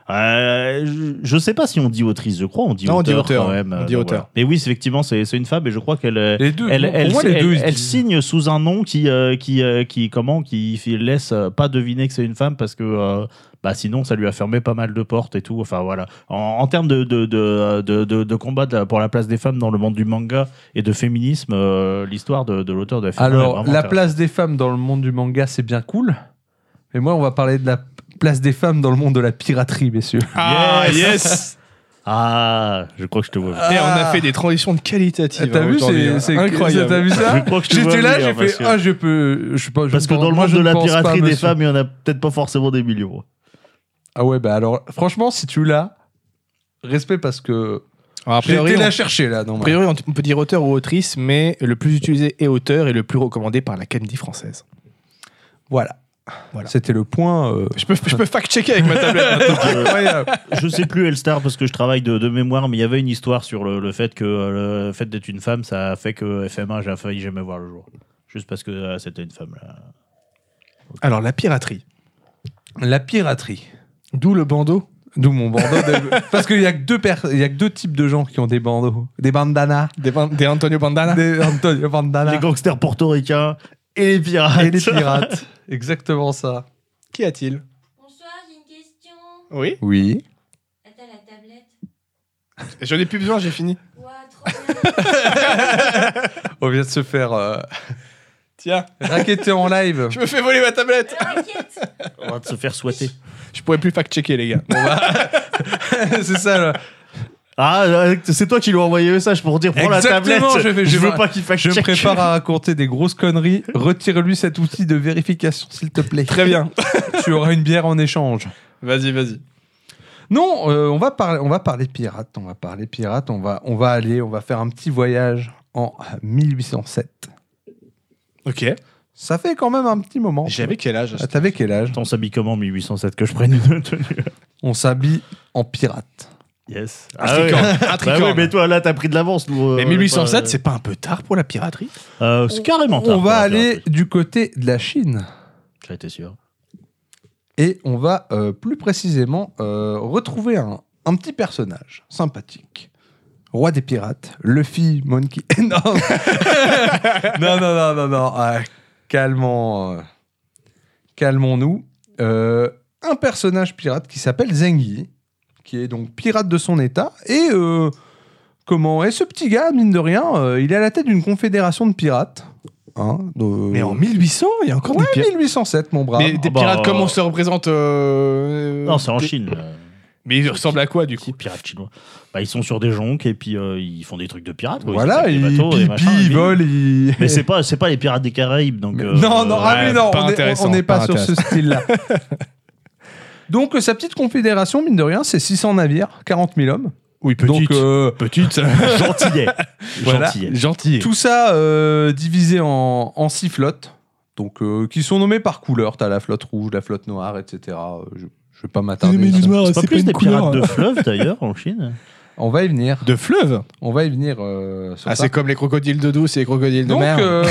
S4: Euh, je- je sais pas si on dit autrice, je crois, on dit
S2: Non, on dit
S4: auteur,
S2: auteur,
S4: quand même.
S2: on
S4: euh,
S2: dit
S4: donc
S2: auteur.
S4: voilà. Mais oui, c'est- effectivement, c'est c'est une femme et je crois qu'elle euh,
S1: Les deux.
S4: elle,
S1: pour
S4: elle-
S1: moi, les
S4: elle-
S1: deux. ils se
S4: elle
S1: disent-
S4: signe sous un nom qui, euh, qui, euh, qui, comment, qui fi- laisse euh, pas deviner que c'est une femme parce que euh, bah, sinon ça lui a fermé pas mal de portes et tout. Enfin voilà. En, en termes de, de, de, de, de- de combat de la- pour la place des femmes dans le monde du manga et de féminisme, euh, l'histoire de, de l'auteur de la fiction est
S1: Alors,
S4: Ah vraiment
S1: la
S4: intéressante.
S1: place des femmes dans le monde du manga, c'est bien cool. Mais moi, on va parler de la place des femmes dans le monde de la piraterie, messieurs.
S2: Ah, yes
S4: Ah, je crois que je te vois.
S2: Et Eh, on a
S1: Ah.
S2: fait des transitions de qualitatives.
S1: T'as
S2: hein,
S1: vu,
S2: aujourd'hui, hein.
S1: c'est c'est- T'as
S2: incroyable.
S1: vu
S4: Je
S1: ça
S4: crois que je te vois
S1: J'étais là,
S4: venir,
S1: j'ai
S4: parce
S1: fait
S4: que-
S1: ah je peux, je sais pas. je
S4: Parce que
S1: pense-
S4: dans le
S1: moi,
S4: monde
S1: je
S4: de
S1: ne
S4: la
S1: pense pas,
S4: piraterie des
S1: monsieur.
S4: femmes, il n'y en a peut-être pas forcément des millions.
S1: Ah ouais, bah alors, franchement, si tu l'as, respect parce que
S2: Alors, a
S1: j'ai
S2: priori,
S1: été
S2: on-
S1: la chercher là. Non,
S2: a priori, on peut dire auteur ou autrice, mais le plus utilisé est auteur et le plus recommandé par l'Académie française.
S1: Voilà.
S2: Voilà.
S1: C'était le point. euh,
S2: Je peux, je peux fact-checker avec ma tablette. hein. maintenant.
S4: euh,
S1: incroyable.
S4: je sais plus Elstar parce que je travaille de, de mémoire, mais il y avait une histoire sur le, le fait que euh, le fait d'être une femme, ça a fait que FMA, j'ai failli jamais voir le jour. Juste parce que euh, c'était une femme. Là.
S2: Alors, la piraterie.
S1: la piraterie.
S2: D'où le bandeau
S1: D'où mon bandeau. de- Parce qu'il y a que deux pers- il y a que deux types de gens qui ont des bandeaux, des bandanas,
S2: des, ban- des Antonio Bandana.
S1: des Antonio bandanas
S4: Les gangsters portoricains et les pirates.
S1: et les pirates. Exactement ça.
S2: Qui a-t-il
S5: Bonsoir, j'ai une question.
S2: Oui.
S1: Oui.
S5: Attends, la tablette.
S2: J'en ai plus besoin, j'ai fini.
S5: Ouah, trop bien.
S1: On vient de se faire euh,
S2: Tiens,
S1: raqueter en live.
S2: je me fais voler ma tablette.
S5: La raquette.
S4: On va se faire souhaiter.
S2: Je pourrais plus fact-checker, les gars.
S1: C'est ça. là.
S4: Ah, euh, c'est toi qui lui as envoyé le message pour dire prends
S1: Exactement,
S4: la tablette.
S1: je vais- je
S4: veux
S1: vais-
S4: pas qu'il fasse
S1: Je me
S4: check.
S1: prépare à raconter des grosses conneries. Retire-lui cet outil de vérification, s'il te plaît.
S2: Très bien.
S1: Tu auras une bière en échange.
S2: Vas-y, vas-y.
S1: Non, euh, on va parler, on va parler pirates, on va parler pirates, on va, on va aller, on va faire un petit voyage en 1807.
S2: Ok.
S1: Ça fait quand même un petit moment.
S2: J'avais quel âge
S1: Ah, T'avais quel âge
S4: Attends, on s'habille comment en 1807 que je prenne une tenue
S1: On s'habille en pirate.
S4: Yes.
S2: tricorne, un
S4: Bah
S2: Ah, tricorne.
S4: ouais, mais toi là, t'as pris de l'avance. nous, euh,
S2: Mais
S4: on est pas-
S2: 1807, c'est pas un peu tard pour la piraterie
S4: Euh, c'est carrément. tard
S1: On
S4: pour
S1: va
S4: la
S1: aller
S4: piraterie.
S1: du côté de la Chine
S4: J'en étais sûr.
S1: et on va euh, plus précisément euh, retrouver un, un petit personnage sympathique. Roi des pirates, Luffy Monkey. non. non, non, non, non, non. Ah, calmons, euh, calmons-nous. Euh, un personnage pirate qui s'appelle Zengi, qui est donc pirate de son état. Et euh, comment Et ce petit gars, mine de rien, euh, il est à la tête d'une confédération de pirates. Hein, de- Oh,
S2: Mais en 1800, il y a encore
S1: Ouais,
S2: des pirates.
S1: 1807, mon brave.
S2: Mais des
S4: bah,
S2: pirates,
S4: euh,
S2: comment on se représente euh,
S4: Non, c'est en
S2: des-
S4: Chine. là.
S2: Mais ils ressemblent à quoi, du coup
S4: Les pirates chinois. Bah, ils sont sur des jonques et puis euh, ils font des trucs de pirates. quoi.
S1: Voilà,
S4: attaquent des
S1: il
S4: bateaux, des
S1: pipi,
S4: machins,
S1: il
S4: mais-
S1: vole, il...
S4: Mais c'est pas, c'est pas les pirates des Caraïbes. Donc,
S1: Mais-
S4: euh,
S1: non, non,
S4: euh,
S1: ah oui, non,
S2: pas
S1: on est- on-
S2: intéressant,
S1: on n'est pas,
S2: pas
S1: sur ce style-là. Donc, euh, sa petite confédération, mine de rien, c'est 600 navires, 40 000 hommes.
S2: Oui,
S1: Donc, euh,
S2: Petite.
S4: gentillet.
S1: Voilà.
S4: Gentillet.
S2: Gentil.
S1: tout ça euh, divisé en, en six flottes, donc, euh, qui sont nommées par couleur. T'as la flotte rouge, la flotte noire, etc. Euh, Je, je vais pas m'attarder. là.
S4: C'est pas plus des pirates de fleuve d'ailleurs en Chine.
S1: On va y venir.
S2: De fleuve
S1: On va y venir euh, sur
S2: Ah,
S1: ça.
S2: c'est comme les crocodiles de douce et les crocodiles de
S1: Donc,
S2: mer.
S1: euh,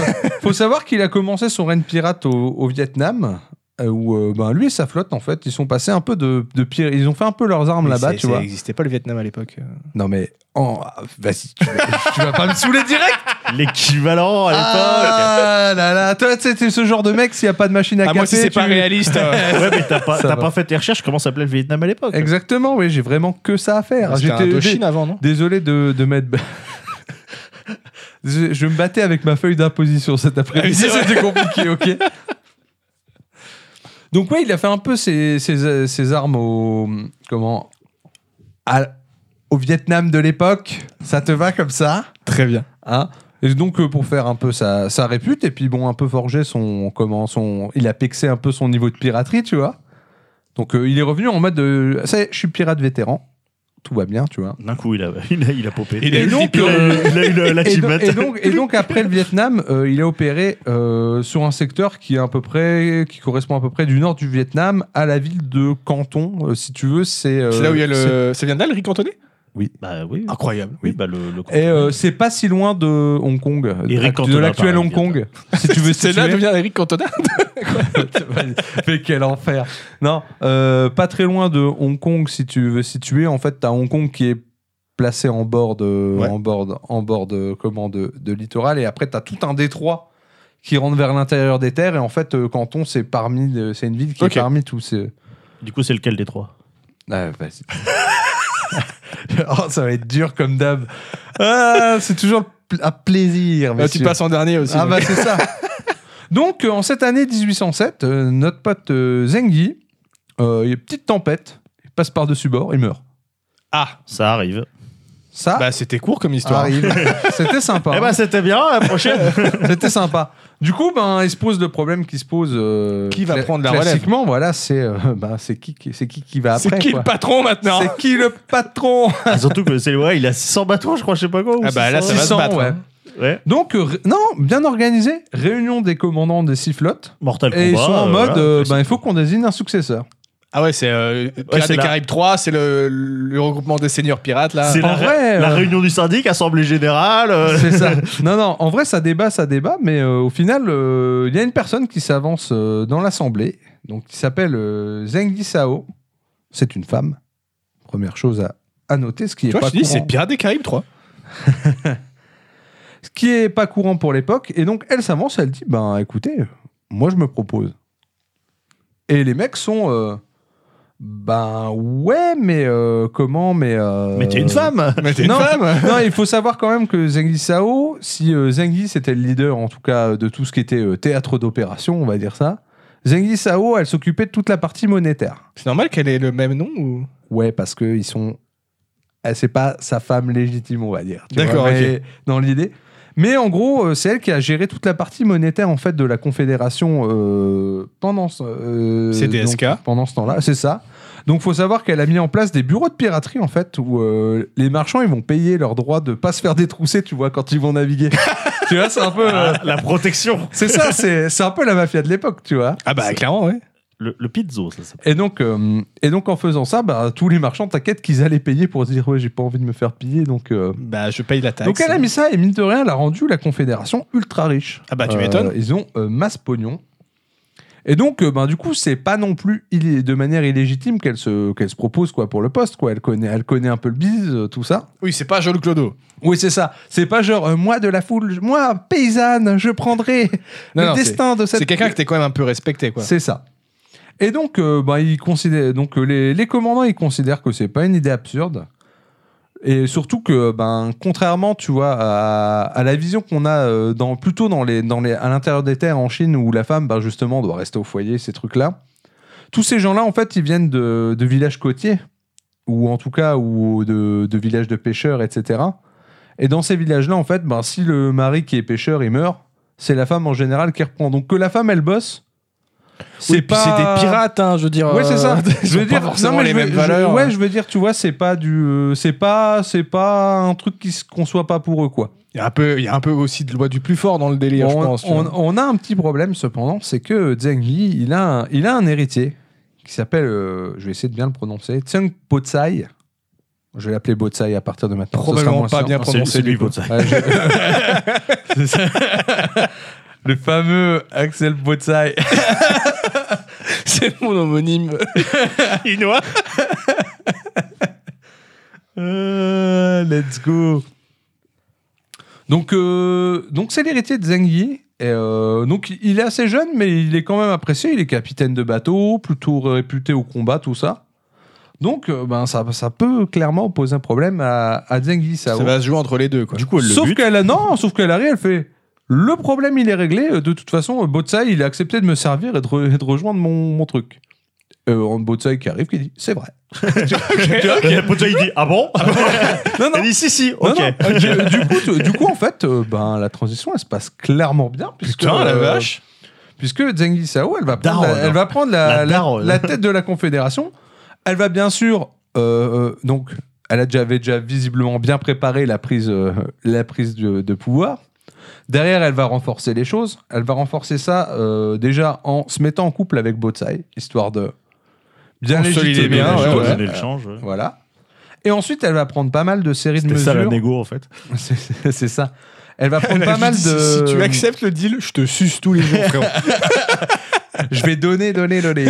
S1: faut savoir qu'il a commencé son règne pirate au, au Vietnam, euh, où euh, ben, lui et sa flotte, en fait, ils sont passés un peu de, de pire. Ils ont fait un peu leurs armes
S2: Mais
S1: là-bas,
S2: c'est-
S1: tu
S2: c'est-
S1: vois.
S2: existait pas le Vietnam à l'époque.
S1: Non, mais. en- ah, Vas-y, tu, vas- tu vas pas me saouler direct
S4: L'équivalent à l'époque.
S1: Ah là là Toi, tu sais, t'es ce genre de mec, s'il n'y a pas de machine à
S2: Ah,
S1: café.
S2: moi, si c'est
S1: tu-
S2: pas réaliste. euh,
S4: ouais, mais t'as pas,
S1: Ça va.
S4: t'as pas fait tes recherches. Comment s'appelait le Vietnam à l'époque
S1: Exactement, oui, j'ai vraiment que ça à faire.
S2: Ah, C'était
S1: J'étais
S2: Indochine avant, non
S1: Désolé de, de mettre. je, je me battais avec ma feuille d'imposition cet après-midi.
S2: Ah oui, c'est vrai.
S1: C'était compliqué, ok. Donc, ouais, il a fait un peu ses, ses- ses armes au. Comment à- Au Vietnam de l'époque. Ça te va comme ça
S2: Très bien.
S1: Hein et donc euh, pour faire un peu sa, sa répute et puis bon un peu forger son comment son il a pexé un peu son niveau de piraterie tu vois donc euh, il est revenu en mode de ça y est, je suis pirate vétéran tout va bien tu vois
S4: D'un coup, il a, il a, il a popé.
S1: Et donc,
S4: il a,
S1: euh,
S4: il a eu le-
S1: et, donc,
S4: l'achievement.
S1: et donc- et donc, après le Vietnam, euh, il a opéré euh, sur un secteur qui est à peu près, qui correspond à peu près du nord du Vietnam à la ville de Canton, euh, si tu veux. C'est euh,
S2: C'est là où il y a le. Ça vient de là, le riz cantonné
S4: Bah oui.
S2: Incroyable.
S4: Oui, bah le. le-
S1: c'est- Ah, Et euh, c'est pas si loin de Hong Kong,
S4: Eric
S1: de
S4: Cantona,
S1: l'actuel
S4: pareil,
S1: Hong Kong. Si tu veux,
S2: C'est
S1: situer.
S2: là d'où vient Eric Cantona
S1: Mais quel enfer Non, euh, pas très loin de Hong Kong, si tu veux situer. En fait, t'as Hong Kong qui est placé en bord de,
S2: Ouais.
S1: en bord de- en bord de, comment, de, de littoral. Et après, t'as tout un détroit qui rentre vers l'intérieur des terres. Et en fait, euh, Canton, c'est parmi, le- c'est une ville qui
S2: Ok.
S1: est parmi tous ces...
S4: Du coup, c'est lequel des trois
S1: Ah, vas-y. oh, ça va être dur comme d'hab. Ah, c'est toujours pl- à plaisir.
S2: Bah, tu
S1: messieurs.
S2: passes en dernier aussi.
S1: Ah
S2: donc.
S1: bah c'est ça. Donc euh, en cette année 1807, euh, notre pote euh, Zengi, euh, il y a une petite tempête, il passe par-dessus bord, il meurt.
S2: Ah,
S4: Ça arrive.
S1: Ça
S2: bah c'était court comme histoire.
S1: arrive. C'était sympa.
S2: bah,
S4: Eh ben, c'était bien, la prochaine
S1: hein. C'était sympa. Du coup, ben, il se pose le problème qui se pose. euh,
S2: Qui va
S1: cla-
S2: prendre la relève
S1: Classiquement, voilà, c'est euh, ben, c'est qui, qui- c'est qui qui va après.
S2: c'est qui
S1: quoi.
S2: le patron maintenant
S1: C'est qui le patron
S4: Ah, Surtout que c'est ouais, il a 600 bâtons, je crois, je sais pas quoi. ou
S2: Ah bah là, ça
S4: 600.
S2: va se
S1: 600,
S2: battre.
S1: ouais.
S2: hein.
S4: Ouais,
S1: Donc, euh, ré- non, bien organisé. Réunion des commandants des six flottes.
S4: Mortal Kombat.
S1: Et ils sont en
S4: euh,
S1: mode,
S4: voilà.
S1: euh, ben, il faut qu'on désigne un successeur.
S2: Ah ouais, c'est euh, Pirates
S4: Ouais, c'est
S2: des
S4: la-
S2: Caraïbes 3, c'est le, le regroupement des seigneurs pirates là.
S4: C'est
S1: en
S4: la, ré-
S1: vrai,
S4: la
S1: euh,
S4: réunion du syndic, assemblée générale. euh,
S1: C'est ça. Non, non, en vrai, ça débat, ça débat, mais euh, au final, euh, il y a une personne qui s'avance euh, dans l'Assemblée, donc qui s'appelle euh, Zengdi Sao. C'est une femme. Première chose à, à noter, ce qui est
S2: Tu vois,
S1: pas
S2: je te dis, c'est
S1: courant,
S2: Pirates des Caraïbes 3.
S1: ce qui est pas courant pour l'époque. Et donc, elle s'avance, elle dit, ben écoutez, moi je me propose. Et les mecs sont, euh, ben ouais, mais euh, comment, mais... euh,
S4: Mais t'es une femme
S2: Mais t'es une
S1: non,
S2: femme
S1: non, il faut savoir quand même que Zengi Sao, si euh, Zengi c'était le leader en tout cas de tout ce qui était euh, théâtre d'opération, on va dire ça, Zengi Sao, elle s'occupait de toute la partie monétaire.
S2: C'est normal qu'elle ait le même nom ou
S1: Ouais, parce que ils sont. Elle, c'est pas sa femme légitime, on va dire. tu vois,
S2: D'accord,
S1: mais Dans l'idée. Mais en gros, euh, c'est elle qui a géré toute la partie monétaire en fait de la Confédération euh, pendant ce- euh,
S2: CDSK.
S1: donc, pendant ce temps-là, c'est ça. Donc, faut savoir qu'elle a mis en place des bureaux de piraterie en fait où euh, les marchands ils vont payer leur droit de pas se faire détrousser, tu vois, quand ils vont naviguer. tu vois, c'est un peu, euh,
S4: Ah, La protection
S1: c'est ça, c'est c'est un peu la mafia de l'époque, tu vois.
S2: Ah bah clairement, ouais.
S4: Le, le pizzo, ça s'appelle.
S1: Et donc, euh, et donc en faisant ça, bah, tous les marchands t'inquiètent qu'ils allaient payer pour se dire ouais, j'ai pas envie de me faire piller, donc. euh,
S2: Bah je paye la taxe.
S1: Donc elle a mis ça et mine de rien, elle a rendu la Confédération ultra riche.
S2: Ah bah, tu
S1: Euh,
S2: m'étonnes.
S1: Ils ont euh, masse pognon. Et donc, euh, ben, du coup, c'est pas non plus illé- de manière illégitime qu'elle se, qu'elle se propose quoi, pour le poste. Quoi. Elle, connaît, elle connaît un peu le bise, euh, tout ça.
S2: Oui, c'est pas Jean-Luc Clodo.
S1: Oui, c'est ça. C'est pas genre, euh, moi de la foule, je- moi, paysanne, je prendrai
S2: Non,
S1: le
S2: non,
S1: destin de cette...
S2: C'est quelqu'un que t'es quand même un peu respecté quoi.
S1: C'est ça. Et donc, euh, bah, ils considèrent, donc euh, les, les commandants, ils considèrent que c'est pas une idée absurde. Et surtout que, ben, contrairement, tu vois, à, à la vision qu'on a euh, dans, plutôt dans les, dans les, à l'intérieur des terres en Chine où la femme, ben, justement, doit rester au foyer, ces trucs-là. Tous ces gens-là, en fait, ils viennent de, de villages côtiers, ou en tout cas, ou de, de villages de pêcheurs, etc. Et dans ces villages-là, en fait, ben, si le mari qui est pêcheur, il meurt, c'est la femme en général qui reprend. Donc que la femme, elle bosse, c'est
S2: Oui, puis
S1: pas.
S2: C'est des pirates, hein, je veux dire.
S1: Ouais, c'est ça.
S2: euh, ils
S1: je
S2: ont
S1: veux
S2: pas
S1: dire,
S2: forcément
S1: non, mais
S2: les
S1: je veux-
S2: mêmes
S1: je-
S2: valeurs.
S1: ouais, je veux dire, tu vois, c'est pas du, euh, c'est pas, c'est pas un truc qui se conçoit pas pour eux, quoi.
S2: Il y a un peu, il y a un peu aussi de loi du plus fort dans le délire,
S1: On,
S2: je pense. tu
S1: on-
S2: vois.
S1: on a un petit problème cependant, c'est que Zheng Yi, il a, un, il a un héritier qui s'appelle, euh, je vais essayer de bien le prononcer, Tseng Potsai. Je vais l'appeler Botsai à partir de maintenant. ce sera
S2: Probablement
S1: moins
S2: pas
S1: sûr.
S2: bien
S4: C'est
S2: prononcé.
S4: c'est lui,
S2: du coup.
S4: votre
S1: Ouais, je- C'est ça. Le fameux Axel Botsai.
S2: C'est mon homonyme.
S1: Ah,
S4: Inoua
S1: Euh, let's go. Donc, euh, donc c'est l'héritier de Zheng Yi. Et euh, donc, il est assez jeune, mais il est quand même apprécié. Il est capitaine de bateau, plutôt réputé au combat, tout ça. Donc, euh, ben, ça, ça peut clairement poser un problème à, à Zheng Yi. Ça,
S2: Ça va se jouer entre les deux, quoi.
S4: Du coup, elle le
S1: sauf
S4: bute.
S1: qu'elle a- non, sauf qu'elle arrive, elle fait. Le problème, il est réglé. De toute façon, euh, Botsai, il a accepté de me servir et de, re- et de rejoindre mon, mon truc. Euh, en Botsai qui arrive, qui dit, c'est vrai.
S4: Et la pote, il dit Ah bon
S1: Non, non,
S4: Elle dit Si, si,
S1: Non,
S4: ok.
S1: non, euh, du, du coup, tu- du coup, en fait, euh, ben, la transition, elle se passe clairement bien. Puisque,
S2: Putain, la
S1: euh,
S2: vache.
S1: Puisque Zengi Sao, elle va prendre,
S4: Daronne.
S1: la, elle va prendre la,
S4: La
S1: Ah, la-
S4: daronne.
S1: la tête de la Confédération. Elle va bien sûr. euh, euh, donc, elle a déjà, avait déjà visiblement bien préparé la prise, euh, la prise de, de pouvoir. Derrière, elle va renforcer les choses. Elle va renforcer ça euh, déjà en se mettant en couple avec Botsai, histoire de bien
S2: Consolider
S1: légitimer
S2: bien,
S1: la
S2: ouais,
S1: chose.
S2: ouais.
S4: donner le change. ouais.
S1: Voilà. Et ensuite, elle va prendre pas mal de séries de
S4: C'était
S1: mesures.
S4: ça la négo, en fait.
S1: C'est- C'est c'est ça. Elle va prendre
S2: Elle a
S1: pas mal de.
S2: juste dit, Si si tu acceptes le deal, je te suce tous les jours, frérot.
S1: Je vais donner, donner, donner.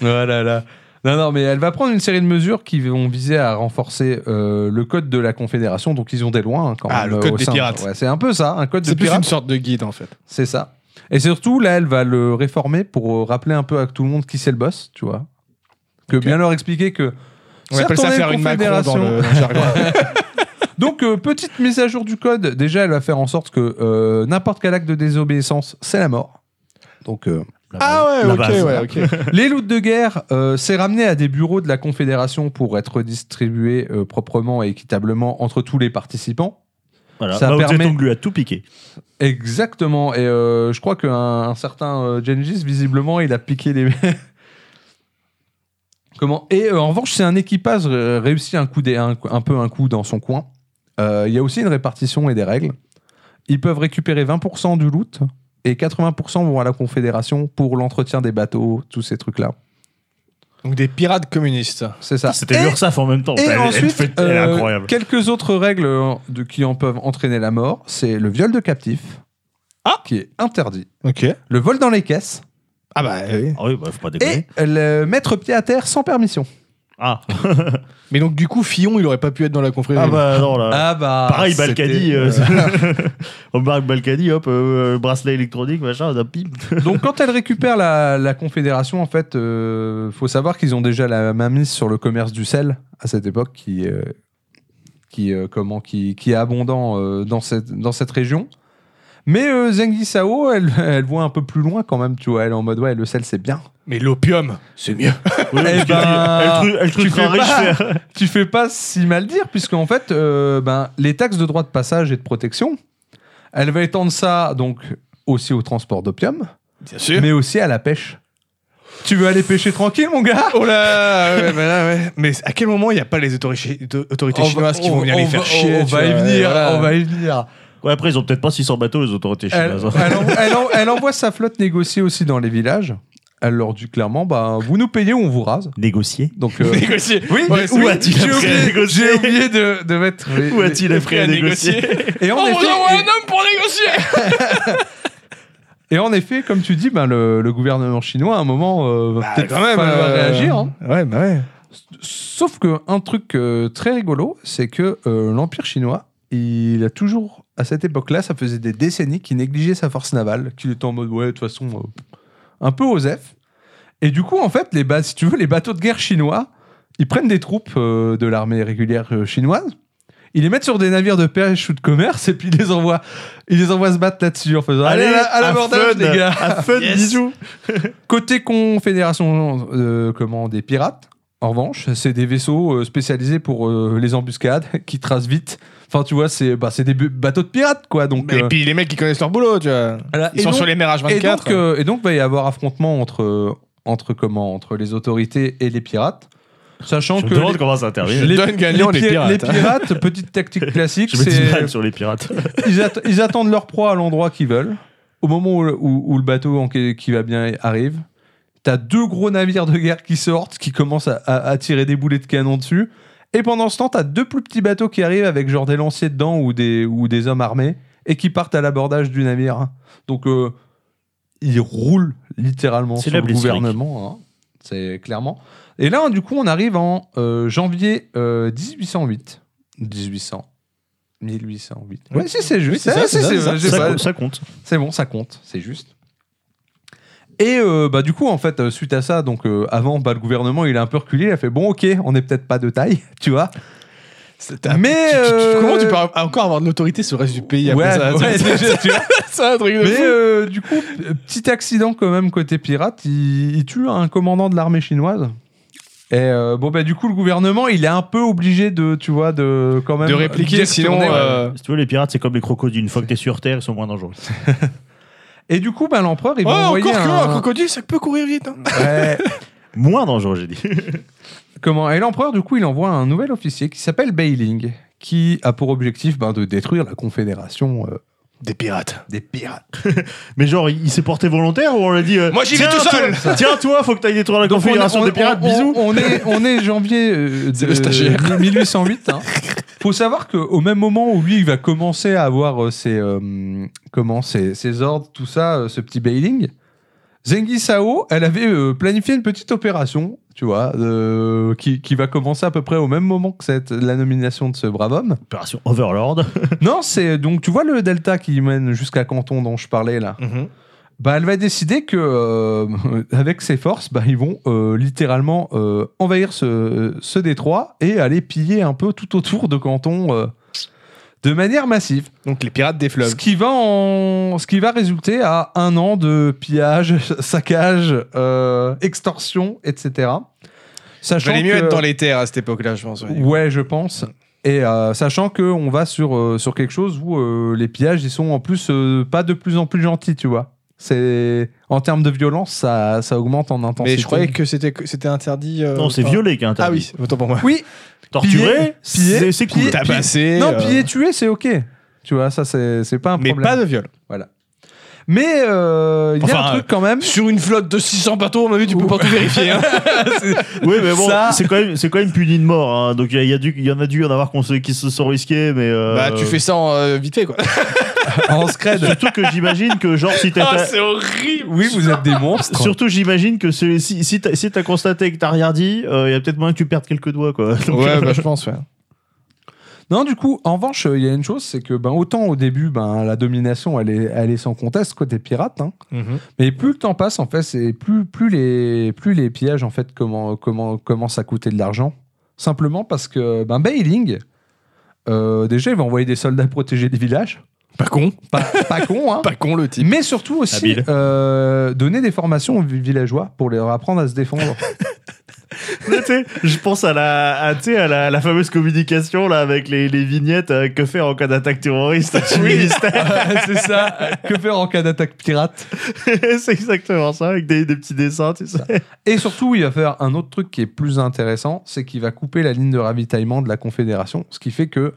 S1: oh là là. Non, non, mais elle va prendre une série de mesures qui vont viser à renforcer euh, le code de la Confédération. Donc, ils ont des lois hein, quand
S2: Ah,
S1: même.
S2: le
S1: euh,
S2: code
S1: au
S2: des
S1: sein.
S2: pirates.
S1: Ouais, c'est un peu ça, un code de
S2: C'est plus
S1: pirates.
S2: une sorte de guide en fait.
S1: C'est ça. Et surtout, là, elle va le réformer pour euh, rappeler un peu à tout le monde qui c'est le boss, tu vois. Que bien leur expliquer que.
S2: On appelle ça
S1: Certes, on est
S2: faire une Macron dans
S1: confédération.
S2: le dans le jargon.
S1: Donc, euh, petite mise à jour du code. Déjà, elle va faire en sorte que euh, n'importe quel acte de désobéissance, c'est la mort. Donc, euh,
S2: Ah ouais,
S4: La
S2: ok,
S4: base.
S2: ouais, ok.
S1: les loots de guerre, euh, c'est ramené à des bureaux de la Confédération pour être distribué euh, proprement et équitablement entre tous les participants.
S4: Voilà. Bah,
S1: Ça
S4: Mao
S1: permet-
S4: Zedong lui a tout piqué.
S1: Exactement. Et euh, je crois qu'un un certain euh, Gengis, visiblement, il a piqué les. Comment Et euh, en revanche, c'est un équipage euh, réussi un, coup des, un, un peu un coup dans son coin. Euh, Il y a aussi une répartition et des règles. Ils peuvent récupérer 20% du loot et 80% vont à la Confédération pour l'entretien des bateaux, tous ces trucs-là.
S2: Donc des pirates communistes.
S1: C'est ça.
S4: C'était
S1: Et-
S4: l'URSAF en même temps.
S1: et
S4: Oh, bah, Elle- elle
S1: ensuite,
S4: fait- elle est
S1: euh,
S4: incroyable.
S1: quelques autres règles euh, de, qui en peuvent entraîner la mort, c'est le viol de captifs,
S2: Ah
S1: qui est interdit,
S2: Ok.
S1: le vol dans les caisses,
S2: Ah bah oui.
S4: Ah oui, bah, faut pas déconner.
S1: et le mettre pied à terre sans permission.
S4: Ah.
S2: Mais donc du coup, Fillon, il aurait pas pu être dans la confrérie.
S4: ah bah non, là.
S1: Ah bah.
S4: Pareil,
S1: c'était-
S4: Balkany. euh, Omar Balkany, hop, euh, bracelet électronique, machin, d'un pimp.
S1: Donc quand elle récupère la, la Confédération, en fait, euh, faut savoir qu'ils ont déjà la mainmise sur le commerce du sel à cette époque, qui, euh, qui, euh, comment, qui, qui est abondant euh, dans, cette, dans cette région. Mais euh, Zengi Sao, elle, elle voit un peu plus loin quand même, tu vois. Elle est en mode, ouais, le sel, c'est bien.
S2: Mais l'opium, c'est mieux.
S4: Oui, parce
S1: Eh
S4: que
S1: ben,
S4: elle tru- elle euh.
S1: tu
S4: truc
S1: fais
S4: riche.
S1: pas.
S4: faire.
S1: tu fais pas si mal dire, puisqu'en fait, euh, ben, les taxes de droit de passage et de protection, elle va étendre ça donc aussi au transport d'opium,
S2: Bien sûr.
S1: mais aussi à la pêche. Tu veux aller pêcher tranquille, mon gars
S2: Oh là, ouais, bah là, ouais. Mais à quel moment il n'y a pas les autori- chi- auto- autorités
S1: On va-
S2: chinoises qui
S1: on-
S2: vont venir
S1: on
S2: les
S1: va-
S2: faire
S1: on-
S2: chier
S1: On
S2: tu
S1: va y
S2: vois, et
S1: venir,
S2: voilà.
S1: on va y venir.
S4: Ouais, après, ils ont peut-être pas 600 bateaux, les autorités
S1: Elle,
S4: chinoises. hein.
S1: elle en- elle en- elle envoie sa flotte négocier aussi dans les villages. Elle leur dit clairement, bah, vous nous payez ou on vous rase.
S4: Négocier.
S1: Donc, euh,
S2: Négocier.
S1: oui,
S2: Ouais,
S1: mais-
S2: c'est-
S1: oui,
S4: où a-t-il
S1: j'ai
S4: appris à
S1: oublié-
S4: négocier
S1: J'ai oublié de, de mettre. les-
S4: Où a-t-il
S2: les
S4: appris à
S2: prix à Oh,
S4: négocier
S1: Et en
S2: On vous
S1: effet,
S2: envoie
S1: et-
S2: un homme pour négocier.
S1: Et en effet, comme tu dis, ben, le, le gouvernement chinois, à un moment, euh, va peut-être
S2: Bah, quand même,
S1: falloir
S2: euh,
S1: réagir. hein.
S2: Ouais, bah ouais.
S1: Sauf qu'un truc euh, très rigolo, c'est que euh, l'Empire chinois, il a toujours, à cette époque-là, ça faisait des décennies qu'il négligeait sa force navale, qu'il était en mode, ouais, de toute façon, euh, un peu osef. Et du coup, en fait, les ba- si tu veux, les bateaux de guerre chinois, ils prennent des troupes euh, de l'armée régulière euh, chinoise, ils les mettent sur des navires de pêche ou de commerce, et puis ils les envoient, ils les envoient se battre là-dessus en faisant, allez, à la- à l'abordage, les gars
S4: À fun,
S2: Yes.
S4: bisous.
S1: Côté confédération euh, comment, des pirates, en revanche, c'est des vaisseaux euh, spécialisés pour euh, les embuscades qui tracent vite. Enfin, tu vois, c'est bah, c'est des bu- bateaux de pirates, quoi. Donc,
S2: Et
S1: euh,
S2: puis les mecs qui connaissent leur boulot, tu vois.
S1: voilà.
S2: Ils
S1: Et
S2: sont
S1: donc-
S2: sur les mers H24.
S1: et donc, euh, et donc, va y avoir affrontement entre, euh, entre, comment, entre les autorités et les pirates. Sachant
S4: Je me
S1: que
S4: demande
S1: les-
S4: comment ça intervient.
S1: les,
S2: Donne gagnant les
S1: pi-
S2: pirates,
S1: les pirates, petite tactique classique,
S4: Je me dis
S1: c'est
S4: mal sur les pirates.
S1: ils, atte- ils attendent leur proie à l'endroit qu'ils veulent. Au moment où, le- où- où le bateau en qui, qui va bien arrive, t'as deux gros navires de guerre qui sortent, qui commencent à, à- à tirer des boulets de canon dessus. Et pendant ce temps, t'as deux plus petits bateaux qui arrivent avec genre des lanciers dedans ou des, ou des hommes armés et qui partent à l'abordage du navire. Donc, euh, ils roulent littéralement
S4: C'est
S1: sur
S4: la
S1: le
S4: blitzkrieg.
S1: gouvernement. hein. C'est clairement. Et là, du coup, on arrive en euh, janvier euh, 1808. 1800. 1808. Ouais, si, c'est juste.
S2: c'est
S1: Ah,
S2: ça,
S1: si,
S2: c'est ça,
S1: c'est-
S2: c'est ça.
S1: j'ai
S4: Ça,
S1: pas-
S4: compte, ça compte.
S1: c'est bon, ça compte, c'est juste. Et euh, bah, du coup, en fait, euh, suite à ça, donc euh, avant, bah, le gouvernement, il a un peu reculé, il a fait bon, ok, on n'est peut-être pas de taille, tu vois. Mais,
S2: Mais
S1: euh,
S2: comment tu peux encore avoir de l'autorité sur le reste du pays après
S1: Ouais,
S2: ça
S1: ouais, déjà, tu vois.
S2: C'est un truc de
S1: Mais
S2: fou.
S1: euh, du coup, p- petit accident quand même côté pirate, il, il tue un commandant de l'armée chinoise. Et euh, bon, bah, du coup, le gouvernement, il est un peu obligé de, tu vois, de quand même.
S2: de répliquer,
S1: dire
S2: sinon.
S1: qu'on est-
S2: euh,
S4: Si tu veux, les pirates, c'est comme les crocodiles. Une fois que t'es sur Terre, ils sont moins dangereux.
S1: Et du coup, bah, l'empereur, il
S2: Oh,
S1: va
S2: encore
S1: envoyer
S2: que un
S1: un.
S2: crocodile, ça peut courir vite. hein.
S1: Ouais.
S4: Moins dangereux, j'ai dit.
S1: Comment Et l'empereur, du coup, il envoie un nouvel officier qui s'appelle Bailing, qui a pour objectif ben, de détruire la confédération euh,
S2: Des pirates.
S1: des pirates.
S4: Mais genre, il, il s'est porté volontaire ou on l'a dit euh,
S2: Moi, j'y vais
S4: Tiens,
S2: tout
S4: toi-
S2: seul.
S4: Tiens, toi, faut que t'ailles détruire la configuration
S1: on,
S4: des pirates,
S1: on-
S4: bisous
S1: On est, on est janvier euh,
S2: C'est
S1: de-
S2: le stagiaire.
S1: 1808. hein. Faut savoir qu'au même moment où lui, il va commencer à avoir euh, ses, euh, comment, ses, ses ordres, tout ça, euh, ce petit bailing, Zengi Sao, elle avait euh, planifié une petite opération, tu vois, euh, qui, qui va commencer à peu près au même moment que cette, la nomination de ce brave homme.
S4: Opération Overlord.
S1: non, c'est donc, tu vois le delta qui mène jusqu'à Canton dont je parlais là
S2: Mhm.
S1: bah, elle va décider que euh, avec ses forces, bah, ils vont euh, littéralement euh, envahir ce, ce détroit et aller piller un peu tout autour de Canton euh, de manière massive.
S2: Donc les pirates des
S1: Ce
S2: fleuves.
S1: qui, va en- ce qui va résulter à un an de pillage, saccage, euh, extorsion, etc.
S2: Je
S1: Sachant
S2: valais mieux
S1: que-
S2: être dans les terres à cette époque-là, je pense. ouais. Mm.
S1: Ouais, je pense. Et euh, sachant qu'on va sur, euh, sur quelque chose où euh, les pillages, ils sont en plus euh, pas de plus en plus gentils, tu vois. C'est En termes de violence, ça, ça augmente en intensité.
S2: Mais je croyais que c'était que c'était interdit. euh,
S4: Non, c'est
S2: par-
S4: violé qui est interdit.
S2: Ah oui, autant pour moi.
S1: Oui,
S4: Torturé,
S1: piller,
S4: c'est c'est cool.
S1: piller.
S2: Tabassé.
S1: non,
S2: euh,
S1: piller, tuer, c'est ok. Tu vois, ça, c'est c'est pas un
S2: Mais
S1: problème.
S2: pas de viol.
S1: Mais euh, il y a
S2: Enfin,
S1: un truc quand même.
S2: Sur une flotte de 600 bateaux, on a vu, tu peux pas tout vérifier. hein.
S4: Oui, mais bon,
S1: Ça-
S4: c'est quand même, c'est quand même puni de mort. hein. Donc il y, a- il y a dû- il y en a dû y en avoir qu'on se- qui se sont risqués, mais. euh,
S2: Bah, tu fais ça en, euh, vite fait, quoi.
S1: en scred.
S4: Surtout que j'imagine que genre si t'as.
S2: Ah, c'est horrible.
S1: Oui, vous êtes des monstres.
S4: Surtout, j'imagine que c'est- si, si t'as si t'as constaté que t'as rien dit, euh, il y a peut-être moyen que tu perdes quelques doigts, quoi. Donc,
S2: Ouais,
S4: euh,
S2: bah, je pense, ouais.
S1: Non, du coup, en revanche, euh, il y a une chose, c'est que ben, autant au début, ben, la domination, elle est, elle est sans conteste côté pirate. hein.
S2: Mhm.
S1: Mais plus le temps passe, en fait, c'est plus, plus, les, plus les pillages en fait, comment, comment, commencent à coûter de l'argent. Simplement parce que ben, Bailing, euh, déjà, il va envoyer des soldats protéger des villages.
S2: Pas con.
S1: Pas, pas con, hein.
S2: Pas con, le type.
S1: Mais surtout aussi,
S4: Habile.
S1: euh, donner des formations aux vi- villageois pour leur apprendre à se défendre.
S4: tu sais, je pense à la, à, tu sais, à la, la fameuse communication là avec les, les vignettes euh, que faire en cas d'attaque terroriste du ministère.
S1: c'est ça. Que faire en cas d'attaque pirate
S4: c'est exactement ça, avec des, des petits dessins, tu sais.
S1: Et surtout, il va faire un autre truc qui est plus intéressant, c'est qu'il va couper la ligne de ravitaillement de la Confédération, ce qui fait que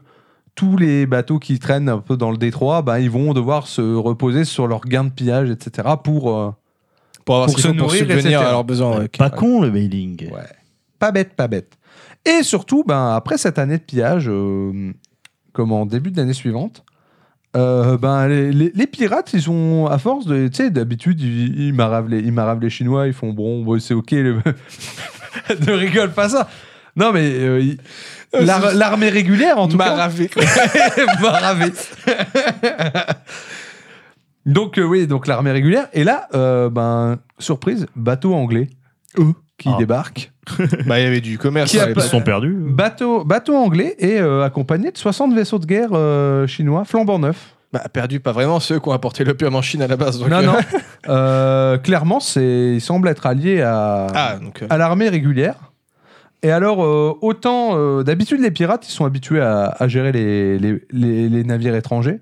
S1: tous les bateaux qui traînent un peu dans le détroit, bah, ils vont devoir se reposer sur leurs gains de pillage, etc. pour... euh,
S2: Pour avoir
S1: Pour
S2: ce
S1: se
S2: qu'il faut
S1: nourrir,
S2: pour subvenir
S1: etc.
S2: à leurs besoins. ouais.
S4: Pas con le mailing.
S1: Ouais. Pas bête, pas bête. Et surtout, ben, après cette année de pillage, euh, comme en début de l'année suivante, euh, ben, les, les- les pirates, ils ont, à force de. Tu sais, d'habitude, ils, ils maravent les, ils maravent les Chinois, ils font bon, bon, c'est ok, le- ne rigole pas ça. Non, mais euh, ils- l'ar- l'armée régulière, en tout cas.
S2: Maravé. quoi.
S1: Maravé. donc euh, oui, donc l'armée régulière. Et là, euh, ben surprise, bateau anglais qui
S4: Ah.
S1: débarque.
S2: Bah, il y avait du commerce.
S1: Qui a
S2: ouais,
S1: pas- Bah,
S4: Ils se sont perdus.
S1: Bateau, bateau anglais et euh, accompagné de 60 vaisseaux de guerre euh, chinois flambant neufs.
S2: Bah, perdu, pas vraiment ceux qui ont apporté l'opium en Chine à la base. donc,
S1: non,
S2: euh,
S1: non. Euh, clairement, c'est, ils semblent être alliés à,
S2: Ah, donc. euh,
S1: à l'armée régulière. Et alors, euh, autant euh, d'habitude, les pirates, ils sont habitués à, à gérer les, les- les- les navires étrangers.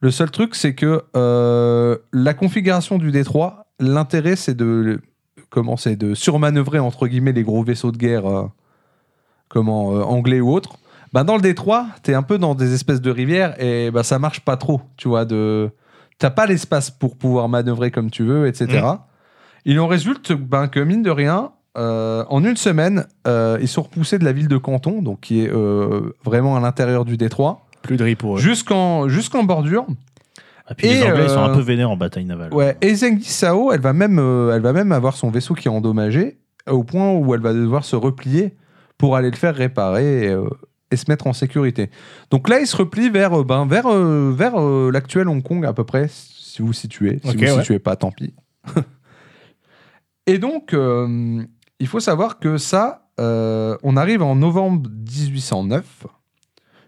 S1: Le seul truc, c'est que euh, la configuration du détroit, l'intérêt, c'est de comment c'est de surmanœuvrer entre guillemets les gros vaisseaux de guerre, euh, comment euh, anglais ou autres. Ben, dans le détroit, t'es un peu dans des espèces de rivières et ben, ça marche pas trop, tu vois. De t'as pas l'espace pour pouvoir manœuvrer comme tu veux, etc. Il en résulte ben, que, mine de rien, euh, en une semaine, euh, ils sont repoussés de la ville de Canton, donc qui est euh, vraiment à l'intérieur du détroit,
S2: Plus de riz pour
S1: jusqu'en jusqu'en bordure.
S4: Et Ah, puis
S1: Et,
S4: les Anglais ils sont
S1: euh,
S4: un peu vénères en bataille navale.
S1: Ouais, et Zengi Sao, elle va, même, euh, elle va même avoir son vaisseau qui est endommagé, au point où elle va devoir se replier pour aller le faire réparer et, euh, et se mettre en sécurité. Donc là, il se replie vers, euh, ben, vers, euh, vers euh, l'actuel Hong Kong, à peu près, si vous situez. Si
S2: Ok,
S1: vous
S2: ouais.
S1: situez pas, tant pis. et donc, euh, il faut savoir que ça, euh, on arrive en novembre 1809.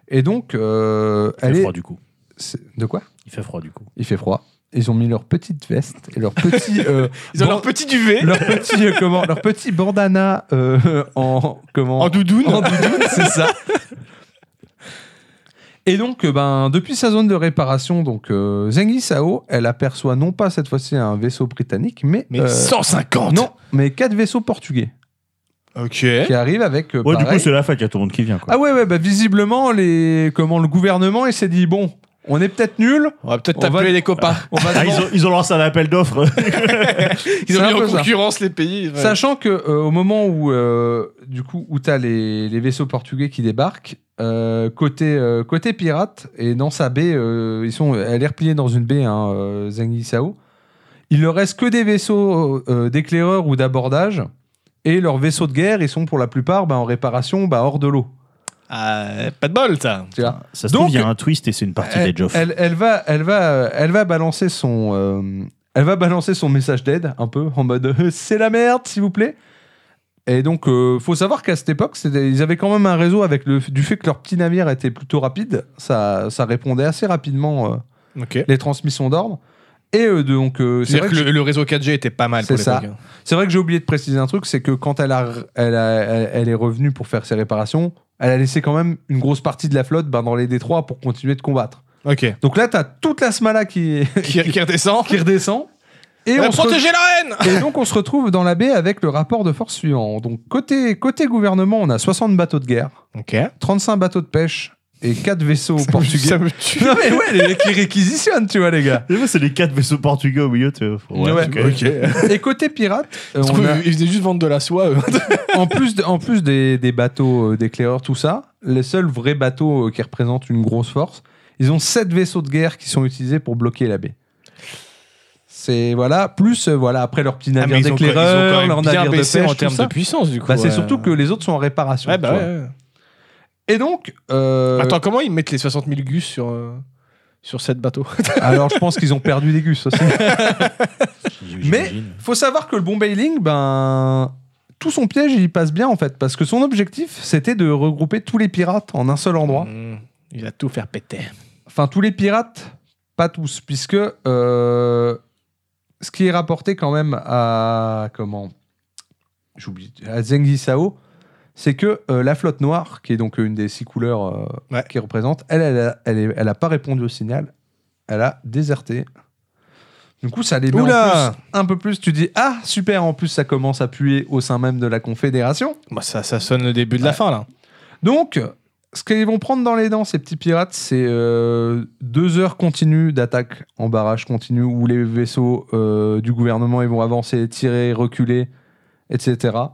S1: Et donc, euh,
S4: Il
S1: elle
S4: fait
S1: est...
S4: froid du coup.
S1: c'est- De quoi
S4: Il fait froid du coup.
S1: il fait froid. Ils ont mis leur petite veste et leur petit, euh,
S2: Ils ont
S1: ban-
S2: leur petit duvet
S1: leur petit, euh, comment, leur petit bandana euh, en comment
S2: en doudoune.
S1: en doudoune, c'est ça. Et donc, euh, ben, depuis sa zone de réparation, donc euh, Zengi Sao, elle aperçoit non pas cette fois-ci un vaisseau britannique, mais,
S2: Mais
S1: euh,
S2: 150
S1: non, mais quatre vaisseaux portugais
S2: Ok.
S1: qui arrivent avec. euh,
S4: Ouais, du
S1: pareil-
S4: coup, c'est la fac, il y a tout le monde qui vient. Quoi.
S1: ah ouais, ouais, bah, visiblement les comment le gouvernement il s'est dit bon, on est peut-être nul,
S2: On va peut-être
S1: On va-
S2: t'appeler les copains.
S1: on va.
S4: Ah, ils, ont, ils ont lancé un appel d'offres.
S2: Ils
S1: C'est
S2: ont
S1: un
S2: mis
S1: peu
S2: en
S1: ça.
S2: concurrence les pays. ouais.
S1: Sachant que euh, au moment où euh, du coup où t'as les, les vaisseaux portugais qui débarquent, euh, côté, euh, côté pirate, et dans sa baie, euh, ils sont, elle est repliée dans une baie, hein, euh, Zanguissao. Il leur reste que des vaisseaux euh, d'éclaireurs ou d'abordage, et leurs vaisseaux de guerre, ils sont pour la plupart bah, en réparation bah, hors de l'eau.
S2: Ah, pas de bol, ça.
S1: Tu vois.
S4: Ça se trouve,
S1: Donc-
S4: il y a un twist et c'est une partie
S1: elle,
S4: des Joff.
S1: elle- elle va, elle va, euh, elle va balancer son, euh, elle va balancer son message d'aide un peu en mode euh, c'est la merde s'il vous plaît. Et donc, euh, faut savoir qu'à cette époque, c'était- ils avaient quand même un réseau avec le du fait que leur petit navire était plutôt rapide, ça, ça répondait assez rapidement euh,
S2: Ok.
S1: les transmissions d'ordre. Et euh, donc, euh, c'est
S2: C'est
S1: vrai
S2: vrai
S1: que
S2: que le, le réseau 4G était pas mal pour
S1: C'est ça.
S2: l'époque. hein.
S1: c'est vrai que j'ai oublié de préciser un truc, c'est que quand elle, a, elle, a- elle- elle est revenue pour faire ses réparations, elle a laissé quand même une grosse partie de la flotte ben, dans les détroits pour continuer de combattre.
S2: Ok.
S1: Donc là, t'as toute la Smala qui,
S2: hein. Qui, qui redescend.
S1: qui redescend. Et,
S2: Elle a
S1: on se re-
S2: protégé la reine
S1: et donc on se retrouve dans la baie avec le rapport de force suivant. Donc côté, côté gouvernement, on a 60 bateaux de guerre,
S2: Ok.
S1: 35 bateaux de pêche et 4 vaisseaux portugais.
S2: Ça me tue.
S1: Non mais ouais, les mecs qui réquisitionnent, tu vois les gars.
S4: C'est les quatre vaisseaux portugais au milieu. tu vois. Ouais,
S1: Ouais.
S4: ok.
S1: Et côté pirate, euh,
S2: Ils
S1: on a-
S2: faisaient juste vendre de la soie. eux.
S1: en plus, de- en plus des, des bateaux euh, d'éclaireurs, tout ça, les seuls vrais bateaux euh, qui représentent une grosse force, ils ont 7 vaisseaux de guerre qui sont utilisés pour bloquer la baie. C'est voilà, plus euh, voilà après leur petit
S2: Ah,
S1: navire d'éclaireur, leur navire de pêche,
S2: en
S1: tout
S2: termes
S1: ça.
S2: de puissance du coup.
S1: Bah, c'est
S2: ouais.
S1: surtout que les autres sont en réparation.
S2: Ouais, bah
S1: tu
S2: ouais,
S1: vois.
S2: ouais.
S1: Et donc, euh,
S2: Attends, comment ils mettent les 60 000 gus sur, euh, sur 7 bateaux
S1: alors je pense qu'ils ont perdu des gus aussi.
S4: J'imagine.
S1: Mais- Faut savoir que le bon bailing, ben tout son piège, il y passe bien en fait, parce que son objectif, c'était de regrouper tous les pirates en un seul endroit.
S2: Mmh, Il va tout faire péter.
S1: Enfin, tous les pirates, pas tous, puisque euh, ce qui est rapporté quand même à comment J'oublie à Zengi Sao, c'est que euh, la flotte noire, qui est donc une des six couleurs euh,
S2: Ouais.
S1: qui représente, elle, elle a, elle, est- elle a pas répondu au signal, elle a déserté. Du coup, ça les met en
S2: Oula
S1: plus, un peu plus. Tu dis ah super, en plus ça commence à puer au sein même de la Confédération.
S2: Bah, ça, ça sonne le début de la fin là.
S1: Donc, ce qu'ils vont prendre dans les dents, ces petits pirates, c'est euh, deux heures continues d'attaque en barrage continu où les vaisseaux euh, du gouvernement ils vont avancer, tirer, reculer, etc. Et
S2: Ah,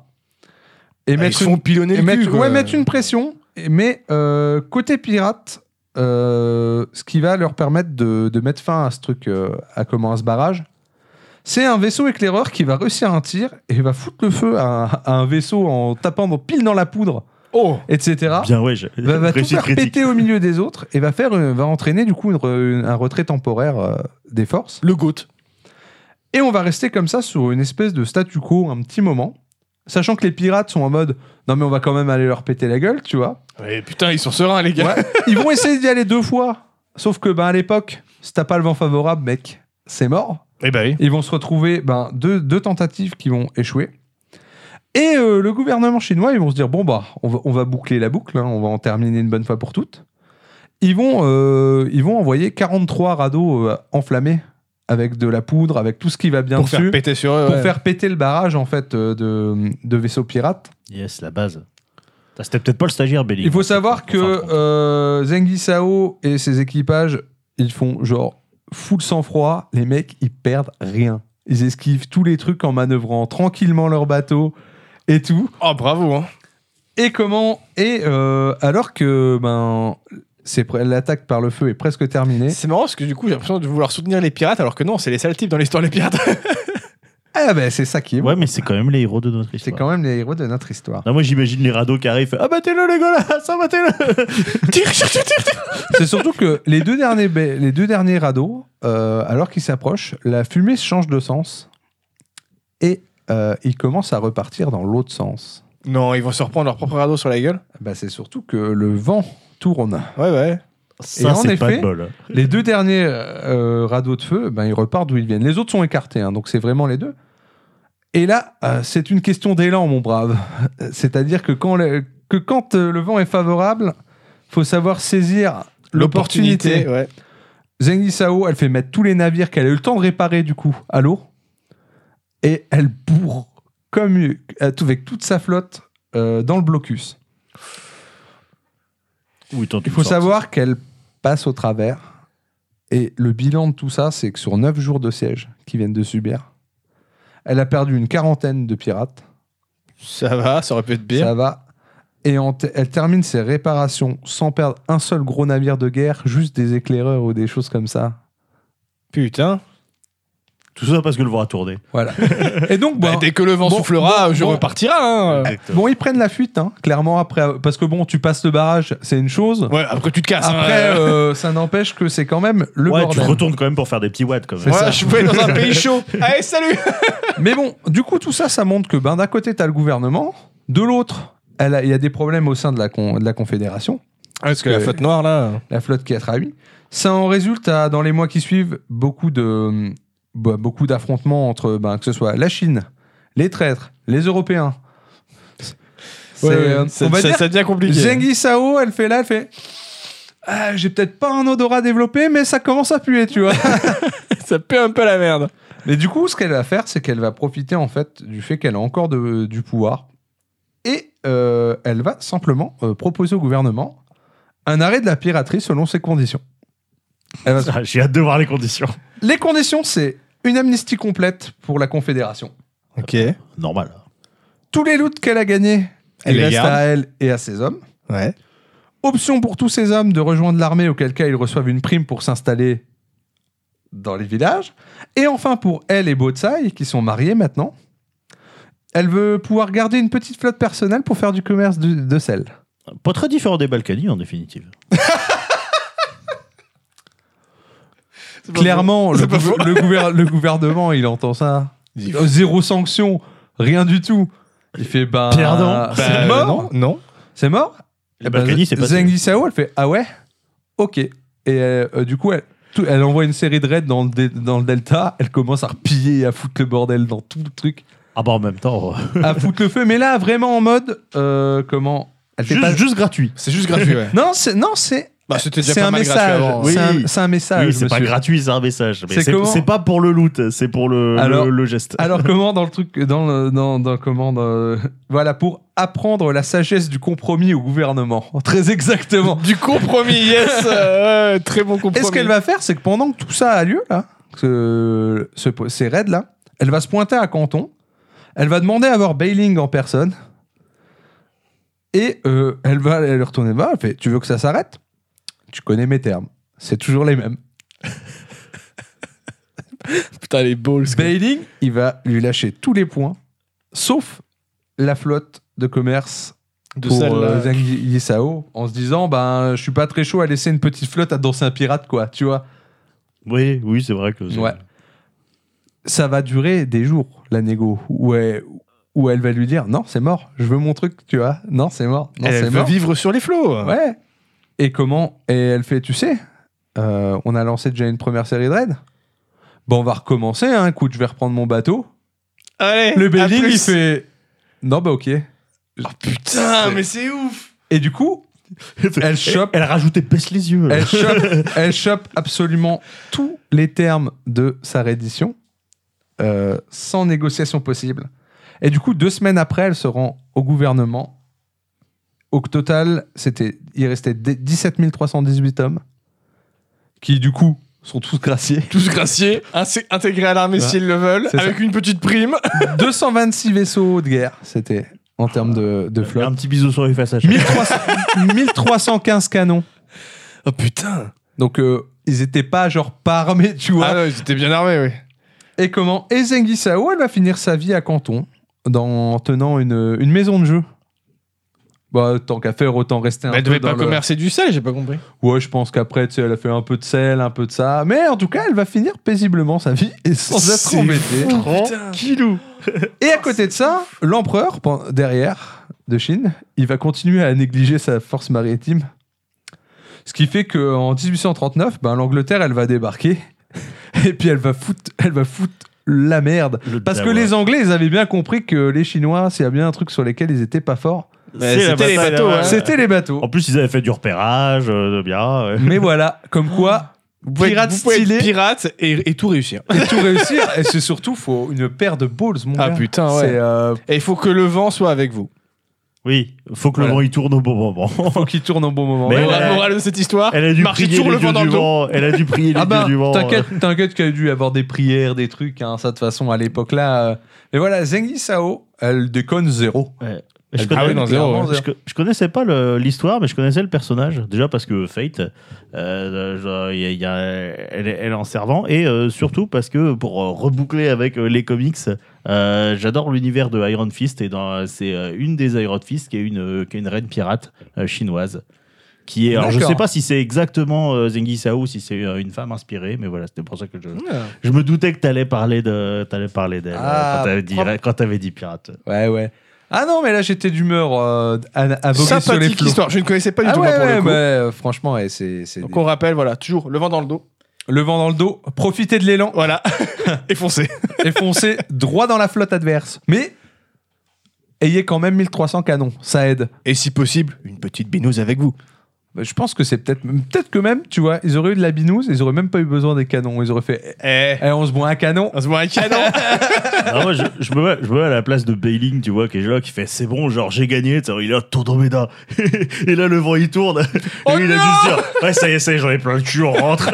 S2: Ils
S1: mettre
S2: se
S1: une,
S2: font euh. pilonner
S1: et
S2: le
S1: mettre-
S2: cul. quoi.
S1: ouais, mettre une pression, et- mais euh, côté pirate, euh, ce qui va leur permettre de, de mettre fin à ce truc, euh, à comment à ce barrage, c'est un vaisseau éclaireur qui va réussir un tir et va foutre le feu à, un- à un vaisseau en tapant dans- pile dans la poudre,
S2: Oh
S1: etc
S4: Bien, ouais. j'ai-
S1: va, va tout
S4: réussite
S1: faire
S4: critique.
S1: péter au milieu des autres et va, faire, euh, va entraîner du coup une re- une- un retrait temporaire euh, des forces.
S2: Le goat.
S1: Et on va rester comme ça sur une espèce de statu quo un petit moment, sachant que les pirates sont en mode non mais on va quand même aller leur péter la gueule, tu vois.
S2: Ouais, putain, ils sont sereins les gars.
S1: Ouais. Ils vont essayer d'y aller deux fois, sauf que ben, à l'époque, si t'as pas le vent favorable, mec, c'est mort.
S2: Eh bah oui.
S1: Ils vont se retrouver ben, deux, deux tentatives qui vont échouer. Et euh, le gouvernement chinois, ils vont se dire bon bah, on va, on va boucler la boucle, hein, on va en terminer une bonne fois pour toutes. Ils vont, euh, ils vont envoyer 43 radeaux euh, enflammés avec de la poudre, avec tout ce qui va bien
S2: Pour
S1: dessus,
S2: faire péter sur eux.
S1: pour
S2: ouais.
S1: faire péter le barrage en fait euh, de, de vaisseaux pirates.
S4: Yes, la base. Putain, C'était peut-être pas le stagiaire, Belling.
S1: Il
S4: En
S1: faut
S4: fait,
S1: savoir
S4: en fin de
S1: que
S4: compte.
S1: euh, Zengi Sao et ses équipages, ils font genre full sang-froid. Les mecs, ils perdent rien. Ils esquivent tous les trucs en manœuvrant tranquillement leur bateau et tout.
S2: Oh bravo. Hein.
S1: Et comment Et euh, alors que ben c'est pre- l'attaque par le feu est presque terminée.
S2: C'est marrant parce que du coup j'ai l'impression de vouloir soutenir les pirates alors que non, c'est les sales types dans l'histoire des pirates.
S1: Ah ben c'est ça qui est. bon.
S4: Ouais, mais c'est quand même les héros de notre
S1: C'est
S4: histoire.
S1: quand même les héros de notre histoire.
S4: Non, moi j'imagine les radeaux qui arrivent. Ah battez-le les gars là, ça battez-le.
S2: Tire, tire, tire, tire.
S1: C'est surtout que les deux derniers, ba- les deux derniers radeaux, euh, alors qu'ils s'approchent, la fumée change de sens et euh, ils commencent à repartir dans l'autre sens.
S2: Non, ils vont se reprendre leur propre radeau sur la gueule.
S1: Bah, c'est surtout que le vent tourne.
S2: Ouais, ouais.
S1: Et
S4: Ça
S1: en
S4: c'est pas
S1: effet-
S4: de bol. hein.
S1: Les deux derniers euh, radeaux de feu, ben, ils repartent d'où ils viennent. Les autres sont écartés, hein, donc c'est vraiment les deux. Et là, euh, c'est une question d'élan, mon brave. C'est-à-dire que quand, le, que quand euh, le vent est favorable, faut savoir saisir l'opportunité.
S2: ouais.
S1: Zengi Sao, elle fait mettre tous les navires qu'elle a eu le temps de réparer du coup à l'eau. Et elle bourre comme euh, avec toute sa flotte euh, dans le blocus.
S4: Oui, tant
S1: Il
S4: une
S1: faut
S4: sorte.
S1: savoir qu'elle passe au travers. Et le bilan de tout ça, c'est que sur 9 jours de siège qu'ils viennent de subir, elle a perdu une quarantaine de pirates.
S2: Ça va, ça aurait pu être bien.
S1: Ça va. et en te- elle termine ses réparations sans perdre un seul gros navire de guerre, juste des éclaireurs ou des choses comme ça.
S2: Putain.
S4: Tout ça parce que le vent a tourné.
S1: Voilà. et donc, bon,
S2: Bah, dès que le vent
S1: bon,
S2: soufflera,
S1: bon,
S2: je
S1: bon.
S2: repartira. hein.
S1: Euh, bon, ils prennent la fuite, hein, clairement, après, parce que bon, tu passes le barrage, c'est une chose.
S2: Ouais, après tu te casses. hein.
S1: Après, euh, ça n'empêche que c'est quand même le
S4: ouais, tu
S1: bordel.
S4: te retournes quand même pour faire des petits watts quand même.
S1: C'est
S2: Ouais,
S1: ça.
S2: je suis pas dans un pays chaud. Allez, salut
S1: Mais bon, du coup, tout ça, ça montre que ben, d'un côté, t'as le gouvernement, de l'autre, elle a- il y a des problèmes au sein de la, con- de la Confédération,
S2: Parce
S1: que la flotte
S2: noire, là.
S1: la flotte qui a trahi. Ça en résulte, à, dans les mois qui suivent, beaucoup de bah, beaucoup d'affrontements entre ben, que ce soit la Chine, les traîtres, les Européens. C'est, euh, on va dire,
S2: ça devient compliqué.
S1: Zengi Sao, elle fait là, elle fait. Ah, j'ai peut-être pas un odorat développé, mais ça commence à puer, tu vois.
S2: Ça pue un peu la merde.
S1: Mais du coup, ce qu'elle va faire, c'est qu'elle va profiter en fait du fait qu'elle a encore de- du pouvoir et euh, elle va simplement euh, proposer au gouvernement un arrêt de la piraterie selon ses conditions. Elle va-
S4: Ah, J'ai hâte de voir les conditions.
S1: Les conditions, c'est une amnistie complète pour la Confédération.
S2: Ok.
S4: Normal.
S1: Tous les loots qu'elle a gagnés,
S2: Elle
S1: elle
S2: les
S1: reste
S2: garde.
S1: à elle et à ses hommes.
S2: Ouais.
S1: Option pour tous ces hommes de rejoindre l'armée, auquel cas ils reçoivent une prime pour s'installer dans les villages. Et enfin, pour elle et Botsai, qui sont mariés maintenant, elle veut pouvoir garder une petite flotte personnelle pour faire du commerce de, de sel.
S4: Pas très différent des Balkany en définitive.
S1: Clairement, le, gouver- le gouver- le gouvernement, il entend ça. Zéro sanction, rien du tout. Il fait, bah,
S4: Perdant.
S1: c'est mort.
S2: Non.
S1: C'est mort
S2: Eh
S4: Les
S2: ben,
S4: Balkany, c'est pas
S1: Eh ben, Zeng Sao, elle fait Ah ouais Ok. Et euh, euh, du coup, elle, tout- elle envoie une série de raids dans le, dé- dans le Delta. Elle commence à repiller et à foutre le bordel dans tout le truc.
S4: Ah bah en même temps, euh,
S1: à foutre le feu. Mais là, vraiment en mode euh, Comment elle fait
S4: juste,
S1: pas-
S4: juste gratuit.
S2: C'est juste gratuit, ouais.
S1: Non, c'est. Non, c'est.
S2: Bah, c'était déjà
S1: C'est
S2: pas
S1: un,
S2: mal gratuit
S1: message.
S2: avant.
S1: C'est
S4: Oui.
S1: un- c'est un message.
S4: oui, c'est pas
S1: monsieur.
S4: gratuit, c'est un message. Mais
S1: C'est
S4: c'est
S1: comment
S4: c'est pas pour le loot, c'est pour le, le-
S1: Alors-
S4: le geste.
S1: Alors comment dans le truc dans le- dans, dans comment dans- voilà pour apprendre la sagesse du compromis au gouvernement très exactement
S2: Du compromis, yes euh, Très bon compromis.
S1: Et ce qu'elle va faire, c'est que pendant que tout ça a lieu, là, ce, ce- ces raids-là, elle va se pointer à Canton, elle va demander à voir Bailing en personne, et euh, elle va aller lui retourner bas, elle fait Tu veux que ça s'arrête Tu connais mes termes, c'est toujours les mêmes.
S2: Putain, les balls. quoi.
S1: Bailing, il va lui lâcher tous les points, sauf la flotte de commerce
S2: De
S1: pour
S2: celle-là.
S1: euh, Zhang Yi- Yisao, en se disant Ben, je suis pas très chaud à laisser une petite flotte à danser un pirate, quoi, tu vois.
S4: Oui, oui, c'est vrai que. c'est-
S1: Ouais. ça va durer des jours, la négo, où elle, où elle va lui dire non, c'est mort, je veux mon truc, tu vois, non, c'est mort, non,
S2: Elle
S1: c'est
S2: veut
S1: mort.
S2: vivre sur les flots.
S1: Ouais. Et comment Et elle fait, tu sais, euh, on a lancé déjà une première série de raids. Bon, on va recommencer, hein, écoute, je vais reprendre mon bateau.
S2: Allez,
S1: Le
S2: à
S1: Belling,
S2: plus.
S1: il fait non, bah ok.
S2: Oh putain, mais c'est ouf
S1: Et du coup, elle chope,
S4: Elle rajoutait baisse les yeux. là.
S1: elle chope, elle chope absolument tous les termes de sa reddition, euh, sans négociation possible. Et du coup, deux semaines après, elle se rend au gouvernement. Au total, c'était, il restait dé- 17 318 hommes, qui du coup sont tous graciés.
S2: Tous graciés, insé- intégrés à l'armée
S1: Ouais.
S2: s'ils le veulent,
S1: C'est
S2: avec une petite prime.
S1: 226 vaisseaux de guerre, c'était en termes de, de
S4: Un
S1: flotte.
S4: petit bisou sur les faces à chaque-
S1: 1300 1315 canons.
S2: Oh putain
S1: Donc, euh, ils n'étaient pas genre pas armés, tu vois.
S2: Ah non, ils étaient bien armés, oui.
S1: Et comment Et Zengi Sao, elle va finir sa vie à Canton dans, en tenant une, une maison de jeu. Bah, tant qu'à faire, autant rester un
S2: Mais Bah, elle
S1: peu
S2: devait
S1: dans
S2: pas
S1: le-
S2: commercer du sel, j'ai pas compris.
S1: Ouais, je pense qu'après, tu sais, elle a fait un peu de sel, un peu de ça. Mais en tout cas, elle va finir paisiblement sa vie et sans être
S2: C'est
S1: embêtée.
S4: Tranquillou.
S1: Et à côté de ça, l'empereur, pen- derrière, de Chine, il va continuer à négliger sa force maritime. Ce qui fait qu'en 1839, ben, l'Angleterre, elle va débarquer. Et puis elle va foutre, elle va foutre la merde.
S4: Le
S1: Parce que
S4: dawa.
S1: les Anglais, ils avaient bien compris que les Chinois, s'il y a bien un truc sur lequel ils étaient pas forts,
S4: C'est la
S2: c'était les
S4: bataille
S2: bateaux,
S4: navale.
S2: hein.
S1: c'était les bateaux.
S4: En plus, ils avaient fait du repérage, euh, de bien. ouais.
S1: Mais voilà, comme quoi,
S2: Vous pouvez
S1: Pirate
S2: être, vous pouvez être
S1: stylé.
S2: pirate et, et tout réussir.
S1: et tout réussir, et c'est surtout, faut une paire de balls, mon
S2: Ah
S1: gars.
S2: putain,
S1: C'est,
S2: ouais.
S1: euh,
S2: Et il faut que le vent soit avec vous.
S4: Oui, faut que le
S2: Voilà.
S4: vent il tourne au bon moment.
S1: faut qu'ils tournent au bon moment.
S4: Mais
S2: La
S4: elle
S2: morale,
S4: a-
S2: morale de cette histoire,
S4: Elle a dû
S2: marchez
S4: prier
S2: toujours
S4: les
S2: le vent
S4: dieux
S2: dans
S4: du
S2: le dos.
S4: vent. Elle a dû prier les
S1: Ah bah,
S4: dieux du vent. euh.
S1: t'inquiète, t'inquiète qu'il y a dû avoir des prières, des trucs, hein, ça de toute façon à l'époque là. euh. Mais voilà, Zengi Sao, elle déconne zéro.
S4: Ouais. Je,
S2: Elle Ah oui, dans zéro,
S1: clairement,
S2: ouais.
S1: zéro.
S4: je, co- je connaissais pas le- l'histoire, mais je connaissais le personnage. Déjà parce que Fate, euh, genre, il y a- il y a- elle, est- elle est en servant. Et euh, surtout parce que, pour euh, reboucler avec euh, les comics, euh, j'adore l'univers de Iron Fist. Et dans- c'est euh, une des Iron Fist qui est une, euh, qui est une reine pirate euh, chinoise. Qui est, alors je
S1: D'accord.
S4: sais pas si c'est exactement euh, Zengi Sao, si c'est euh, une femme inspirée, mais voilà, c'était pour ça que je,
S2: Ah.
S4: je me doutais que t'allais parler de, t'allais parler d'elle
S1: Ah,
S4: euh, quand t'avais dit,
S1: propre.
S4: quand t'avais dit pirate.
S1: Ouais, ouais. Ah non, mais là, j'étais d'humeur euh, à- à voguer sur les
S2: Sympathique
S1: flots.
S2: histoire. Je ne connaissais pas du
S1: Ah
S2: tout
S1: ouais,
S2: moi, pour
S1: ouais,
S2: le coup.
S1: bah, euh, franchement, ouais, c'est. c'est
S2: Donc
S1: des-
S2: on rappelle, voilà, toujours le vent dans le dos.
S1: Le vent dans le dos, profitez de l'élan
S2: Voilà. Et foncez.
S1: et foncez droit dans la flotte adverse. Mais ayez quand même 1300 canons, ça aide.
S2: Et si possible, une petite binouse avec vous.
S1: Bah, Je pense que c'est peut-être. Peut-être que même, tu vois, ils auraient eu de la binouse, ils auraient même pas eu besoin des canons. Ils auraient fait.
S2: Eh.
S1: Eh, on se boit un canon.
S2: On se voit un canon.
S4: Ah ouais, je, je me mets, je me mets à la place de Bailing, tu vois, qui est là, qui fait c'est bon, genre j'ai gagné, tu sais, il est là, Tourdomeda. Et là, le vent il tourne. Et
S2: Oh
S4: lui, il a juste dire ouais, ça y est, ça y est, j'en ai plein le cul, on rentre.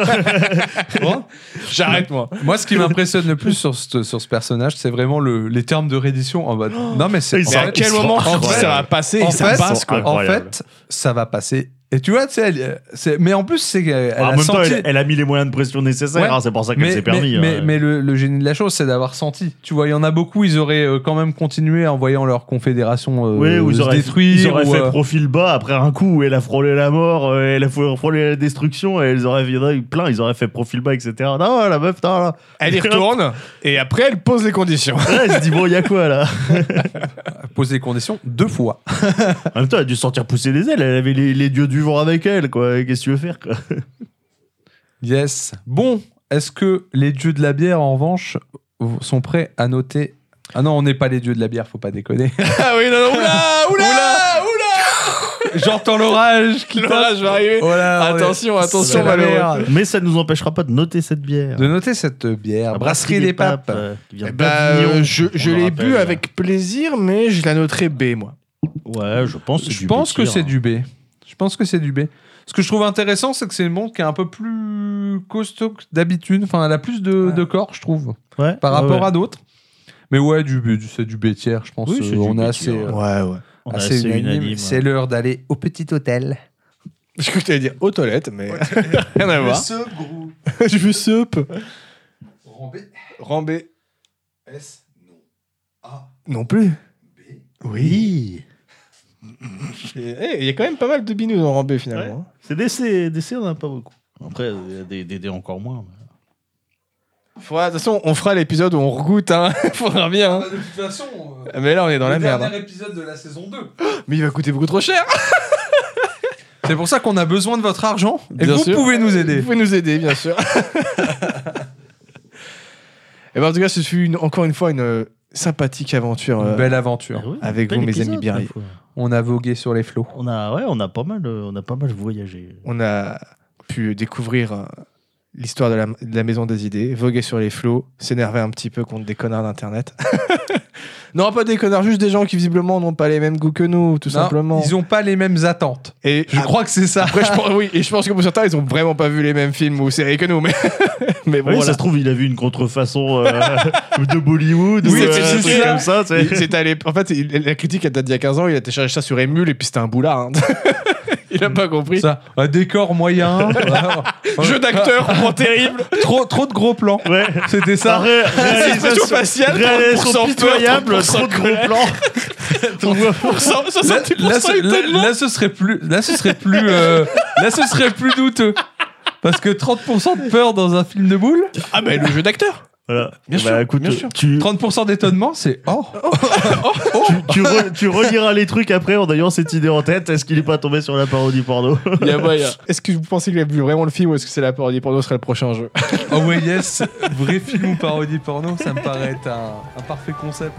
S1: Bon.
S2: J'arrête, moi.
S1: Moi, ce qui m'impressionne le plus sur ce, sur ce personnage, c'est vraiment le- les termes de reddition. En mode, non, mais c'est.
S4: Oh, Ils
S1: en
S2: Mais
S4: sont-
S2: à
S1: fait-
S2: quel
S4: ils sont
S2: moment tu
S1: incroyables.
S2: dis ça va passer
S1: En
S2: et ça
S1: fait,
S2: passe,
S4: ils
S2: quoi.
S4: sont
S1: En
S4: Incroyable.
S1: fait, ça va passer. Et tu vois, tu sais, elle, euh, c'est- mais en plus, c'est qu'elle elle
S4: en
S1: a
S4: même temps,
S1: senti.
S4: elle, elle a mis les moyens de pression nécessaires,
S1: Ouais.
S4: hein, c'est pour ça qu'elle
S1: mais,
S4: s'est permis.
S1: mais,
S4: hein.
S1: mais- mais le, le génie de la chose, c'est d'avoir senti. Tu vois, il y en a beaucoup, ils auraient euh, quand même continué en voyant leur confédération euh,
S4: Ouais, ou ils
S1: se
S4: auraient,
S1: détruire.
S4: ils auraient
S1: ou,
S4: fait
S1: euh,
S4: profil bas après un coup où elle a frôlé la mort, euh, elle a frô- frôlé la destruction, et ils auraient, il y en a eu plein, ils auraient fait profil bas, etc. Non, la meuf, non, non.
S2: Elle y retourne et après elle pose les conditions.
S4: Elle se dit, bon, il y a quoi là
S1: poser les conditions deux fois.
S4: En même temps, elle a dû sortir pousser des ailes. Elle avait les, les dieux du vent avec elle, quoi. Qu'est-ce que tu veux faire, quoi
S1: Yes. Bon, est-ce que les dieux de la bière, en revanche, v- sont prêts à noter Ah non, on n'est pas les dieux de la bière, faut pas déconner.
S2: Ah oui, non, non, oula, oula, oula,
S1: J'entends l'orage qui tape.
S2: Là, je vais arriver.
S1: Oh là, on est-
S2: Attention,
S1: c'est
S2: attention,
S1: la
S2: malheureux.
S1: merde.
S4: Ah, Mais ça ne nous empêchera pas de noter cette bière.
S1: De noter cette bière,
S4: La
S1: brasserie des papes.
S4: euh, qui vient
S2: Eh
S4: d'Avignon,
S2: ben, je
S4: on
S2: je
S4: le
S2: l'ai
S4: rappelle.
S2: bu avec plaisir, mais je la noterai B, moi.
S4: Ouais, je pense. que c'est
S1: Je
S4: du
S1: pense que
S4: petit,
S1: c'est
S4: hein.
S1: du B. Je pense que c'est du B. Ce que je trouve intéressant, c'est que c'est une montre qui est un peu plus costaud que d'habitude. Enfin, elle a plus de, de corps, je trouve,
S4: hein. Ouais,
S1: par
S4: ouais,
S1: rapport
S4: Ah ouais.
S1: à d'autres. Mais ouais, du, B- du- c'est du B tiers, je pense.
S4: Oui, c'est
S1: Euh,
S4: du
S1: on
S4: B
S1: est assez,
S4: tiers, ouais.
S1: euh,
S2: Ouais, ouais.
S4: On est
S1: assez
S4: assez
S1: unanime.
S4: unanime,
S1: C'est
S4: ouais.
S1: l'heure d'aller au petit hôtel.
S2: Je crois que t'allais dire aux toilettes, mais rien à voir. Je veux sup. Rambé.
S1: S. Non.
S4: Ah.
S1: A.
S2: Non plus.
S1: B.
S2: Oui. Eh, Il y a quand même pas mal de binous en Rambé, finalement.
S4: Ouais. C'est DC, DC, on en a pas beaucoup. Après, il y a des, des, des encore moins. mais-
S2: Faudra- de toute façon, on fera l'épisode où on regoute, hein. Faudra bien. hein.
S1: Ah, de toute façon, euh,
S2: Mais là, on est dans la merde.
S1: épisode de la saison 2.
S2: hein. Mais il va coûter beaucoup trop cher.
S1: C'est pour ça qu'on a besoin de votre argent. Et
S2: Bien
S1: vous
S2: sûr.
S1: pouvez nous aider.
S2: Vous pouvez nous aider, bien sûr. Et ben, en tout cas, ce fut une- encore une fois une euh, sympathique aventure. euh,
S1: Une belle aventure.
S4: Ah ouais,
S2: Avec
S4: bel
S2: vous, mes
S4: épisode,
S2: amis birriers.
S4: ma foi.
S1: On a vogué sur les flots.
S4: On a, ouais, on a pas mal, euh, on a pas mal voyagé.
S2: On a pu découvrir euh, l'histoire de la, de la maison des idées, voguer sur les flots, s'énerver un petit peu contre des connards d'internet. non, pas des connards, juste des gens qui visiblement n'ont pas les mêmes goûts que nous, tout
S1: Non,
S2: simplement.
S1: Ils n'ont pas les mêmes attentes.
S2: Et
S1: Je crois que c'est ça.
S2: Après, je pense, oui, et je pense que pour certains, ils ont vraiment pas vu les mêmes films ou séries que nous, mais, mais bon,
S4: Oui,
S2: voilà.
S4: ça se trouve, il a vu une contrefaçon euh, de Bollywood
S2: Oui,
S4: ou euh,
S2: c'est-
S4: un
S2: c'est
S4: truc
S2: ça.
S4: comme ça. tu sais.
S2: Il- c'est allé- En fait, il- la critique, elle date d'il y a 15 ans, il a téléchargé ça sur Emule et puis c'était un boulard. hein. il a pas compris.
S1: Ça, un décor moyen.
S2: Jeu d'acteur,
S4: Ah.
S2: vraiment terrible.
S1: trop, trop de gros plans.
S4: Ouais.
S1: C'était ça.
S4: Arrêt,
S2: Expression
S4: réalisation,
S2: faciale,
S4: réalisation
S2: 30%
S4: pitoyable,
S2: peur,
S4: trop
S2: 30%
S4: de gros plans. On voit-
S1: Là, là, ce, là-
S2: italiens.
S1: là, ce serait plus, là, ce serait plus, euh, là, ce serait plus douteux. Parce que 30% de peur dans un film de boule,
S2: Ah, mais le jeu d'acteur.
S4: Voilà.
S2: Bien
S4: Bah,
S2: sûr,
S4: écoute,
S2: bien sûr.
S4: Tu,
S1: 30% d'étonnement, c'est oh.
S4: tu, tu, re- tu reliras les trucs après en ayant cette idée en tête. Est-ce qu'il est pas tombé sur la parodie porno
S2: Il y a moyen. Est-ce que vous pensez qu'il a vu vraiment le film ou est-ce que c'est la parodie pour nous serait le prochain jeu
S1: Oh ouais, yes, vrai film ou parodie porno, ça me paraît être un, un parfait concept.